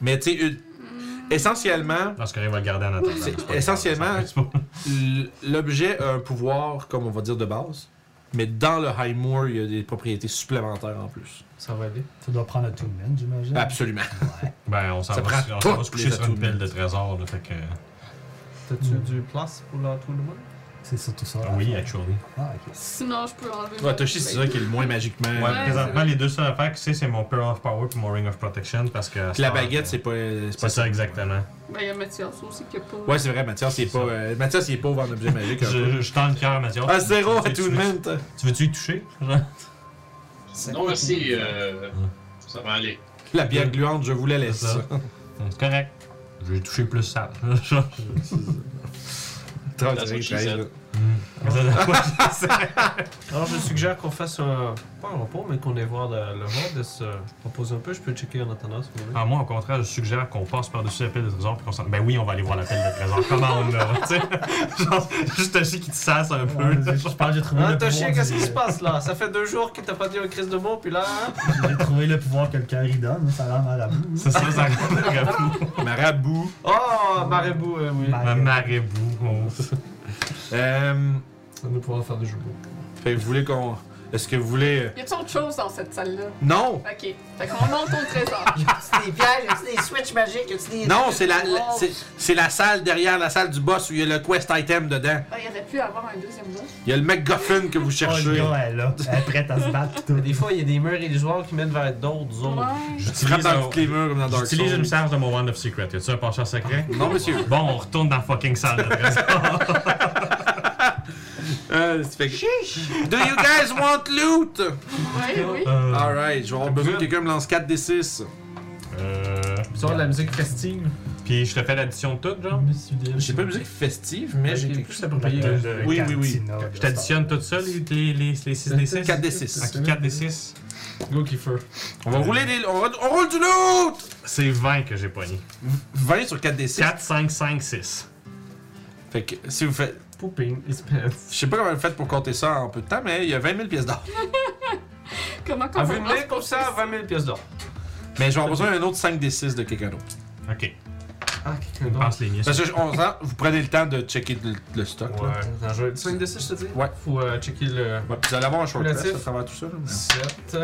Mais tu sais, une- essentiellement,
Parce qu'on va le garder en attendant.
C'est-
pas grave,
essentiellement-
ça m'intéresse pas.
L- L'objet a un pouvoir, comme on va dire, de base, mais dans le High Moor, il y a des propriétés supplémentaires en plus.
Ça va aider.
Ça doit prendre un two man, j'imagine.
Absolument.
Ben, on s'en
Ça
va,
prend
on s'en va
toutes
se coucher
les
sur une
atouts de
pile de trésors, là, fait que... euh,
T'as-tu du place pour la tout le monde?
C'est surtout ça. là.
Oui, actually.
Ah, ok.
Sinon, je peux enlever. ben,
Ouais,
mon-
Toshi, c'est ça qui est le moins magiquement.
Ouais,
Ouais, c'est
présentement,
vrai.
les deux seules affaires que tu sais, c'est mon Pearl of Power et mon Ring of Protection, parce que...
Puis la baguette, c'est pas.
C'est ça, exactement.
Ben, il y a Mathias aussi qui a pas.
Ouais, c'est vrai, Mathias, il est pas. euh, Mathias, il est pauvre en objet magique.
Je,
un peu.
je, je tends le cœur, Mathias.
À Ah, zéro
Tu- tu- tu-
attunement! t'as-
Tu veux-tu y toucher? genre?
Non, merci. euh, Ça va aller.
La bière gluante, je vous la laisse.
C'est ça. C'est correct. J'ai touché plus ça. là, genre.
T'as-
That's what she said.
Alors, je suggère qu'on fasse un. Pas un repos, mais qu'on ait voir le, le roi de se reposer un peu. Je peux checker en attendant si vous voulez.
Ah, moi, au contraire, je suggère qu'on passe par-dessus la pile de trésors puis qu'on s'en. Ben oui, on va aller voir la pile de trésors. Comment on l'a, tu sais? Genre, juste un chien qui te sasse un peu.
Ouais, je pense que j'ai trouvé
Hein,
le
Toshi,
pouvoir.
qu'est-ce
du-
qui se passe là? Ça fait deux jours que t'as pas dit un crise de mots, puis là. hein?
J'ai trouvé le pouvoir que le cœur il donne. Ça rend mal à bout.
C'est ça, ça rend fou.
Marabout.
Oh, Marébou, euh, oui.
Ma-
Un marabout. on-
Euh,
Ça nous pourra faire des jeux de
fait que vous voulez qu'on. Est-ce que vous voulez. euh,
Y a-t-il autre chose dans cette salle-là?
Non!
Ok. Fait qu'on monte au trésor.
Ah, des pièges, y'a-tu des switches magiques, y'a-tu des.
Non, c'est la, la- c'est, c'est la salle derrière la salle du boss où il y a le quest item dedans.
Ah, il aurait pu avoir un deuxième là.
Il y a le McGuffin que vous
Oh, le
cherchez.
gars, elle est là. Elle est prête à se battre. Tout.
Des fois, il y a des murs et des joueurs qui mènent vers d'autres
Oh,
zones.
Ouais.
Tu frappes
J'utilise
dans
un-
toutes les murs comme dans Dark
J'utilise une
Souls.
charge de mon Wand of Secret. Y'a-tu un penchant secret?
Non, monsieur.
Bon, on retourne dans la fucking salle de trésors.
Euh, c'est fait que- Do you guys want loot?
Ouais, oui.
Euh,
Alright, je vais avoir besoin que quelqu'un me lance 4 des 6.
euh,
Ils ont de la musique festive.
Puis je te fais l'addition de tout, genre?
J'ai pas de musique festive, mais j'ai
J'ai
quelque
plus
chose.
approprié.
Euh,
Le
oui, oui, oui.
cantina,
Je
là,
t'additionne tout ça, les, les, les, 6 des 6?
4 des 6.
4 des 6.
Go Kiefer.
On va rouler des. On, va- on roule du loot!
C'est 20 que j'ai pogné.
20 sur 4 des 6.
4, 5, 5, 6.
Fait que si vous faites.
Pooping is pants.
Je sais pas comment vous faites pour compter ça en peu de temps, mais il y a 20 000 pièces d'or.
Comment qu'on
À vue de
commence?
nez, comme ça, 20 000 pièces d'or.
Mais je vais avoir besoin d'un autre 5 des 6 de quelqu'un d'autre.
Ok.
Ah, quelqu'un
On passe les miens.
Parce que je- on sent- vous prenez le temps de checker le, le stock. là.
Ouais.
Attends, je vais- 5 de 6, je te dis?
Ouais.
Faut euh, checker le
Ouais, puis vous allez avoir un short
Relatif.
rest à travers tout ça. là, mais-
7,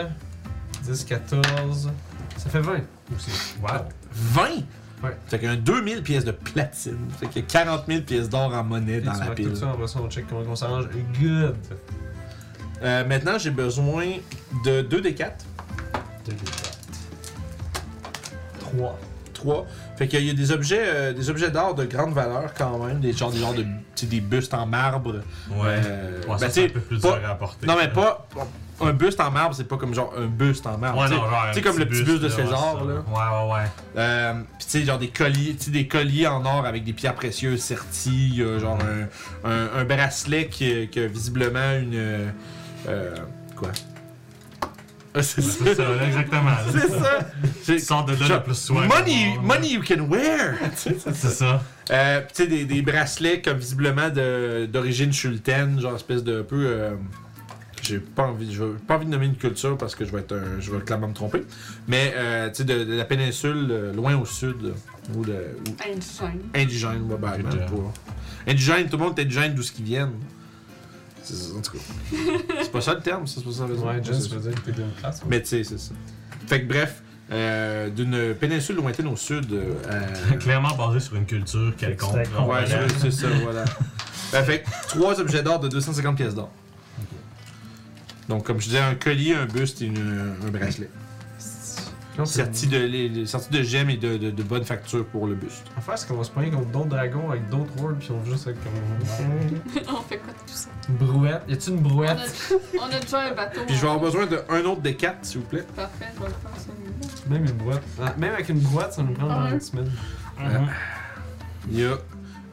10, 14. Ça fait 20 aussi.
Wow.
20!
Ouais.
Fait qu'il y a un 2000 pièces de platine. Fait qu'il y a 40 000 pièces d'or en monnaie
Puis
dans
tu
la
marques
pile.
Tout ça, après ça, on check comment on s'arrange. Good.
Euh, maintenant, j'ai besoin de 2 des 4.
3.
3. Fait qu'il y a des objets, euh, des objets d'art de grande valeur quand même. Des genres, des genres de. tu sais, des bustes en marbre.
Ouais.
Euh,
Ouais,
ben,
ça,
tu sais,
c'est un peu plus
pas-
dur à apporter.
Non, mais pas. Un buste en marbre, c'est pas comme genre un buste en marbre.
Ouais,
tu sais.
non, genre. un
tu sais, comme le petit buste de
là, ouais,
César,
c'est ça.
là.
Ouais, ouais, ouais.
Euh, Puis tu sais, genre des colliers, tu sais, des colliers en or avec des pierres précieuses serties, euh, genre un, un- un bracelet qui, qui a visiblement une. euh, euh, quoi Ah, C'est
Ouais, C'est ça, là, exactement. là.
C'est ça
Tu sors de là
Genre,
le plus soin.
Money, money you can wear
C'est ça.
euh, pis tu sais, des, des bracelets comme visiblement de- d'origine chultaine, genre espèce de peu. euh, j'ai pas envie, je veux- pas envie de nommer une culture parce que je vais être, un- je vais clairement me tromper. Mais euh, tu sais, de, de la péninsule, euh, loin au sud, ou, de, ou
Ben, Indigène.
indigène, probablement.
Indigène.
pour- Indigène, tout le monde est indigène d'où ce qu'ils viennent. C'est- En tout cas, c'est pas ça le terme, ça, c'est pas ça. la raison.
Ouais,
C'est
Jess
ça.
veut dire que t'es d'une classe.
Mais tu sais, c'est ça. Fait que bref, euh, d'une péninsule lointaine au sud. euh, à-
Clairement basé sur une culture quelconque.
C'est
là, on
Ouais,
va la-
c'est- c'est ça, voilà. Ben, fait que trois objets d'or de 250 pièces d'or. Donc, comme je disais, un collier, un buste et une- un bracelet.
Non, c'est
Sorti de, les, les- sorti de gemmes et de, de- de bonne facture pour le buste.
L'affaire, c'est qu'on va se pogner contre d'autres dragons avec d'autres words, puis on va juste être comme.
On fait quoi de tout ça?
Une brouette. Y a-tu une
On
brouette?
a, on a déjà un bateau.
Puis je vais avoir besoin d'un autre des quatre, s'il vous plaît.
Parfait, je vais le faire celui-là.
Même une brouette. Ah, même avec une brouette, ça nous prend dans
Ouais.
une semaine.
Mhm.
Il y a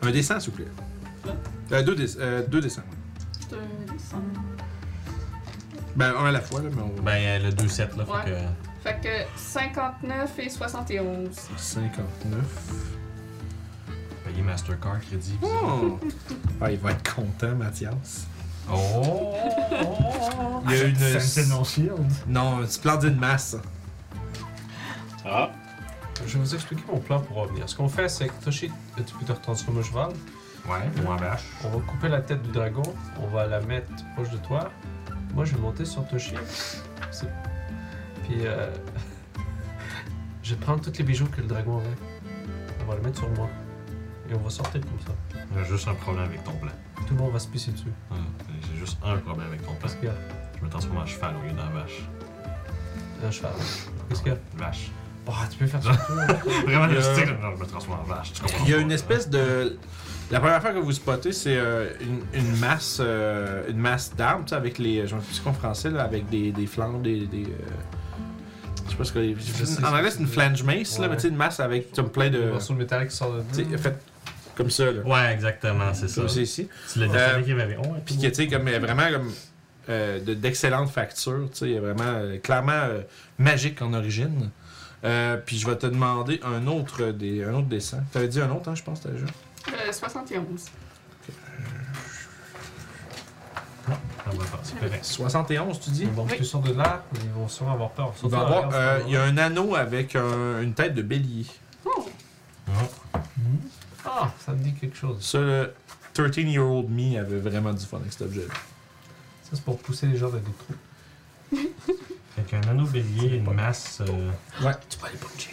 un dessin, s'il vous plaît. Euh, deux, dess- euh, deux dessins.
C'est un dessin.
Ben, un à la fois, là, mais on va.
Ben, euh, le 2-7, là, faut
Ouais.
que. euh,
Fait que 59 et 71.
59.
Payer Mastercard, crédit. pis ça.
Oh! Ah, il va être content, Mathias.
Oh!
Il y a une.
Sentinel Shield.
Non, une splendide masse.
Ah,
Je vais vous expliquer mon plan pour revenir. Ce qu'on fait, c'est que Toshi, tu peux te retransformer en cheval.
Ouais, moi, vache.
On va couper la tête du dragon, on va la mettre proche de toi, moi je vais monter sur ton chien. C'est- Puis euh, je vais prendre tous les bijoux que le dragon avait. On va les mettre sur moi. Et on va sortir comme ça.
J'ai juste un problème avec ton plan.
Tout le monde va se pisser dessus.
Hum, J'ai juste un problème avec ton plan.
Qu'est-ce qu'il y a
Je me transforme en cheval au lieu d'un vache.
Un cheval. Qu'est-ce qu'il y a
Vache.
Oh, tu peux faire ça.
Vraiment,
Il y a-
je sais que je me transforme en vache. tu comprends
Il y a
pas,
une
là.
espèce de. La première fois que vous spottez, c'est euh, une, une masse, euh, une masse d'armes, tu sais, avec les, je me souviens en français là, avec des, des flancs, des, des, euh, je sais pas ce que. les-
sais
en
ce
anglais,
que
c'est
tu
une
veux
flange mace là,
Ouais.
mais tu sais, une masse avec comme plein
Un
de,
morceau de métal qui sort de.
tu sais, fait comme ça là,
Ouais, exactement, c'est ça.
comme ça ici.
Tu l'as dit,
Euh,
avec avait. Oh,
Puis que, tu sais, comme euh, vraiment comme euh, de- d'excellentes factures, tu sais, il est vraiment euh, clairement euh, magique en origine. Euh, puis je vais te demander un autre des, un autre dessin. T'avais dit un autre, hein, je pense, déjà.
Euh, 71.
on va faire, c'est correct.
71, tu dis?
Ils vont
Oui.
tous sortir de là, mais ils vont sûrement avoir peur.
Il va y avoir, euh,
hein.
il y a un anneau avec un- une tête de bélier.
Oh!
Ah, ça me dit quelque chose.
Ça, le 13-year-old me avait vraiment du fun avec cet objet.
Ça, c'est pour pousser les gens dans des trous.
Fait qu'un anneau bélier, une masse. euh,
Ouais.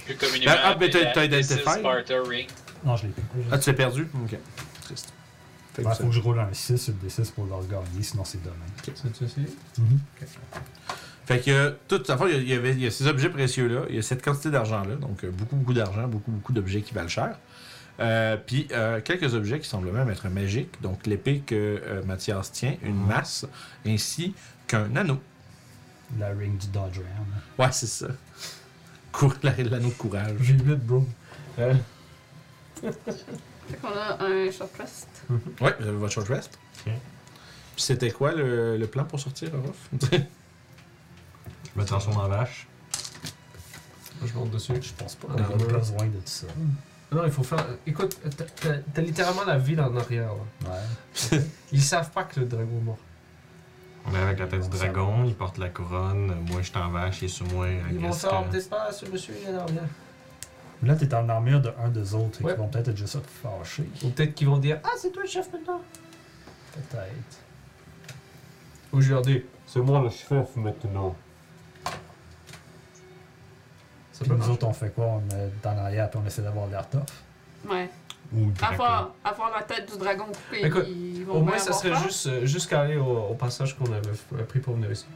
Plus communément.
Ah, ah, mais t'as-
appelé
t'as
la
identifié.
Mrs. Barter Ring.
Non, je l'ai pas.
Ah, tu l'as perdu? Ok. Triste. Fait que
Il
ça-
Bah, faut que je roule un 6 sur le D6 pour le gagner, sinon c'est demain.
C'est tu sais.
Fait que, euh, toute sa fois, il y a- il y, avait, il y a ces objets précieux-là, il y a cette quantité d'argent-là, donc euh, beaucoup, beaucoup d'argent, beaucoup, beaucoup d'objets qui valent cher. Euh, Puis euh, quelques objets qui semblent même être magiques, donc l'épée que euh, Mathias tient,
Mm.
une masse, ainsi qu'un anneau.
La ring du Dodge Ram.
Ouais, c'est ça. Cour- la- L'anneau de courage.
J'ai 8, bro. Euh,
Fait qu'on a un short rest.
Ouais, vous avez Euh, votre short rest.
Ok.
Puis c'était quoi le, le plan pour sortir, Orof?
Je me transforme en vache.
moi, je monte dessus.
Je pense pas
Ah,
qu'on a
ouais.
besoin de ça.
Non, il faut faire. Écoute, t'as- t'as- t'as littéralement la ville en arrière. là.
Ouais.
Ils savent pas que le dragon est mort.
On est avec la tête du dragon, il porte la couronne, moi je suis en vache, il est sur moi.
Ils vont
agressif.
faire peut-être pas ce monsieur, il est en arrière.
Mais Là, t'es en armure de un des autres, fait qu'ils
Ouais.
vont peut-être être juste fâchés.
Ou peut-être qu'ils vont dire Ah, c'est toi le chef maintenant.
Peut-être.
Ou je leur dis C'est moi le chef maintenant. Ça
Puis
peut
nous
marcher.
autres, on fait quoi? On est en arrière, puis on essaie d'avoir l'air tough.
Ouais.
Ou le dragon.
Avoir, avoir la tête du dragon coupée,
Écoute,
ils vont
Au moins,
bien
ça
avoir
serait
peur.
juste euh, jusqu'à aller au, au passage qu'on avait f- euh, pris pour venir ici.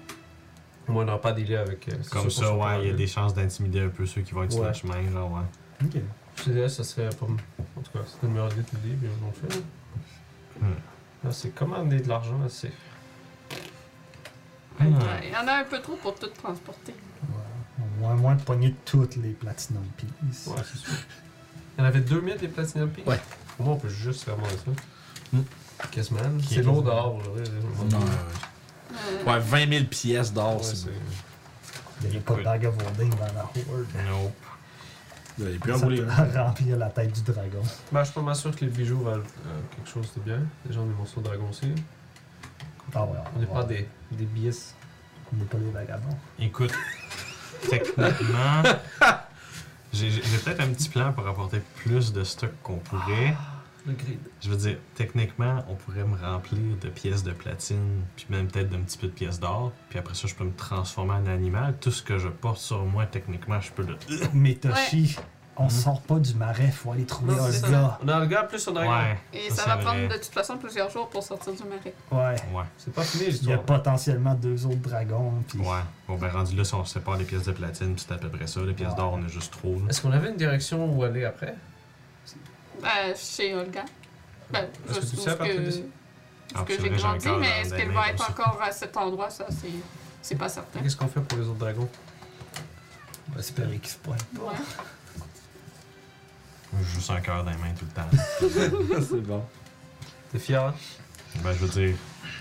Au moins, on n'aura pas dealé avec. euh, c'est
Comme
sûr qu'on
ça,
sera pas
ouais, il y a
là.
des chances d'intimider un peu ceux qui vont être sur
Ouais.
le chemin, genre, ouais.
Ok.
Je te dirais, ça serait pas. m- En tout cas, c'est une meilleure idée que l'idée, mais on le fait. là.
Hmm.
Là, c'est comment amener de l'argent, là, c'est.
Hmm.
Ouais,
Ah.
Il y en a un peu trop pour tout transporter.
Ouais. Au moins, moins de pogner toutes les Platinum Pieces.
Ouais, c'est sûr. Il y en avait 2000 des Platinum Peaks
Ouais.
Pour moi, on peut juste faire moins ça.
Hmm.
Quasiment. là. C'est lourd dehors aujourd'hui.
Non, ouais,
Euh,
ouais. Ouais, 20 000 pièces d'or,
Ouais,
c'est
c'est-
Il n'y a pas de bag à voler dans la horde.
Nope.
Vous avez pu
Ça
enrouler.
peut remplir la tête du dragon.
Bah, je suis pas mal sûr que les bijoux valent euh, quelque chose de bien. Déjà, on est morceaux de dragon aussi.
Ah ouais.
On n'est
va-
pas des, des billets.
On n'est pas des vagabonds.
Écoute, techniquement, j'ai j'ai- j'ai peut-être un petit plan pour apporter plus de stock qu'on pourrait.
Le grid.
Je veux dire, techniquement, on pourrait me remplir de pièces de platine, puis même peut-être d'un petit peu de pièces d'or, puis après ça, je peux me transformer en animal. Tout ce que je porte sur moi, techniquement, je peux le.
Mais Toshi, on sort pas du marais, faut aller trouver
Non,
un
c'est ça.
gars.
On a le gars plus on dragon.
Ouais,
et
ça,
ça,
c'est
va
vrai.
prendre de toute façon plusieurs jours pour sortir du marais.
Ouais.
ouais,
C'est pas fini
Il y a
l'histoire.
potentiellement deux autres dragons. hein, Puis
ouais. Bon, ben rendu là, si on sépare les pièces de platine, puis c'est à peu près ça. Les pièces
Ouais.
d'or, on a juste trop. là.
Est-ce qu'on avait une direction où aller après
Ben, chez Olga. Ben,
Est-ce
je
que tu
suppose
sais à partir
que,
d'ici?
Ah,
ce que
c'est
j'ai
vrai, j'ai
grandi,
encore
mais
dans
est-ce
des
qu'elle
mains
va
comme
être
ça.
encore à cet endroit, ça, c'est, c'est pas certain.
Qu'est-ce qu'on fait pour les autres dragons
on va espérer qu'il se pointe pas.
Ouais.
J'ai Juste un cœur dans les mains tout le temps.
c'est bon.
T'es fier hein?
ben, je veux dire,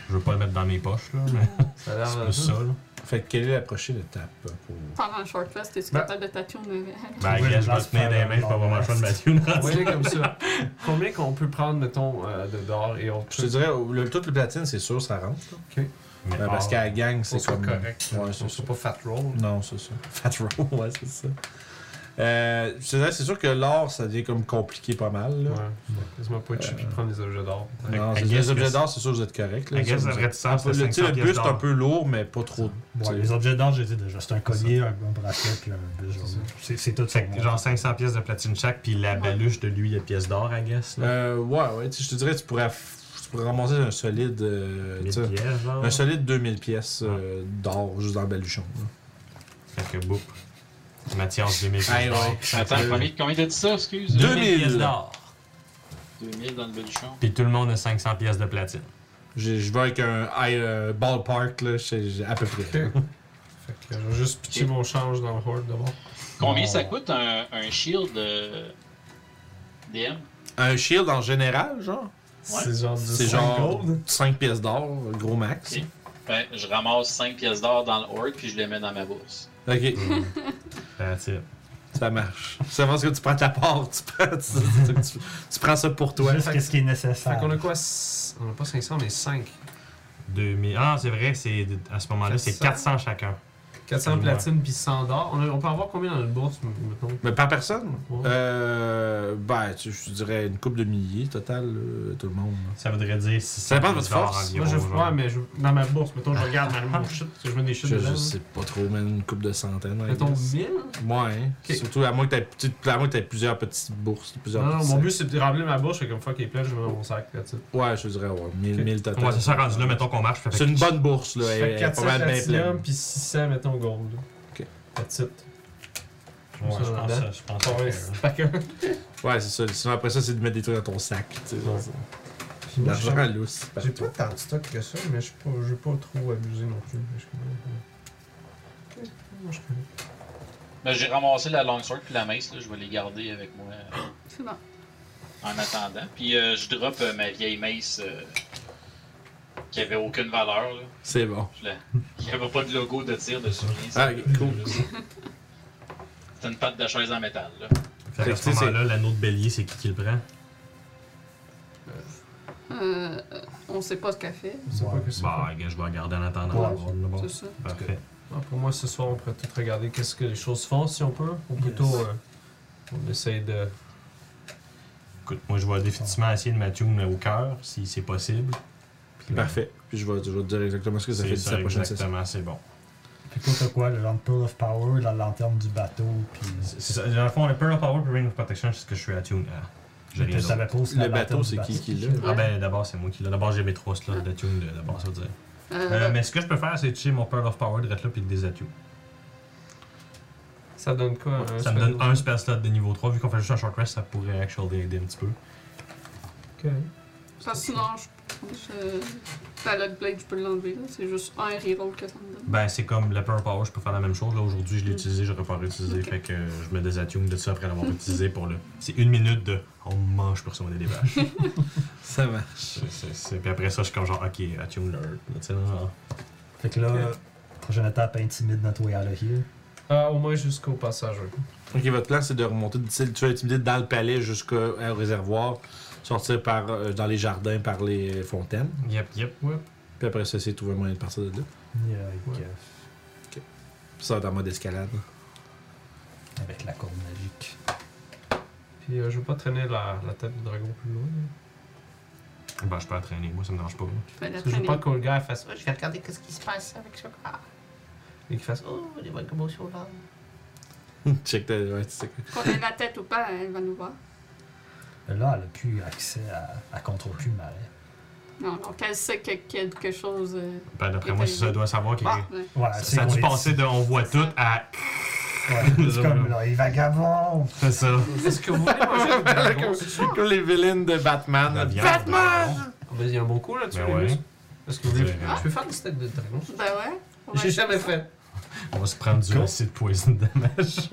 je veux pas le mettre dans mes poches, là, mais
Ah,
Ça a l'air.
c'est
euh,
plus ça, là.
Fait que quelle est la prochaine étape euh, pour.
Pendant un short rest, es-tu
Ben-
capable de tatouer une...
Ben,
Trouver
gars,
une
je vais le
place
tenir dans les mains, je vais
pour
avoir
faire
ma
un
choix de Mathieu. non?
Ouais, il est comme ça. Combien qu'on peut prendre, mettons, euh, de d'or et on
Je te dirais, le, toute le platine, c'est sûr, ça rentre. là.
Mais ah,
Euh, parce
or,
qu'à la gang, c'est
C'est
comme.
correct.
Ouais,
on
c'est
c'est
ça.
pas fat roll.
Non, c'est ça. Fat roll, ouais, c'est ça. Euh, je te dirais, c'est sûr que l'or, ça devient comme compliqué pas mal. là.
Ouais. Laisse-moi pas être puis prendre les objets d'or.
Non,
I
c'est-
guess
les
que
objets
c'est-
d'or, c'est sûr que vous êtes correct. Là,
I guess
Ça,
la
vous-
vraie distance, c'est
le, tu sais,
500
le
pièces
buste un
d'or.
peu lourd, mais pas trop. tu sais.
Ouais, les objets d'or, j'ai dit déjà. C'est un collier, un, un bracelet, puis un buste. genre. C'est- C'est tout
Fait
fait.
que genre 500 pièces de platine chaque, puis la baluche de lui de pièces d'or, I guess. Là.
Euh, ouais, ouais. tu sais, Je te dirais, tu pourrais, f- tu pourrais ramasser un solide. euh, tu
Mille
sais,
pièces, genre.
un solide 2000 pièces euh, d'or juste dans le baluchon. là.
Fait que boum. Mathias, 2000
Hey,
pièces d'or.
ouais.
Attends,
Euh,
combien, combien t'as dit ça, excuse?
2000.
pièces d'or.
2000 dans le baluchon.
Puis tout le monde a 500 pièces de platine.
J'ai- Je vais avec un high, euh, ballpark, là, c'est- j'ai- à peu près.
Ok. Fait que euh, je vais juste pitcher mon change dans le horde d'abord.
Ah
Combien ça coûte un, un shield euh, DM?
Un shield en général, genre
C'est genre du
C'est
cinq
genre
gold.
5 pièces d'or, gros max.
Ok. Ben, je ramasse 5 pièces d'or dans le horde puis je les mets dans ma bourse.
Ok,
That's it.
ça marche. C'est parce que tu prends ta part, tu prends, tu- tu- tu- tu prends ça pour toi.
Juste qu'est-ce qui est
Fait
nécessaire.
qu'on a quoi s- On a pas 500, mais 5.
2000. Ah, c'est vrai, c'est à ce moment-là, c'est 400 chacun.
400
Ouais.
platine puis 100 d'or. On, a- on peut avoir combien dans une bourse, m- mettons
Mais par personne
Ouais.
euh, Ben, tu- je te dirais une coupe de milliers total, euh, tout le monde. là.
Ça voudrait dire 600
Ça dépend de votre
pièces d'or
force.
environ,
Moi, je.
genre.
Ouais, mais je- dans ma bourse, mettons, je regarde ma mon shit, je mets des shit
Je,
dedans.
je sais pas trop, mais une coupe de centaines. I
Mettons
guess.
1000
Ouais, hein.
Ok.
surtout à moins que tu aies plusieurs petites bourses. Plusieurs
Non, non,
petits
mon
sacs.
but c'est de remplir ma bourse, je fais comme fuck, il est plein, je mets dans mon sac, là, tu sais.
Ouais, je te dirais, ouais, 1000
Ok.
1000 total.
Ouais, c'est ça, rendu là, mettons qu'on marche. ça fait
C'est une bonne bourse, là.
Ça
Elle,
fait
elle est
400
pas mal bien
platinum
pleine.
puis 600, mettons, gold.
Ok.
That's it.
Ouais, je pense ça. Je pense hein. ça.
Ouais,
fait,
c'est pas que-
Ouais, c'est ça. Sinon, après ça, c'est de mettre des trucs dans ton sac. tu sais.
Ouais. Puis moi,
L'argent
j'ai-
à lousse.
J'ai pas tant de stock que ça, mais je suis pas, je veux pas trop abusé non plus. mais je suis quand même- Ok, moi, je connais.
Ben, j'ai ramassé la longsword puis la mace, là, je vais les garder avec moi euh,
C'est bon.
en attendant. Puis euh, je drop euh, ma vieille mace euh, qui avait aucune valeur, là.
C'est bon.
Je la- Il n'y avait pas de logo de tir dessus. rien,
Ah,
c'est-
ok, cool.
C'est une patte de chaise en métal, là.
que à
Tu
ce
sais, c'est-
moment-là, l'anneau de bélier, c'est qui qui le prend
Euh, euh, on sait pas ce qu'elle fait,
C'est pas que c'est.
Bah, gars, je vais regarder en attendant.
Ouais.
On va le voir.
c'est ça.
Parfait.
Ah, pour moi, ce soir, on pourrait tout regarder qu'est-ce que les choses font, si on peut. Ou plutôt,
Yes.
euh, on essaye de.
Écoute, moi, je vais définitivement essayer de ma tune au cœur, si c'est possible. Puis là,
Parfait. Puis je vais, je vais te dire exactement ce que ça fait
C'est
d'ici la
ça,
prochaine session.
exactement, c'est bon.
Puis toi, t'as quoi? Le Lamp Pearl of Power, la lanterne du bateau, puis...
C'est c'est ça. Dans le fond, le Pearl of Power et Ring of Protection, c'est ce que je suis à tune à. J'ai rien
Je
d'autre.
savais pas où c'était
Le
la lanterne
bateau,
du
c'est qui qui l'a
Ah ben, d'abord, c'est moi qui l'ai. D'abord, j'ai mes trois slots de tune, de- d'abord, ça veut dire. Euh,
Euh,
mais ce que je peux faire, c'est toucher mon Pearl of Power direct là puis le désatouer.
Ça donne quoi euh, un
Ça me donne un spell slot de niveau 3. Vu qu'on fait juste un short rest, ça pourrait actually aider un petit peu.
Ok.
parce que sinon, je. je- La Lockblade, je peux l'enlever, là. C'est juste un reroll que ça me donne. Mm.
Ben, c'est comme le Pearl of Power, je peux faire la même chose. Là, aujourd'hui, je l'ai utilisé, j'aurais pas réutilisé. Fait que euh, je me désatune de ça après l'avoir utilisé pour le. C'est une minute de. On mange pour se monter des vaches.
Ça va.
C'est- c'est- c'est- Puis après ça, je suis comme genre, ok, attune l'heure. Tu sais, là, genre.
Fait que là, prochaine étape, intimide notre way out of here.
Ah, au moins jusqu'au passage. ouais.
Ok, votre plan, c'est de remonter d'ici. Tu vas intimider dans le palais jusqu'au euh, au réservoir, sortir par, euh, dans les jardins par les euh, fontaines.
Yep, yep.
Ouais.
Puis après ça, c'est trouver un moyen de partir de là.
Yeah,
Ouais.
euh,
Puis ça va être en mode escalade.
Avec la corde magique.
Puis euh, je veux pas traîner la, la tête du dragon plus loin. là.
Ben, je peux la traîner. Moi, ça me dérange pas.
Je vais Ben, la
Parce que je veux
traîner.
pas que le gars fasse.
Je vais regarder qu'est-ce qui se passe avec ce gars.
Et qu'il fasse.
Oh, des bonnes commotions là.
Check ta. Ouais, tu sais quoi.
Qu'on ait la tête ou pas, elle va nous voir.
Mais Là, elle a plus accès à, à contrôle plus marais.
Non, donc elle sait que quelque chose. euh,
Ben, d'après moi, si ça doit savoir qu'il.
Ah, ouais.
Ouais,
Ça,
c'est
ça a dû passer de on voit tout à.
c'est comme là, les vagabonds!
C'est ça.
Est-ce que vous voulez
Ah,
manger le dragon
Comme les vilaines de Batman.
La
là.
viande,
Batman!
Vas-y, Ah, il y a un bon coup là-dessus.
Ben
les
ouais.
muscles. Est-ce que vous voulez.
Ah.
Je peux faire des steaks de dragon
Ben ouais. on va-
J'ai jamais fait.
On va se prendre du
Go.
acide poison damage.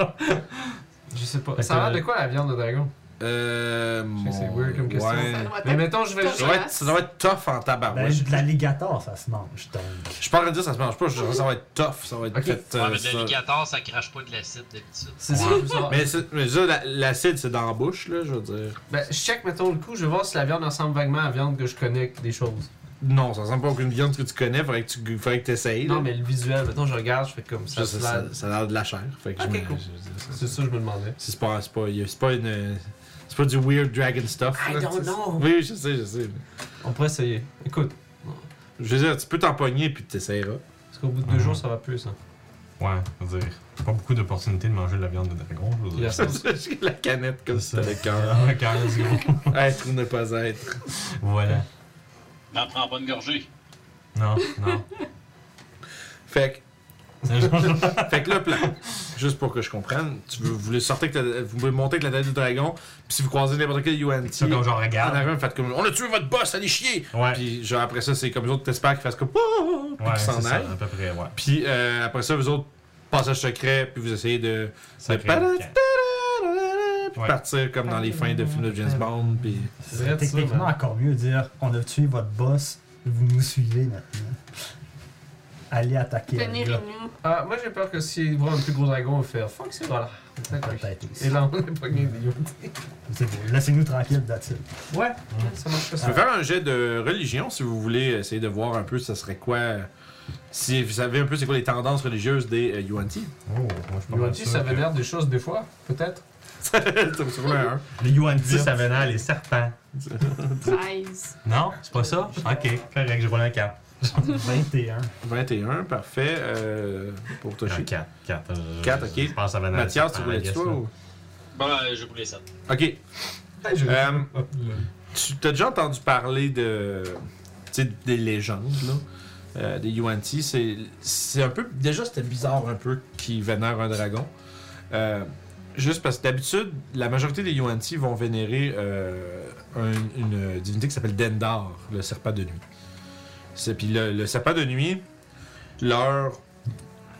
Je sais pas.
Fait
Ça a
que-
l'air de quoi la viande de dragon
Euh.
sais, c'est
mon-
weird comme question.
Ça
Ouais.
doit
Euh, Mais
être-
mettons, je vais
Ça
juste.
doit, être, ça doit être tough en
Ah,
Ben,
tabarouette.
de l'alligator, ça se mange, donc.
Je suis pas en train de dire ça se mange pas, je dirais ça va être tough, ça va être
Ok.
fait. euh,
ouais, mais de
ça-
l'alligator, ça crache pas de l'acide d'habitude.
C'est ça, Ah, je veux savoir.
Mais, c'est- mais ça, la- l'acide, c'est dans la bouche, là, je veux dire.
Ben, je check, mettons, le coup, je vais voir si la viande ressemble vaguement à la viande que je connais avec des choses.
Non, ça ressemble pas à aucune viande que tu connais, faudrait que tu faudrait que t'essayes, là.
Non, mais le visuel, maintenant je regarde, je fais comme Ah,
Ça,
ça. se
Ah, ça,
lave.
ça- ça a l'air de la chair. Fait que
Ok,
je me-
cool.
je- je-
C'est ça que je me demandais.
C'est pas, c'est pas, y a- c'est pas une. C'est pas du weird dragon stuff.
I
là,
don't
tu sais.
know.
Oui, je sais, je sais.
On pourrait essayer. Écoute,
Je veux dire, tu peux t'empoigner puis tu t'essayeras.
parce qu'au bout de deux
Ah.
Mhm.
jours, ça va plus, ça.
Ouais, je veux dire, pas beaucoup d'opportunités de manger de la viande de dragon, je veux
Il y a
dire.
ça.
J'ai la canette comme ça. Le cœur.
Ah, carrément, c'est gros.
être ou ne pas être.
Voilà.
N'en prends pas une gorgée.
Non, non.
Fait
C'est genre-
que, fait que le plan, juste pour que je comprenne, tu veux, vous voulez sortir, avec la- vous voulez monter avec la tête du dragon, puis si vous croisez n'importe quel UNT,
C'est comme genre,
en
regarde.
arrière, faites comme on a tué votre boss, allez chier!
Ouais.
Puis genre après ça, c'est comme les autres, t'espères qu'ils fassent comme oh, puis
ouais,
qu'ils s'en
c'est ça,
aillent.
à peu près, ouais.
Puis euh, après ça, vous autres, passage secret, puis vous essayez de.
Ça
de-
crée un camp.
puis
Ouais.
partir comme dans les fins de films de James Bond, puis.
C'est
vrai, tu sais,
techniquement
ben.
man.
encore mieux de dire on a tué votre boss, vous nous suivez maintenant. Allez attaquer. le
Tenir
gars.
et nous.
Ah, moi j'ai peur que s'il voit un plus gros dragon, on va faire fuck, c'est voilà.
Peut-être
Et
aussi.
là, on est pogné des yeux.
C'est beau. Laissez-nous tranquille, that's it.
Ouais, ça marche
Je
ça.
peux faire un jet de religion si vous voulez essayer de voir un peu ça serait quoi. euh, Si vous savez un peu c'est quoi les tendances religieuses des euh, UNT.
Oh, moi, je suis pas mal
Yuanji, Ah. ça
sûr que-
vénère des choses des fois, peut-être.
ça me surprend un.
Les Yuan ça vénère les serpents.
13.
Non, c'est pas ça? Ok, correct, j'ai roulé un 4.
21.
21, parfait. euh, pour
Un
Toshi.
4. 4,
Quatre, ok.
Euh, Je pense que ça vénère les
Mathias, tu
serpents, I
voulais-tu
guess,
toi
là.
ou...
Ben, je voulais ça.
Ok.
Hey, je-
Euh, tu as déjà entendu parler de. Tu sais, des légendes, là. euh, des UNT. C'est c'est un peu. Déjà, c'était bizarre un peu qu'ils vénèrent un dragon. Euh, juste parce que d'habitude, la majorité des UNT vont vénérer euh, un- une divinité qui s'appelle Dendar, le serpent de nuit. C'est- Puis le, le serpent de nuit, leur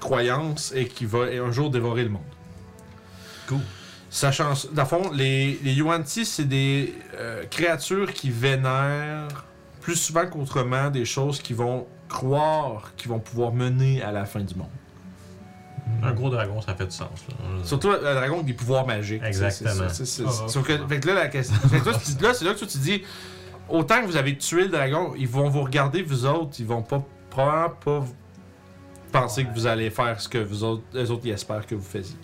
croyance est qu'il va un jour dévorer le monde.
Cool.
Sachant, dans le fond, les, les Yuan-Ti, c'est des euh, créatures qui vénèrent plus souvent qu'autrement des choses qui vont croire qui vont pouvoir mener à la fin du monde.
Un gros dragon, ça fait du sens. là.
Surtout un dragon avec des pouvoirs magiques.
Euh, Exactement.
C'est ça, c'est ça, c'est ça.
Ah,
Sauf que,
ouais.
fait que là, la question. fait que toi, tu- là, c'est là que toi, tu dis autant que vous avez tué le dragon, ils vont vous regarder, vous autres, ils vont pas probablement pas vous- penser que vous allez faire ce que vous autres, eux autres, ils espèrent que vous faisiez.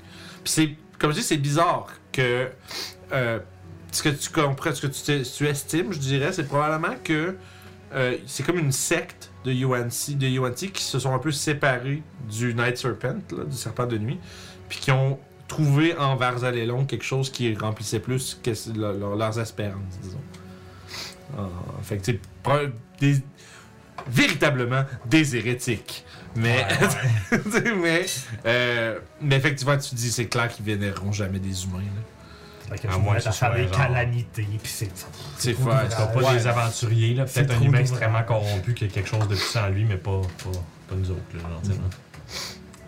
Puis c'est, comme je dis, c'est bizarre que euh, ce que tu comprends, ce que tu, t'es- tu estimes, je dirais, c'est probablement que euh, c'est comme une secte de UNC, de UNT qui se sont un peu séparés du Night Serpent, là, du serpent de nuit, puis qui ont trouvé en Varzalelon quelque chose qui remplissait plus que c- leur- leur- leurs espérances, disons. Ah, fait que tu sais, pro- des- véritablement des hérétiques.
Eh,
Mais, tu sais, mais, euh, mais effectivement, tu dis, c'est clair qu'ils vénéreront jamais des humains. là.
Fait que
À
je
moins
vais
que ah, ce
faire
soit
des
genre-
calamités, puis c'est.
C'est
trop
fa-
d'ouvrage.
C'est pas
Ouais.
des aventuriers, là.
C'est
Peut-être un
trop
humain
d'ouvrage.
extrêmement corrompu qui a quelque chose de puissant en lui, mais pas, pas, pas nous autres, là, genre, tu sais, là.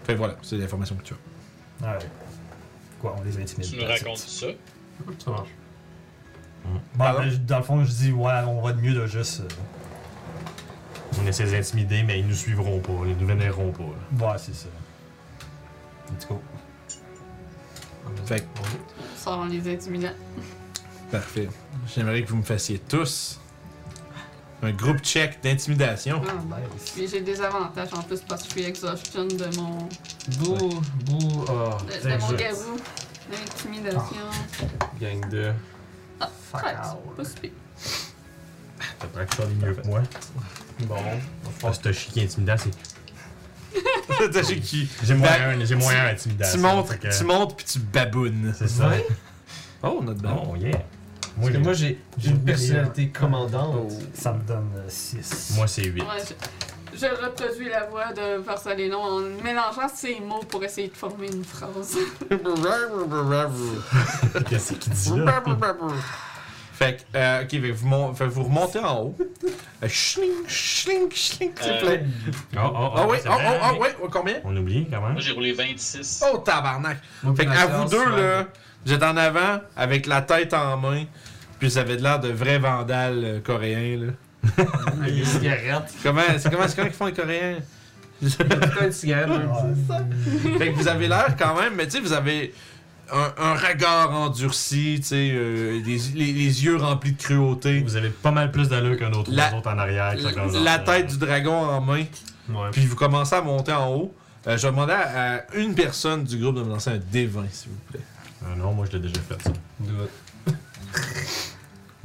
Fait voilà, c'est l'information que tu as.
Ouais. Quoi, on les intimide.
Tu nous
that's it.
racontes ça.
Ça marche.
Bon, ben, je- dans le fond, je dis, ouais, on va de mieux de juste. euh,
On essaie de les intimider, mais ils nous suivront pas, ils nous vénéreront pas. là.
Ouais, c'est ça. Let's go.
Fait que,
On sort les intimidants.
parfait. J'aimerais que vous me fassiez tous un groupe check d'intimidation.
Ah, Puis j'ai des avantages en plus parce que je suis exhaustion de mon,
Bou, bou, oh,
de, de
t'es
mon
juste.
gazou. L'intimidation.
Gang de.
Ah,
Fuck
13.
all.
Pas si pire.
Ça prend que ça les mieux que moi.
Bon.
Ah, c'est un chic intimidant, c'est.
Sachez qui.
J'ai moins
Ben,
un, j'ai moins
tu-
un intimidation.
Tu montes,
fait que-
tu montes puis tu babounes.
C'est ça.
Ouais.
Oh, notre ballon.
Oh, yeah. Moi,
Parce que
j'ai-
moi j'ai j'ai une personnalité commandante.
Ça me donne euh, 6.
moi, c'est 8.
Ouais, je, je reproduis la voix de Varsalélon en mélangeant ces mots pour essayer de former une phrase.
Qu'est-ce qu'il dit là?
Fait que, euh, ok, fait que vous, mon- fait que vous remontez en haut. Euh, Chlink, chlink, chlink, s'il vous plaît.
Oh, oh,
Ah oui,
c'est
oh, oh,
vrai,
ah
mais-
oui, oh, combien?
On oublie quand même.
Moi, j'ai roulé 26.
Oh, tabarnak.
Moi,
Fait que
puis
à
ma
vous
science,
deux, là,
ouais.
vous êtes en avant, avec la tête en main, puis vous avez de l'air de vrais vandales euh, coréens, là.
Une cigarette.
Comment, c'est comment, c'est comment ils font les coréens?
Putain, une cigarette.
Ouais.
Fait que vous avez l'air quand même, mais tu sais, vous avez. un, un regard endurci, tu sais, euh, les, les- les yeux remplis de cruauté.
Vous avez pas mal plus d'allure qu'un autre
La-
les autres en arrière. que chacun
La,
dans
la
un-
tête du dragon en main,
Ouais.
puis vous commencez à monter en haut. Euh, je vais demander à, à une personne du groupe de me lancer un D20, s'il vous plaît.
Euh, non, moi je l'ai déjà fait ça.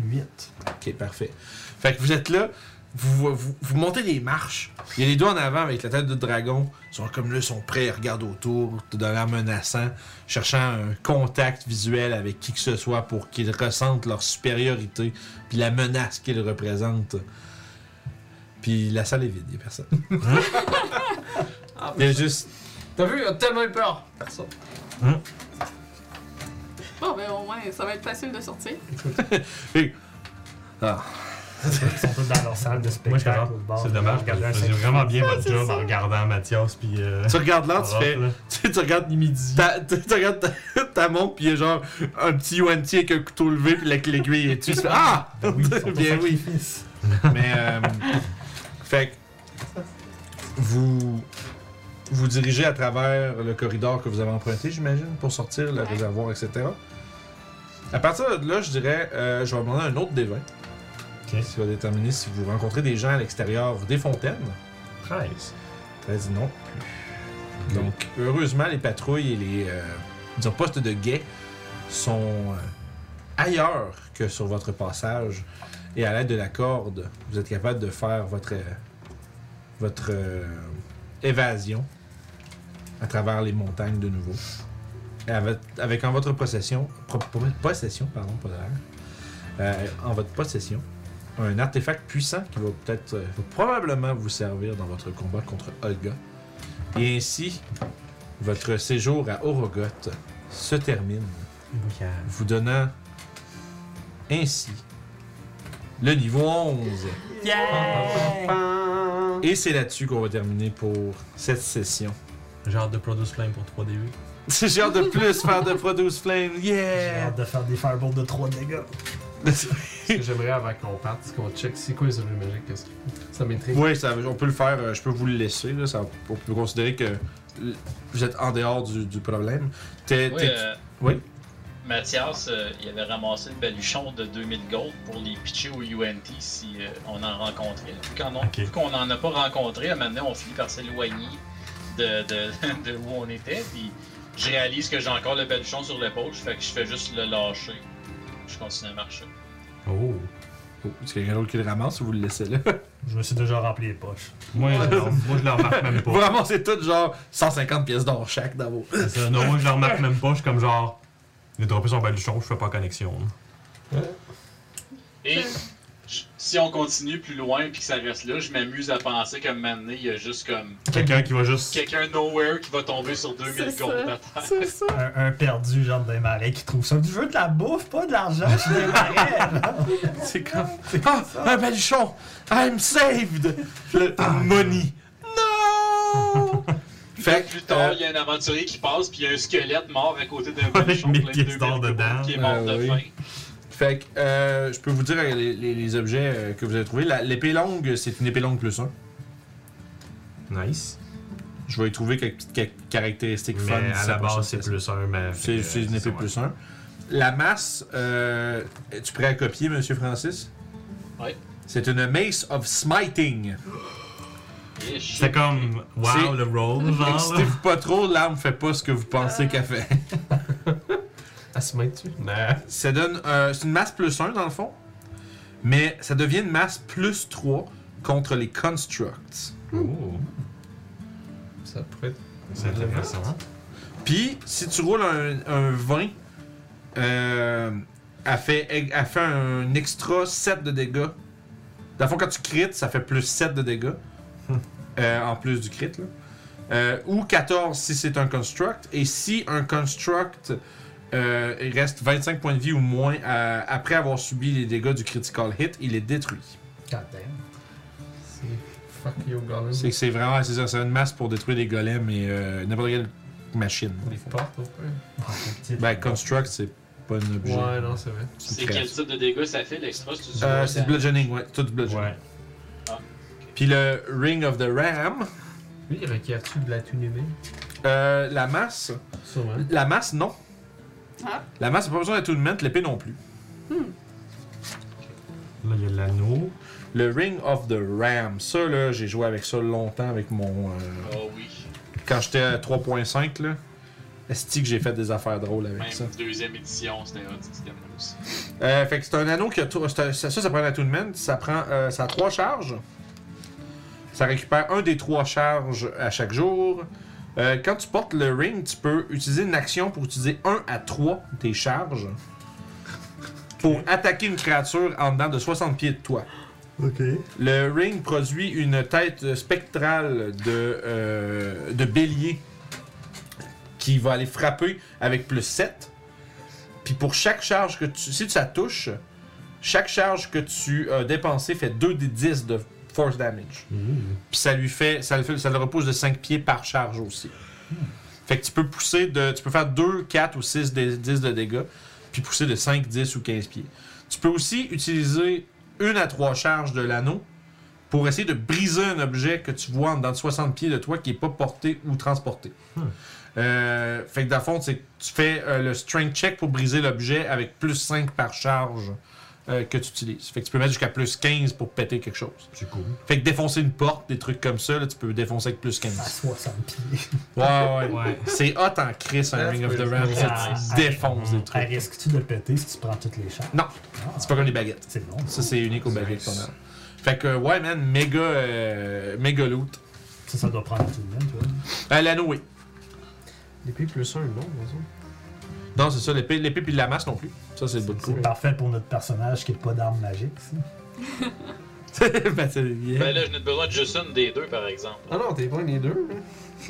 8.
Ok, parfait. Fait que vous êtes là, vous, vous, vous montez les marches. Il y a les deux en avant avec la tête de dragon. Ils sont comme là, ils sont prêts, ils regardent autour, dans l'air menaçant, cherchant un contact visuel avec qui que ce soit pour qu'ils ressentent leur supériorité, puis la menace qu'ils représentent. Puis la salle est vide, il n'y a personne. Il y a juste.
T'as vu, il a tellement eu peur. Personne.
Bon, ben au moins, ça va être facile de sortir.
Ils sont tous dans leur salle de
Moi je
spectacle. au bord
C'est
de-
dommage, vous
regarder un
faisiez
spectacle.
vraiment bien votre
c'est
job
ça.
en regardant Mathias puis. euh,
Tu regardes là, tu
Raph,
fais.
là.
Tu, tu regardes midi. Ta, tu, tu regardes ta, ta montre, puis il y a genre un petit yuan-ti avec un couteau levé, puis avec l'aiguille est dessus. tu fais, Ah!
Ben oui, ils sont au
Bien oui.
sacrifice.
Mais, euh, fait que vous vous dirigez à travers le corridor que vous avez emprunté, j'imagine, pour sortir le
Ouais.
réservoir, etc. À partir de là, je dirais, euh, je vais demander un autre des 20. Qui va déterminer si vous rencontrez des gens à l'extérieur des fontaines.
13.
13 non plus. Donc, heureusement, les patrouilles et les euh, disons, postes de guet sont euh, ailleurs que sur votre passage. Et à l'aide de la corde, vous êtes capable de faire votre, euh, votre euh, évasion à travers les montagnes de nouveau. Et avec, avec en votre possession, pro- pro- possession, pardon, pas d'air, euh, en votre possession, un artefact puissant qui va peut-être, euh, va probablement vous servir dans votre combat contre Olga. Et ainsi, votre séjour à Orogoth se termine, vous donnant ainsi le niveau 11. Et c'est là-dessus qu'on va terminer pour cette session.
Genre de Produce Flame pour 3D8.
C'est genre de plus faire de Produce Flame,
J'ai
yeah!
hâte de faire des fireballs de 3 dégâts.
Ce que j'aimerais avant qu'on parte, c'est qu'on check c'est quoi les objets magiques. qu'est-ce que- Ça m'intrigue.
Oui, ça, on peut le faire. euh, Je peux vous le laisser. Là, ça, on peut considérer que l- vous êtes en dehors du, du problème. T'es-
Oui,
t'es-
euh,
oui.
Mathias, euh, il avait ramassé le baluchon de 2000 gold pour les pitcher au UNT si euh, on en rencontrait. Vu qu'on en-
Ok.
vu qu'on n'en a pas rencontré, à un moment donné, on finit par s'éloigner de, de- de où on était. Puis je réalise que j'ai encore le baluchon sur l'épaule, fait que je fais juste le lâcher. Je continue à marcher.
Oh.
Oh, c'est quelqu'un d'autre qui le ramasse ou vous le laissez là?
Je me suis déjà rempli les poches.
Moi, je- moi je le remarque même
Vous
pas.
ramassez tout genre 150 pièces d'or chaque dans vos.
C'est ça. Non, moi je le remarque même pas. Je suis comme genre. Il a droppé son baluchon, je fais pas connexion.
Et je- si on continue plus loin puis que ça reste là, je m'amuse à penser qu'à un moment donné, il y a juste comme
Quelqu'un qui va juste.
quelqu'un nowhere qui va tomber sur 2000
C'est
gold
ça.
à terre.
C'est ça.
Un, un perdu, genre des marais, qui trouve ça. Je veux de la bouffe, pas de l'argent, je suis des marais. genre.
C'est comme. Ah! Un baluchon! I'm saved! Le money! Non! fait
Ben, Plus
que.
tard,
euh,
il y a un aventurier qui passe, puis il y a un squelette mort à côté d'un
Avec
baluchon
mes
plein de
pièces d'or
2000
dedans.
qui est mort
Ah
de
oui.
faim.
Fait que euh, je peux vous dire les, les- les objets euh, que vous avez trouvés. La- L'épée longue, c'est une épée longue plus 1.
Nice.
Je vais y trouver quelques petites ca- caractéristiques
Mais
fun.
à
si
la
ça marche,
base, c'est
ça.
plus un, mais. euh,
C'est c'est une épée plus 1. La masse, euh, es-tu prêt à copier, Monsieur Francis?
Ouais.
C'est une Mace of Smiting.
Et je-
C'est comme.
C'est-
Wow, le roll, genre. là. Ah.
Excitez-vous pas trop, l'arme fait pas ce que vous pensez qu'elle fait.
Elle se met dessus.
Ça donne. euh, c'est une masse plus 1 dans le fond. Mais ça devient une masse plus 3 contre les constructs.
Oh.
Ça pourrait être.
C'est intéressant.
Puis, si tu roules un, un 20, euh, elle, fait, elle fait un extra 7 de dégâts. Dans le fond, quand tu crits, ça fait plus 7 de dégâts. Euh, en plus du crit, là. Euh, ou 14 si c'est un construct. Et si un construct euh, il reste 25 points de vie ou moins euh, après avoir subi les dégâts du critical hit, il est détruit.
God damn.
C'est fuck you, Golem.
C'est que c'est vraiment c'est ça, c'est une masse pour détruire les golems et euh, n'importe quelle machine.
Des portes, au pire.
Ben, construct, c'est pas un objet.
Ouais, non, c'est vrai.
C'est
C'est
une
quel
créature.
type de dégâts ça fait l'extra si tu dis-
Euh, c'est du bludgeoning, ouais. Tout du bludgeoning.
Ouais.
Puis le Ring of the Ram,
Lui, il requiert-tu de la thune humaine
euh, la masse.
Sûrement.
La masse, non.
Ah.
La masse, pas besoin d'attunement, l'épée non plus.
Là, il y a l'anneau.
Le Ring of the Ram, ça là, j'ai joué avec ça longtemps avec mon. euh,
Oh oui.
quand j'étais à 3.5 là. Est-ce que j'ai fait des affaires drôles avec
Même
ça?
deuxième édition, c'était un petit système aussi.
Euh, fait que c'est un anneau qui a tout. c'est un- Ça, ça prend un attunement. Ça prend. euh, ça a trois charges. Ça récupère un des trois charges à chaque jour. Euh, quand tu portes le ring, tu peux utiliser une action pour utiliser un à trois des charges pour attaquer une créature en dedans de 60 pieds de toi.
Ok.
Le ring produit une tête spectrale de, euh, de bélier qui va aller frapper avec plus 7. Puis pour chaque charge que tu. Si ça touche, chaque charge que tu as dépensée fait 2 des 10 de force damage. Puis ça lui fait. Ça le, fait- ça le repousse de 5 pieds par charge aussi. Fait que tu peux pousser de. Tu peux faire 2, 4 ou 6 des 10 de dégâts. Puis pousser de 5, 10 ou 15 pieds. Tu peux aussi utiliser une à trois charges de l'anneau pour essayer de briser un objet que tu vois en dedans de 60 pieds de toi qui n'est pas porté ou transporté. Euh, fait que dans le fond, c'est que tu fais euh, le strength check pour briser l'objet avec plus 5 par charge euh, que tu utilises. Fait que tu peux mettre jusqu'à plus 15 pour péter quelque chose.
C'est cool.
Fait que défoncer une porte, des trucs comme ça, là, tu peux défoncer avec plus
À
15.
60 pieds.
Ouais, ouais.
Ouais.
C'est hot en Chris, un
Ouais,
Ring
tu
of the
peux
Ram.
Ah,
jouer.
ça, Tu défonces des
Elle
trucs.
risque-tu de péter si ah, tu prends toutes les charges? Ah,
Non, c'est pas comme les baguettes.
C'est bon.
Ça, c'est unique au baguette
Nice.
qu'on a. Fait que, ouais, man, méga, euh, méga loot.
Ça, ça doit prendre tout le monde, tu vois.
Euh, L'anneau, oui.
L'épée plus un, non, par exemple.
Non, c'est ça, l'épée l'épée puis la masse non plus. Ça, c'est le bout de coup.
C'est parfait pour notre personnage qui n'a pas d'arme magique, ça.
ben, c'est bien.
Ben là, je n'ai besoin de juste une des deux, par exemple.
Ah non, t'es pas les deux. hein.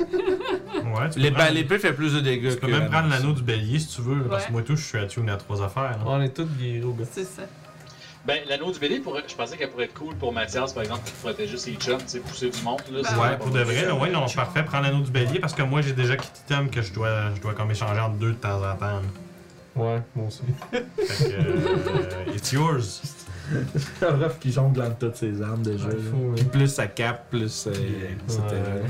Ouais, tu peux,
Les-
prendre-
ben, L'épée fait plus de dégâts
tu peux
que
même
la
prendre
masse.
l'anneau du bélier si tu veux, parce
Ouais.
que moi tout, je suis attuné à trois affaires. là.
On est tous guéris au gars.
C'est ça.
Euh,
Ben, l'anneau du BD, pourrait- je pensais qu'elle pourrait être cool pour Mathias, par exemple, qui protéger ses chums, tu sais, pousser du monde. Là, c'est
Ouais,
pas
pour
mal.
de vrai, là, ouais, non, parfait, prends l'anneau du bélier parce que moi j'ai déjà quitté item que je dois, je dois comme échanger entre deux de temps en temps. là.
Ouais, moi aussi.
Fait que, euh, it's yours.
Le ref qui jongle entre toutes ses armes déjà.
Ouais,
là.
faut, ouais.
Puis plus sa cape, plus. euh, etc.
Ouais.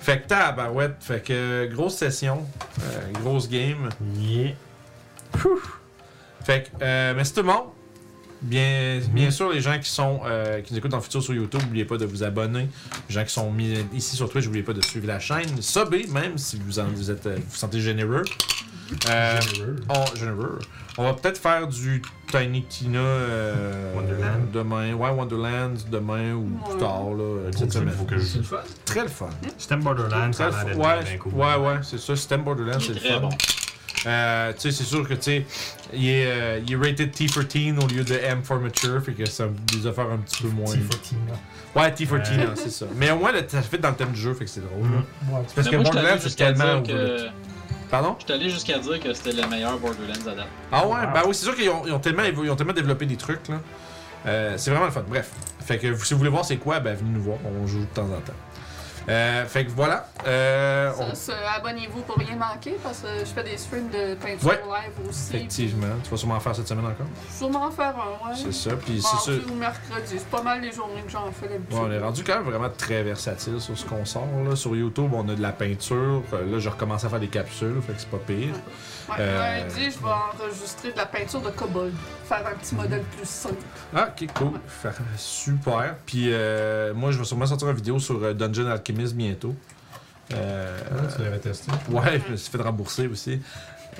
Fait que tabarouette, fait que euh, grosse session, euh, grosse game.
Yeah.
Fait que, euh, merci tout le monde. Bien, bien sûr, les gens qui sont euh, qui nous écoutent en futur sur YouTube, n'oubliez pas de vous abonner. Les gens qui sont mis ici sur Twitch, n'oubliez pas de suivre la chaîne. Subez même si vous en- vous êtes euh, vous sentez généreux. Euh, on, généreux. On va peut-être faire du Tiny Tina euh,
Wonderland.
demain. Ouais, Wonderland demain ou plus
Ouais.
tard là, cette
Il
semaine.
faut que je.
C'est le fun.
Très le fun.
System Borderlands,
Très le
ça a l'air
fun.
d'être
Ouais,
bien cool.
ouais, ouais, c'est ça. Système Borderlands,
Il
c'est
est
le
très
fun.
bon.
Euh, tu sais, c'est sûr que, tu sais, il est, euh, il est rated T14 au lieu de M for mature, fait que ça nous a fait un petit peu moins.
C'est fucking là.
Ouais, T14, hein, c'est ça. Mais au moins, là, ça fait dans le thème du jeu, fait que c'est drôle. là.
Mhm.
Ouais,
Parce que
Mais moi, je suis allé
Borderlands, c'est
jusqu'à
tellement.
dire
overrated.
que-
Pardon?
Je suis allé jusqu'à dire que c'était le meilleur Borderlands à date.
Ah ouais, bah oui, c'est sûr qu'ils ont, ils ont tellement, évo- ils ont tellement développé des trucs, là. Euh, c'est vraiment le fun. Bref. Fait que si vous voulez voir c'est quoi, ben venez nous voir, on joue de temps en temps. Euh, fait que voilà. Euh,
Ça,
on-
ça, Abonnez-vous pour rien manquer parce que je fais des streams de peinture
Ouais.
live aussi.
Effectivement, tu vas sûrement en faire cette semaine encore.
Sûrement en faire un, ouais.
C'est ça, puis c'est
Mardi
sûr.
ou mercredi. C'est pas mal les journées que j'en fais d'habitude.
Ouais, on est rendu quand même vraiment très versatile sur ce qu'on sort. Là. Sur YouTube, on a de la peinture. Euh, Là, je recommence à faire des capsules, fait que c'est pas pire.
Ouais,
Euh,
lundi, je vais enregistrer de la peinture de cobalt. Faire un petit modèle plus simple.
Ah, ok, cool. Fa- Super. Puis euh, moi, je vais sûrement sortir une vidéo sur euh, Dungeon Alchemist bientôt. Euh,
Ah, tu l'avais testé.
ouais, je me suis fait rembourser aussi.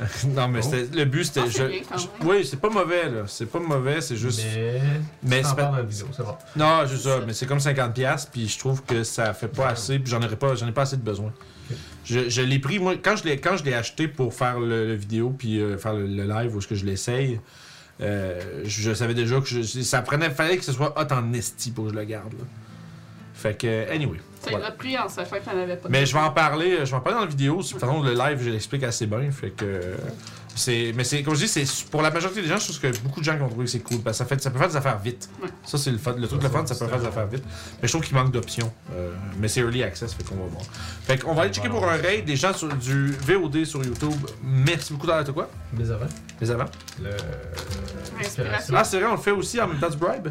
non, mais c'était- le but, c'était.
Ah, c'est
je-
bien quand
je-
même.
oui, c'est pas mauvais, là. C'est pas mauvais, c'est juste.
Mais.
Mais
tu
c'est
en
pas-
parles dans la vidéo, c'est bon.
Non, c'est ça, mais c'est comme 50$, puis je trouve que ça fait pas assez, puis j'en aurais pas, j'en ai pas assez de besoin. Je, je l'ai pris, moi, quand je l'ai, quand je l'ai acheté pour faire le, le vidéo, puis euh, faire le, le live, ou ce que je l'essaye, euh, je, je savais déjà que je- ça prenait, fallait que ce soit hot en esti pour que je le garde. là. Fait que, anyway.
Ça
voilà.
il a pris en sachant qu'il n'y en avait pas.
Mais je vais en parler, je vais en parler dans la vidéo. De toute façon, le live, je l'explique assez bien. Fait que. C'est, mais c'est, comme je dis, c'est, pour la majorité des gens, je trouve que beaucoup de gens qui ont trouvé que c'est cool. Parce que ça, fait, ça peut faire des affaires vite.
Ouais.
Ça, c'est le, fun- le truc le fun, ça peut faire des affaires vite. Mais je trouve qu'il manque d'options. Euh, mais c'est early access, fait qu'on va voir. Fait qu'on va aller checker pour un raid des gens sur, du VOD sur YouTube. Merci beaucoup d'avoir été quoi
Mais avant,
Les avant.
le.
Inspiration. Ben,
Ah, c'est vrai, on le fait aussi en même temps du bribe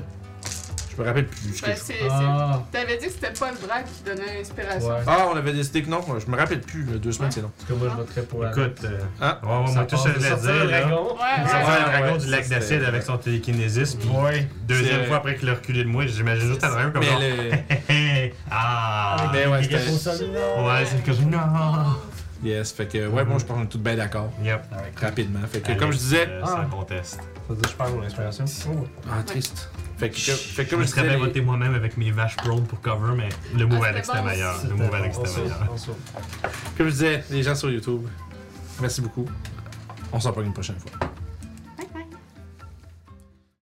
Je me rappelle plus. ce que
Ben,
je-
c'est- c'est-
Ah,
T'avais dit que c'était pas le drague qui donnait l'inspiration.
ouais.
Ah, on avait décidé que non. Je me rappelle plus. Deux semaines, c'est non.
Parce que moi, je voterais pour la.
Écoute, euh,
Ah.
ouais, ouais, moi,
Ça
tout
passe
ça, je
de sortir
l'ai
le
dit, là.
dragon.
Ouais,
Ça
ouais.
un dragon du
ouais,
lac
ça,
d'acide
c'est-
avec son télékinésisme. puis
Ouais.
Deuxième
C'est-
fois après qu'il a reculé de moi, j'imagine juste un dragon comme genre.
Mais le...
ah!
Mais ouais,
Quelque chose
c'était...
comme ça, non?
Ouais, c'est que je.
Ah.
Non!
Yes, fait que... Ouais, bon, je pense qu'on est tout bien d'accord.
Yep.
Rapidement. Fait que,
Allez,
comme je disais...
euh, Ça conteste.
Faut dire, je parle mon inspiration.
Ah, triste. Fait que, fait que
Je
comme
me
je
serais bien
disais...
voté moi-même avec mes vaches prone pour cover, mais le move
Ah,
à l'extrême
c'était bon,
ailleurs.
C'était
Le move à
bon, on
l'extrême
saute,
ailleurs.
on saute.
Comme je disais, les gens sur YouTube, merci beaucoup. On s'en parle une prochaine fois.